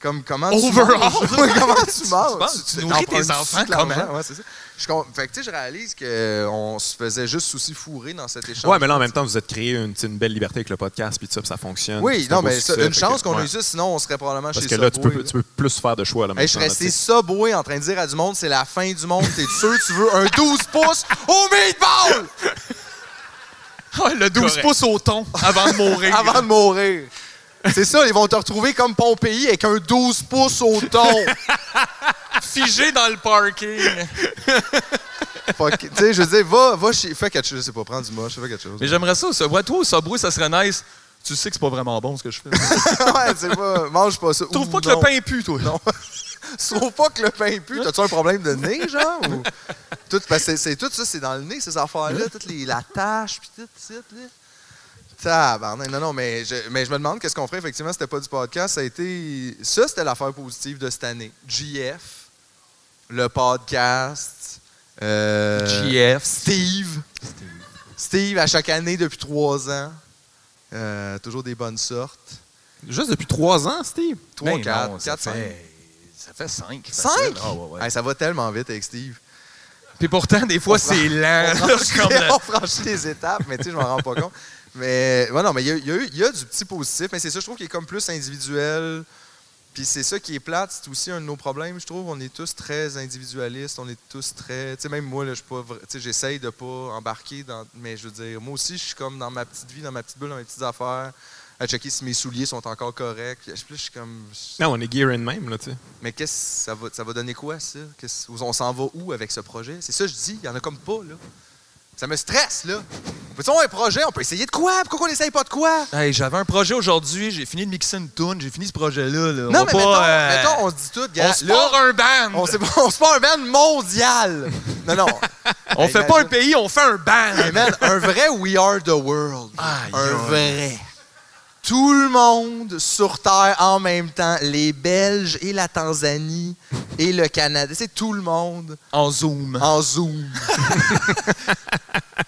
[SPEAKER 1] Comme comment
[SPEAKER 3] Overall.
[SPEAKER 1] tu manges? comment tu manges?
[SPEAKER 3] penses, tu nourris
[SPEAKER 1] t'en
[SPEAKER 3] tes
[SPEAKER 1] prends-tu
[SPEAKER 3] enfants
[SPEAKER 1] de l'argent?
[SPEAKER 3] comment?
[SPEAKER 1] Ouais, c'est ça. Je com- fait que, tu sais, je réalise qu'on se faisait juste souci fourré dans cet échange.
[SPEAKER 2] Ouais, mais là, en même temps, vous êtes créé une, t'sais, une belle liberté avec le podcast, puis tout ça, puis ça fonctionne.
[SPEAKER 1] Oui,
[SPEAKER 2] c'est un
[SPEAKER 1] non,
[SPEAKER 2] beau
[SPEAKER 1] mais
[SPEAKER 2] succès,
[SPEAKER 1] ça, une
[SPEAKER 2] fait
[SPEAKER 1] chance
[SPEAKER 2] que,
[SPEAKER 1] qu'on
[SPEAKER 2] ouais.
[SPEAKER 1] a eu ça, sinon on serait probablement
[SPEAKER 2] Parce
[SPEAKER 1] chez
[SPEAKER 2] que là, tu peux,
[SPEAKER 1] Subway,
[SPEAKER 2] tu peux plus faire de choix, là,
[SPEAKER 1] Hey, je suis
[SPEAKER 2] maintenant, là,
[SPEAKER 1] resté
[SPEAKER 2] t'sais.
[SPEAKER 1] saboué en train de dire à du monde, c'est la fin du monde, t'es sûr tu veux un 12 pouces au meatball
[SPEAKER 3] Ah, le 12
[SPEAKER 2] Correct.
[SPEAKER 3] pouces au thon avant de mourir.
[SPEAKER 1] avant de mourir? C'est ça, ils vont te retrouver comme Pompéi avec un 12 pouces au ton.
[SPEAKER 3] Figé dans le parking.
[SPEAKER 1] Fuck, Tu sais, je veux dire, va, va chez. Fais quelque chose, je sais pas, prends du moche, fais quelque chose.
[SPEAKER 3] Mais j'aimerais ça, ça. Ouais, toi, au Subway, ça serait nice. Tu sais que c'est pas vraiment bon ce que je fais. Tu
[SPEAKER 1] ouais, c'est pas, mange pas ça.
[SPEAKER 3] trouves
[SPEAKER 1] Ou
[SPEAKER 3] pas que
[SPEAKER 1] non.
[SPEAKER 3] le pain pue, toi?
[SPEAKER 1] Non. Tu trouves pas que le pain pue? T'as-tu un problème de nez, genre? ou- Tout, parce que c'est- c'est tout ça, c'est dans le nez, ces affaires-là, toutes les, la tâche, puis tout, tout, là. Tabarnak. Non, non, mais je, mais je me demande qu'est-ce qu'on ferait. Effectivement, c'était pas du podcast. Ça a été. Ça, c'était l'affaire positive de cette année. GF, le podcast. euh,
[SPEAKER 3] GF.
[SPEAKER 1] Steve. Steve, à chaque année depuis trois ans. Euh, toujours des bonnes sortes.
[SPEAKER 2] Juste depuis trois ans, Steve.
[SPEAKER 1] Trois,
[SPEAKER 3] Ben
[SPEAKER 1] quatre,
[SPEAKER 3] non, ça
[SPEAKER 1] quatre, cinq.
[SPEAKER 3] fait- Ça fait Ah, 5.
[SPEAKER 1] Cinq? Hey, ça va tellement vite avec Steve.
[SPEAKER 3] Puis pourtant, des fois, c'est lent. là, comme le-
[SPEAKER 1] on franchit les étapes, mais tu sais, je m'en rends pas compte. Mais ouais, non, mais il y, a- il y a eu- il y a du petit positif, mais c'est ça, je trouve, qui est comme plus individuel. Puis c'est ça qui est plate, c'est aussi un de nos problèmes, je trouve. On est tous très individualistes, on est tous très. Tu sais, même moi, là, je suis pas. vra- Tu sais, j'essaye de pas embarquer dans. Mais je veux dire, moi aussi, je suis comme dans ma petite vie, dans ma petite bulle, dans mes petites affaires, à checker si mes souliers sont encore corrects. Puis je suis comme.
[SPEAKER 2] Non, on est gear in même, là, tu sais.
[SPEAKER 1] Mais qu'est-ce ça va, ça va donner quoi, ça? Qu'est-ce- on s'en va où avec ce projet? C'est ça que je dis, il y en a comme pas, là. Ça me stresse, là. Peut-on un projet, on peut essayer de quoi? Pourquoi on essaye pas de quoi?
[SPEAKER 3] euh, Hey, j'avais un projet aujourd'hui, j'ai fini de mixer une tune, j'ai fini ce projet-là. là. On
[SPEAKER 1] non,
[SPEAKER 3] va
[SPEAKER 1] mais
[SPEAKER 3] pas,
[SPEAKER 1] mettons,
[SPEAKER 3] euh,
[SPEAKER 1] mettons, on se dit tout, gars,
[SPEAKER 3] on se
[SPEAKER 1] là,
[SPEAKER 3] part un band.
[SPEAKER 1] on se on se part un band mondial. Non, non.
[SPEAKER 3] On
[SPEAKER 1] Hey,
[SPEAKER 3] fait pas un
[SPEAKER 1] imagine.
[SPEAKER 3] pays, on fait un
[SPEAKER 1] Hey,
[SPEAKER 3] band.
[SPEAKER 1] man, un vrai We Are the World.
[SPEAKER 3] Aïe,
[SPEAKER 1] un
[SPEAKER 3] aïe.
[SPEAKER 1] vrai. Tout le monde sur Terre en même temps. Les Belges et la Tanzanie et le Canada. C'est tout le monde.
[SPEAKER 3] En zoom.
[SPEAKER 2] Hein?
[SPEAKER 1] En Zoom.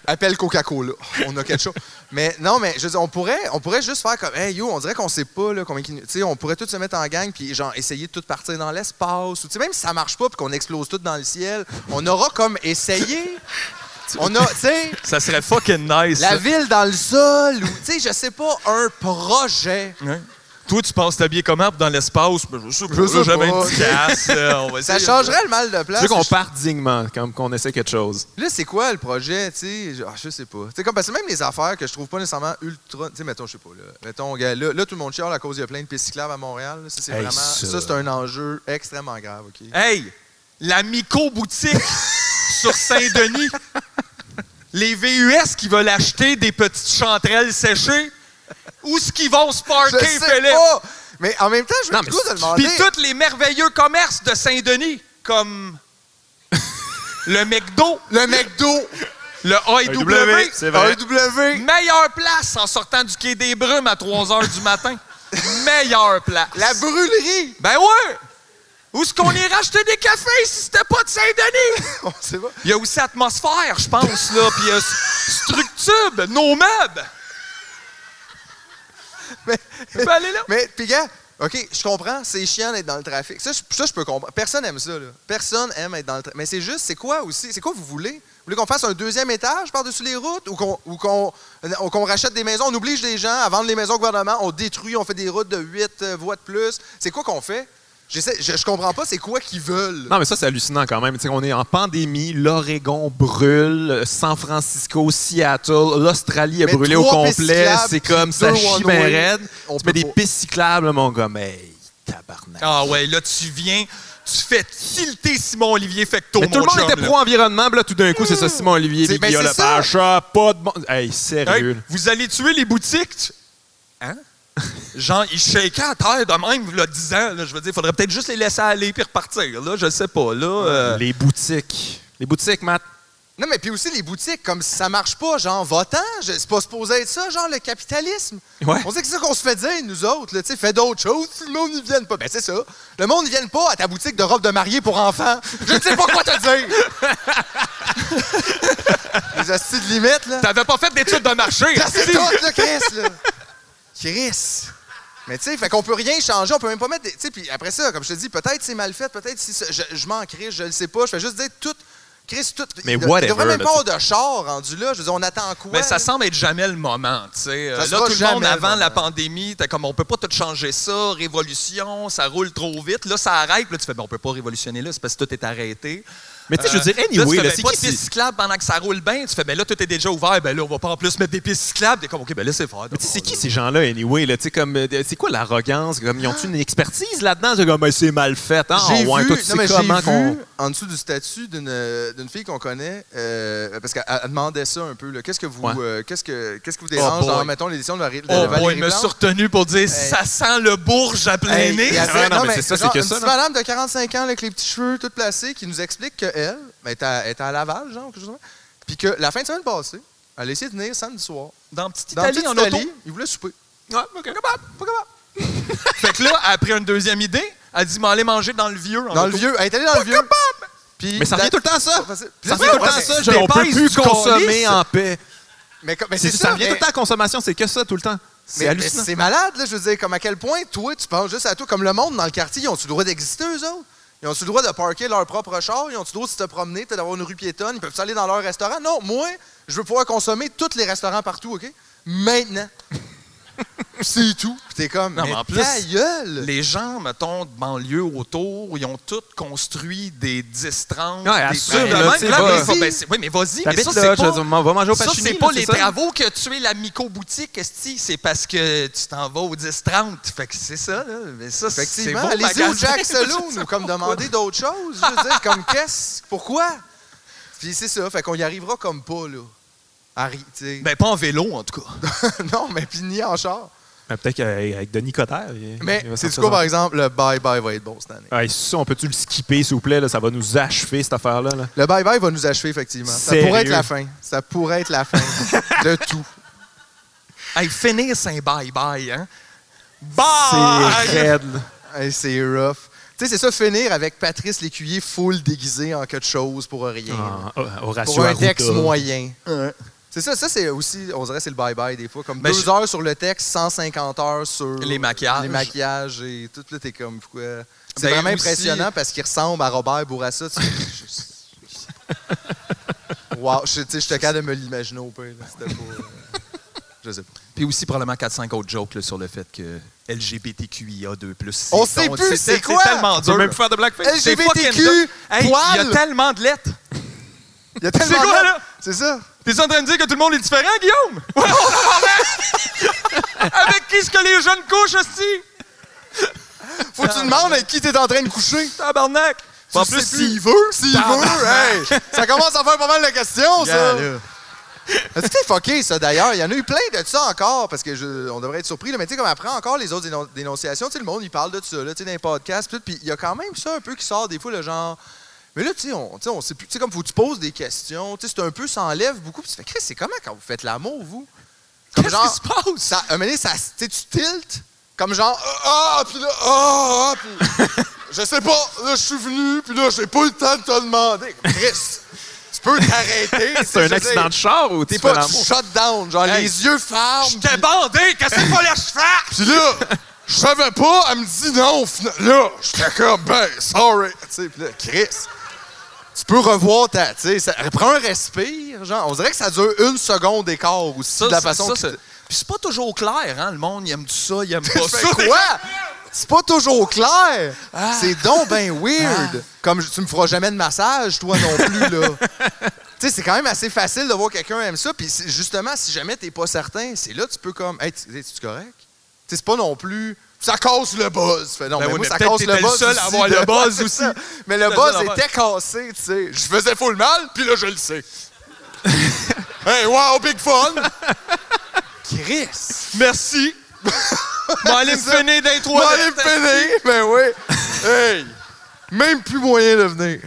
[SPEAKER 1] Appelle Coca-Cola. On a quelque chose. Mais non, mais je veux dire, on pourrait, on pourrait juste faire comme, hey yo, on dirait qu'on sait pas là, combien. qu'il- Tu sais, on pourrait tous se mettre en gang puis genre essayer de tout partir dans l'espace. Ou tu sais, même si ça marche pas puis qu'on explose tout dans le ciel, on aura comme essayé. on a, tu sais,
[SPEAKER 3] Ça serait fucking nice.
[SPEAKER 1] la
[SPEAKER 3] ça.
[SPEAKER 1] ville dans le sol ou tu sais, je sais pas, un projet.
[SPEAKER 3] Ouais. Toi, tu penses t'habiller comment dans l'espace? Ben, je sais pas,
[SPEAKER 1] Je sais
[SPEAKER 3] là, j'avais
[SPEAKER 1] pas.
[SPEAKER 3] une petite casse. euh, on va
[SPEAKER 1] Ça
[SPEAKER 3] essayer.
[SPEAKER 1] changerait le mal de place.
[SPEAKER 2] Tu veux qu'on parte dignement, comme qu'on essaie quelque chose.
[SPEAKER 1] Là, c'est quoi le projet, tu sais? Je- ah, je sais pas. Tu sais, comme, parce que même les affaires que je trouve pas nécessairement ultra. Tu sais, mettons, je sais pas, là. Mettons, gars, là, là, tout le monde chiale à cause il y a plein de pistes cyclables à Montréal. là. Ça, c'est
[SPEAKER 2] Hey,
[SPEAKER 1] vraiment.
[SPEAKER 2] ça.
[SPEAKER 1] Ça, c'est un enjeu extrêmement grave, OK?
[SPEAKER 3] Hey, la Mico-boutique sur Saint-Denis. Les VUS qui veulent acheter des petites chanterelles séchées. Où est-ce qu'ils vont se
[SPEAKER 1] Je
[SPEAKER 3] parquer,
[SPEAKER 1] sais
[SPEAKER 3] Philippe?
[SPEAKER 1] pas! Mais en même temps, je
[SPEAKER 2] Non,
[SPEAKER 1] me
[SPEAKER 2] mais
[SPEAKER 1] le goût de
[SPEAKER 2] c'est-
[SPEAKER 1] demander.
[SPEAKER 3] Puis tous les merveilleux commerces de Saint-Denis, comme le McDo,
[SPEAKER 1] Le McDo,
[SPEAKER 3] le AEW,
[SPEAKER 2] c'est vrai.
[SPEAKER 1] AEW,
[SPEAKER 3] meilleure place en sortant du quai des Brumes à 3 h du matin. meilleure place.
[SPEAKER 1] la brûlerie!
[SPEAKER 3] Ben ouais! Où est-ce qu'on irait acheter des cafés si c'était pas de Saint-Denis?
[SPEAKER 1] On sait pas.
[SPEAKER 3] Il y a aussi atmosphère, je pense, là. Puis euh, structure, nos meubles.
[SPEAKER 1] Mais-
[SPEAKER 3] Tu peux aller là?
[SPEAKER 1] Mais, puis gars, OK, je comprends, c'est chiant d'être dans le trafic. Ça, je, ça, je peux comprendre. Personne aime ça, là. Personne aime être dans le trafic. Mais c'est juste, c'est quoi aussi? C'est quoi vous voulez? Vous voulez qu'on fasse un deuxième étage par-dessus les routes ou qu'on ou qu'on- ou qu'on rachète des maisons? On oblige les gens à vendre les maisons au gouvernement, on détruit, on fait des routes de 8 voies de plus. C'est quoi qu'on fait? J'essaie- Je, je comprends pas, c'est quoi qu'ils veulent?
[SPEAKER 2] Non, mais ça, c'est hallucinant quand même. Tu sais, on est en pandémie, l'Oregon brûle, euh, San Francisco, Seattle, l'Australie a
[SPEAKER 1] Mais
[SPEAKER 2] brûlé au
[SPEAKER 1] trois pistes
[SPEAKER 2] complet.
[SPEAKER 1] cyclables,
[SPEAKER 2] C'est comme
[SPEAKER 1] puis
[SPEAKER 2] ça
[SPEAKER 1] deux
[SPEAKER 2] chie
[SPEAKER 1] one
[SPEAKER 2] ben
[SPEAKER 1] way,
[SPEAKER 2] raide.
[SPEAKER 1] on
[SPEAKER 2] Tu mets
[SPEAKER 1] peut
[SPEAKER 2] des
[SPEAKER 1] pas.
[SPEAKER 2] pistes cyclables, là, mon gars. Mais tabarnak.
[SPEAKER 3] Ah ouais, là, tu viens, tu fais tilter Simon-Olivier Fecto,
[SPEAKER 2] Mais tout le
[SPEAKER 3] mon
[SPEAKER 2] monde
[SPEAKER 3] chum,
[SPEAKER 2] était
[SPEAKER 3] là.
[SPEAKER 2] pro-environnement, puis là, tout d'un coup, c'est ça, Simon-Olivier,
[SPEAKER 1] C'est-
[SPEAKER 2] les
[SPEAKER 1] ben,
[SPEAKER 2] gars,
[SPEAKER 1] c'est
[SPEAKER 2] le
[SPEAKER 1] ça.
[SPEAKER 2] pacha, Ah, pas de bon... Hey,
[SPEAKER 3] Hey,
[SPEAKER 2] sérieux. là.
[SPEAKER 3] vous allez tuer les boutiques? tu- Hein? Genre, ils shakaient à terre de même, là, 10 ans. là. je veux dire, il faudrait peut-être juste les laisser aller puis repartir. Là, je sais pas. Là, euh,
[SPEAKER 2] Les boutiques. Les boutiques, Matt.
[SPEAKER 1] Non, mais puis aussi les boutiques, comme ça marche pas, genre, votant, je- c'est pas supposé être ça, genre, le capitalisme.
[SPEAKER 2] Ouais.
[SPEAKER 1] On sait que c'est ça qu'on se fait dire, nous autres, là, tu sais, fais d'autres choses, le monde n'y vienne pas. Ben, c'est ça. Le monde n'y vienne pas à ta boutique de robe de mariée pour enfants. Je ne sais pas quoi te dire. les hosties de limite, là.
[SPEAKER 3] T'avais pas fait d'études de marché. hein?
[SPEAKER 1] Ça, c'est tout, là, Chris, là. Chris. Mais tu sais, fait qu'on peut rien changer, on peut même pas mettre des. Tu sais, puis après ça, comme je te dis, peut-être c'est mal fait, peut-être si. ça- Je, je m'en crie, je le sais pas. Je fais juste dire tout. Chris, tout.
[SPEAKER 2] Mais
[SPEAKER 1] il de-
[SPEAKER 2] whatever,
[SPEAKER 1] Il devrait même
[SPEAKER 2] là,
[SPEAKER 1] pas avoir de char rendu là. Je veux dire, on attend quoi?
[SPEAKER 3] Mais ça
[SPEAKER 1] là?
[SPEAKER 3] semble être jamais le moment, tu sais. Euh,
[SPEAKER 1] Ça
[SPEAKER 3] Là,
[SPEAKER 1] sera
[SPEAKER 3] tout le monde,
[SPEAKER 1] jamais le
[SPEAKER 3] avant la
[SPEAKER 1] moment.
[SPEAKER 3] pandémie, t'es comme, on peut pas tout changer ça, révolution, ça roule trop vite. Là, ça arrête. Là, tu fais, ben, on peut pas révolutionner là, c'est parce que tout est arrêté.
[SPEAKER 2] Mais tu sais, je veux
[SPEAKER 3] Euh,
[SPEAKER 2] dire, anyway,
[SPEAKER 3] là,
[SPEAKER 2] là,
[SPEAKER 3] tu fais, ben,
[SPEAKER 2] c'est
[SPEAKER 3] pas
[SPEAKER 2] qui
[SPEAKER 3] de pistes
[SPEAKER 2] c'est-
[SPEAKER 3] cyclables pendant que ça roule bien. Tu fais, ben là, tout est déjà ouvert. Ben là, on va pas en plus mettre des pistes cyclables. T'es comme, OK, ben laissez faire.
[SPEAKER 2] Mais tu sais, c'est qui ces gens-là, anyway? Là, Tu sais, comme, euh, c'est quoi l'arrogance? Comme, ils ont-tu une expertise là-dedans? C'est comme, Ben, c'est mal fait. Hein?
[SPEAKER 1] J'ai
[SPEAKER 2] Ouais,
[SPEAKER 1] vu,
[SPEAKER 2] toi, tu sais
[SPEAKER 1] non, mais j'ai
[SPEAKER 2] comment
[SPEAKER 1] vu
[SPEAKER 2] qu'on-
[SPEAKER 1] en dessous du statut d'une d'une fille qu'on connaît, euh, parce qu'elle elle demandait ça un peu. là. Qu'est-ce que vous
[SPEAKER 2] Ouais.
[SPEAKER 1] euh, qu'est-ce que qu'est-ce que vous
[SPEAKER 3] Oh
[SPEAKER 1] dérange
[SPEAKER 3] boy.
[SPEAKER 1] dans mettons l'édition de, Vari- de
[SPEAKER 3] Oh, boy,
[SPEAKER 1] Valérie
[SPEAKER 3] il m'a
[SPEAKER 1] Plante?
[SPEAKER 3] surtenu pour dire ça sent le bourge à plein
[SPEAKER 1] Hey,
[SPEAKER 3] nez.
[SPEAKER 1] il y avait-
[SPEAKER 2] Ah ouais, non,
[SPEAKER 1] non,
[SPEAKER 2] mais
[SPEAKER 1] mais
[SPEAKER 2] c'est ça,
[SPEAKER 1] genre,
[SPEAKER 2] c'est que
[SPEAKER 1] une
[SPEAKER 2] ça,
[SPEAKER 1] petite
[SPEAKER 2] là.
[SPEAKER 1] madame de 45 ans avec les petits cheveux tout placés qui nous explique qu'elle est, à- est à Laval, genre, quelque chose comme ça. Puis que la fin de semaine passée, elle a essayé de venir samedi soir.
[SPEAKER 3] Dans Petite
[SPEAKER 1] Dans
[SPEAKER 3] Italie,
[SPEAKER 1] Petite
[SPEAKER 3] en auto.
[SPEAKER 1] Italie, il voulait souper.
[SPEAKER 2] Ouais, ok.
[SPEAKER 3] fait que là, après une deuxième idée, elle dit, m'en aller manger dans le vieux. en
[SPEAKER 1] Dans le
[SPEAKER 3] auto.
[SPEAKER 1] vieux. Elle est allée dans le vieux. Puis
[SPEAKER 2] Mais ça
[SPEAKER 1] la-
[SPEAKER 2] revient tout le temps à ça!
[SPEAKER 1] Puis
[SPEAKER 2] Ça
[SPEAKER 1] là,
[SPEAKER 2] revient tout le
[SPEAKER 1] ouais,
[SPEAKER 2] temps à
[SPEAKER 1] mais-
[SPEAKER 2] ça,
[SPEAKER 3] mais-
[SPEAKER 2] genre, on peut
[SPEAKER 3] Dépêche
[SPEAKER 2] plus
[SPEAKER 3] du
[SPEAKER 2] consommer
[SPEAKER 3] calice.
[SPEAKER 2] en paix.
[SPEAKER 1] Mais, co- mais
[SPEAKER 2] C'est
[SPEAKER 1] c'est
[SPEAKER 2] ça, revient
[SPEAKER 1] mais-
[SPEAKER 2] tout le temps à la consommation, c'est que ça tout le temps. C'est
[SPEAKER 1] mais-
[SPEAKER 2] hallucinant.
[SPEAKER 1] mais c'est malade, là, je veux dire, comme à quel point, toi, tu penses juste à toi. Comme le monde dans le quartier, ils ont-tu le droit d'exister, eux autres? Ils ont-tu le droit de parker leur propre char? Ils ont-tu le droit de se promener, peut-être d'avoir une rue piétonne? Ils peuvent aller dans leur restaurant? Non, moi, je veux pouvoir consommer tous les restaurants partout, OK? Maintenant. C'est tout. Puis t'es comme,
[SPEAKER 3] Non,
[SPEAKER 1] mais
[SPEAKER 3] mais en plus,
[SPEAKER 1] ta gueule!
[SPEAKER 3] Les gens, mettons, de banlieue autour, ils ont tous construit des 10-30,
[SPEAKER 2] Ouais,
[SPEAKER 3] des
[SPEAKER 2] assume,
[SPEAKER 3] trucs de
[SPEAKER 2] là,
[SPEAKER 3] même.
[SPEAKER 2] tu sais,
[SPEAKER 3] Là,
[SPEAKER 2] va.
[SPEAKER 3] mais c'est- ben, c'est- Oui, mais vas-y, mais
[SPEAKER 2] T'habites
[SPEAKER 3] ça,
[SPEAKER 2] là,
[SPEAKER 3] c'est
[SPEAKER 2] je veux dire,
[SPEAKER 3] pas...
[SPEAKER 2] on va manger au
[SPEAKER 3] ça,
[SPEAKER 2] Pacini,
[SPEAKER 3] c'est pas
[SPEAKER 2] là,
[SPEAKER 3] les
[SPEAKER 2] ça?
[SPEAKER 3] travaux que tu es la micro-boutique, esti, c'est parce que tu t'en vas au 10-30. Fait que c'est ça, là. Mais ça, c'est c'est
[SPEAKER 1] Effectivement,
[SPEAKER 3] beau
[SPEAKER 1] allez-y
[SPEAKER 3] magasin.
[SPEAKER 1] au Jack Saloon ou comme demander d'autres choses. Je veux dire, comme qu'est-ce? Pourquoi? Puis c'est ça, fait qu'on y arrivera comme pas, là. Harry, tu sais.
[SPEAKER 3] Ben, pas en vélo, en tout cas.
[SPEAKER 1] non, mais puis ni en char.
[SPEAKER 2] Mais Peut-être qu'avec Denis Cotter.
[SPEAKER 3] ben,
[SPEAKER 1] Mais c'est du coup, par exemple, le bye-bye va être bon cette année.
[SPEAKER 2] Hey, ça, on peut-tu le skipper, s'il vous plaît? là? Ça va nous achever, cette affaire-là. là.
[SPEAKER 1] Le bye-bye va nous achever, effectivement. Ça
[SPEAKER 2] Sérieux?
[SPEAKER 1] pourrait être la fin. Ça pourrait être la fin de tout.
[SPEAKER 3] Hey, finir, c'est un bye-bye, hein. Bye!
[SPEAKER 2] C'est raide. là.
[SPEAKER 1] Hey, c'est rough. Tu sais, c'est ça, finir avec Patrice Lécuyer full déguisé en quelque chose pour rien.
[SPEAKER 2] Ah, ah, Horacio
[SPEAKER 1] pour un
[SPEAKER 2] Arruda.
[SPEAKER 1] texte moyen. C'est ça, ça c'est aussi, on dirait, c'est le bye-bye des fois. Comme
[SPEAKER 3] Mais
[SPEAKER 1] deux
[SPEAKER 3] Ben, je-
[SPEAKER 1] heures sur le texte, 150 heures sur
[SPEAKER 3] Les maquillages.
[SPEAKER 1] les maquillages et tout. Là, t'es comme, pourquoi? C'est
[SPEAKER 3] Ben,
[SPEAKER 1] vraiment
[SPEAKER 3] aussi-
[SPEAKER 1] impressionnant parce qu'il ressemble à Robert Bourassa. Tu... Je- wow, je, tu sais, je te capable de me l'imaginer au pire. là. C'était pas. euh, Je sais pas.
[SPEAKER 3] Puis aussi, probablement 4-5 autres jokes là, sur le fait que LGBTQIA2+. c'est-
[SPEAKER 1] On sait plus, c'est quoi?
[SPEAKER 3] C'est tellement
[SPEAKER 2] Tu
[SPEAKER 3] dur.
[SPEAKER 2] peux même faire de blackface.
[SPEAKER 3] C'est fucking
[SPEAKER 1] LGBTQ,
[SPEAKER 3] dur. Hey, Il y a
[SPEAKER 1] poil.
[SPEAKER 3] tellement de lettres.
[SPEAKER 1] Il y a tellement
[SPEAKER 3] C'est quoi,
[SPEAKER 1] de-
[SPEAKER 3] là?
[SPEAKER 1] C'est ça.
[SPEAKER 3] T'es en train de dire que tout le monde est différent, Guillaume? Ouais, on s'en va. Avec qui est-ce que les jeunes couchent, aussi?
[SPEAKER 1] Faut que tu demandes avec qui t'es en train de coucher.
[SPEAKER 3] Tabarnak!
[SPEAKER 1] Tu
[SPEAKER 3] Ah. En
[SPEAKER 1] sais
[SPEAKER 3] plus,
[SPEAKER 1] plus.
[SPEAKER 3] s'il veut,
[SPEAKER 1] S'il veut, hey, ça commence à faire pas mal de questions, ça. Est-ce que c'est fucké, ça, d'ailleurs? Il y en a eu plein de ça encore, parce que je- on devrait être surpris. là, mais tu sais, comme après encore les autres dénon- dénonciations, tu sais, le monde, il parle de ça, là, tu sais, dans les podcasts, pis tout, puis il y a quand même ça un peu qui sort des fois, le genre... Mais là, tu sais, on, tu sais, on sait plus. Tu sais, comme faut que tu poses des questions, tu sais, c'est un peu, ça enlève beaucoup, puis tu fais, Chris, c'est comment quand vous faites l'amour, vous? Comme
[SPEAKER 3] Qu'est-ce
[SPEAKER 1] genre-
[SPEAKER 3] qui se passe?
[SPEAKER 1] ça, un moment donné, ça, tu sais, tu tiltes, comme genre, ah, ah, puis là, ah, ah, puis je sais pas, là, je suis venu, puis là, j'ai pas eu le temps de te demander. Chris, tu peux t'arrêter. tu sais,
[SPEAKER 2] C'est
[SPEAKER 1] je
[SPEAKER 2] un
[SPEAKER 1] veux
[SPEAKER 2] accident
[SPEAKER 1] dire,
[SPEAKER 2] de char ou
[SPEAKER 1] T'es
[SPEAKER 2] tu fais
[SPEAKER 1] pas tu
[SPEAKER 2] l'amour?
[SPEAKER 1] shut down, genre,
[SPEAKER 3] Hey.
[SPEAKER 1] les yeux fermes.
[SPEAKER 3] J'étais bandé! Qu'est-ce que pas les cheveux?
[SPEAKER 1] Puis là, je savais pas, elle me dit non, fina- là, j'étais comme, ben, sorry. Tu sais, puis là, Chris, tu peux revoir ta, tu sais, ça- prends un respire, genre, on dirait que ça dure une seconde d'écart aussi, de la façon que tu-
[SPEAKER 3] Puis c'est pas toujours clair, hein? Le monde, il aime ça, il aime pas
[SPEAKER 1] Je
[SPEAKER 3] ça.
[SPEAKER 1] fais quoi? C'est pas toujours clair.
[SPEAKER 3] Ah.
[SPEAKER 1] C'est donc ben weird. Comme je- tu me feras jamais de massage, toi non plus, là. tu sais, c'est quand même assez facile de voir quelqu'un aime ça. Puis c'est- justement, si jamais t'es pas certain, c'est là que tu peux comme, hey, tu es-tu correct? Tu sais, c'est pas non plus. Ça casse le buzz. Fait, non,
[SPEAKER 3] Ben
[SPEAKER 1] mais moi,
[SPEAKER 3] oui, mais
[SPEAKER 1] ça
[SPEAKER 3] peut-être
[SPEAKER 1] casse
[SPEAKER 3] t'étais
[SPEAKER 1] le
[SPEAKER 3] le
[SPEAKER 1] buzz.
[SPEAKER 3] seul à
[SPEAKER 1] aussi,
[SPEAKER 3] avoir
[SPEAKER 1] là.
[SPEAKER 3] le buzz aussi.
[SPEAKER 1] mais le
[SPEAKER 3] T'étais le
[SPEAKER 1] buzz
[SPEAKER 3] seul à
[SPEAKER 1] était cassé, tu sais. Je faisais full mal, puis là, je le sais. hey, wow, big fun! Chris!
[SPEAKER 3] Merci! M'en aller me
[SPEAKER 1] C'est ça.
[SPEAKER 3] finir d'un
[SPEAKER 1] On
[SPEAKER 3] trois
[SPEAKER 1] va aller finir, mais ben oui. Hey, même plus moyen de venir.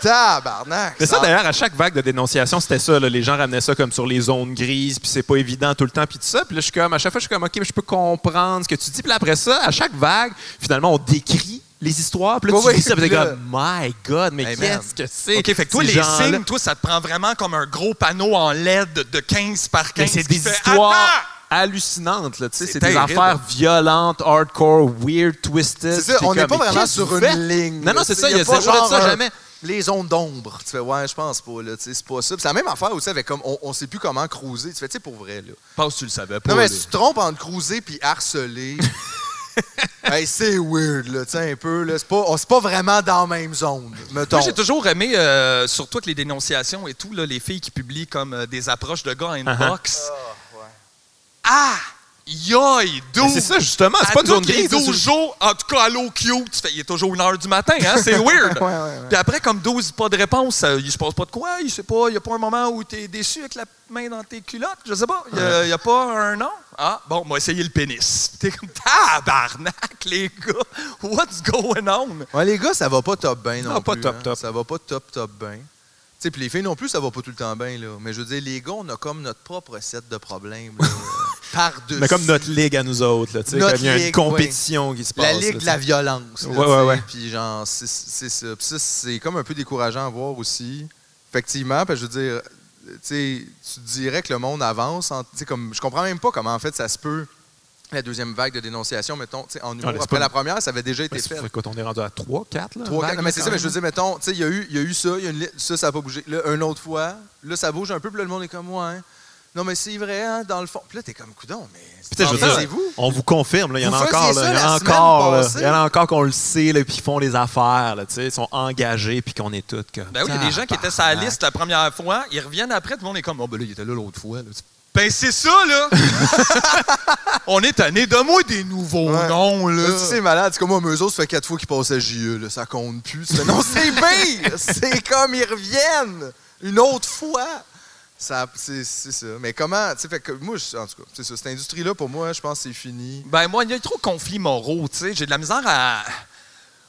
[SPEAKER 1] Tabarnak. Ah.
[SPEAKER 2] Mais ça, d'ailleurs, à chaque vague de dénonciation, c'était ça. là. Les gens ramenaient ça comme sur les zones grises, puis c'est pas évident tout le temps, puis tout ça. Puis là, je suis comme, à chaque fois, je suis comme, OK, mais je peux comprendre ce que tu dis. Puis là, après ça, à chaque vague, finalement, on décrit les histoires. Puis là,
[SPEAKER 1] Oui,
[SPEAKER 2] tu
[SPEAKER 1] oui,
[SPEAKER 2] dis ça, puis t'es
[SPEAKER 1] puis là-
[SPEAKER 2] comme, My God, mais
[SPEAKER 3] Hey, man.
[SPEAKER 2] qu'est-ce que c'est?
[SPEAKER 3] OK, fait que toi,
[SPEAKER 2] ces
[SPEAKER 3] les
[SPEAKER 2] gens-là?
[SPEAKER 3] signes, toi, ça te prend vraiment comme un gros panneau en LED de 15 par 15.
[SPEAKER 2] Mais c'est
[SPEAKER 3] qui
[SPEAKER 2] des
[SPEAKER 3] fait,
[SPEAKER 2] histoires hallucinantes, là, tu sais.
[SPEAKER 3] C'est
[SPEAKER 2] C'est des
[SPEAKER 3] terrible.
[SPEAKER 2] affaires violentes, hardcore, weird, twisted.
[SPEAKER 1] C'est ça,
[SPEAKER 2] T'es
[SPEAKER 1] on n'est
[SPEAKER 2] comme,
[SPEAKER 1] pas
[SPEAKER 2] mais
[SPEAKER 1] vraiment
[SPEAKER 2] qu'est-ce que
[SPEAKER 1] sur
[SPEAKER 2] vous
[SPEAKER 1] une
[SPEAKER 2] faites?
[SPEAKER 1] ligne.
[SPEAKER 2] Non, non,
[SPEAKER 1] là,
[SPEAKER 2] c'est
[SPEAKER 1] tu
[SPEAKER 2] ça,
[SPEAKER 1] sais,
[SPEAKER 2] il y a
[SPEAKER 1] pas
[SPEAKER 2] zéro de
[SPEAKER 1] genre
[SPEAKER 2] ça,
[SPEAKER 1] un-
[SPEAKER 2] jamais.
[SPEAKER 1] Les zones d'ombre. Tu fais, ouais, je pense pas, là. Tu sais, c'est pas ça. Puis c'est la même affaire aussi avec comme, on, on sait plus comment cruiser. Tu fais, tu sais, pour vrai, là.
[SPEAKER 3] Je pense que tu le savais pas.
[SPEAKER 1] Non, mais
[SPEAKER 3] là.
[SPEAKER 1] si tu te trompes entre cruiser puis harceler. hey, c'est weird, là. Tu sais, un peu, là. C'est pas, on- c'est pas vraiment dans la même zone, mettons.
[SPEAKER 3] Moi, j'ai toujours aimé, euh, surtout avec les dénonciations et tout, là, les filles qui publient comme euh, des approches de gars en
[SPEAKER 2] ah.
[SPEAKER 3] inbox. Ah! Yoï,
[SPEAKER 2] Mais
[SPEAKER 3] 12!
[SPEAKER 2] C'est ça, justement. C'est
[SPEAKER 3] À
[SPEAKER 2] pas une zone
[SPEAKER 3] tous
[SPEAKER 2] grise.
[SPEAKER 3] les
[SPEAKER 2] c'est
[SPEAKER 3] 12 jours, en tout cas, à l'eau cute, tu fais, il est toujours une heure du matin, hein? c'est weird.
[SPEAKER 1] Ouais, ouais, ouais.
[SPEAKER 3] Puis après, comme 12, pas de réponse, ça- il se passe pas de quoi, il sait pas, il y a pas un moment où tu es déçu avec la main dans tes culottes, je sais pas, il y a, il y a pas un nom. Ah, bon, moi, essayez le pénis. T'es comme, tabarnak, les gars, what's going on?
[SPEAKER 1] Ouais, les gars, ça va pas top bien non
[SPEAKER 2] Non, pas
[SPEAKER 1] plus.
[SPEAKER 2] top,
[SPEAKER 1] hein.
[SPEAKER 2] top.
[SPEAKER 1] Ça va pas top, top bien. Tu sais, puis les filles non plus, ça va pas tout le temps bien, là. Mais je veux dire, les gars, on a comme notre propre set de problèmes, là, euh, par-dessus.
[SPEAKER 2] Mais comme notre ligue à nous autres, là, tu sais,
[SPEAKER 1] Notre
[SPEAKER 2] comme il y a une
[SPEAKER 1] ligue,
[SPEAKER 2] compétition qui se passe.
[SPEAKER 1] La
[SPEAKER 2] là,
[SPEAKER 1] ligue
[SPEAKER 2] tu
[SPEAKER 1] de
[SPEAKER 2] sais.
[SPEAKER 1] la violence. là,
[SPEAKER 2] Ouais,
[SPEAKER 1] tu
[SPEAKER 2] ouais,
[SPEAKER 1] sais,
[SPEAKER 2] ouais.
[SPEAKER 1] Puis genre, c'est- c'est ça. Puis ça, c'est comme un peu décourageant à voir aussi. Effectivement, parce que je veux dire, tu sais, tu dirais que le monde avance. En, tu sais, comme, je comprends même pas comment, en fait, ça se peut. La deuxième vague de dénonciation, mettons, tu sais, en humour,
[SPEAKER 2] Ah, mais c'est
[SPEAKER 1] après
[SPEAKER 2] pas-
[SPEAKER 1] la première, ça avait déjà été
[SPEAKER 2] Mais Ben, c'est-
[SPEAKER 1] fait.
[SPEAKER 2] écoute, on est rendu à 3, 4, là.
[SPEAKER 1] Trois,
[SPEAKER 2] vagues,
[SPEAKER 1] quatre- non, mais c'est
[SPEAKER 2] quand
[SPEAKER 1] ça, mais
[SPEAKER 2] même.
[SPEAKER 1] je veux dire, mettons, tu sais, il y, a eu- il y a eu ça, il y a une li- ça, ça n'a pas bougé. Là, une autre fois, là, ça bouge un peu, puis là, le monde est comme, ouais. hein. Non, mais c'est vrai, hein, dans le fond. Puis là, t'es comme, coudon, mais.
[SPEAKER 2] Puis, tu sais, je veux dire,
[SPEAKER 1] vous.
[SPEAKER 2] on vous confirme, là, il y en
[SPEAKER 1] Vous
[SPEAKER 2] a encore,
[SPEAKER 1] faisiez
[SPEAKER 2] là, il y
[SPEAKER 1] ça
[SPEAKER 2] en a
[SPEAKER 1] la semaine
[SPEAKER 2] encore, là.
[SPEAKER 1] passée.
[SPEAKER 2] il y en a encore qu'on le sait, là, puis qui font des affaires, là, tu sais, ils sont engagés, puis qu'on est tous comme.
[SPEAKER 3] Ben oui, il y a des gens qui étaient sur la liste la première fois, ils reviennent après, tout le monde est comme, oh ben là, il était là l'autre fois. là. Ben c'est ça, là! On est tanné, donne-moi des nouveaux
[SPEAKER 1] Ouais.
[SPEAKER 3] noms, là!
[SPEAKER 1] Là, tu sais, c'est malade. C'est comme moi, Meuseau, ça fait quatre fois qu'il passe à JE, là, ça compte plus. Tu fais, non, c'est pire! C'est comme ils reviennent une autre fois. Ça, c'est c'est ça. Mais comment, tu sais, fait que moi, je- en tout cas, c'est ça. Cette industrie-là, pour moi, je pense que c'est fini.
[SPEAKER 3] Ben moi, il y a eu trop de conflits moraux, tu sais. J'ai de la misère à.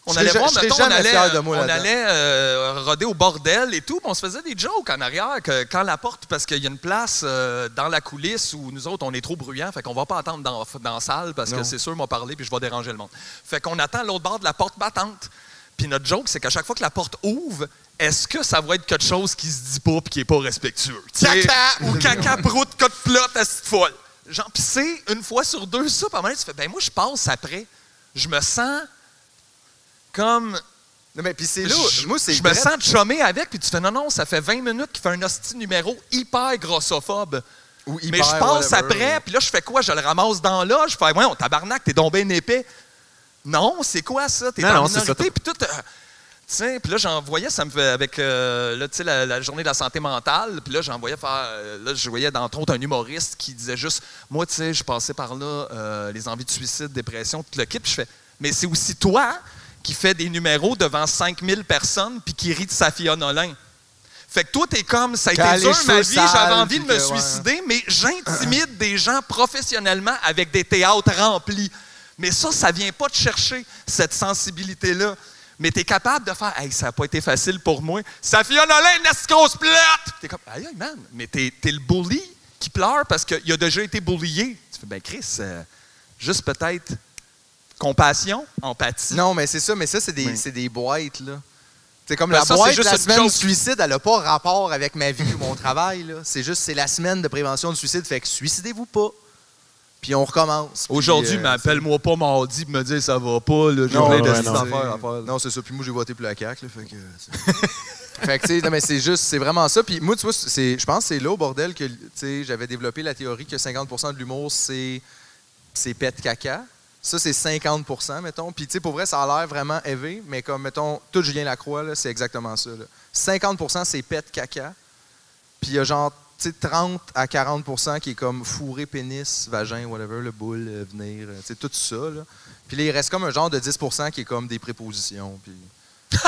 [SPEAKER 3] On
[SPEAKER 1] Je
[SPEAKER 3] allait
[SPEAKER 1] serais
[SPEAKER 3] voir,
[SPEAKER 1] ja- je
[SPEAKER 3] mettons,
[SPEAKER 1] serais
[SPEAKER 3] on
[SPEAKER 1] jamais
[SPEAKER 3] allait,
[SPEAKER 1] fier de moi
[SPEAKER 3] on
[SPEAKER 1] là-dedans.
[SPEAKER 3] allait euh, roder au bordel et tout, puis on se faisait des jokes en arrière que quand la porte, parce qu'il y a une place euh, dans la coulisse où nous autres, on est trop bruyants, fait qu'on va pas attendre dans, dans la salle parce que
[SPEAKER 1] Non.
[SPEAKER 3] c'est sûr, m'a parlé puis je vais déranger le monde. Fait qu'on attend l'autre bord de la porte battante. Puis notre joke, c'est qu'à chaque fois que la porte ouvre, est-ce que ça va être quelque chose qui se dit pas puis qui est pas respectueux? tu sais?
[SPEAKER 1] Caca!
[SPEAKER 3] ou caca prout, cote plate, à cette folle. Genre, pis c'est une fois sur deux ça, pas mal, tu fais, ben moi, je passe après. Je me sens comme.
[SPEAKER 1] Non, mais puis c'est là,
[SPEAKER 3] Je
[SPEAKER 1] moi, c'est
[SPEAKER 3] je me
[SPEAKER 1] vrai-
[SPEAKER 3] sens chômé avec, puis tu fais, non, non, ça fait 20 minutes qu'il fait un hostie numéro hyper grossophobe.
[SPEAKER 1] Ou
[SPEAKER 3] mais
[SPEAKER 1] hyper,
[SPEAKER 3] je passe
[SPEAKER 1] whatever.
[SPEAKER 3] après, puis là, je fais quoi? Je le ramasse dans là, je fais, ouais, on tabarnak, t'es donc bien épais. Non, c'est quoi ça? T'es
[SPEAKER 2] Non,
[SPEAKER 3] en
[SPEAKER 2] non, c'est ça,
[SPEAKER 3] minorité, puis tout. euh, tu sais, puis là, j'envoyais, ça me fait avec euh, là, tu sais, la, la journée de la santé mentale, puis là, j'envoyais faire. euh, Là, je voyais dans autres un humoriste qui disait juste Moi, tu sais, je passais par là, euh, les envies de suicide, dépression, tout le kit, puis je fais Mais c'est aussi toi qui fais des numéros devant 5000 personnes, puis qui rit de Safia Nolin. Fait que toi, t'es comme, ça a
[SPEAKER 1] Qu'elle a
[SPEAKER 3] été
[SPEAKER 1] les
[SPEAKER 3] dur
[SPEAKER 1] cheveux
[SPEAKER 3] ma vie, j'avais
[SPEAKER 1] sales,
[SPEAKER 3] envie de
[SPEAKER 1] puis
[SPEAKER 3] me
[SPEAKER 1] que, ouais.
[SPEAKER 3] suicider, mais j'intimide des gens professionnellement avec des théâtres remplis. Mais ça, ça vient pas de chercher, cette sensibilité-là. Mais t'es capable de faire, hey, ça a pas été facile pour moi. Ça fait un Olin, est-ce qu'on se plate? Puis T'es comme, aïe, aïe, man, mais t'es t'es le bully qui pleure parce qu'il a déjà été bullyé. Tu fais, ben, Chris, euh, juste peut-être compassion, empathie.
[SPEAKER 1] Non, mais c'est ça, mais ça, c'est des,
[SPEAKER 3] Oui.
[SPEAKER 1] c'est des boîtes, là. C'est comme
[SPEAKER 3] Ben
[SPEAKER 1] la
[SPEAKER 3] ça, c'est
[SPEAKER 1] boîte de
[SPEAKER 3] juste
[SPEAKER 1] la
[SPEAKER 3] une
[SPEAKER 1] semaine
[SPEAKER 3] joke.
[SPEAKER 1] du suicide, elle n'a pas rapport avec ma vie ou mon travail, là. C'est juste, c'est la semaine de prévention du suicide, fait que suicidez-vous pas. Puis on recommence. Puis,
[SPEAKER 3] Aujourd'hui,
[SPEAKER 1] euh,
[SPEAKER 3] m'appelle-moi pas mardi pour me dire ça va pas, là,
[SPEAKER 1] Non, ouais,
[SPEAKER 3] journée de
[SPEAKER 1] non.
[SPEAKER 3] affaires à faire.
[SPEAKER 1] Non, c'est ça. Puis moi, j'ai voté pour la CAQ, là, fait que... euh, fait que, tu sais, non, mais c'est juste, c'est vraiment ça. Puis moi, tu vois, c'est- je pense que c'est là, au bordel, que, tu sais, j'avais développé la théorie que 50 de l'humour, c'est c'est pète caca. Ça, c'est 50 mettons. Puis, tu sais, pour vrai, ça a l'air vraiment élevé, mais comme, mettons, tout Julien Lacroix, là, c'est exactement ça. là. 50 c'est pète caca. Puis il y a genre, tu sais, 30 à 40 qui est comme fourré, pénis, vagin, whatever, le boule, euh, venir, euh, tu sais, tout ça, là. Puis là, il reste comme un genre de 10 qui est comme des prépositions. Puis...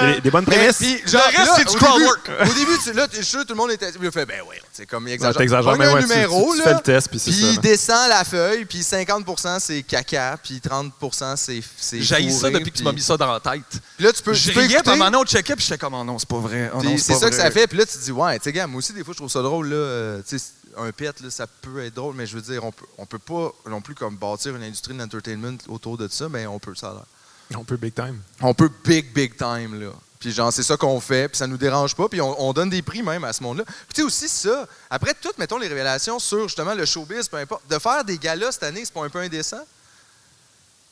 [SPEAKER 2] Des, des bonnes prémices.
[SPEAKER 1] Puis,
[SPEAKER 3] Le
[SPEAKER 1] genre,
[SPEAKER 3] reste,
[SPEAKER 1] là,
[SPEAKER 3] c'est du
[SPEAKER 1] au
[SPEAKER 3] crowd
[SPEAKER 1] début-
[SPEAKER 3] work.
[SPEAKER 1] Au début, tu- là, tu- je suis sûr, tout le monde était. Il a fait, ben ouais, c'est comme, il
[SPEAKER 2] Non,
[SPEAKER 1] exagère.
[SPEAKER 2] t'exagères,
[SPEAKER 1] On
[SPEAKER 2] mais
[SPEAKER 1] a un
[SPEAKER 2] ouais, tu-
[SPEAKER 1] numéro,
[SPEAKER 2] tu, tu
[SPEAKER 1] là.
[SPEAKER 2] fais le test, puis c'est
[SPEAKER 1] Puis
[SPEAKER 2] ça.
[SPEAKER 1] il
[SPEAKER 2] là.
[SPEAKER 1] descend la feuille, puis 50 c'est caca, puis 30 c'est. c'est
[SPEAKER 3] J'ai ça
[SPEAKER 1] fourré,
[SPEAKER 3] depuis que
[SPEAKER 1] puis-
[SPEAKER 3] tu m'as mis ça dans la tête.
[SPEAKER 1] Puis là, tu peux.
[SPEAKER 3] Je
[SPEAKER 1] Tu peux
[SPEAKER 3] riais, puis à un
[SPEAKER 1] écouter,
[SPEAKER 3] moment donné, on checkait, puis j'étais comme, oh non, c'est pas vrai. Oh non,
[SPEAKER 1] puis
[SPEAKER 3] c'est
[SPEAKER 1] c'est
[SPEAKER 3] pas
[SPEAKER 1] ça que
[SPEAKER 3] vrai.
[SPEAKER 1] ça fait. Puis là, tu te dis, ouais, tu sais, gars, moi aussi, des fois, je trouve ça drôle, là. euh, tu sais, un pet, là, ça peut être drôle, mais je veux dire, on peut, on peut pas non plus comme bâtir une industrie de l'entertainment autour de ça, mais on peut, ça a l'air.
[SPEAKER 2] On peut big time.
[SPEAKER 1] on peut big, big time, là. Puis genre, c'est ça qu'on fait, puis ça nous dérange pas, puis on, on donne des prix même à ce monde-là. Puis tu sais aussi ça, après toutes, mettons, les révélations sur justement le showbiz, peu importe, de faire des galas cette année, c'est pas un peu indécent?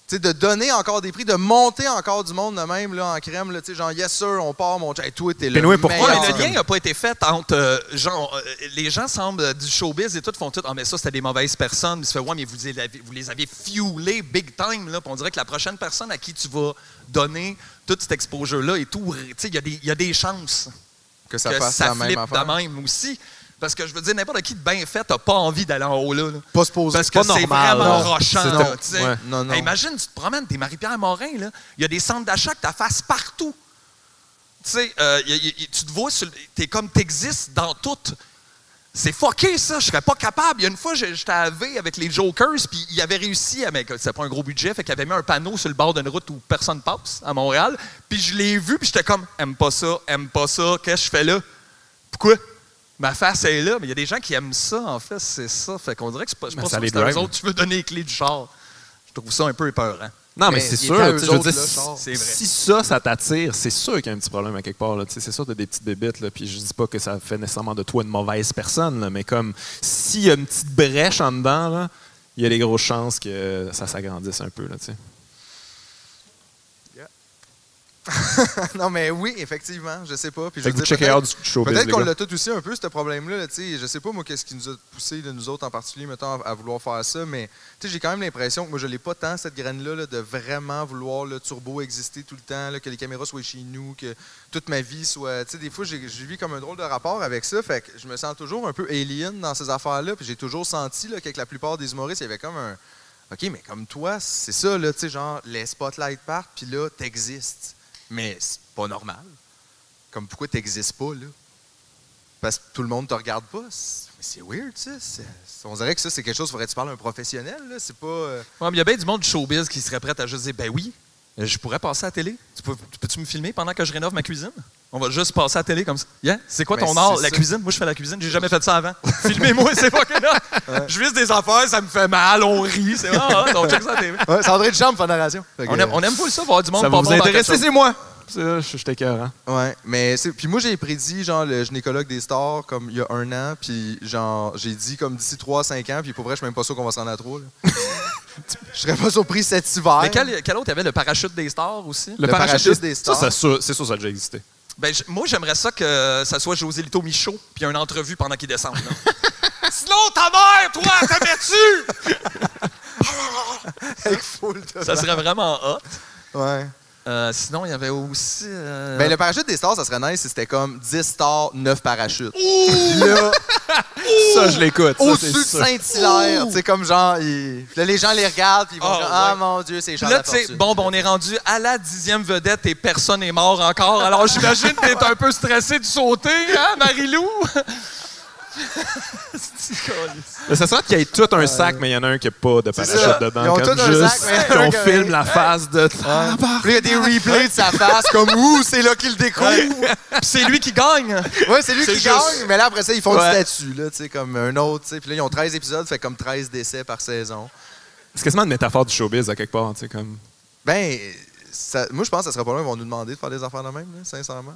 [SPEAKER 1] Tu sais, de donner encore des prix, de monter encore du monde de même, là, en crème, là, tu sais, genre, yes sir, on part, mon chat, toi, t'es là.
[SPEAKER 2] Pinoy, pourquoi?
[SPEAKER 3] Ouais,
[SPEAKER 2] Ah,
[SPEAKER 3] mais
[SPEAKER 2] c'est
[SPEAKER 3] le lien n'a pas été fait entre. euh, genre, euh, les gens semblent euh, du showbiz et tout font tout. Ah, mais ça, c'était des mauvaises personnes. Puis tu fais, ouais, mais vous les avez, vous les avez fuelés big time, là. Puis on dirait que la prochaine personne à qui tu vas donner tout cet exposure-là et tout, tu sais, il y a des- il y a des chances.
[SPEAKER 1] que ça
[SPEAKER 3] que
[SPEAKER 1] fasse
[SPEAKER 3] ça
[SPEAKER 1] la même
[SPEAKER 3] flippe
[SPEAKER 1] affaire.
[SPEAKER 3] de même aussi. Parce que je veux dire, n'importe qui de bien fait n'a pas envie d'aller en haut là. là.
[SPEAKER 1] Pas se poser.
[SPEAKER 3] Parce que
[SPEAKER 2] pas
[SPEAKER 3] c'est
[SPEAKER 2] normal,
[SPEAKER 3] vraiment
[SPEAKER 2] non.
[SPEAKER 3] rochant.
[SPEAKER 2] C'est
[SPEAKER 3] là,
[SPEAKER 2] un-
[SPEAKER 3] tu sais.
[SPEAKER 2] ouais.
[SPEAKER 1] Non, non.
[SPEAKER 3] Hey, imagine, tu te promènes, t'es Marie-Pierre Morin, là. il y a des centres d'achat que ta face partout. Tu sais, euh, y a- y- y- tu te vois, sur le- t'es comme t'existes dans tout. C'est fucké, ça. Je serais pas capable. Il y a une fois, j'ai- j'étais à V avec les Jokers, puis ils avaient réussi à. Mais c'était pas un gros budget, fait qu'ils avaient mis un panneau sur le bord d'une route où personne passe à Montréal. Puis je l'ai vu, puis j'étais comme, aime pas ça, aime pas ça, qu'est-ce que je fais là? Pourquoi? Ma face est là, mais il y a des gens qui aiment ça, en fait, c'est ça. Fait qu'on dirait que c'est pas, je
[SPEAKER 2] Mais
[SPEAKER 3] pense
[SPEAKER 2] Ben, ça
[SPEAKER 3] que
[SPEAKER 2] les
[SPEAKER 3] c'est à eux
[SPEAKER 2] drive.
[SPEAKER 3] autres, tu veux donner les clés du char. Je trouve ça un peu épeurant.
[SPEAKER 2] Non, mais,
[SPEAKER 1] Mais
[SPEAKER 2] c'est
[SPEAKER 1] il
[SPEAKER 2] sûr.
[SPEAKER 1] était à
[SPEAKER 2] tu
[SPEAKER 1] eux
[SPEAKER 2] sais, Je veux
[SPEAKER 1] autres,
[SPEAKER 2] dire,
[SPEAKER 1] là,
[SPEAKER 2] si-
[SPEAKER 1] genre.
[SPEAKER 3] C'est vrai.
[SPEAKER 2] si ça, ça t'attire, c'est sûr qu'il y a un petit problème à quelque part. là. Tu sais, C'est sûr que tu as des petites bébites, là, puis je dis pas que ça fait nécessairement de toi une mauvaise personne, là, mais comme s'il y a une petite brèche en dedans, là, il y a des grosses chances que ça s'agrandisse un peu. Là, tu sais.
[SPEAKER 1] non, mais oui, effectivement, je sais pas. Puis je veux
[SPEAKER 2] Fait que vous
[SPEAKER 1] dire,
[SPEAKER 2] checkez out du showbiz,
[SPEAKER 1] Peut-être
[SPEAKER 2] les
[SPEAKER 1] qu'on
[SPEAKER 2] gars.
[SPEAKER 1] l'a tout aussi un peu, ce problème-là. là, tu sais, je sais pas, moi, qu'est-ce qui nous a poussé, là, nous autres en particulier, mettons, à, à vouloir faire ça, mais tu sais, j'ai quand même l'impression que moi, je l'ai pas tant, cette graine-là, là, de vraiment vouloir le turbo exister tout le temps, là, que les caméras soient chez nous, que toute ma vie soit. Tu sais, des fois, j'ai j'ai vu comme un drôle de rapport avec ça, fait que je me sens toujours un peu alien dans ces affaires-là, puis j'ai toujours senti là, qu'avec la plupart des humoristes, il y avait comme un. OK, mais comme toi, c'est ça, là, tu sais, genre, les spotlights partent, puis là, t'existes. Mais c'est pas normal. Comme pourquoi t'existes pas, là? Parce que tout le monde te regarde pas. C'est mais c'est weird, ça. C'est- c'est- On dirait que ça, c'est quelque chose, faudrait que tu parles à un professionnel, là. C'est pas. euh,
[SPEAKER 3] Ouais, mais il y a bien du monde du showbiz qui serait prêt à juste dire Ben oui, je pourrais passer à la télé. Tu peux- tu Peux-tu me filmer pendant que je rénove ma cuisine On va juste passer à la télé comme ça. Yeah? C'est quoi
[SPEAKER 2] Ben,
[SPEAKER 1] Mais
[SPEAKER 3] ton art
[SPEAKER 1] c'est
[SPEAKER 3] La
[SPEAKER 1] ça.
[SPEAKER 3] cuisine Moi, je fais la cuisine, j'ai jamais fait ça avant. Filmez-moi, c'est pas que là. Je vise des affaires, ça me fait mal, on rit. C'est ah, ah, on check ça à la télé.
[SPEAKER 1] Ouais, c'est André de Chambre, Narration.
[SPEAKER 3] On aime, on aime pas ça, voir du monde
[SPEAKER 2] Ça
[SPEAKER 3] pas
[SPEAKER 2] va vous
[SPEAKER 3] bon dans quelque
[SPEAKER 2] intéresser,
[SPEAKER 3] chose.
[SPEAKER 2] c'est moi. Ça, Je hein. suis écœurant.
[SPEAKER 1] Ouais, mais c'est- puis moi j'ai prédit genre le gynécologue des stars comme il y a un an, puis genre j'ai dit comme d'ici 3-5 ans, puis pour vrai je suis même pas sûr qu'on va se rendre à trois. là. je serais pas surpris cet hiver.
[SPEAKER 3] Mais quel, quel autre il y avait le parachute des stars aussi
[SPEAKER 1] Le parachute des stars.
[SPEAKER 2] Ça, c'est sûr, c'est sûr, ça a déjà existé.
[SPEAKER 3] Ben, j- moi, j'aimerais ça que ça soit José Lito Michaud, puis une entrevue pendant qu'il descend. là. Sinon, ta mère, toi, t'as tu
[SPEAKER 1] Avec full de-
[SPEAKER 3] Oh Ça serait vraiment hot.
[SPEAKER 1] Ouais.
[SPEAKER 3] Euh, sinon, il y avait aussi. euh,
[SPEAKER 1] Ben, le parachute des stars, ça serait nice si c'était comme 10 stars, 9 parachutes. Là,
[SPEAKER 2] Ça, je l'écoute.
[SPEAKER 3] Oh,
[SPEAKER 2] ça,
[SPEAKER 1] au-dessus
[SPEAKER 2] c'est
[SPEAKER 1] de
[SPEAKER 2] sûr.
[SPEAKER 1] Saint-Hilaire, c'est comme genre, ils- Puis là, les gens les regardent, puis ils vont
[SPEAKER 3] Ah,
[SPEAKER 1] dire, ah
[SPEAKER 3] ouais.
[SPEAKER 1] mon Dieu, c'est
[SPEAKER 3] Puis
[SPEAKER 1] Charles
[SPEAKER 3] là, tu sais,
[SPEAKER 1] Lafortune.
[SPEAKER 3] bon, ben, on est rendu à la dixième vedette et personne n'est mort encore. Alors, j'imagine que t'es un peu stressé de sauter, hein, Marie-Lou? C'est-tu calice?
[SPEAKER 2] Mais ça serait qu'il y ait tout un sac, mais il y en a un qui n'a pas de parachute
[SPEAKER 1] ça.
[SPEAKER 2] dedans.
[SPEAKER 1] Ils ont
[SPEAKER 2] comme
[SPEAKER 1] tout un
[SPEAKER 2] juste
[SPEAKER 1] sac, mais-
[SPEAKER 2] qu'on
[SPEAKER 1] Ouais.
[SPEAKER 2] filme la face de. Ah, bah,
[SPEAKER 1] Puis là, il y a des replays de sa face, comme, ouh, c'est là qu'il le découvre.
[SPEAKER 3] Puis c'est lui qui gagne.
[SPEAKER 1] Ouais, c'est lui qui
[SPEAKER 3] C'est juste-
[SPEAKER 1] gagne, mais là, après ça, ils font
[SPEAKER 2] Ouais.
[SPEAKER 1] du statut, là, tu sais, comme un autre, tu sais. Puis là, ils ont 13 épisodes, fait comme 13 décès par saison.
[SPEAKER 2] C'est quasiment une métaphore du showbiz, à quelque part. tu sais, Comme...
[SPEAKER 1] Ben, ça- moi, je pense que ça serait pas loin, ils vont nous demander de faire des affaires de même, là, sincèrement.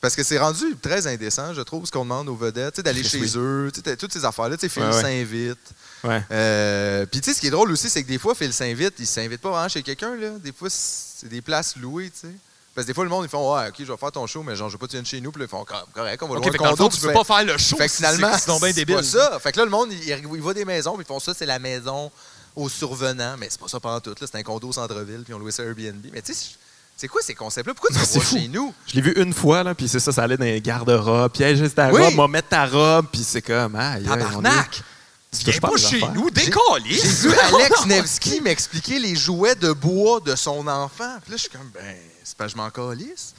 [SPEAKER 1] Parce que c'est rendu très indécent, je trouve, ce qu'on demande aux vedettes, tu sais, d'aller
[SPEAKER 2] Chris,
[SPEAKER 1] chez
[SPEAKER 2] oui.
[SPEAKER 1] eux, tu sais, toutes ces affaires-là, tu sais, Phil
[SPEAKER 2] Ouais, ouais.
[SPEAKER 1] s'invite.
[SPEAKER 2] Ouais.
[SPEAKER 1] Euh, Puis, tu sais, ce qui est drôle aussi, c'est que des fois, Phil s'invite, il s'invite pas vraiment chez quelqu'un, là. Des fois, c'est des places louées, tu sais. Parce que des fois, le monde, ils font, ouais, OK, je vais faire ton show, mais genre, je veux pas que tu viennes chez nous, puis là, ils font, Comme, correct, on va
[SPEAKER 3] OK,
[SPEAKER 1] louer un
[SPEAKER 3] fait que dans le fond,
[SPEAKER 1] condo,
[SPEAKER 3] tu
[SPEAKER 1] puis
[SPEAKER 3] peux
[SPEAKER 1] tu
[SPEAKER 3] pas faire le show.
[SPEAKER 1] fait que finalement,
[SPEAKER 3] c'est donc bien
[SPEAKER 1] c'est
[SPEAKER 3] débile.
[SPEAKER 1] pas ça. Fait que là, le monde, il, il va des maisons, puis ils font ça, c'est la maison au survenant. Mais c'est pas ça pendant tout. là. C'est un condo au centre-ville, puis on louait ça à Airbnb. Mais tu sais, c'est quoi ces concepts-là? Pourquoi tu
[SPEAKER 2] C'est
[SPEAKER 1] vas
[SPEAKER 2] fou.
[SPEAKER 1] chez nous?
[SPEAKER 2] Je l'ai vu une fois, là, puis c'est ça, ça allait dans les garde-robes. Puis, hey, juste ta
[SPEAKER 1] Oui.
[SPEAKER 2] robe, m'a mettre ta robe, puis c'est comme, ah,
[SPEAKER 3] Tabarnak!
[SPEAKER 2] Tu
[SPEAKER 3] Viens
[SPEAKER 2] touches pas à
[SPEAKER 3] pas
[SPEAKER 2] mes
[SPEAKER 3] chez
[SPEAKER 2] affaires.
[SPEAKER 3] nous,
[SPEAKER 1] J'ai
[SPEAKER 3] décalisse!
[SPEAKER 1] vu Alex Nevsky m'expliquer les jouets de bois de son enfant. Puis là, je suis comme, ben, c'est pas que je m'en calisse.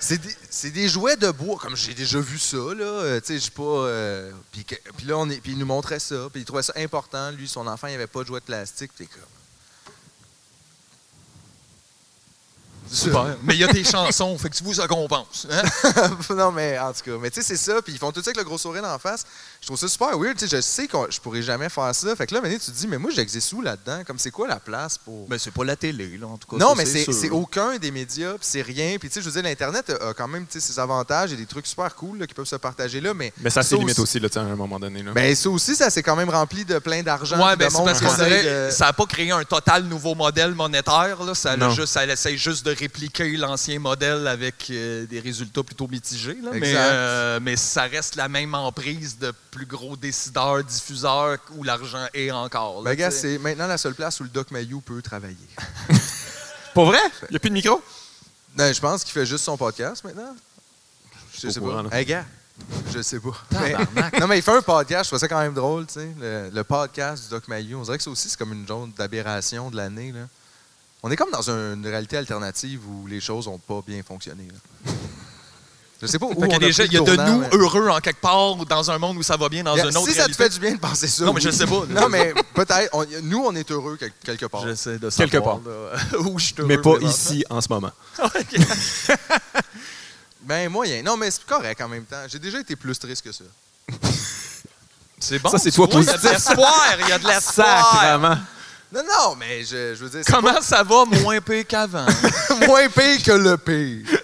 [SPEAKER 1] C'est des, c'est des jouets de bois, comme j'ai déjà vu ça, là. euh, tu sais, je suis pas. euh, puis, que- puis là, on est, puis il nous montrait ça, puis il trouvait ça important. Lui, son enfant, il avait pas de jouets de plastique, puis t'es comme.
[SPEAKER 3] Super. Mais il y a tes chansons, fait que tu vous ça qu'on pense. hein?
[SPEAKER 1] non, mais en tout cas, mais tu sais, c'est ça. Puis ils font tout ça avec le gros sourire en face. Je trouve ça super weird. tu sais, je sais que je pourrais jamais faire ça. Fait que là, maintenant, tu te dis, mais moi, j'existe où là-dedans? Comme c'est quoi la place pour.
[SPEAKER 3] Mais Ben, c'est pas la télé, là, en tout cas.
[SPEAKER 1] non,
[SPEAKER 3] ça,
[SPEAKER 1] mais c'est
[SPEAKER 3] sûr.
[SPEAKER 1] c'est aucun des médias, puis c'est rien. Puis tu sais, je veux dire, l'Internet a a quand même tu sais, ses avantages et des trucs super cool là, qui peuvent se partager là. Mais,
[SPEAKER 2] Mais ça, c'est limite
[SPEAKER 1] aussi-
[SPEAKER 2] aussi, là, tu sais, à un moment donné. Là.
[SPEAKER 1] Ben, ça aussi, ça s'est quand même rempli de plein d'argent. puis
[SPEAKER 3] Ouais, ben
[SPEAKER 1] de
[SPEAKER 3] c'est
[SPEAKER 1] monde
[SPEAKER 3] parce
[SPEAKER 1] qui
[SPEAKER 3] qu'on
[SPEAKER 1] essaye
[SPEAKER 3] dirait
[SPEAKER 1] de-
[SPEAKER 3] ça n'a pas créé un total nouveau modèle monétaire. Là. Ça, a
[SPEAKER 2] Non.
[SPEAKER 3] juste, ça essaie juste de répliquer l'ancien modèle avec euh, des résultats plutôt mitigés. là. Mais,
[SPEAKER 1] Exact.
[SPEAKER 3] euh, mais ça reste la même emprise de plus gros décideurs, diffuseurs où l'argent est encore. là,
[SPEAKER 1] Ben, gars,
[SPEAKER 3] tu sais.
[SPEAKER 1] c'est maintenant la seule place où le Doc Mayou peut travailler.
[SPEAKER 2] Pour vrai? Il n'y a plus de micro?
[SPEAKER 1] Non, Ben, je pense qu'il fait juste son podcast maintenant. Je
[SPEAKER 2] Au
[SPEAKER 1] sais
[SPEAKER 2] courant,
[SPEAKER 1] pas.
[SPEAKER 2] là.
[SPEAKER 1] Hey, gars, je sais pas. Mais- non, mais il fait un podcast, je trouve ça quand même drôle, tu sais. Le, le podcast du Doc Mayou. On dirait que ça aussi, c'est comme une zone d'aberration de l'année, là. On est comme dans un- une réalité alternative où les choses n'ont pas bien fonctionné. là. Je sais pas où
[SPEAKER 3] Fait qu'il y
[SPEAKER 1] on
[SPEAKER 3] a, des gens-
[SPEAKER 1] pris
[SPEAKER 3] il y a
[SPEAKER 1] le
[SPEAKER 3] de
[SPEAKER 1] tournant,
[SPEAKER 3] nous
[SPEAKER 1] mais-
[SPEAKER 3] heureux en quelque part, ou dans un monde où ça va bien, dans
[SPEAKER 1] Gars,
[SPEAKER 3] un autre
[SPEAKER 1] si ça te
[SPEAKER 3] réalité.
[SPEAKER 1] fait du bien de penser ça.
[SPEAKER 3] Non, mais
[SPEAKER 1] oui.
[SPEAKER 3] je sais pas. là.
[SPEAKER 1] Non, mais peut-être. on- Nous, on est heureux quel- quelque part.
[SPEAKER 3] J'essaie de
[SPEAKER 2] Quelque
[SPEAKER 3] savoir, là, où je suis
[SPEAKER 2] Mais
[SPEAKER 3] heureux
[SPEAKER 2] pas
[SPEAKER 3] présentement.
[SPEAKER 2] ici, en ce moment.
[SPEAKER 3] Ok.
[SPEAKER 1] Ben, moyen. Non, mais c'est correct en même temps. J'ai déjà été plus triste que ça.
[SPEAKER 3] C'est bon.
[SPEAKER 2] Ça, c'est
[SPEAKER 3] tu
[SPEAKER 2] toi
[SPEAKER 3] vois, Il y a
[SPEAKER 2] positif.
[SPEAKER 3] de l'espoir. Il y a de l'espoir.
[SPEAKER 2] Sacrement!
[SPEAKER 1] Non, non, mais je, je veux dire, c'est
[SPEAKER 3] Comment ça va moins pire qu'avant?
[SPEAKER 1] moins pire que le pire.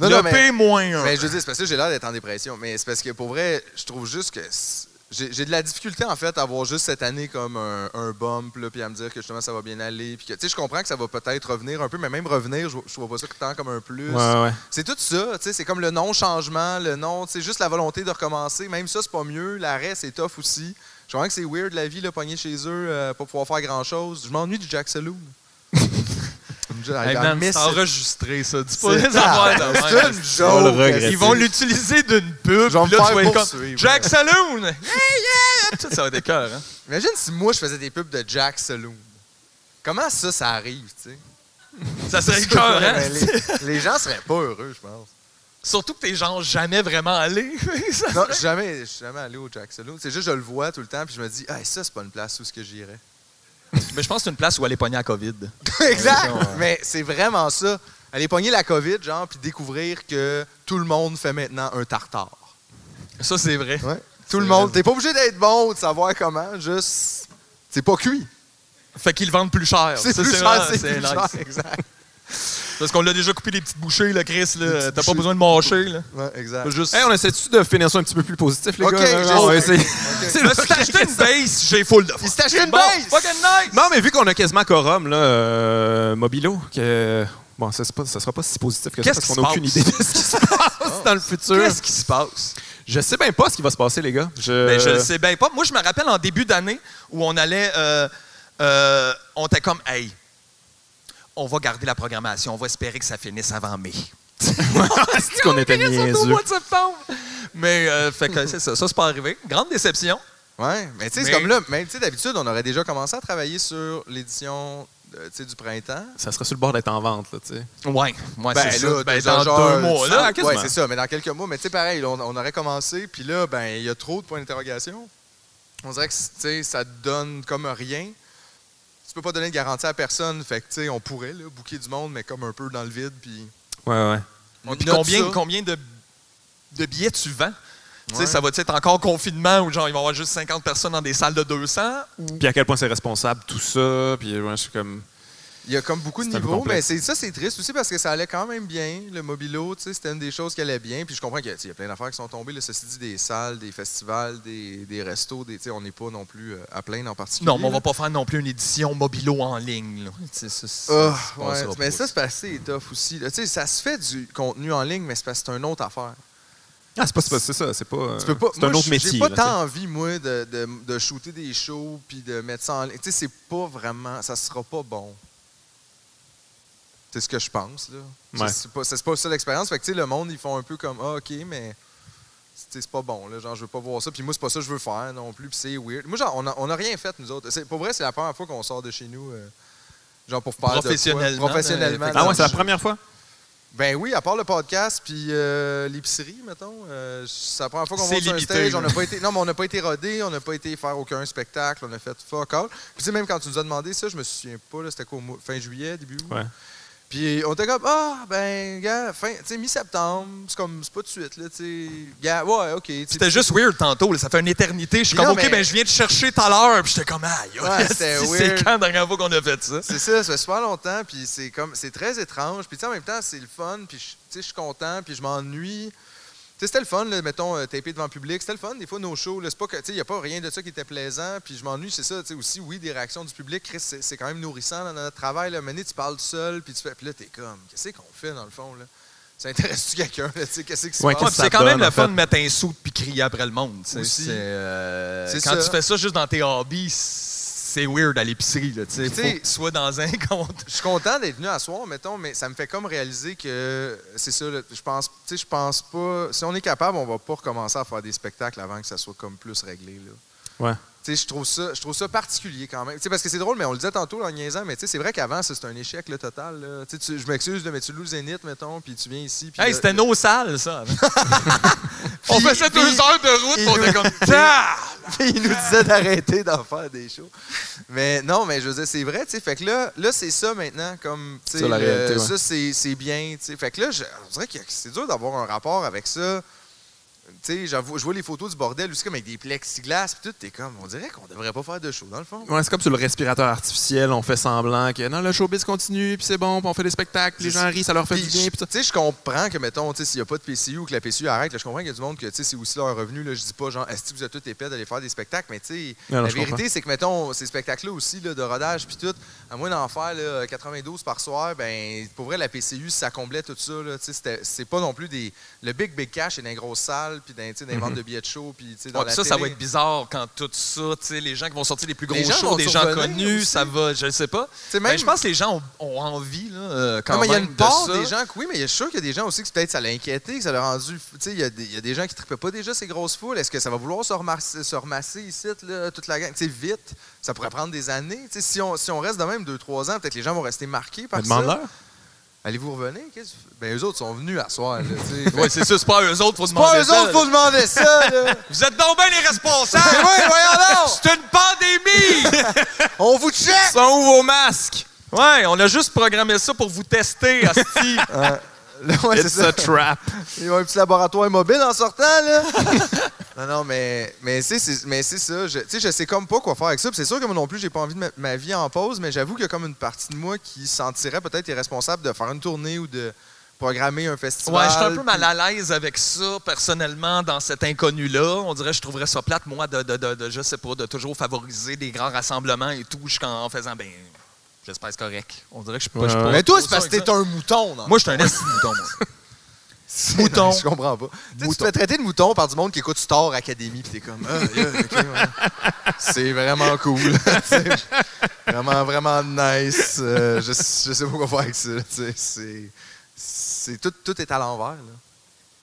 [SPEAKER 1] Non,
[SPEAKER 3] le
[SPEAKER 1] non, mais,
[SPEAKER 3] P moins un.
[SPEAKER 1] mais je veux dire, c'est parce que j'ai l'air d'être en dépression. Mais c'est parce que pour vrai, je trouve juste que c'est- j'ai j'ai de la difficulté en fait à voir juste cette année comme un, un bump, là, puis à me dire que justement ça va bien aller. Puis que, tu sais, je comprends que ça va peut-être revenir un peu, mais même revenir, je, je vois pas ça tant comme un plus.
[SPEAKER 2] Ouais, ouais.
[SPEAKER 1] C'est tout ça, tu sais, c'est comme le non-changement, le non, c'est juste la volonté de recommencer. Même ça, c'est pas mieux. L'arrêt, c'est tough aussi. Je comprends que c'est weird la vie, le pogner chez eux, euh, pas pouvoir faire grand-chose. Je m'ennuie du Jack Saloon. Je-
[SPEAKER 3] Hey,
[SPEAKER 1] I
[SPEAKER 3] man,
[SPEAKER 1] miss
[SPEAKER 3] c'est
[SPEAKER 1] it.
[SPEAKER 3] enregistré, ça. Dis pas
[SPEAKER 1] C'est Ah,
[SPEAKER 3] les affaires de
[SPEAKER 1] C'est
[SPEAKER 3] même.
[SPEAKER 1] une
[SPEAKER 2] On le
[SPEAKER 1] joke.
[SPEAKER 2] regrette.
[SPEAKER 3] Ils vont l'utiliser d'une pub.
[SPEAKER 1] Je vais me
[SPEAKER 3] puis là, tu
[SPEAKER 1] faire
[SPEAKER 3] vas être comme
[SPEAKER 1] poursuivre.
[SPEAKER 3] Jack Saloon. Hey, yeah! Tout ça va être écœur, hein?
[SPEAKER 1] Imagine si moi, je faisais des pubs de Jack Saloon. Comment ça, ça arrive, tu sais?
[SPEAKER 3] Ça serait écœur, hein?
[SPEAKER 1] Mais les, les gens seraient pas heureux, je pense.
[SPEAKER 3] Surtout que t'es genre jamais vraiment allé. Ça-
[SPEAKER 1] Non, jamais, je suis jamais allé au Jack Saloon. C'est juste, je le vois tout le temps, puis je me dis, ah, ça, c'est pas une place où ce que j'irais.
[SPEAKER 3] Mais je pense que c'est une place où aller pogner à COVID.
[SPEAKER 1] exact.
[SPEAKER 3] Ouais, genre.
[SPEAKER 1] Mais c'est vraiment ça. Aller pogner la COVID, genre, puis découvrir que tout le monde fait maintenant un tartare.
[SPEAKER 3] Ça, c'est vrai.
[SPEAKER 1] Tout le monde. T'es pas obligé d'être bon ou de savoir comment, juste. C'est pas cuit.
[SPEAKER 3] Fait qu'ils le vendent plus cher.
[SPEAKER 1] C'est
[SPEAKER 3] Ça,
[SPEAKER 1] plus
[SPEAKER 3] vraiment-
[SPEAKER 1] cher, c'est plus
[SPEAKER 3] nice.
[SPEAKER 1] cher. Exact.
[SPEAKER 3] Parce qu'on l'a déjà coupé des petites bouchées, là, Chris. Là.
[SPEAKER 1] petites
[SPEAKER 3] T'as pas
[SPEAKER 1] bouchées.
[SPEAKER 3] besoin de mâcher, là.
[SPEAKER 1] Ouais, exact.
[SPEAKER 3] Faut Juste...
[SPEAKER 2] Hey, on essaie-tu de finir ça un petit peu plus positif, les
[SPEAKER 1] Ok,
[SPEAKER 2] gars? là?
[SPEAKER 1] j'essaie.
[SPEAKER 2] On va essayer.
[SPEAKER 1] Ok.
[SPEAKER 2] C'est
[SPEAKER 3] Je
[SPEAKER 2] le
[SPEAKER 3] me suis acheté une base, j'ai full de fun.
[SPEAKER 1] Il s'est acheté une
[SPEAKER 3] Bon,
[SPEAKER 1] base!
[SPEAKER 3] fucking nice!
[SPEAKER 2] Non, mais vu qu'on a quasiment quorum, là, euh, Mobilo, que. Bon, ça ne sera pas si positif que ça
[SPEAKER 3] Qu'est-ce
[SPEAKER 2] parce
[SPEAKER 3] qui
[SPEAKER 2] qu'on n'a
[SPEAKER 3] se
[SPEAKER 2] aucune
[SPEAKER 3] passe?
[SPEAKER 2] idée de ce qui se passe dans le futur.
[SPEAKER 3] Qu'est-ce qui se passe?
[SPEAKER 2] Je sais bien pas ce qui va se passer, les gars. Je...
[SPEAKER 3] Euh, Ben, je le sais bien pas. Moi, je me rappelle en début d'année où on allait. euh, euh, on était comme, hey, on va garder la programmation, on va espérer que ça finisse avant mai.
[SPEAKER 2] C'est qu'on était
[SPEAKER 3] Chris, on est au
[SPEAKER 2] niaiseux.
[SPEAKER 3] mois de septembre. Mais, euh, fait que c'est ça, ça, c'est pas arrivé. Grande déception.
[SPEAKER 1] Ouais, mais tu sais, c'est
[SPEAKER 3] Mais-
[SPEAKER 1] comme là, même tu sais, d'habitude, on aurait déjà commencé à travailler sur l'édition euh, tu sais, du printemps.
[SPEAKER 2] Ça serait sur le bord d'être en vente, là, tu sais.
[SPEAKER 3] Ouais, moi, c'est ça. Ben,
[SPEAKER 1] déjà,
[SPEAKER 3] dans
[SPEAKER 1] genre,
[SPEAKER 3] deux mois,
[SPEAKER 1] ça,
[SPEAKER 3] là,
[SPEAKER 1] euh, Ouais,
[SPEAKER 3] quasiment.
[SPEAKER 1] c'est ça, mais dans quelques mois. Mais tu sais, pareil, on, on aurait commencé, puis là, ben, il y a trop de points d'interrogation. On dirait que, tu sais, ça te donne comme rien. Tu peux pas donner de garantie à personne, fait que, tu sais, on pourrait, là, bouquer du monde, mais comme un peu dans le vide, puis...
[SPEAKER 2] Ouais, ouais.
[SPEAKER 1] on
[SPEAKER 3] Puis
[SPEAKER 1] note
[SPEAKER 3] combien,
[SPEAKER 1] ça.
[SPEAKER 3] combien de, de billets tu vends? Tu sais,
[SPEAKER 1] Ouais.
[SPEAKER 3] Ça va être encore confinement où genre, il va y avoir juste 50 personnes dans des salles de 200?
[SPEAKER 2] Puis à quel point c'est responsable, tout ça. Puis ouais, je suis comme.
[SPEAKER 1] Il y a comme beaucoup de
[SPEAKER 2] C'est un peu
[SPEAKER 1] niveaux, mais
[SPEAKER 2] complexe.
[SPEAKER 1] c'est ça, c'est triste aussi parce que ça allait quand même bien. Le mobilo, tu sais, c'était une des choses qui allait bien. Puis je comprends qu'il y a- tu sais, il y a plein d'affaires qui sont tombées. Là, ceci dit, des salles, des festivals, des, des restos, des, tu sais, on n'est pas non plus euh, à plein en particulier.
[SPEAKER 3] Non, mais on
[SPEAKER 1] là.
[SPEAKER 3] va pas faire non plus une édition mobilo en ligne. là. C'est ça, ça,
[SPEAKER 1] Ah,
[SPEAKER 3] ça
[SPEAKER 1] ouais,
[SPEAKER 3] passera
[SPEAKER 1] mais
[SPEAKER 3] pas.
[SPEAKER 1] ça, c'est assez tough aussi. là. Tu sais, ça se fait du contenu en ligne, mais c'est parce que c'est une autre affaire.
[SPEAKER 2] Ah, c'est pas, c'est pas- c'est ça, c'est pas. euh,
[SPEAKER 1] Tu peux pas.
[SPEAKER 2] C'est
[SPEAKER 1] moi,
[SPEAKER 2] un autre
[SPEAKER 1] j'ai-
[SPEAKER 2] métier.
[SPEAKER 1] J'ai pas
[SPEAKER 2] là, tu sais.
[SPEAKER 1] tant envie, moi, de, de- de shooter des shows puis de mettre ça en ligne. Tu sais, c'est pas vraiment. Ça sera pas bon. C'est ce que je pense, là.
[SPEAKER 2] Ouais.
[SPEAKER 1] C'est- C'est pas, c'est pas ça l'expérience. Fait que, tu sais, le monde, ils font un peu comme Ah, OK, mais. tu sais, C'est pas bon, là. Genre, je veux pas voir ça. Puis moi, c'est pas ça que je veux faire non plus. Puis c'est weird. Moi, genre, on a, on a rien fait, nous autres. C'est- Pour vrai, c'est la première fois qu'on sort de chez nous. euh, genre, pour faire. de quoi.
[SPEAKER 3] Professionnellement,
[SPEAKER 1] professionnellement.
[SPEAKER 3] euh,
[SPEAKER 2] Ah, ouais, c'est la
[SPEAKER 1] Je-
[SPEAKER 2] première fois?
[SPEAKER 1] ben oui, à part le podcast puis euh, l'épicerie, mettons, euh, c'est la première fois qu'on
[SPEAKER 3] C'est
[SPEAKER 1] monte sur un
[SPEAKER 3] limité,
[SPEAKER 1] stage. On n'a pas été, non, mais on n'a pas été rodé, on n'a pas été faire aucun spectacle, on a fait fuck all. Puis tu sais, même quand tu nous as demandé ça, je me souviens pas, là, c'était quoi, au mois- fin juillet, début août?
[SPEAKER 2] Ouais.
[SPEAKER 1] Puis on était comme, ah, ben, gars, fin, tu sais, mi-septembre, c'est comme, c'est pas de suite, là, tu sais, gars, ouais, ok. tu sais,
[SPEAKER 3] C'était juste weird tantôt. là. Ça fait une éternité. Je suis
[SPEAKER 1] Mais
[SPEAKER 3] comme,
[SPEAKER 1] non,
[SPEAKER 3] OK,
[SPEAKER 1] mais-
[SPEAKER 3] ben, je viens de chercher tout à l'heure. Puis j'étais comme, aïe,
[SPEAKER 1] Ouais,
[SPEAKER 3] aïe,
[SPEAKER 1] c'était
[SPEAKER 3] si,
[SPEAKER 1] weird.
[SPEAKER 3] c'est quand la dernière fois qu'on a fait ça?
[SPEAKER 1] C'est ça, ça fait super longtemps, puis c'est comme, c'est très étrange, puis tu sais, en même temps, c'est le fun, puis je- tu sais, je suis content, puis je m'ennuie. Tu sais, c'était le fun, là, mettons, euh, taper devant le public, c'était le fun, des fois, nos shows, là, c'est pas que, tu sais, il n'y a pas rien de ça qui était plaisant, puis je m'ennuie, c'est ça, tu sais, aussi, oui, des réactions du public, Chris, c'est c'est quand même nourrissant dans notre travail, là, Mané, tu parles tout seul, puis tu fais, puis là, t'es comme, qu'est-ce qu'on fait, dans le fond, là? Ça intéresse-tu quelqu'un, là, tu sais, qu'est-ce qui se
[SPEAKER 2] Ouais,
[SPEAKER 1] passe?
[SPEAKER 2] qu'est-ce
[SPEAKER 3] Ouais, puis
[SPEAKER 2] que ça
[SPEAKER 3] c'est quand même
[SPEAKER 2] donne, en
[SPEAKER 3] le fun
[SPEAKER 2] fait?
[SPEAKER 3] de mettre un sou puis crier après le monde. tu sais.
[SPEAKER 1] Aussi.
[SPEAKER 3] C'est, euh,
[SPEAKER 1] C'est
[SPEAKER 3] quand
[SPEAKER 1] ça.
[SPEAKER 3] tu fais ça juste dans tes hobbies, c'est weird à l'épicerie. là, tu sais.
[SPEAKER 1] Puis tu sais-
[SPEAKER 3] Faut que tu sois dans un compte.
[SPEAKER 1] Je suis content d'être venu à soir, mettons, mais ça me fait comme réaliser que euh, c'est ça. là, Je pense, tu sais, je pense pas. Si on est capable, on va pas recommencer à faire des spectacles avant que ça soit comme plus réglé. Là.
[SPEAKER 2] Ouais.
[SPEAKER 1] Tu sais, je trouve ça, je trouve ça particulier quand même. Tu sais, parce que c'est drôle, mais on le disait tantôt en niaisant, mais tu sais, c'est vrai qu'avant, ça, c'était un échec le total. là. Tu sais, tu- je m'excuse, là, mais tu loues le Zénith, mettons, puis tu viens ici. puis
[SPEAKER 3] Hey,
[SPEAKER 1] là-
[SPEAKER 3] c'était nos salles, ça. on
[SPEAKER 1] Puis-
[SPEAKER 3] faisait
[SPEAKER 1] puis-
[SPEAKER 3] deux heures de route,
[SPEAKER 1] puis-
[SPEAKER 3] puis on était comme, Ah!
[SPEAKER 1] Puis il nous disait d'arrêter d'en faire des shows. Mais non, mais je veux dire, c'est vrai, tu sais. Fait que là, là c'est ça maintenant, comme, tu sais,
[SPEAKER 2] Ça, la
[SPEAKER 1] le-
[SPEAKER 2] réalité, ouais.
[SPEAKER 1] ça, c'est, c'est bien, tu sais. Fait que là, je, on dirait que c'est dur d'avoir un rapport avec ça. Tu sais, j'avoue- je vois les photos du bordel aussi, comme avec des plexiglas, puis tout, t'es comme, on dirait qu'on devrait pas faire de show, dans le fond.
[SPEAKER 2] Ouais, c'est comme sur le respirateur artificiel, on fait semblant que non, le showbiz continue, puis c'est bon, puis on fait des spectacles, puis les
[SPEAKER 1] C'est-
[SPEAKER 2] gens rient, ça leur fait
[SPEAKER 1] Puis,
[SPEAKER 2] du bien, puis
[SPEAKER 1] tu
[SPEAKER 2] ça.
[SPEAKER 1] sais, je comprends que, mettons, tu sais, s'il n'y a pas de PCU ou que la PCU arrête, là, je comprends qu'il y a du monde que, tu sais, c'est aussi leur revenu. Là, je dis pas, genre, est-ce que vous êtes tous épais d'aller faire des spectacles, mais, tu sais,
[SPEAKER 2] Non, non,
[SPEAKER 1] la
[SPEAKER 2] je comprends.
[SPEAKER 1] vérité, c'est que, mettons, ces spectacles-là aussi, là, de rodage, puis tout, à moins d'en faire là, 92 par soir, ben pour vrai, la PCU, ça comblait tout ça, là, tu sais, c'était- c'est pas non plus des. Le big, big cash est dans les grosses salles, puis dans, tu sais, dans les ventes de billets de show, puis, tu sais, dans
[SPEAKER 3] Ouais,
[SPEAKER 1] la
[SPEAKER 3] puis ça, ça
[SPEAKER 1] télé.
[SPEAKER 3] va être bizarre quand tout ça, tu sais, les gens qui vont sortir les plus gros
[SPEAKER 1] Les gens
[SPEAKER 3] shows,
[SPEAKER 1] vont
[SPEAKER 3] des gens
[SPEAKER 1] survenir
[SPEAKER 3] connus,
[SPEAKER 1] aussi.
[SPEAKER 3] ça va, je ne sais pas.
[SPEAKER 1] Tu sais,
[SPEAKER 3] Mais
[SPEAKER 1] même-
[SPEAKER 3] Ben, je pense que les gens ont, ont envie, là, euh, quand
[SPEAKER 1] Non, mais il y a
[SPEAKER 3] même,
[SPEAKER 1] une part
[SPEAKER 3] de ça.
[SPEAKER 1] des gens que oui, mais je suis sûr qu'il y a des gens aussi que peut-être ça l'a inquiété, que ça l'a rendu. Tu sais, il y, a des- il y a des gens qui ne trippaient pas déjà ces grosses foules. Est-ce que ça va vouloir se remasser, se remasser ici, là, toute la gang? Tu sais, vite, ça pourrait prendre des années. Tu sais, si on, si on reste de même 2-3 ans, peut-être les gens vont rester marqués par
[SPEAKER 2] Mais
[SPEAKER 1] ça.
[SPEAKER 2] Demande-leur.
[SPEAKER 1] Allez-vous revenir? Qu'est-ce que tu fais? Ben, eux autres sont venus à soir. Là, tu sais.
[SPEAKER 3] Ouais, c'est sûr, c'est pas à eux autres, faut
[SPEAKER 1] C'est pas
[SPEAKER 3] demander
[SPEAKER 1] eux
[SPEAKER 3] ça,
[SPEAKER 1] autres
[SPEAKER 3] là.
[SPEAKER 1] faut demander ça. là.
[SPEAKER 3] Vous êtes donc bien les responsables!
[SPEAKER 1] Ben oui, voyons donc!
[SPEAKER 3] C'est une pandémie!
[SPEAKER 1] On vous check!
[SPEAKER 2] Sont où vos masques?
[SPEAKER 3] ouais, on a juste programmé ça pour vous tester, Asti.
[SPEAKER 1] Là, ouais, c'est
[SPEAKER 2] It's
[SPEAKER 1] ça.
[SPEAKER 2] a trap.
[SPEAKER 1] Ils ont un petit laboratoire mobile en sortant, là. non, non, mais, mais c'est c'est- mais c'est ça. Je, tu sais, je sais comme pas quoi faire avec ça. Puis C'est sûr que moi non plus, j'ai pas envie de mettre ma vie en pause, mais j'avoue qu'il y a comme une partie de moi qui sentirait peut-être irresponsable de faire une tournée ou de programmer un festival.
[SPEAKER 3] Ouais, je suis un peu mal à l'aise avec ça, personnellement, dans cet inconnu-là. On dirait que je trouverais ça plate, moi, de, de, de, de- je sais pas, de toujours favoriser des grands rassemblements et tout, jusqu'en en faisant, ben, J'espère que c'est correct. On dirait que je suis
[SPEAKER 2] Ouais,
[SPEAKER 3] pas. je suis pas-
[SPEAKER 2] ouais.
[SPEAKER 1] Mais toi, c'est parce
[SPEAKER 3] ça,
[SPEAKER 1] que t'es un mouton. non?
[SPEAKER 3] Moi, je suis un esti de mouton, moi.
[SPEAKER 1] C'est-
[SPEAKER 3] Mouton.
[SPEAKER 1] Je comprends pas. Tu sais, Tu te
[SPEAKER 3] Mouton.
[SPEAKER 1] fais traiter de mouton par du monde qui écoute Star Academy, puis t'es comme, ah, yeah, ok, ouais. c'est vraiment cool. C'est vraiment, vraiment nice. Euh, je, je sais pas quoi faire avec ça. tu sais, C'est, c'est- tout, tout est à l'envers. là.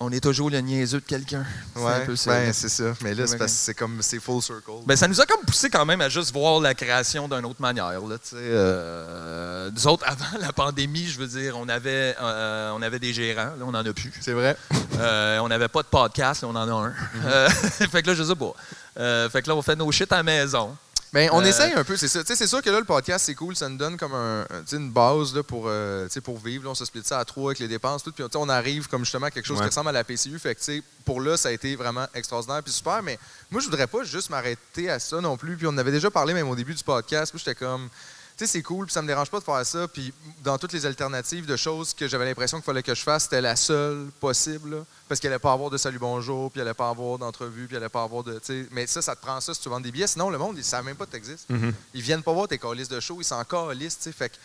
[SPEAKER 3] On est toujours le niaiseux de quelqu'un. C'est
[SPEAKER 1] Ouais,
[SPEAKER 3] un peu ça.
[SPEAKER 1] ben, c'est ça. Mais là, c'est
[SPEAKER 3] Ouais,
[SPEAKER 1] parce
[SPEAKER 3] ouais.
[SPEAKER 1] que c'est comme, c'est full circle.
[SPEAKER 3] Ben, ça nous a comme poussé quand même à juste voir la création d'une autre manière. Là, tu sais. Euh, nous autres, avant la pandémie, je veux dire, on avait, euh, on avait des gérants. Là, on n'en a plus.
[SPEAKER 1] c'est vrai.
[SPEAKER 3] Euh, on n'avait pas de podcast. Là, on en a un.
[SPEAKER 1] Mhm.
[SPEAKER 3] Euh, fait que là, je sais pas. Euh, fait que là, on fait nos shit à la maison.
[SPEAKER 1] Ben, on
[SPEAKER 3] Euh,
[SPEAKER 1] essaye un peu, c'est ça. Tu sais, c'est sûr que là, le podcast, c'est cool, ça nous donne comme un, un- tu sais, une base là, pour, euh, tu sais, pour vivre. Là, on se split ça à trois avec les dépenses, tout. Puis tu sais, on arrive comme justement à quelque chose
[SPEAKER 2] Ouais.
[SPEAKER 1] qui ressemble à la PCU. Fait que tu sais, pour là, ça a été vraiment extraordinaire puis super. Mais moi, je voudrais pas juste m'arrêter à ça non plus. Puis on en avait déjà parlé même au début du podcast. Moi, j'étais comme, tu sais, c'est cool, puis ça me dérange pas de faire ça. Puis dans toutes les alternatives de choses que j'avais l'impression qu'il fallait que je fasse, c'était la seule possible. là. parce qu'il allait pas avoir de salut bonjour, puis il allait pas avoir d'entrevue, puis il allait pas avoir de. tu sais, Mais ça, ça te prend ça si tu vends des billets. Sinon, le monde, ils savent même pas que tu existes. Ils viennent pas voir tes calices de show, ils sont calices. tu sais. Fait que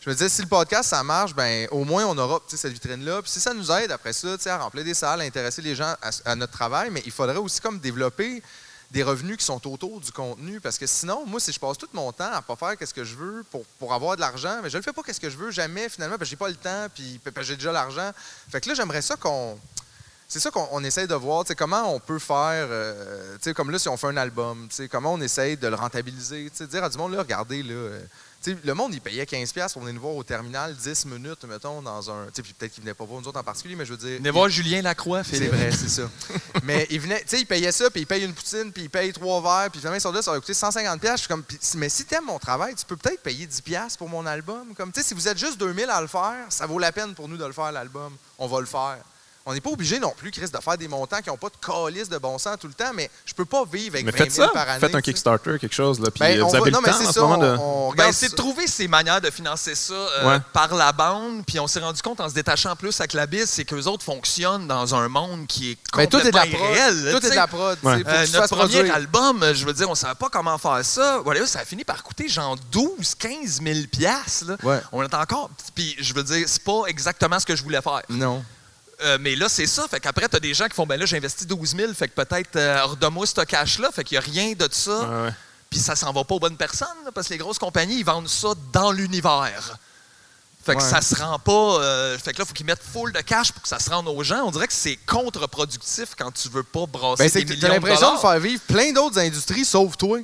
[SPEAKER 1] je me disais, si le podcast, ça marche, ben au moins, on aura tu sais, cette vitrine-là. Puis si ça nous aide après ça, tu sais, à remplir des salles, à intéresser les gens à, à notre travail, mais il faudrait aussi comme développer des revenus qui sont autour du contenu. Parce que sinon, moi, si je passe tout mon temps à pas faire quest ce que je veux pour, pour avoir de l'argent, mais je ne le fais pas quest ce que je veux jamais, finalement, parce que j'ai pas le temps, puis parce que j'ai déjà l'argent. Fait que là, j'aimerais ça qu'on... C'est ça qu'on on essaye de voir, tu sais, comment on peut faire, euh, tu sais, comme là, si on fait un album, tu sais, comment on essaye de le rentabiliser, tu sais, dire à du monde, là, regardez, là, euh, tu sais, le monde, il payait 15$ pour venir nous voir au terminal 10 minutes, mettons, dans un... tu sais, Puis peut-être qu'il venait pas voir nous autres en particulier, mais je veux dire...
[SPEAKER 3] Venez voir Julien Lacroix,
[SPEAKER 1] C'est
[SPEAKER 3] Philippe.
[SPEAKER 1] vrai, c'est ça. mais il venait, tu sais, il payait ça, puis il paye une poutine, puis il paye trois verres, puis finalement, ils sont là, ça aurait coûté 150 pièces. Je suis comme, Puis, mais si t'aimes mon travail, tu peux peut-être payer 10 pièces pour mon album. Comme, tu sais, si vous êtes juste 2000 à le faire, ça vaut la peine pour nous de le faire, l'album. On va le faire. On n'est pas obligé non plus, Chris, de faire des montants qui n'ont pas de calice de bon sens tout le temps, mais je peux pas vivre avec
[SPEAKER 2] Mais
[SPEAKER 1] 20
[SPEAKER 2] faites
[SPEAKER 1] 000
[SPEAKER 2] ça.
[SPEAKER 1] par année.
[SPEAKER 2] Faites un
[SPEAKER 1] tu sais.
[SPEAKER 2] Kickstarter, quelque chose. Là, puis euh,
[SPEAKER 1] Ben,
[SPEAKER 2] vous
[SPEAKER 1] on va-
[SPEAKER 2] avez
[SPEAKER 1] non,
[SPEAKER 2] le
[SPEAKER 1] mais
[SPEAKER 2] temps
[SPEAKER 1] c'est
[SPEAKER 2] en ce
[SPEAKER 1] ça,
[SPEAKER 2] moment de...
[SPEAKER 1] on, on
[SPEAKER 3] Ben,
[SPEAKER 1] regarde
[SPEAKER 3] on s'est
[SPEAKER 1] ça.
[SPEAKER 3] trouvé ces manières de financer ça euh,
[SPEAKER 2] Ouais.
[SPEAKER 3] par la bande, puis on s'est rendu compte en se détachant plus avec la bise, c'est qu'eux autres fonctionnent dans un monde qui est
[SPEAKER 1] Ben, tout
[SPEAKER 3] complètement
[SPEAKER 1] est de la
[SPEAKER 3] irréel.
[SPEAKER 1] prod. Tout
[SPEAKER 3] tu
[SPEAKER 1] est de
[SPEAKER 3] sais.
[SPEAKER 1] la prod. tu sais,
[SPEAKER 2] Ouais.
[SPEAKER 1] pour
[SPEAKER 3] Euh,
[SPEAKER 1] que tu
[SPEAKER 3] notre
[SPEAKER 1] fasses
[SPEAKER 3] premier
[SPEAKER 1] produire.
[SPEAKER 3] album, euh, je veux dire, on savait pas comment faire ça. Voilà, ça a fini par coûter genre 12, 15 000 piastres, là.
[SPEAKER 1] Ouais.
[SPEAKER 3] On est encore. Puis je veux dire, c'est pas exactement ce que je voulais faire.
[SPEAKER 1] Non.
[SPEAKER 3] Euh, mais là, c'est ça. Fait qu'après, t'as des gens qui font, ben là, j'ai investi 12 000, fait que peut-être, euh, redonne-moi ce cash-là. Fait qu'il y a rien de ça.
[SPEAKER 2] Ouais, ouais.
[SPEAKER 3] Puis ça s'en va pas aux bonnes personnes, là, parce que les grosses compagnies, ils vendent ça dans l'univers. Fait que
[SPEAKER 1] Ouais.
[SPEAKER 3] ça se rend pas. euh, fait que là, il faut qu'ils mettent full de cash pour que ça se rende aux gens. On dirait que c'est contre-productif quand tu veux pas brasser
[SPEAKER 1] Ben, c'est
[SPEAKER 3] des
[SPEAKER 1] que
[SPEAKER 3] millions
[SPEAKER 1] t'as l'impression de
[SPEAKER 3] dollars.
[SPEAKER 1] faire vivre plein d'autres industries sauf toi.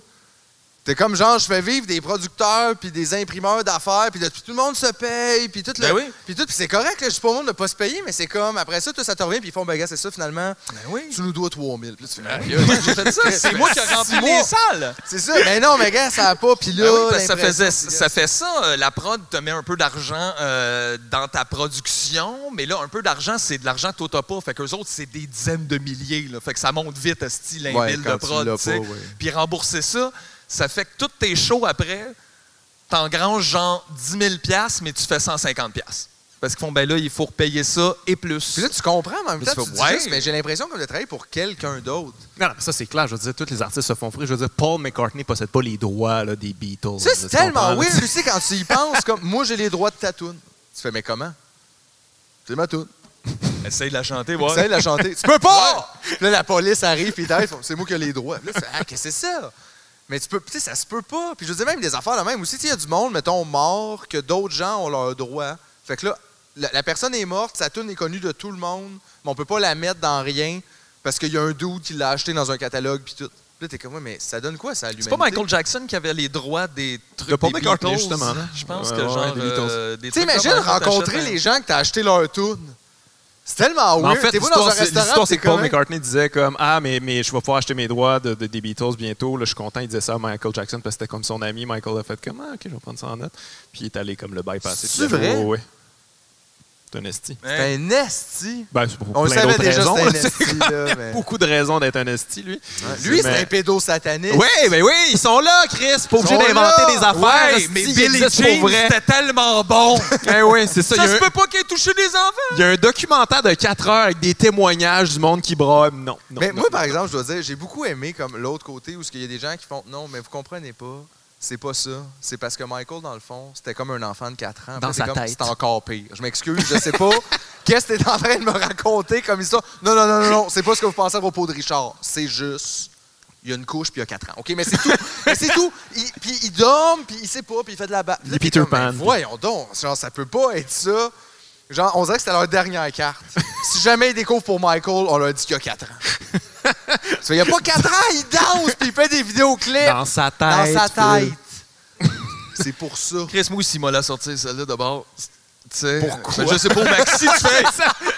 [SPEAKER 1] T'es comme genre, je fais vivre des producteurs, puis des imprimeurs d'affaires, puis de- puis tout le monde se paye, puis tout le.
[SPEAKER 3] Ben oui.
[SPEAKER 1] Puis tout, puis c'est correct, là, je dis pas au monde de pas se payer, mais c'est comme, après ça, toi, ça te revient, puis ils font, ben, gars, c'est ça, finalement,
[SPEAKER 3] Ben oui.
[SPEAKER 1] tu nous dois 3000. Puis là, tu fais,
[SPEAKER 3] Ben, j'ai fait ça. C'est moi qui ai
[SPEAKER 1] Six
[SPEAKER 3] rempli
[SPEAKER 1] mois.
[SPEAKER 3] les salles.
[SPEAKER 1] c'est ça, mais non, mais gars, ça a pas, puis là.
[SPEAKER 3] Ah oui, parce que ça,
[SPEAKER 1] l'impression,
[SPEAKER 3] faisait,
[SPEAKER 1] puis là-
[SPEAKER 3] ça fait ça. euh, La prod te met un peu d'argent euh, dans ta production, mais là, un peu d'argent, c'est de l'argent que toi, t'as pas. Fait qu'eux autres, c'est des dizaines de milliers. là. Fait que ça monte vite, à style un
[SPEAKER 1] Ouais,
[SPEAKER 3] mille
[SPEAKER 1] quand
[SPEAKER 3] de
[SPEAKER 1] tu l'as
[SPEAKER 3] prod. tu sais.
[SPEAKER 1] pas, ouais.
[SPEAKER 3] Puis rembourser ça, ça fait que tous tes shows après, t'engranges genre 10 000 piastres, mais tu fais 150 piastres. Parce qu'ils font, ben là, il faut repayer ça et plus.
[SPEAKER 1] Puis là, tu comprends, mais en même
[SPEAKER 3] Mais
[SPEAKER 1] temps, tu
[SPEAKER 3] tu fais,
[SPEAKER 1] dis
[SPEAKER 3] ouais.
[SPEAKER 1] juste, mais j'ai l'impression comme de travailler pour quelqu'un d'autre.
[SPEAKER 2] Non, non, mais ça, c'est clair. Je veux dire, tous les artistes se font frire. Je veux dire, Paul McCartney possède pas les droits là, des Beatles.
[SPEAKER 1] Ça,
[SPEAKER 2] là,
[SPEAKER 1] c'est
[SPEAKER 2] tu comprends,
[SPEAKER 1] tellement
[SPEAKER 2] là,
[SPEAKER 1] weird,
[SPEAKER 2] tu-
[SPEAKER 1] tu sais, quand tu y penses, comme, moi, j'ai les droits de ta toune. Tu fais, mais comment? C'est ma toune.
[SPEAKER 3] Essaye de la chanter,
[SPEAKER 1] Tu sais,
[SPEAKER 3] ouais.
[SPEAKER 1] il l'a chanté. Tu peux pas! Puis là, la police arrive, puis ils t'arrivent, ils font, c'est moi qui ai les droits. Puis là, tu fais, ah, qu'est-ce que c'est ça? Mais tu peux, tu sais, ça se peut pas. Puis je dis même des affaires la même aussi. Tu sais, il y a du monde, mettons, mort, que d'autres gens ont leurs droits. Fait que là, la, la personne est morte, sa tune est connue de tout le monde, mais on peut pas la mettre dans rien parce qu'il y a un doute qui l'a acheté dans un catalogue, puis tout. Puis là, t'es comme, Ouais, mais ça donne quoi, ça, à l'humanité?
[SPEAKER 3] C'est pas Michael Jackson qui avait les droits des trucs
[SPEAKER 2] De Paul
[SPEAKER 3] des
[SPEAKER 2] McCartney,
[SPEAKER 3] Beatles,
[SPEAKER 2] justement.
[SPEAKER 3] là. Je pense
[SPEAKER 2] Ouais,
[SPEAKER 3] que
[SPEAKER 2] ouais,
[SPEAKER 3] genre
[SPEAKER 2] des Beatles.
[SPEAKER 3] euh, des
[SPEAKER 1] Tu sais,
[SPEAKER 3] trucs
[SPEAKER 1] imagine
[SPEAKER 3] comme ça,
[SPEAKER 1] rencontrer
[SPEAKER 3] t'achètes un-
[SPEAKER 1] les gens que t'as acheté leur tune. C'est tellement
[SPEAKER 2] hein. Mais en
[SPEAKER 1] weird.
[SPEAKER 2] fait,
[SPEAKER 1] T'es pas dans un
[SPEAKER 2] l'histoire, c'est-
[SPEAKER 1] restaurant,
[SPEAKER 2] l'histoire,
[SPEAKER 1] t'es
[SPEAKER 2] c'est que Paul
[SPEAKER 1] comme,
[SPEAKER 2] McCartney disait comme Ah, mais, mais je vais pouvoir acheter mes droits de, de- des Beatles bientôt. Là, je suis content. Il disait ça à Michael Jackson parce que c'était comme son ami. Michael a fait comme Ah, ok, je vais prendre ça en note. Puis il est allé comme le bypasser.
[SPEAKER 1] C'est
[SPEAKER 2] Puis il a fait,
[SPEAKER 1] vrai?
[SPEAKER 2] Ouais, ouais. C'est un esti.
[SPEAKER 1] T'es hein? un esti.
[SPEAKER 2] Ben, c'est pour
[SPEAKER 1] On le
[SPEAKER 2] plein
[SPEAKER 1] savait
[SPEAKER 2] d'autres
[SPEAKER 1] déjà,
[SPEAKER 2] raisons.
[SPEAKER 1] c'était
[SPEAKER 2] là,
[SPEAKER 1] un
[SPEAKER 2] tu sais.
[SPEAKER 1] esti, là, mais...
[SPEAKER 2] beaucoup de raisons d'être un esti, lui.
[SPEAKER 1] Lui, c'est
[SPEAKER 2] Mais-
[SPEAKER 1] un pédo sataniste.
[SPEAKER 2] Oui, ben oui, ils sont là, Chris. Pas obligé
[SPEAKER 1] Ils sont
[SPEAKER 2] d'inventer
[SPEAKER 1] là.
[SPEAKER 2] des affaires.
[SPEAKER 3] Ouais,
[SPEAKER 2] esti,
[SPEAKER 3] mais
[SPEAKER 2] ils
[SPEAKER 3] Billy
[SPEAKER 2] existent
[SPEAKER 3] Jean,
[SPEAKER 2] pour vrai.
[SPEAKER 3] c'était tellement bon.
[SPEAKER 2] Ben oui, c'est ça.
[SPEAKER 3] Ça
[SPEAKER 2] il, y a
[SPEAKER 3] se
[SPEAKER 2] un,
[SPEAKER 3] peut pas qu'il ait touché des enfants.
[SPEAKER 2] il y a un documentaire de 4 heures avec des témoignages du monde qui braille. Non, non.
[SPEAKER 1] Mais
[SPEAKER 2] non,
[SPEAKER 1] moi, par exemple, je dois dire, j'ai beaucoup aimé comme l'autre côté où il y a des gens qui font non, mais vous comprenez pas. c'est pas ça. C'est parce que Michael, dans le fond, c'était comme un enfant de 4 ans.
[SPEAKER 2] Dans
[SPEAKER 1] Puis c'est
[SPEAKER 2] sa
[SPEAKER 1] comme,
[SPEAKER 2] tête.
[SPEAKER 1] C'est encore pire. Je m'excuse, je sais pas. Qu'est-ce que t'es en train de me raconter comme histoire? Non, non, non, non, non. C'est pas ce que vous pensez à propos de Richard. C'est juste. Il y a une couche, puis il y a 4 ans. OK, mais c'est tout. mais c'est tout. Il- puis il dorme, puis il sait pas, puis il fait de la ba...
[SPEAKER 2] Il est
[SPEAKER 1] Là, puis
[SPEAKER 2] Peter
[SPEAKER 1] comme,
[SPEAKER 2] Pan.
[SPEAKER 1] Mais Voyons donc. Genre, ça peut pas être ça. Genre, on dirait que c'était leur dernière carte. si jamais ils découvrent pour Michael, on leur dit qu'il y a 4 ans. Tu fais, il y a pas 4 ans, il danse, puis il fait des vidéoclips.
[SPEAKER 2] Dans sa tête.
[SPEAKER 1] Dans sa
[SPEAKER 2] Phil.
[SPEAKER 1] tête. C'est pour ça.
[SPEAKER 3] Chris, moi aussi, il m'a la sorti, celle-là, d'abord.
[SPEAKER 1] Pourquoi?
[SPEAKER 3] Je sais pas, Maxi, tu fais.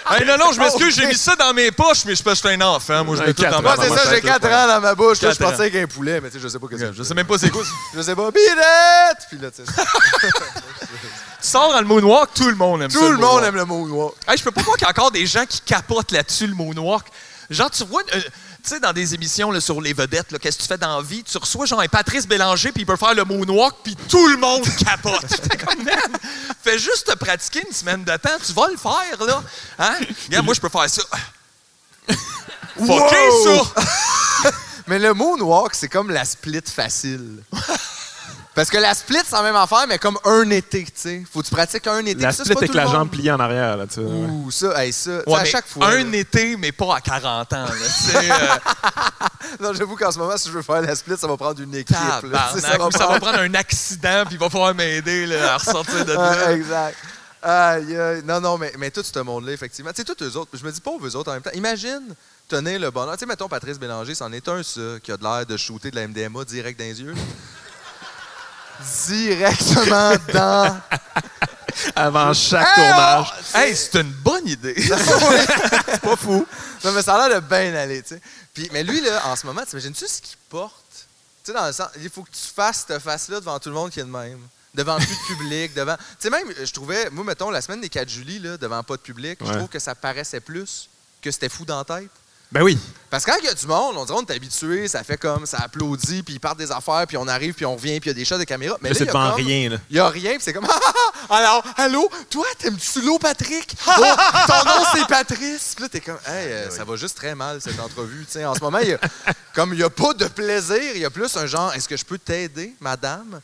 [SPEAKER 3] Hey, non, non, je m'excuse,
[SPEAKER 1] Oh,
[SPEAKER 3] j'ai mis ça dans mes poches, mais je pense que j'étais un enfant. Moi, je
[SPEAKER 2] Un
[SPEAKER 3] mets tout
[SPEAKER 2] quatre
[SPEAKER 3] dans
[SPEAKER 1] Moi,
[SPEAKER 3] ma
[SPEAKER 2] ans.
[SPEAKER 1] c'est
[SPEAKER 3] dans ma
[SPEAKER 1] ça, j'ai
[SPEAKER 3] tête, là.
[SPEAKER 1] 4 ans dans ma bouche. Là, je
[SPEAKER 3] Quatre
[SPEAKER 1] pensais avec un poulet, mais tu sais, je sais pas que c'est.
[SPEAKER 3] Je sais même pas c'est quoi.
[SPEAKER 1] Je sais pas. Beat it! Puis là, tu sais,
[SPEAKER 3] Tu sors dans le moonwalk, tout le monde aime ça.
[SPEAKER 1] tout le monde
[SPEAKER 3] moonwalk.
[SPEAKER 1] aime le mot noir.
[SPEAKER 3] Hey, je peux pas croire qu'il y a encore des gens qui capotent là-dessus le moonwalk. Genre, tu vois, euh, tu sais, dans des émissions là, sur les vedettes, là, qu'est-ce que tu fais dans la vie? Tu reçois genre un Patrice Bélanger, puis il peut faire le moonwalk, puis tout le monde capote. T'es comme, man, fais juste te pratiquer une semaine de temps, tu vas le faire, là. Hein? Regarde, moi, je peux faire ça. Fucké,
[SPEAKER 1] Wow!
[SPEAKER 3] ça!
[SPEAKER 1] Mais le mot noir, c'est comme la split facile. Parce que la split, c'est la même affaire, mais comme un été, tu sais. Faut que tu pratiques un été.
[SPEAKER 2] La
[SPEAKER 1] Ça, c'est
[SPEAKER 2] split
[SPEAKER 1] pas
[SPEAKER 2] avec
[SPEAKER 1] tout le
[SPEAKER 2] la
[SPEAKER 1] monde.
[SPEAKER 2] jambe pliée en arrière. Là, tu sais, ouais.
[SPEAKER 1] Ouh, ça, hey, ça. Tu sais,
[SPEAKER 3] Ouais,
[SPEAKER 1] à
[SPEAKER 3] mais
[SPEAKER 1] chaque fois.
[SPEAKER 3] un
[SPEAKER 1] là.
[SPEAKER 3] été, mais pas à 40 ans. là. C'est, euh,
[SPEAKER 1] Non, j'avoue qu'en ce moment, si je veux faire la split, ça va prendre une équipe. là. Tu sais,
[SPEAKER 3] tabarnak, ça, va prendre Euh, un accident, puis il va falloir m'aider là, à ressortir de là.
[SPEAKER 1] Ah, exact. Aïe, aïe. Non, non, mais, mais tout ce monde-là, effectivement. Tu sais, tous eux autres, je me dis pas eux autres en même temps. Imagine tenir le bonheur. Tu sais, mettons Patrice Bélanger, c'en est un, ça, qui a de l'air de shooter de la MDMA direct dans les yeux. Directement dans.
[SPEAKER 2] Avant chaque
[SPEAKER 1] Hey,
[SPEAKER 2] tournage.
[SPEAKER 3] Hey, Ah, c'est une bonne idée.
[SPEAKER 1] c'est pas fou. Non, mais ça a l'air de bien aller, tu sais. Puis, mais lui, là, en ce moment, t'imagines-tu ce qu'il porte? Tu sais, dans le sens, il faut que tu fasses cette face-là devant tout le monde qui est de même. Devant plus de public, devant. Tu sais, même, je trouvais, moi, mettons, la semaine des 4 juillet, là, devant pas de public, je
[SPEAKER 2] Ouais.
[SPEAKER 1] trouve que ça paraissait plus que c'était fou dans la tête.
[SPEAKER 2] Ben oui.
[SPEAKER 1] Parce que quand il y a du monde, on dirait on est habitué, ça fait comme, ça applaudit, puis ils partent des affaires, puis on arrive, puis on revient, puis il y a des shots de caméra. Mais
[SPEAKER 2] Là,
[SPEAKER 1] là,
[SPEAKER 2] c'est
[SPEAKER 1] il y a
[SPEAKER 2] devant
[SPEAKER 1] comme-
[SPEAKER 2] rien. Là.
[SPEAKER 1] il y a rien, puis c'est comme Ah, ah, ah, alors allô, toi t'aimes-tu l'eau Patrick Oh, Ton nom c'est Patrice. Puis là t'es comme hey, euh, ça va juste très mal cette entrevue, tu sais. En ce moment, il y a- comme il y a pas de plaisir, il y a plus un genre est-ce que je peux t'aider, madame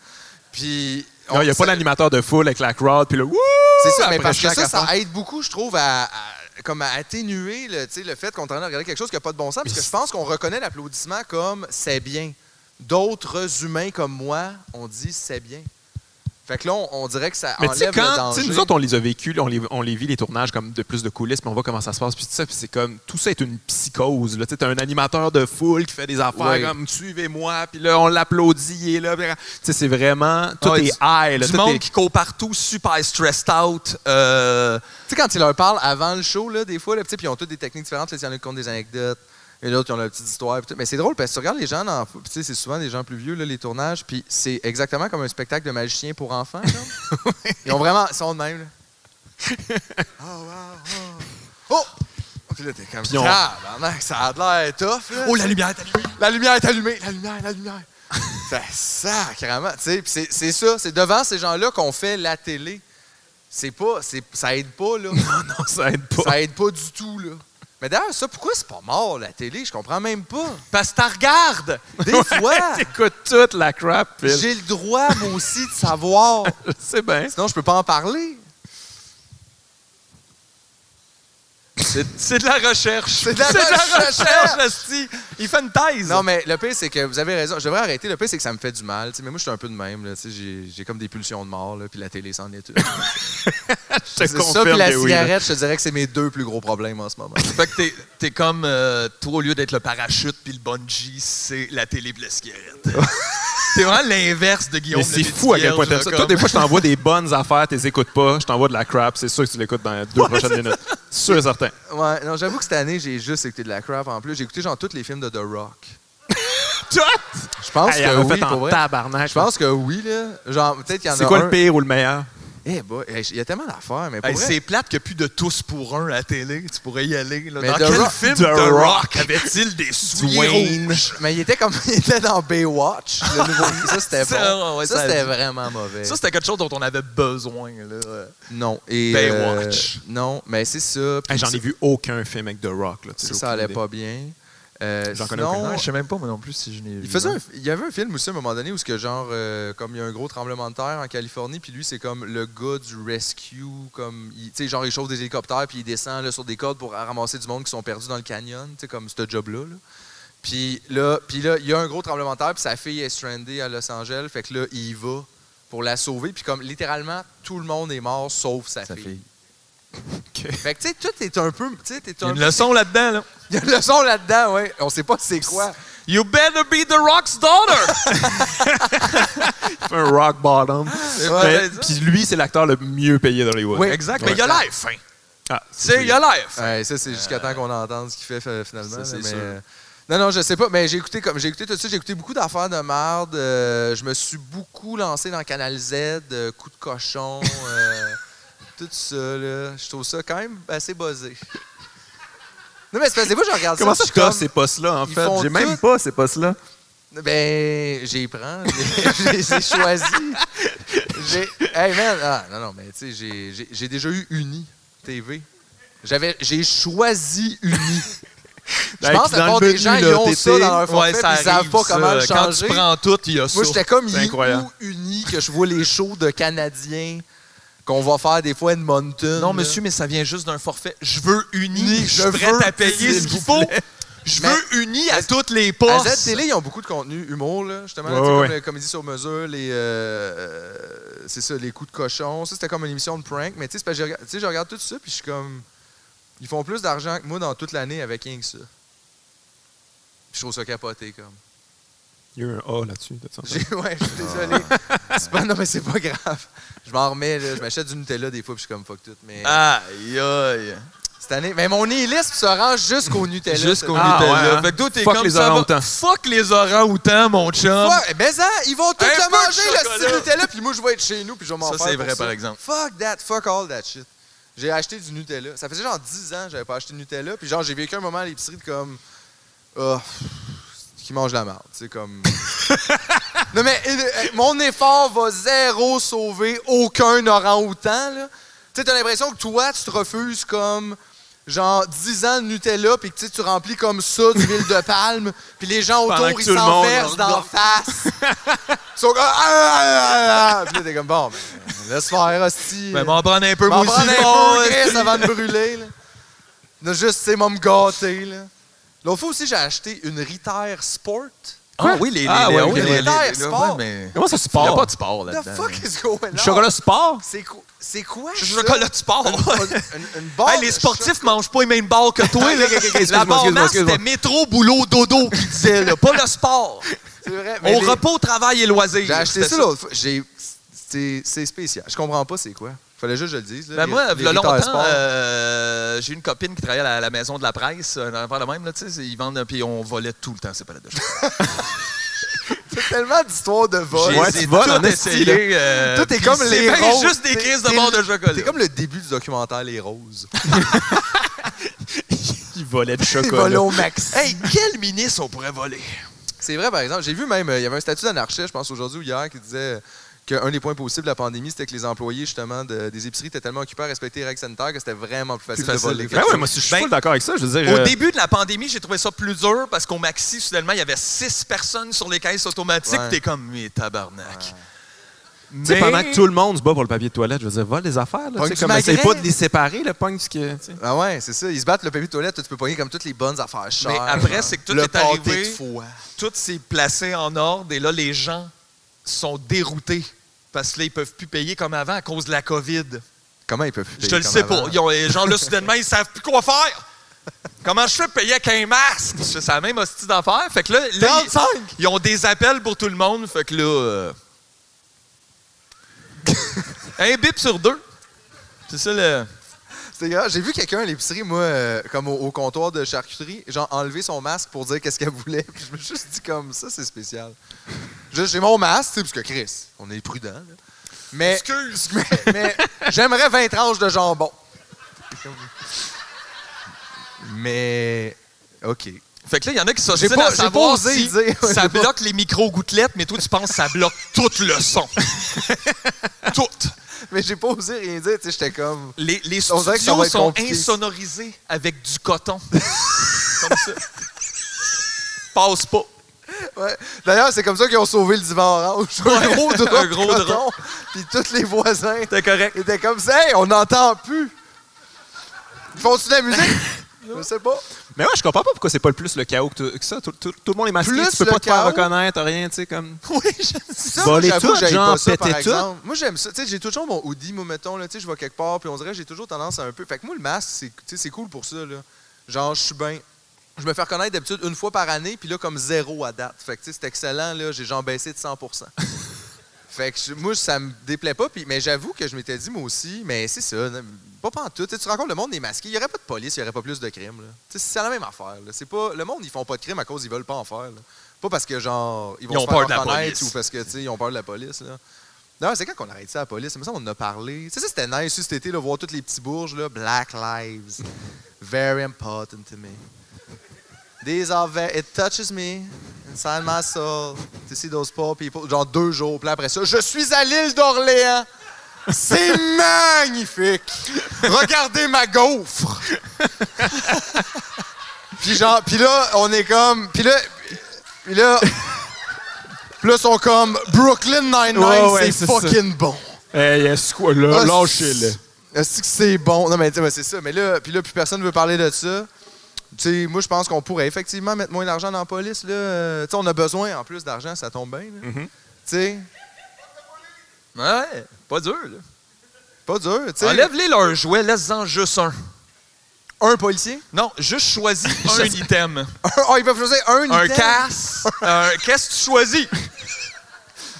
[SPEAKER 1] Puis
[SPEAKER 2] Non, il n'y a
[SPEAKER 1] on-
[SPEAKER 2] pas d'animateur de foule avec la crowd, puis le wouh!
[SPEAKER 1] c'est ça, mais
[SPEAKER 2] après
[SPEAKER 1] parce que
[SPEAKER 2] chaque
[SPEAKER 1] ça,
[SPEAKER 2] affaire.
[SPEAKER 1] ça aide beaucoup, je trouve, à, à- comme à atténuer le, tu sais, le fait qu'on est en train de regarder quelque chose qui n'a pas de bon sens. Parce que je pense qu'on reconnaît l'applaudissement comme c'est bien. D'autres humains comme moi, on dit c'est bien. Fait que là, on, on dirait que ça
[SPEAKER 2] Mais tu sais,
[SPEAKER 1] enlève le
[SPEAKER 2] quand, tu
[SPEAKER 1] danger.
[SPEAKER 2] sais, nous autres, on les a vécus, là, on les, on les vit, les tournages, comme de plus de coulisses, puis on voit comment ça se passe, puis tout ça, puis c'est comme, tout ça est une psychose, là. Tu sais, t'as un animateur de foule qui fait des affaires
[SPEAKER 1] Ouais.
[SPEAKER 2] comme, suivez-moi, puis là, on l'applaudit, il est là, puis- tu sais, c'est vraiment, tout
[SPEAKER 3] Ouais,
[SPEAKER 2] est high, là,
[SPEAKER 3] du
[SPEAKER 2] tout
[SPEAKER 3] monde
[SPEAKER 2] est-
[SPEAKER 3] qui court partout, super stressed out. euh,
[SPEAKER 1] Tu sais, quand ils leur parlent avant le show, là, des fois, là, tu sais, puis ils ont toutes des techniques différentes. là, Il y en a qui comptent des anecdotes, et d'autres qui ont leur petite histoire. puis tout. Mais c'est drôle parce que tu regardes les gens, dans- puis tu sais, c'est souvent des gens plus vieux, là, les tournages, puis c'est exactement comme un spectacle de magicien pour enfants. genre. ils ont vraiment, ils sont de même. là. oh, wow, oh. Oh! Puis là, t'es comme,
[SPEAKER 2] Puis on-
[SPEAKER 1] tabarnak, ça a de l'air tough. là.
[SPEAKER 3] Oh, la lumière est allumée.
[SPEAKER 1] La lumière est allumée, la lumière, la lumière. Ça sacrément, tu sais, puis c'est c'est ça, c'est devant ces gens-là qu'on fait la télé. C'est pas, c'est- ça aide pas, là.
[SPEAKER 2] non, ça aide pas.
[SPEAKER 1] Ça aide pas du tout, là. Mais d'ailleurs, ça, pourquoi c'est pas mort, la télé? Je comprends même pas.
[SPEAKER 3] Parce que t'as regardes.
[SPEAKER 1] Des
[SPEAKER 2] Ouais,
[SPEAKER 1] fois,
[SPEAKER 2] T'écoutes toute la crap, Phil.
[SPEAKER 1] j'ai le droit, moi aussi, de savoir.
[SPEAKER 2] Je sais bien.
[SPEAKER 1] Sinon, je peux pas en parler.
[SPEAKER 3] C'est, c'est de la recherche.
[SPEAKER 1] C'est de la recherche.
[SPEAKER 3] esti. Il fait une thèse.
[SPEAKER 1] Non, mais le pire, c'est que vous avez raison. Je devrais arrêter. Le pire, c'est que ça me fait du mal. tu sais. Mais moi, je suis un peu de même. là. Tu sais, J'ai j'ai comme des pulsions de mort, là, puis la télé, c'en est une.
[SPEAKER 2] Je te
[SPEAKER 1] C'est ça, puis
[SPEAKER 2] confirme
[SPEAKER 1] la
[SPEAKER 2] que oui. là.
[SPEAKER 1] cigarette, je te dirais que c'est mes deux plus gros problèmes en ce moment.
[SPEAKER 3] Fait que t'es, t'es comme, euh, toi, au lieu d'être le parachute puis le bungee, c'est la télé puis la cigarette. T'es vraiment l'inverse de Guillaume.
[SPEAKER 2] Mais c'est fou à quel point t'aimes ça. Toi, des fois, je t'envoie des bonnes affaires, t'es écoutes pas, je t'envoie de la crap, c'est sûr que tu l'écoutes dans les deux prochaines minutes. Sûr et certain.
[SPEAKER 1] Ouais, non, j'avoue que cette année, j'ai juste écouté de la crap en plus. J'ai écouté, genre, tous les films de The Rock.
[SPEAKER 2] Tout!
[SPEAKER 1] Je pense
[SPEAKER 2] Hey, elle
[SPEAKER 1] que
[SPEAKER 2] a
[SPEAKER 1] oui,
[SPEAKER 2] fait
[SPEAKER 1] pour
[SPEAKER 2] en
[SPEAKER 1] vrai.
[SPEAKER 2] tabarnak.
[SPEAKER 1] Je pense que oui, là. Genre, peut-être qu'il y en a
[SPEAKER 2] C'est quoi
[SPEAKER 1] un-
[SPEAKER 2] le pire ou le meilleur?
[SPEAKER 1] Eh bah, il y a tellement d'affaires, mais pour
[SPEAKER 3] Hey,
[SPEAKER 1] vrai-
[SPEAKER 3] c'est plate qu'il n'y a plus de tous pour un à la télé. Tu pourrais y aller. là.
[SPEAKER 1] Mais
[SPEAKER 3] Dans
[SPEAKER 1] The
[SPEAKER 3] quel
[SPEAKER 1] Rock-
[SPEAKER 3] film
[SPEAKER 2] The
[SPEAKER 3] The, Rock,
[SPEAKER 2] Rock
[SPEAKER 3] avait-il des souliers
[SPEAKER 2] Dwayne.
[SPEAKER 3] rouges?
[SPEAKER 1] Mais il était comme il était dans Baywatch, le nouveau. Ça c'était
[SPEAKER 3] Ça,
[SPEAKER 1] bon.
[SPEAKER 3] ouais,
[SPEAKER 1] ça
[SPEAKER 3] ça a
[SPEAKER 1] c'était
[SPEAKER 3] dû-
[SPEAKER 1] vraiment mauvais.
[SPEAKER 3] Ça, c'était quelque chose dont on avait besoin. Là.
[SPEAKER 1] non et euh,
[SPEAKER 3] Baywatch.
[SPEAKER 1] non, mais c'est ça. Puis
[SPEAKER 2] Hey, J'en
[SPEAKER 1] ça-
[SPEAKER 2] ai vu aucun film avec The Rock. Là, tu
[SPEAKER 1] Ça,
[SPEAKER 2] sais, j'ai
[SPEAKER 1] ça
[SPEAKER 2] aucune
[SPEAKER 1] allait
[SPEAKER 2] idée.
[SPEAKER 1] pas bien. Euh,
[SPEAKER 4] J'en connais
[SPEAKER 1] sinon,
[SPEAKER 4] aucun. Non, Je sais même pas moi non plus si je n'ai
[SPEAKER 1] Il, faisait un- il y avait un film aussi à un moment donné où, ce que genre, euh, comme il y a un gros tremblement de terre en Californie, puis lui, c'est comme le gars du rescue. comme il- Tu sais, genre, il chauffe des hélicoptères, puis il descend là, sur des cordes pour ramasser du monde qui sont perdus dans le canyon, tu sais, comme ce job-là. là. Puis là, puis là, il y a un gros tremblement de terre, puis sa fille est strandée à Los Angeles, fait que là, il y va pour la sauver, puis comme littéralement, tout le monde est mort sauf sa,
[SPEAKER 4] Sa
[SPEAKER 1] fille.
[SPEAKER 4] fille.
[SPEAKER 1] Fait que tu sais, tout est un peu. Tu sais, t'es
[SPEAKER 3] Il y a
[SPEAKER 1] un
[SPEAKER 3] une leçon là-dedans. Là.
[SPEAKER 1] Il y a une leçon là-dedans, ouais. On sait pas c'est quoi.
[SPEAKER 3] You better be the rock's daughter!
[SPEAKER 2] Fait un rock bottom.
[SPEAKER 1] Ouais,
[SPEAKER 2] Mais- Puis lui, c'est l'acteur le mieux payé d'Hollywood.
[SPEAKER 1] Oui.
[SPEAKER 3] exact.
[SPEAKER 1] Ouais.
[SPEAKER 3] Mais il a l'air fin. Tu
[SPEAKER 2] Ah,
[SPEAKER 3] sais, il a l'air fin.
[SPEAKER 1] Ouais, ça, c'est jusqu'à temps qu'on entende ce qu'il fait euh, finalement.
[SPEAKER 4] Ça, c'est
[SPEAKER 1] là, mais,
[SPEAKER 4] sûr.
[SPEAKER 1] euh, Non, non, je sais pas, mais j'ai écouté comme j'ai écouté tout de suite, j'ai écouté beaucoup d'affaires de merde. euh, je me suis beaucoup lancé dans Canal Z, euh, coup de cochon, euh, tout ça, là. Je trouve ça quand même assez buzzé. Non, mais c'est parce que des fois, je regarde
[SPEAKER 2] Comment
[SPEAKER 1] ça,
[SPEAKER 2] ça,
[SPEAKER 1] je
[SPEAKER 2] tu
[SPEAKER 1] suis comme-
[SPEAKER 2] coffres ces postes-là, en
[SPEAKER 1] Ils
[SPEAKER 2] fait?
[SPEAKER 1] font
[SPEAKER 4] J'ai même
[SPEAKER 1] tout.
[SPEAKER 4] pas ces postes-là.
[SPEAKER 1] Ben, j'y prends. J'ai choisi. J'ai. Hey, man. Ah, non, non, mais tu sais, j'ai- j'ai- j'ai déjà eu Uni TV. J'avais, j'ai choisi Uni. Je
[SPEAKER 2] Ben,
[SPEAKER 1] pense
[SPEAKER 2] puis
[SPEAKER 1] que la
[SPEAKER 2] dans
[SPEAKER 1] plupart
[SPEAKER 2] le
[SPEAKER 1] des
[SPEAKER 2] menu,
[SPEAKER 1] gens, ils
[SPEAKER 2] là,
[SPEAKER 1] ont
[SPEAKER 2] t'étais-
[SPEAKER 1] ça dans leur forfait, puis ils savent
[SPEAKER 3] arrive,
[SPEAKER 1] pas comment le
[SPEAKER 3] ça. Quand
[SPEAKER 1] changer.
[SPEAKER 3] tu prends tout, il y a ça.
[SPEAKER 1] Moi, j'étais comme
[SPEAKER 2] C'est
[SPEAKER 1] il est
[SPEAKER 2] incroyable.
[SPEAKER 1] où Uni que je vois les shows de Canadiens qu'on va faire des fois Edmonton.
[SPEAKER 3] Non,
[SPEAKER 1] là.
[SPEAKER 3] monsieur, mais ça vient juste d'un forfait. Je veux uni.
[SPEAKER 1] Uni,
[SPEAKER 3] Je
[SPEAKER 1] je
[SPEAKER 3] suis prêt
[SPEAKER 1] veux,
[SPEAKER 3] à payer
[SPEAKER 1] s'il
[SPEAKER 3] ce qu'il
[SPEAKER 1] vous
[SPEAKER 3] faut. Je
[SPEAKER 1] Mais-
[SPEAKER 3] veux uni à toutes les
[SPEAKER 1] À
[SPEAKER 3] postes.
[SPEAKER 1] Z-Télé, ils ont beaucoup de contenu humour, là, justement.
[SPEAKER 2] Ouais,
[SPEAKER 1] tu sais,
[SPEAKER 2] ouais,
[SPEAKER 1] comme
[SPEAKER 2] ouais.
[SPEAKER 1] les comédies sur mesure, les, euh, euh, c'est ça, les coups de cochon. Ça, c'était comme une émission de prank. Mais tu sais, c'est parce que je regarde- tu sais, je regarde tout ça, puis je suis comme... Ils font plus d'argent que moi dans toute l'année avec rien que ça. Je trouve ça capoté, comme.
[SPEAKER 2] Il y a eu un A là-dessus. t'as-tu entendu?
[SPEAKER 1] J'ai- Ouais, je suis
[SPEAKER 2] Ah.
[SPEAKER 1] désolé. C'est pas... Non, mais c'est pas grave. Je m'en remets, là. Je m'achète du Nutella des fois, puis je suis comme, fuck tout. Mais
[SPEAKER 2] Ah.
[SPEAKER 3] Aïe, aïe.
[SPEAKER 1] cette année... Mais mon nihilisme se rend jusqu'au Nutella.
[SPEAKER 3] Jusqu'au
[SPEAKER 1] cette année.
[SPEAKER 2] Ah,
[SPEAKER 3] Nutella.
[SPEAKER 2] ouais, hein?
[SPEAKER 3] Fait que toi, t'es
[SPEAKER 2] Fuck
[SPEAKER 3] comme
[SPEAKER 2] les
[SPEAKER 3] ça va-
[SPEAKER 2] orangs-outans.
[SPEAKER 3] Fuck les orangs-outans, mon chum.
[SPEAKER 1] Fuck, ben ça, ils vont tous
[SPEAKER 3] Un peu
[SPEAKER 1] le
[SPEAKER 3] de
[SPEAKER 1] manger, le
[SPEAKER 3] chocolat.
[SPEAKER 1] style Nutella, puis moi, je vais être chez nous, puis je vais m'en
[SPEAKER 3] Ça,
[SPEAKER 1] faire
[SPEAKER 3] c'est
[SPEAKER 1] pour
[SPEAKER 3] vrai, par exemple.
[SPEAKER 1] Fuck that, fuck all that shit. J'ai acheté du Nutella. Ça faisait genre 10 ans que j'avais pas acheté de Nutella, puis genre, j'ai vécu un moment à l'épicerie de comme... Ah, pff, qui mange la merde, tu sais, comme... non, mais euh, euh, mon effort va zéro sauver aucun orang-outan, là. Tu sais, t'as l'impression que toi, tu te refuses comme genre 10 ans de Nutella, puis que tu sais, tu remplis comme ça d'huile de palme, puis les gens
[SPEAKER 2] Pendant
[SPEAKER 1] autour,
[SPEAKER 2] que
[SPEAKER 1] ils
[SPEAKER 2] tout le monde
[SPEAKER 1] s'en versent
[SPEAKER 2] en
[SPEAKER 1] d'en face. Ils sont comme... Ah, ah, ah, ah. Puis là, t'es comme, bon, ben, laisse faire, hostie.
[SPEAKER 3] Ben, m'en prendre un peu, moi
[SPEAKER 1] M'en
[SPEAKER 3] aussi. Oh,
[SPEAKER 1] prendre
[SPEAKER 3] Bon,
[SPEAKER 1] un peu, Chris,
[SPEAKER 3] esti.
[SPEAKER 1] avant de brûler. Là. Là, juste, c'est moi me gâter. là. L'autre fois aussi, j'ai acheté une Ritter Sport.
[SPEAKER 3] Ah oui, les...
[SPEAKER 2] Ah,
[SPEAKER 3] les-
[SPEAKER 2] ouais,
[SPEAKER 3] les-
[SPEAKER 2] ok.
[SPEAKER 3] les- les-
[SPEAKER 1] Terre,
[SPEAKER 3] les-
[SPEAKER 1] sport.
[SPEAKER 3] ouais, mais-
[SPEAKER 2] Comment ça,
[SPEAKER 3] Il n'y a
[SPEAKER 2] sport?
[SPEAKER 3] pas de sport
[SPEAKER 1] The
[SPEAKER 3] là-dedans. hein.
[SPEAKER 1] fuck is going on?
[SPEAKER 2] Du chocolat sport?
[SPEAKER 1] C'est quoi? C'est quoi? ça?
[SPEAKER 3] Chocolat de sport.
[SPEAKER 1] Une, une, une barre
[SPEAKER 3] Hey, les
[SPEAKER 1] de
[SPEAKER 3] sportifs mangent pas les mêmes barres que toi.
[SPEAKER 2] Ok,
[SPEAKER 3] Là.
[SPEAKER 2] ok, ok, excuse-moi,
[SPEAKER 3] La barre
[SPEAKER 2] excuse-moi,
[SPEAKER 3] masse, c'était
[SPEAKER 2] excuse-moi.
[SPEAKER 3] métro, boulot, dodo qui disait, là, pas le sport.
[SPEAKER 1] chocolat. C'est vrai, mais
[SPEAKER 3] Au
[SPEAKER 1] les-
[SPEAKER 3] repos, travail et loisirs.
[SPEAKER 1] J'ai acheté
[SPEAKER 3] C'était
[SPEAKER 1] ça l'autre fois. J'ai- C'est c'est spécial. Je comprends pas c'est quoi. Fallait juste que je le dise. Là,
[SPEAKER 3] Ben
[SPEAKER 1] Les-
[SPEAKER 3] moi,
[SPEAKER 1] les
[SPEAKER 3] il y a
[SPEAKER 1] Ritter
[SPEAKER 3] longtemps,
[SPEAKER 1] Sport.
[SPEAKER 3] euh, j'ai une copine qui travaillait à la, la maison de la presse, euh, avant le même, là, tu sais, ils vendent, puis on volait tout le temps ces palettes de chocolat.
[SPEAKER 1] C'est tellement d'histoires de vol.
[SPEAKER 2] Ouais, tu voles en
[SPEAKER 3] tout
[SPEAKER 2] esti,
[SPEAKER 3] essayé. euh,
[SPEAKER 1] Tout est
[SPEAKER 3] puis
[SPEAKER 1] comme les
[SPEAKER 3] C'est bien
[SPEAKER 1] roses.
[SPEAKER 3] juste des
[SPEAKER 1] T'es-
[SPEAKER 3] crises
[SPEAKER 1] t'es-
[SPEAKER 3] de barres de chocolat.
[SPEAKER 1] C'est comme le début du documentaire Les Roses.
[SPEAKER 2] Il volait du
[SPEAKER 1] Les
[SPEAKER 2] chocolat.
[SPEAKER 1] max.
[SPEAKER 3] Hey, quel ministre on pourrait voler?
[SPEAKER 1] C'est vrai, par exemple. J'ai vu même, euh, il y avait un statut d'anarchiste, je pense, aujourd'hui ou hier, qui disait euh, qu'un des points possibles de la pandémie, c'était que les employés, justement, de- des épiceries étaient tellement occupés à respecter les règles sanitaires que c'était vraiment plus facile,
[SPEAKER 3] facile,
[SPEAKER 1] de voler.
[SPEAKER 2] Ben
[SPEAKER 1] quelque
[SPEAKER 2] ouais,
[SPEAKER 1] chose.
[SPEAKER 2] moi, je suis
[SPEAKER 3] Ben,
[SPEAKER 2] full d'accord avec ça. Je veux dire,
[SPEAKER 3] Au
[SPEAKER 2] euh,
[SPEAKER 3] début de la pandémie, j'ai trouvé ça plus dur parce qu'au maxi, soudainement, il y avait six personnes sur les caisses automatiques.
[SPEAKER 1] Ouais.
[SPEAKER 3] T'es comme, mais tabarnak. Mais...
[SPEAKER 2] Tu sais, pendant que tout le monde se bat pour le papier de toilette, je veux dire, vole des affaires. Là,
[SPEAKER 1] Pogne
[SPEAKER 2] tu sais,
[SPEAKER 1] du
[SPEAKER 2] comme
[SPEAKER 1] magret.
[SPEAKER 2] essaye pas de les séparer, le pogne. ce que- tu sais.
[SPEAKER 1] Ah ouais, c'est ça. Ils se battent le papier de toilette, tu peux pogner comme toutes les bonnes affaires chères.
[SPEAKER 3] Mais après, c'est que tout
[SPEAKER 1] le
[SPEAKER 3] est
[SPEAKER 1] pâté
[SPEAKER 3] arrivé.
[SPEAKER 1] de foie.
[SPEAKER 3] tout s'est placé en ordre et là, les gens sont déroutés parce que là, ils peuvent plus payer comme avant à cause de la COVID.
[SPEAKER 1] Comment ils peuvent
[SPEAKER 3] Je te
[SPEAKER 1] payer
[SPEAKER 3] le
[SPEAKER 1] comme
[SPEAKER 3] sais
[SPEAKER 1] avant?
[SPEAKER 3] pas. Ils ont, les gens, là, soudainement, ils savent plus quoi faire. Comment je fais payer avec un masque? C'est la même hostie d'affaire. Fait que là, là, ils-
[SPEAKER 1] 35!
[SPEAKER 3] ils, ont des appels pour tout le monde. Fait que là... euh, un bip sur deux. C'est ça le...
[SPEAKER 1] C'est grave. J'ai vu quelqu'un à l'épicerie, moi, euh, comme au, au comptoir de charcuterie, genre enlever son masque pour dire qu'est-ce qu'elle voulait. Puis je me suis juste dit comme ça, c'est spécial. Juste, J'ai mon masque, tu sais, parce que Chris, on est prudent. là. Mais,
[SPEAKER 3] Excuse.
[SPEAKER 1] Eh, mais, mais j'aimerais 20 tranches de jambon. Mais, OK.
[SPEAKER 3] Fait que là, il y en a qui
[SPEAKER 1] J'ai
[SPEAKER 3] s'obstinent
[SPEAKER 1] pas-
[SPEAKER 3] à
[SPEAKER 1] j'ai
[SPEAKER 3] savoir
[SPEAKER 1] pas osé
[SPEAKER 3] si
[SPEAKER 1] dire.
[SPEAKER 3] ça bloque les micro-gouttelettes, mais toi, tu penses que ça bloque tout le son. tout.
[SPEAKER 1] Mais j'ai pas osé rien dire, tu sais, j'étais comme...
[SPEAKER 3] Les, les
[SPEAKER 1] On dirait que ça
[SPEAKER 3] studios
[SPEAKER 1] va être
[SPEAKER 3] sont
[SPEAKER 1] compliqué.
[SPEAKER 3] insonorisés avec du coton. Comme ça. passe pas.
[SPEAKER 1] Ouais. D'ailleurs, c'est comme ça qu'ils ont sauvé le divan orange. un gros drap.
[SPEAKER 3] un
[SPEAKER 1] de
[SPEAKER 3] gros drap.
[SPEAKER 1] coton. Puis tous les voisins
[SPEAKER 3] T'es correct.
[SPEAKER 1] étaient comme ça. Hey, on n'entend plus. Ils font-tu de la musique? Je sais pas.
[SPEAKER 2] Mais ouais, je comprends pas pourquoi c'est pas le plus le chaos que, tout- que ça. Tout, tout- tout le monde est masqué,
[SPEAKER 1] Plus
[SPEAKER 2] tu peux
[SPEAKER 1] le
[SPEAKER 2] pas te faire
[SPEAKER 1] chaos?
[SPEAKER 2] reconnaître, rien, tu sais, comme.
[SPEAKER 3] Oui, je sais.
[SPEAKER 1] Ça,
[SPEAKER 2] Bon, les
[SPEAKER 1] j'avoue
[SPEAKER 2] toutes,
[SPEAKER 1] que j'aille
[SPEAKER 2] genre,
[SPEAKER 1] pas ça, par
[SPEAKER 2] pétez toutes.
[SPEAKER 1] exemple. Moi, j'aime ça. Tu sais, j'ai toujours mon hoodie, moi, mettons. Là, tu sais, je vais quelque part, puis on dirait que j'ai toujours tendance à un peu... Fait que moi, le masque, c'est, tu sais, c'est cool pour ça. Là. Genre, je suis bien... Je me fais reconnaître d'habitude une fois par année, puis là, comme zéro à date. Fait que, tu sais, c'est excellent. Là, j'ai genre baissé de 100 Fait que je- moi, ça me déplaît pas. Puis, mais j'avoue que je m'étais dit, moi aussi, mais c'est ça. non, Pas pantoute. Tu sais, tu rencontres le monde des masqués. Il n'y aurait pas de police, il n'y aurait pas plus de crimes. là. Tu sais, C'est la même affaire. là. C'est pas, le monde, ils font pas de crimes à cause ils veulent pas en faire. là. Pas parce que, genre, ils vont
[SPEAKER 3] Ils
[SPEAKER 1] se
[SPEAKER 3] ont
[SPEAKER 1] faire
[SPEAKER 3] peur de la
[SPEAKER 1] reconnaître
[SPEAKER 3] police.
[SPEAKER 1] ou parce que, tu sais, ils ont peur de la police. Là. Non, c'est quand qu'on arrête ça à la police? Ça me semble qu'on en a parlé. Tu sais, ça, c'était nice cet été, là, voir tous les petits bourges, là, Black Lives. Very important to me. These are very, it touches me inside my soul to see those poor people. Genre deux jours, puis après ça, je suis à l'île d'Orléans. C'est magnifique. Regardez ma gaufre. puis genre, puis là, on est comme, puis là, puis là, puis là, ils sont comme Brooklyn Nine-Nine,
[SPEAKER 2] Ouais, ouais,
[SPEAKER 1] c'est
[SPEAKER 2] c'est ça.
[SPEAKER 1] fucking bon.
[SPEAKER 2] Hey, est-ce quoi, là?
[SPEAKER 1] Ah, Est-ce que c'est bon? Non, mais, tu sais, mais c'est ça. Mais là, puis là, plus personne ne veut parler de ça. Tu sais, moi, je pense qu'on pourrait effectivement mettre moins d'argent dans la police. Là. Euh, Tu sais, on a besoin en plus d'argent, ça tombe bien. là.
[SPEAKER 2] Mm-hmm.
[SPEAKER 1] Tu sais,
[SPEAKER 3] Ouais, pas dur. là.
[SPEAKER 1] pas dur. Tu sais,
[SPEAKER 3] Enlève-les leurs jouets, laisse-en juste un.
[SPEAKER 1] un policier.
[SPEAKER 3] Non, juste choisis un item.
[SPEAKER 1] Un- oh, ils peuvent choisir un
[SPEAKER 3] Un
[SPEAKER 1] item.
[SPEAKER 3] casse. un- Qu'est-ce que tu choisis?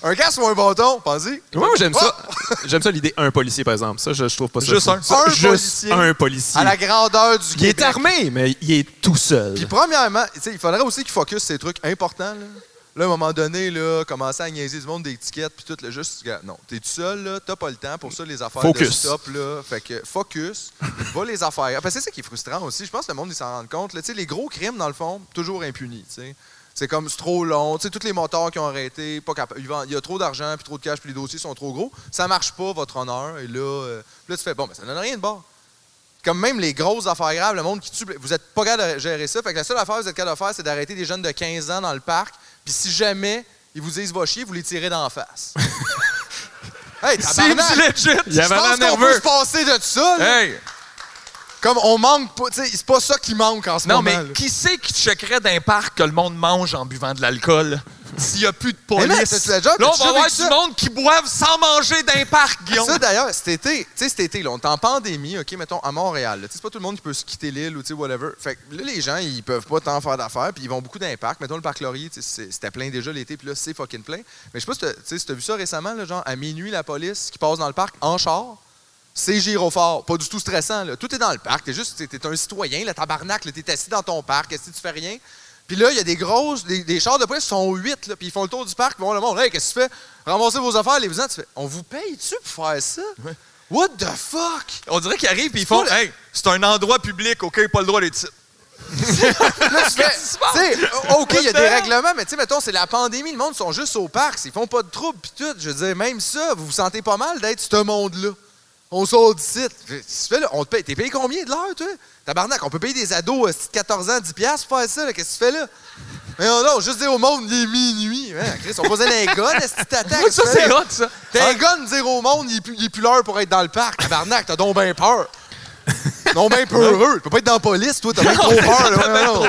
[SPEAKER 1] Un casque ou un bâton, pensez.
[SPEAKER 2] Ouais, moi, j'aime ça. J'aime ça l'idée un policier, par exemple. Ça, je, je trouve pas ça.
[SPEAKER 3] Juste
[SPEAKER 2] cool.
[SPEAKER 3] un.
[SPEAKER 2] Ça,
[SPEAKER 1] Un
[SPEAKER 2] Ah! juste
[SPEAKER 1] policier.
[SPEAKER 2] un policier.
[SPEAKER 1] À la grandeur du
[SPEAKER 2] Il est
[SPEAKER 1] Québec.
[SPEAKER 2] armé, mais il est tout seul.
[SPEAKER 1] Puis premièrement, tu sais, il faudrait aussi qu'ils focus ces trucs importants. Là. Là, à un moment donné, là, commencer à niaiser du monde d'étiquettes, puis tout, le juste, gars, non, t'es tout seul, là, t'as pas le temps pour ça, les affaires de
[SPEAKER 2] Focus.
[SPEAKER 1] stop, là. Fait que focus, va les affaires. Parce que c'est ça qui est frustrant aussi. Je pense que le monde, ils s'en rendent compte. là. Tu sais, les gros crimes, dans le fond, toujours impunis, tu sais. C'est comme, c'est trop long. Tu sais, tous les moteurs qui ont arrêté, pas capa- ils vendent- il y a trop d'argent, puis trop de cash, puis les dossiers sont trop gros. Ça marche pas, votre honneur. Et là, euh, là tu fais, bon, mais ça donne rien de bord. Comme même les grosses affaires graves, le monde qui tue, vous êtes pas capable de gérer ça. Fait que la seule affaire que vous êtes capable de faire, c'est d'arrêter des jeunes de 15 ans dans le parc. Puis si jamais ils vous disent va chier, vous les tirez d'en face. hey, tabarnak!
[SPEAKER 3] C'est legit.
[SPEAKER 2] Il y
[SPEAKER 1] Je
[SPEAKER 2] avait
[SPEAKER 1] pense qu'on peut
[SPEAKER 2] l'air
[SPEAKER 1] se
[SPEAKER 2] nerveux.
[SPEAKER 1] passer de ça. là.
[SPEAKER 3] Hey,
[SPEAKER 1] Comme on manque pas, tu sais, c'est pas ça qui manque en ce
[SPEAKER 3] non,
[SPEAKER 1] moment.
[SPEAKER 3] mais
[SPEAKER 1] là.
[SPEAKER 3] qui c'est qui checkerait d'un parc que le monde mange en buvant de l'alcool? S'il n'y a plus de
[SPEAKER 1] Eh, Mais mec,
[SPEAKER 3] police.
[SPEAKER 1] t'as-tu la joke?
[SPEAKER 3] Là, on
[SPEAKER 1] T'as-tu
[SPEAKER 3] va avoir
[SPEAKER 1] vécu
[SPEAKER 3] du
[SPEAKER 1] ça?
[SPEAKER 3] monde qui boivent sans manger d'un parc, Guillaume.
[SPEAKER 1] Ça, d'ailleurs, cet été, tu sais, cet été, là, on est en pandémie, OK, mettons, à Montréal. là. Tu sais, c'est pas tout le monde qui peut se quitter l'île ou, tu sais, whatever. Fait que là, les gens, ils peuvent pas tant faire d'affaires, puis ils vont beaucoup dans les parcs. Mettons, le parc Laurier, tu sais, c'est- c'était plein déjà l'été, puis là, c'est fucking plein. Mais je sais pas si t'as- tu sais, si t'as vu ça récemment, là, genre, à minuit, la police qui passe dans le parc en char, c'est gyrophare. Pas du tout stressant, là. Tout est dans le parc. T'es juste, t'es- t'es un citoyen, la tabarnak, là, t'es assis dans ton parc, si tu fais rien. Puis là, il y a des grosses, des, des chars de police qui sont huit, là, puis ils font le tour du parc, puis ils vont le monde, hey, qu'est-ce que tu fais? Ramassez vos affaires, les faisant, tu fais, on vous paye-tu pour faire ça? What the fuck?
[SPEAKER 3] On dirait qu'ils arrivent et ils font Hey, c'est un endroit public, OK, pas le droit d'être ici.
[SPEAKER 1] Là, tu fais,
[SPEAKER 3] Qu'est-ce qui se passe?
[SPEAKER 1] tu sais, OK, il y a des
[SPEAKER 3] What the-
[SPEAKER 1] règlements, mais tu sais, mettons, c'est la pandémie, le monde sont juste au parc, ils font pas de troubles, puis tout. Je veux dire, même ça, vous vous sentez pas mal d'être ce monde-là. On sort d'ici. Tu fais, là, on te paye. T'es payé combien de l'heure, toi? Tabarnak, on peut payer des ados euh, de 14 ans, 10$ piastres pour faire ça, là. Qu'est-ce que tu fais là? Mais non, non, juste dire au monde, il est minuit. Hein, Chris, on posait un gun, est-ce que tu t'attends? Qu'est-ce que
[SPEAKER 3] Ça,
[SPEAKER 1] tu fais
[SPEAKER 3] c'est
[SPEAKER 1] là?
[SPEAKER 3] hot, ça.
[SPEAKER 1] T'es
[SPEAKER 2] Ah.
[SPEAKER 1] un gars de me dire au monde, il est plus, il est plus l'heure pour être dans le parc. Tabarnak, t'as donc bien peur. Non, ben peu heureux. Tu peux pas être dans la police, toi. T'as bien trop peur. Là. Ouais, non.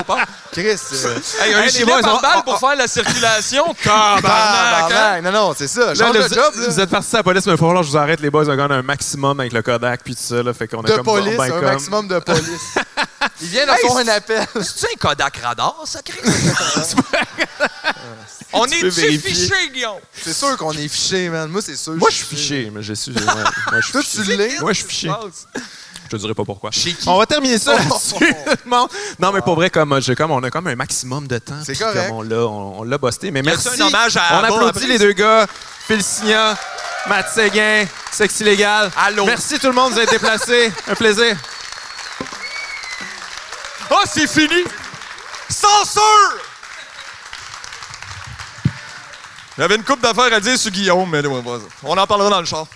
[SPEAKER 1] Chris. euh,
[SPEAKER 3] Hey, un
[SPEAKER 2] Hey, les
[SPEAKER 3] gilet
[SPEAKER 2] boys,
[SPEAKER 3] pare-balles
[SPEAKER 2] on- on-
[SPEAKER 3] pour faire la circulation. Tabarnak, hein?
[SPEAKER 1] tabarnak. Non, non, c'est ça.
[SPEAKER 2] Là,
[SPEAKER 1] Change
[SPEAKER 2] là,
[SPEAKER 1] de
[SPEAKER 2] vous,
[SPEAKER 1] job. là.
[SPEAKER 2] vous êtes partis à la police, mais il va falloir que je vous arrête, les boys. On gagne un maximum avec le Kodak, puis tout ça. Là, fait qu'on est
[SPEAKER 1] De
[SPEAKER 2] comme
[SPEAKER 1] police,
[SPEAKER 2] bon, ben,
[SPEAKER 1] un
[SPEAKER 2] comme-
[SPEAKER 1] maximum de police. Ils viennent en
[SPEAKER 3] Hey,
[SPEAKER 1] font un
[SPEAKER 3] c'est-
[SPEAKER 1] appel.
[SPEAKER 3] C'est-tu un Kodak radar, ça, Chris? On est-tu
[SPEAKER 2] vérifier.
[SPEAKER 3] fiché, Guillaume?
[SPEAKER 1] C'est sûr qu'on est fiché, man. Moi, c'est sûr.
[SPEAKER 2] Moi, je suis fiché, mais j'ai su. ouais, moi, je suis
[SPEAKER 1] Toi,
[SPEAKER 2] fiché.
[SPEAKER 1] tu l'es.
[SPEAKER 2] Moi, je suis fiché. Je te dirai pas pourquoi.
[SPEAKER 3] Chez qui?
[SPEAKER 2] On va terminer ça
[SPEAKER 1] Oh.
[SPEAKER 2] là-dessus, tout le monde. Non, mais pour vrai, comme, j'ai comme, on a comme un maximum de temps.
[SPEAKER 1] C'est
[SPEAKER 2] puis
[SPEAKER 1] correct.
[SPEAKER 2] Comme on l'a, on, on l'a busté. Mais
[SPEAKER 3] Y a-t-il
[SPEAKER 2] merci.
[SPEAKER 3] un hommage à
[SPEAKER 2] on
[SPEAKER 3] Abba
[SPEAKER 2] applaudit
[SPEAKER 3] après?
[SPEAKER 2] les deux gars, Phil Signa, Matt Séguin, Sexy Légal.
[SPEAKER 3] Allô?
[SPEAKER 2] Merci tout le monde, vous êtes déplacés. un plaisir.
[SPEAKER 3] Ah, c'est fini! Censure! J'avais une coupe d'affaires à dire sur Guillaume, mais on en parlera dans le char.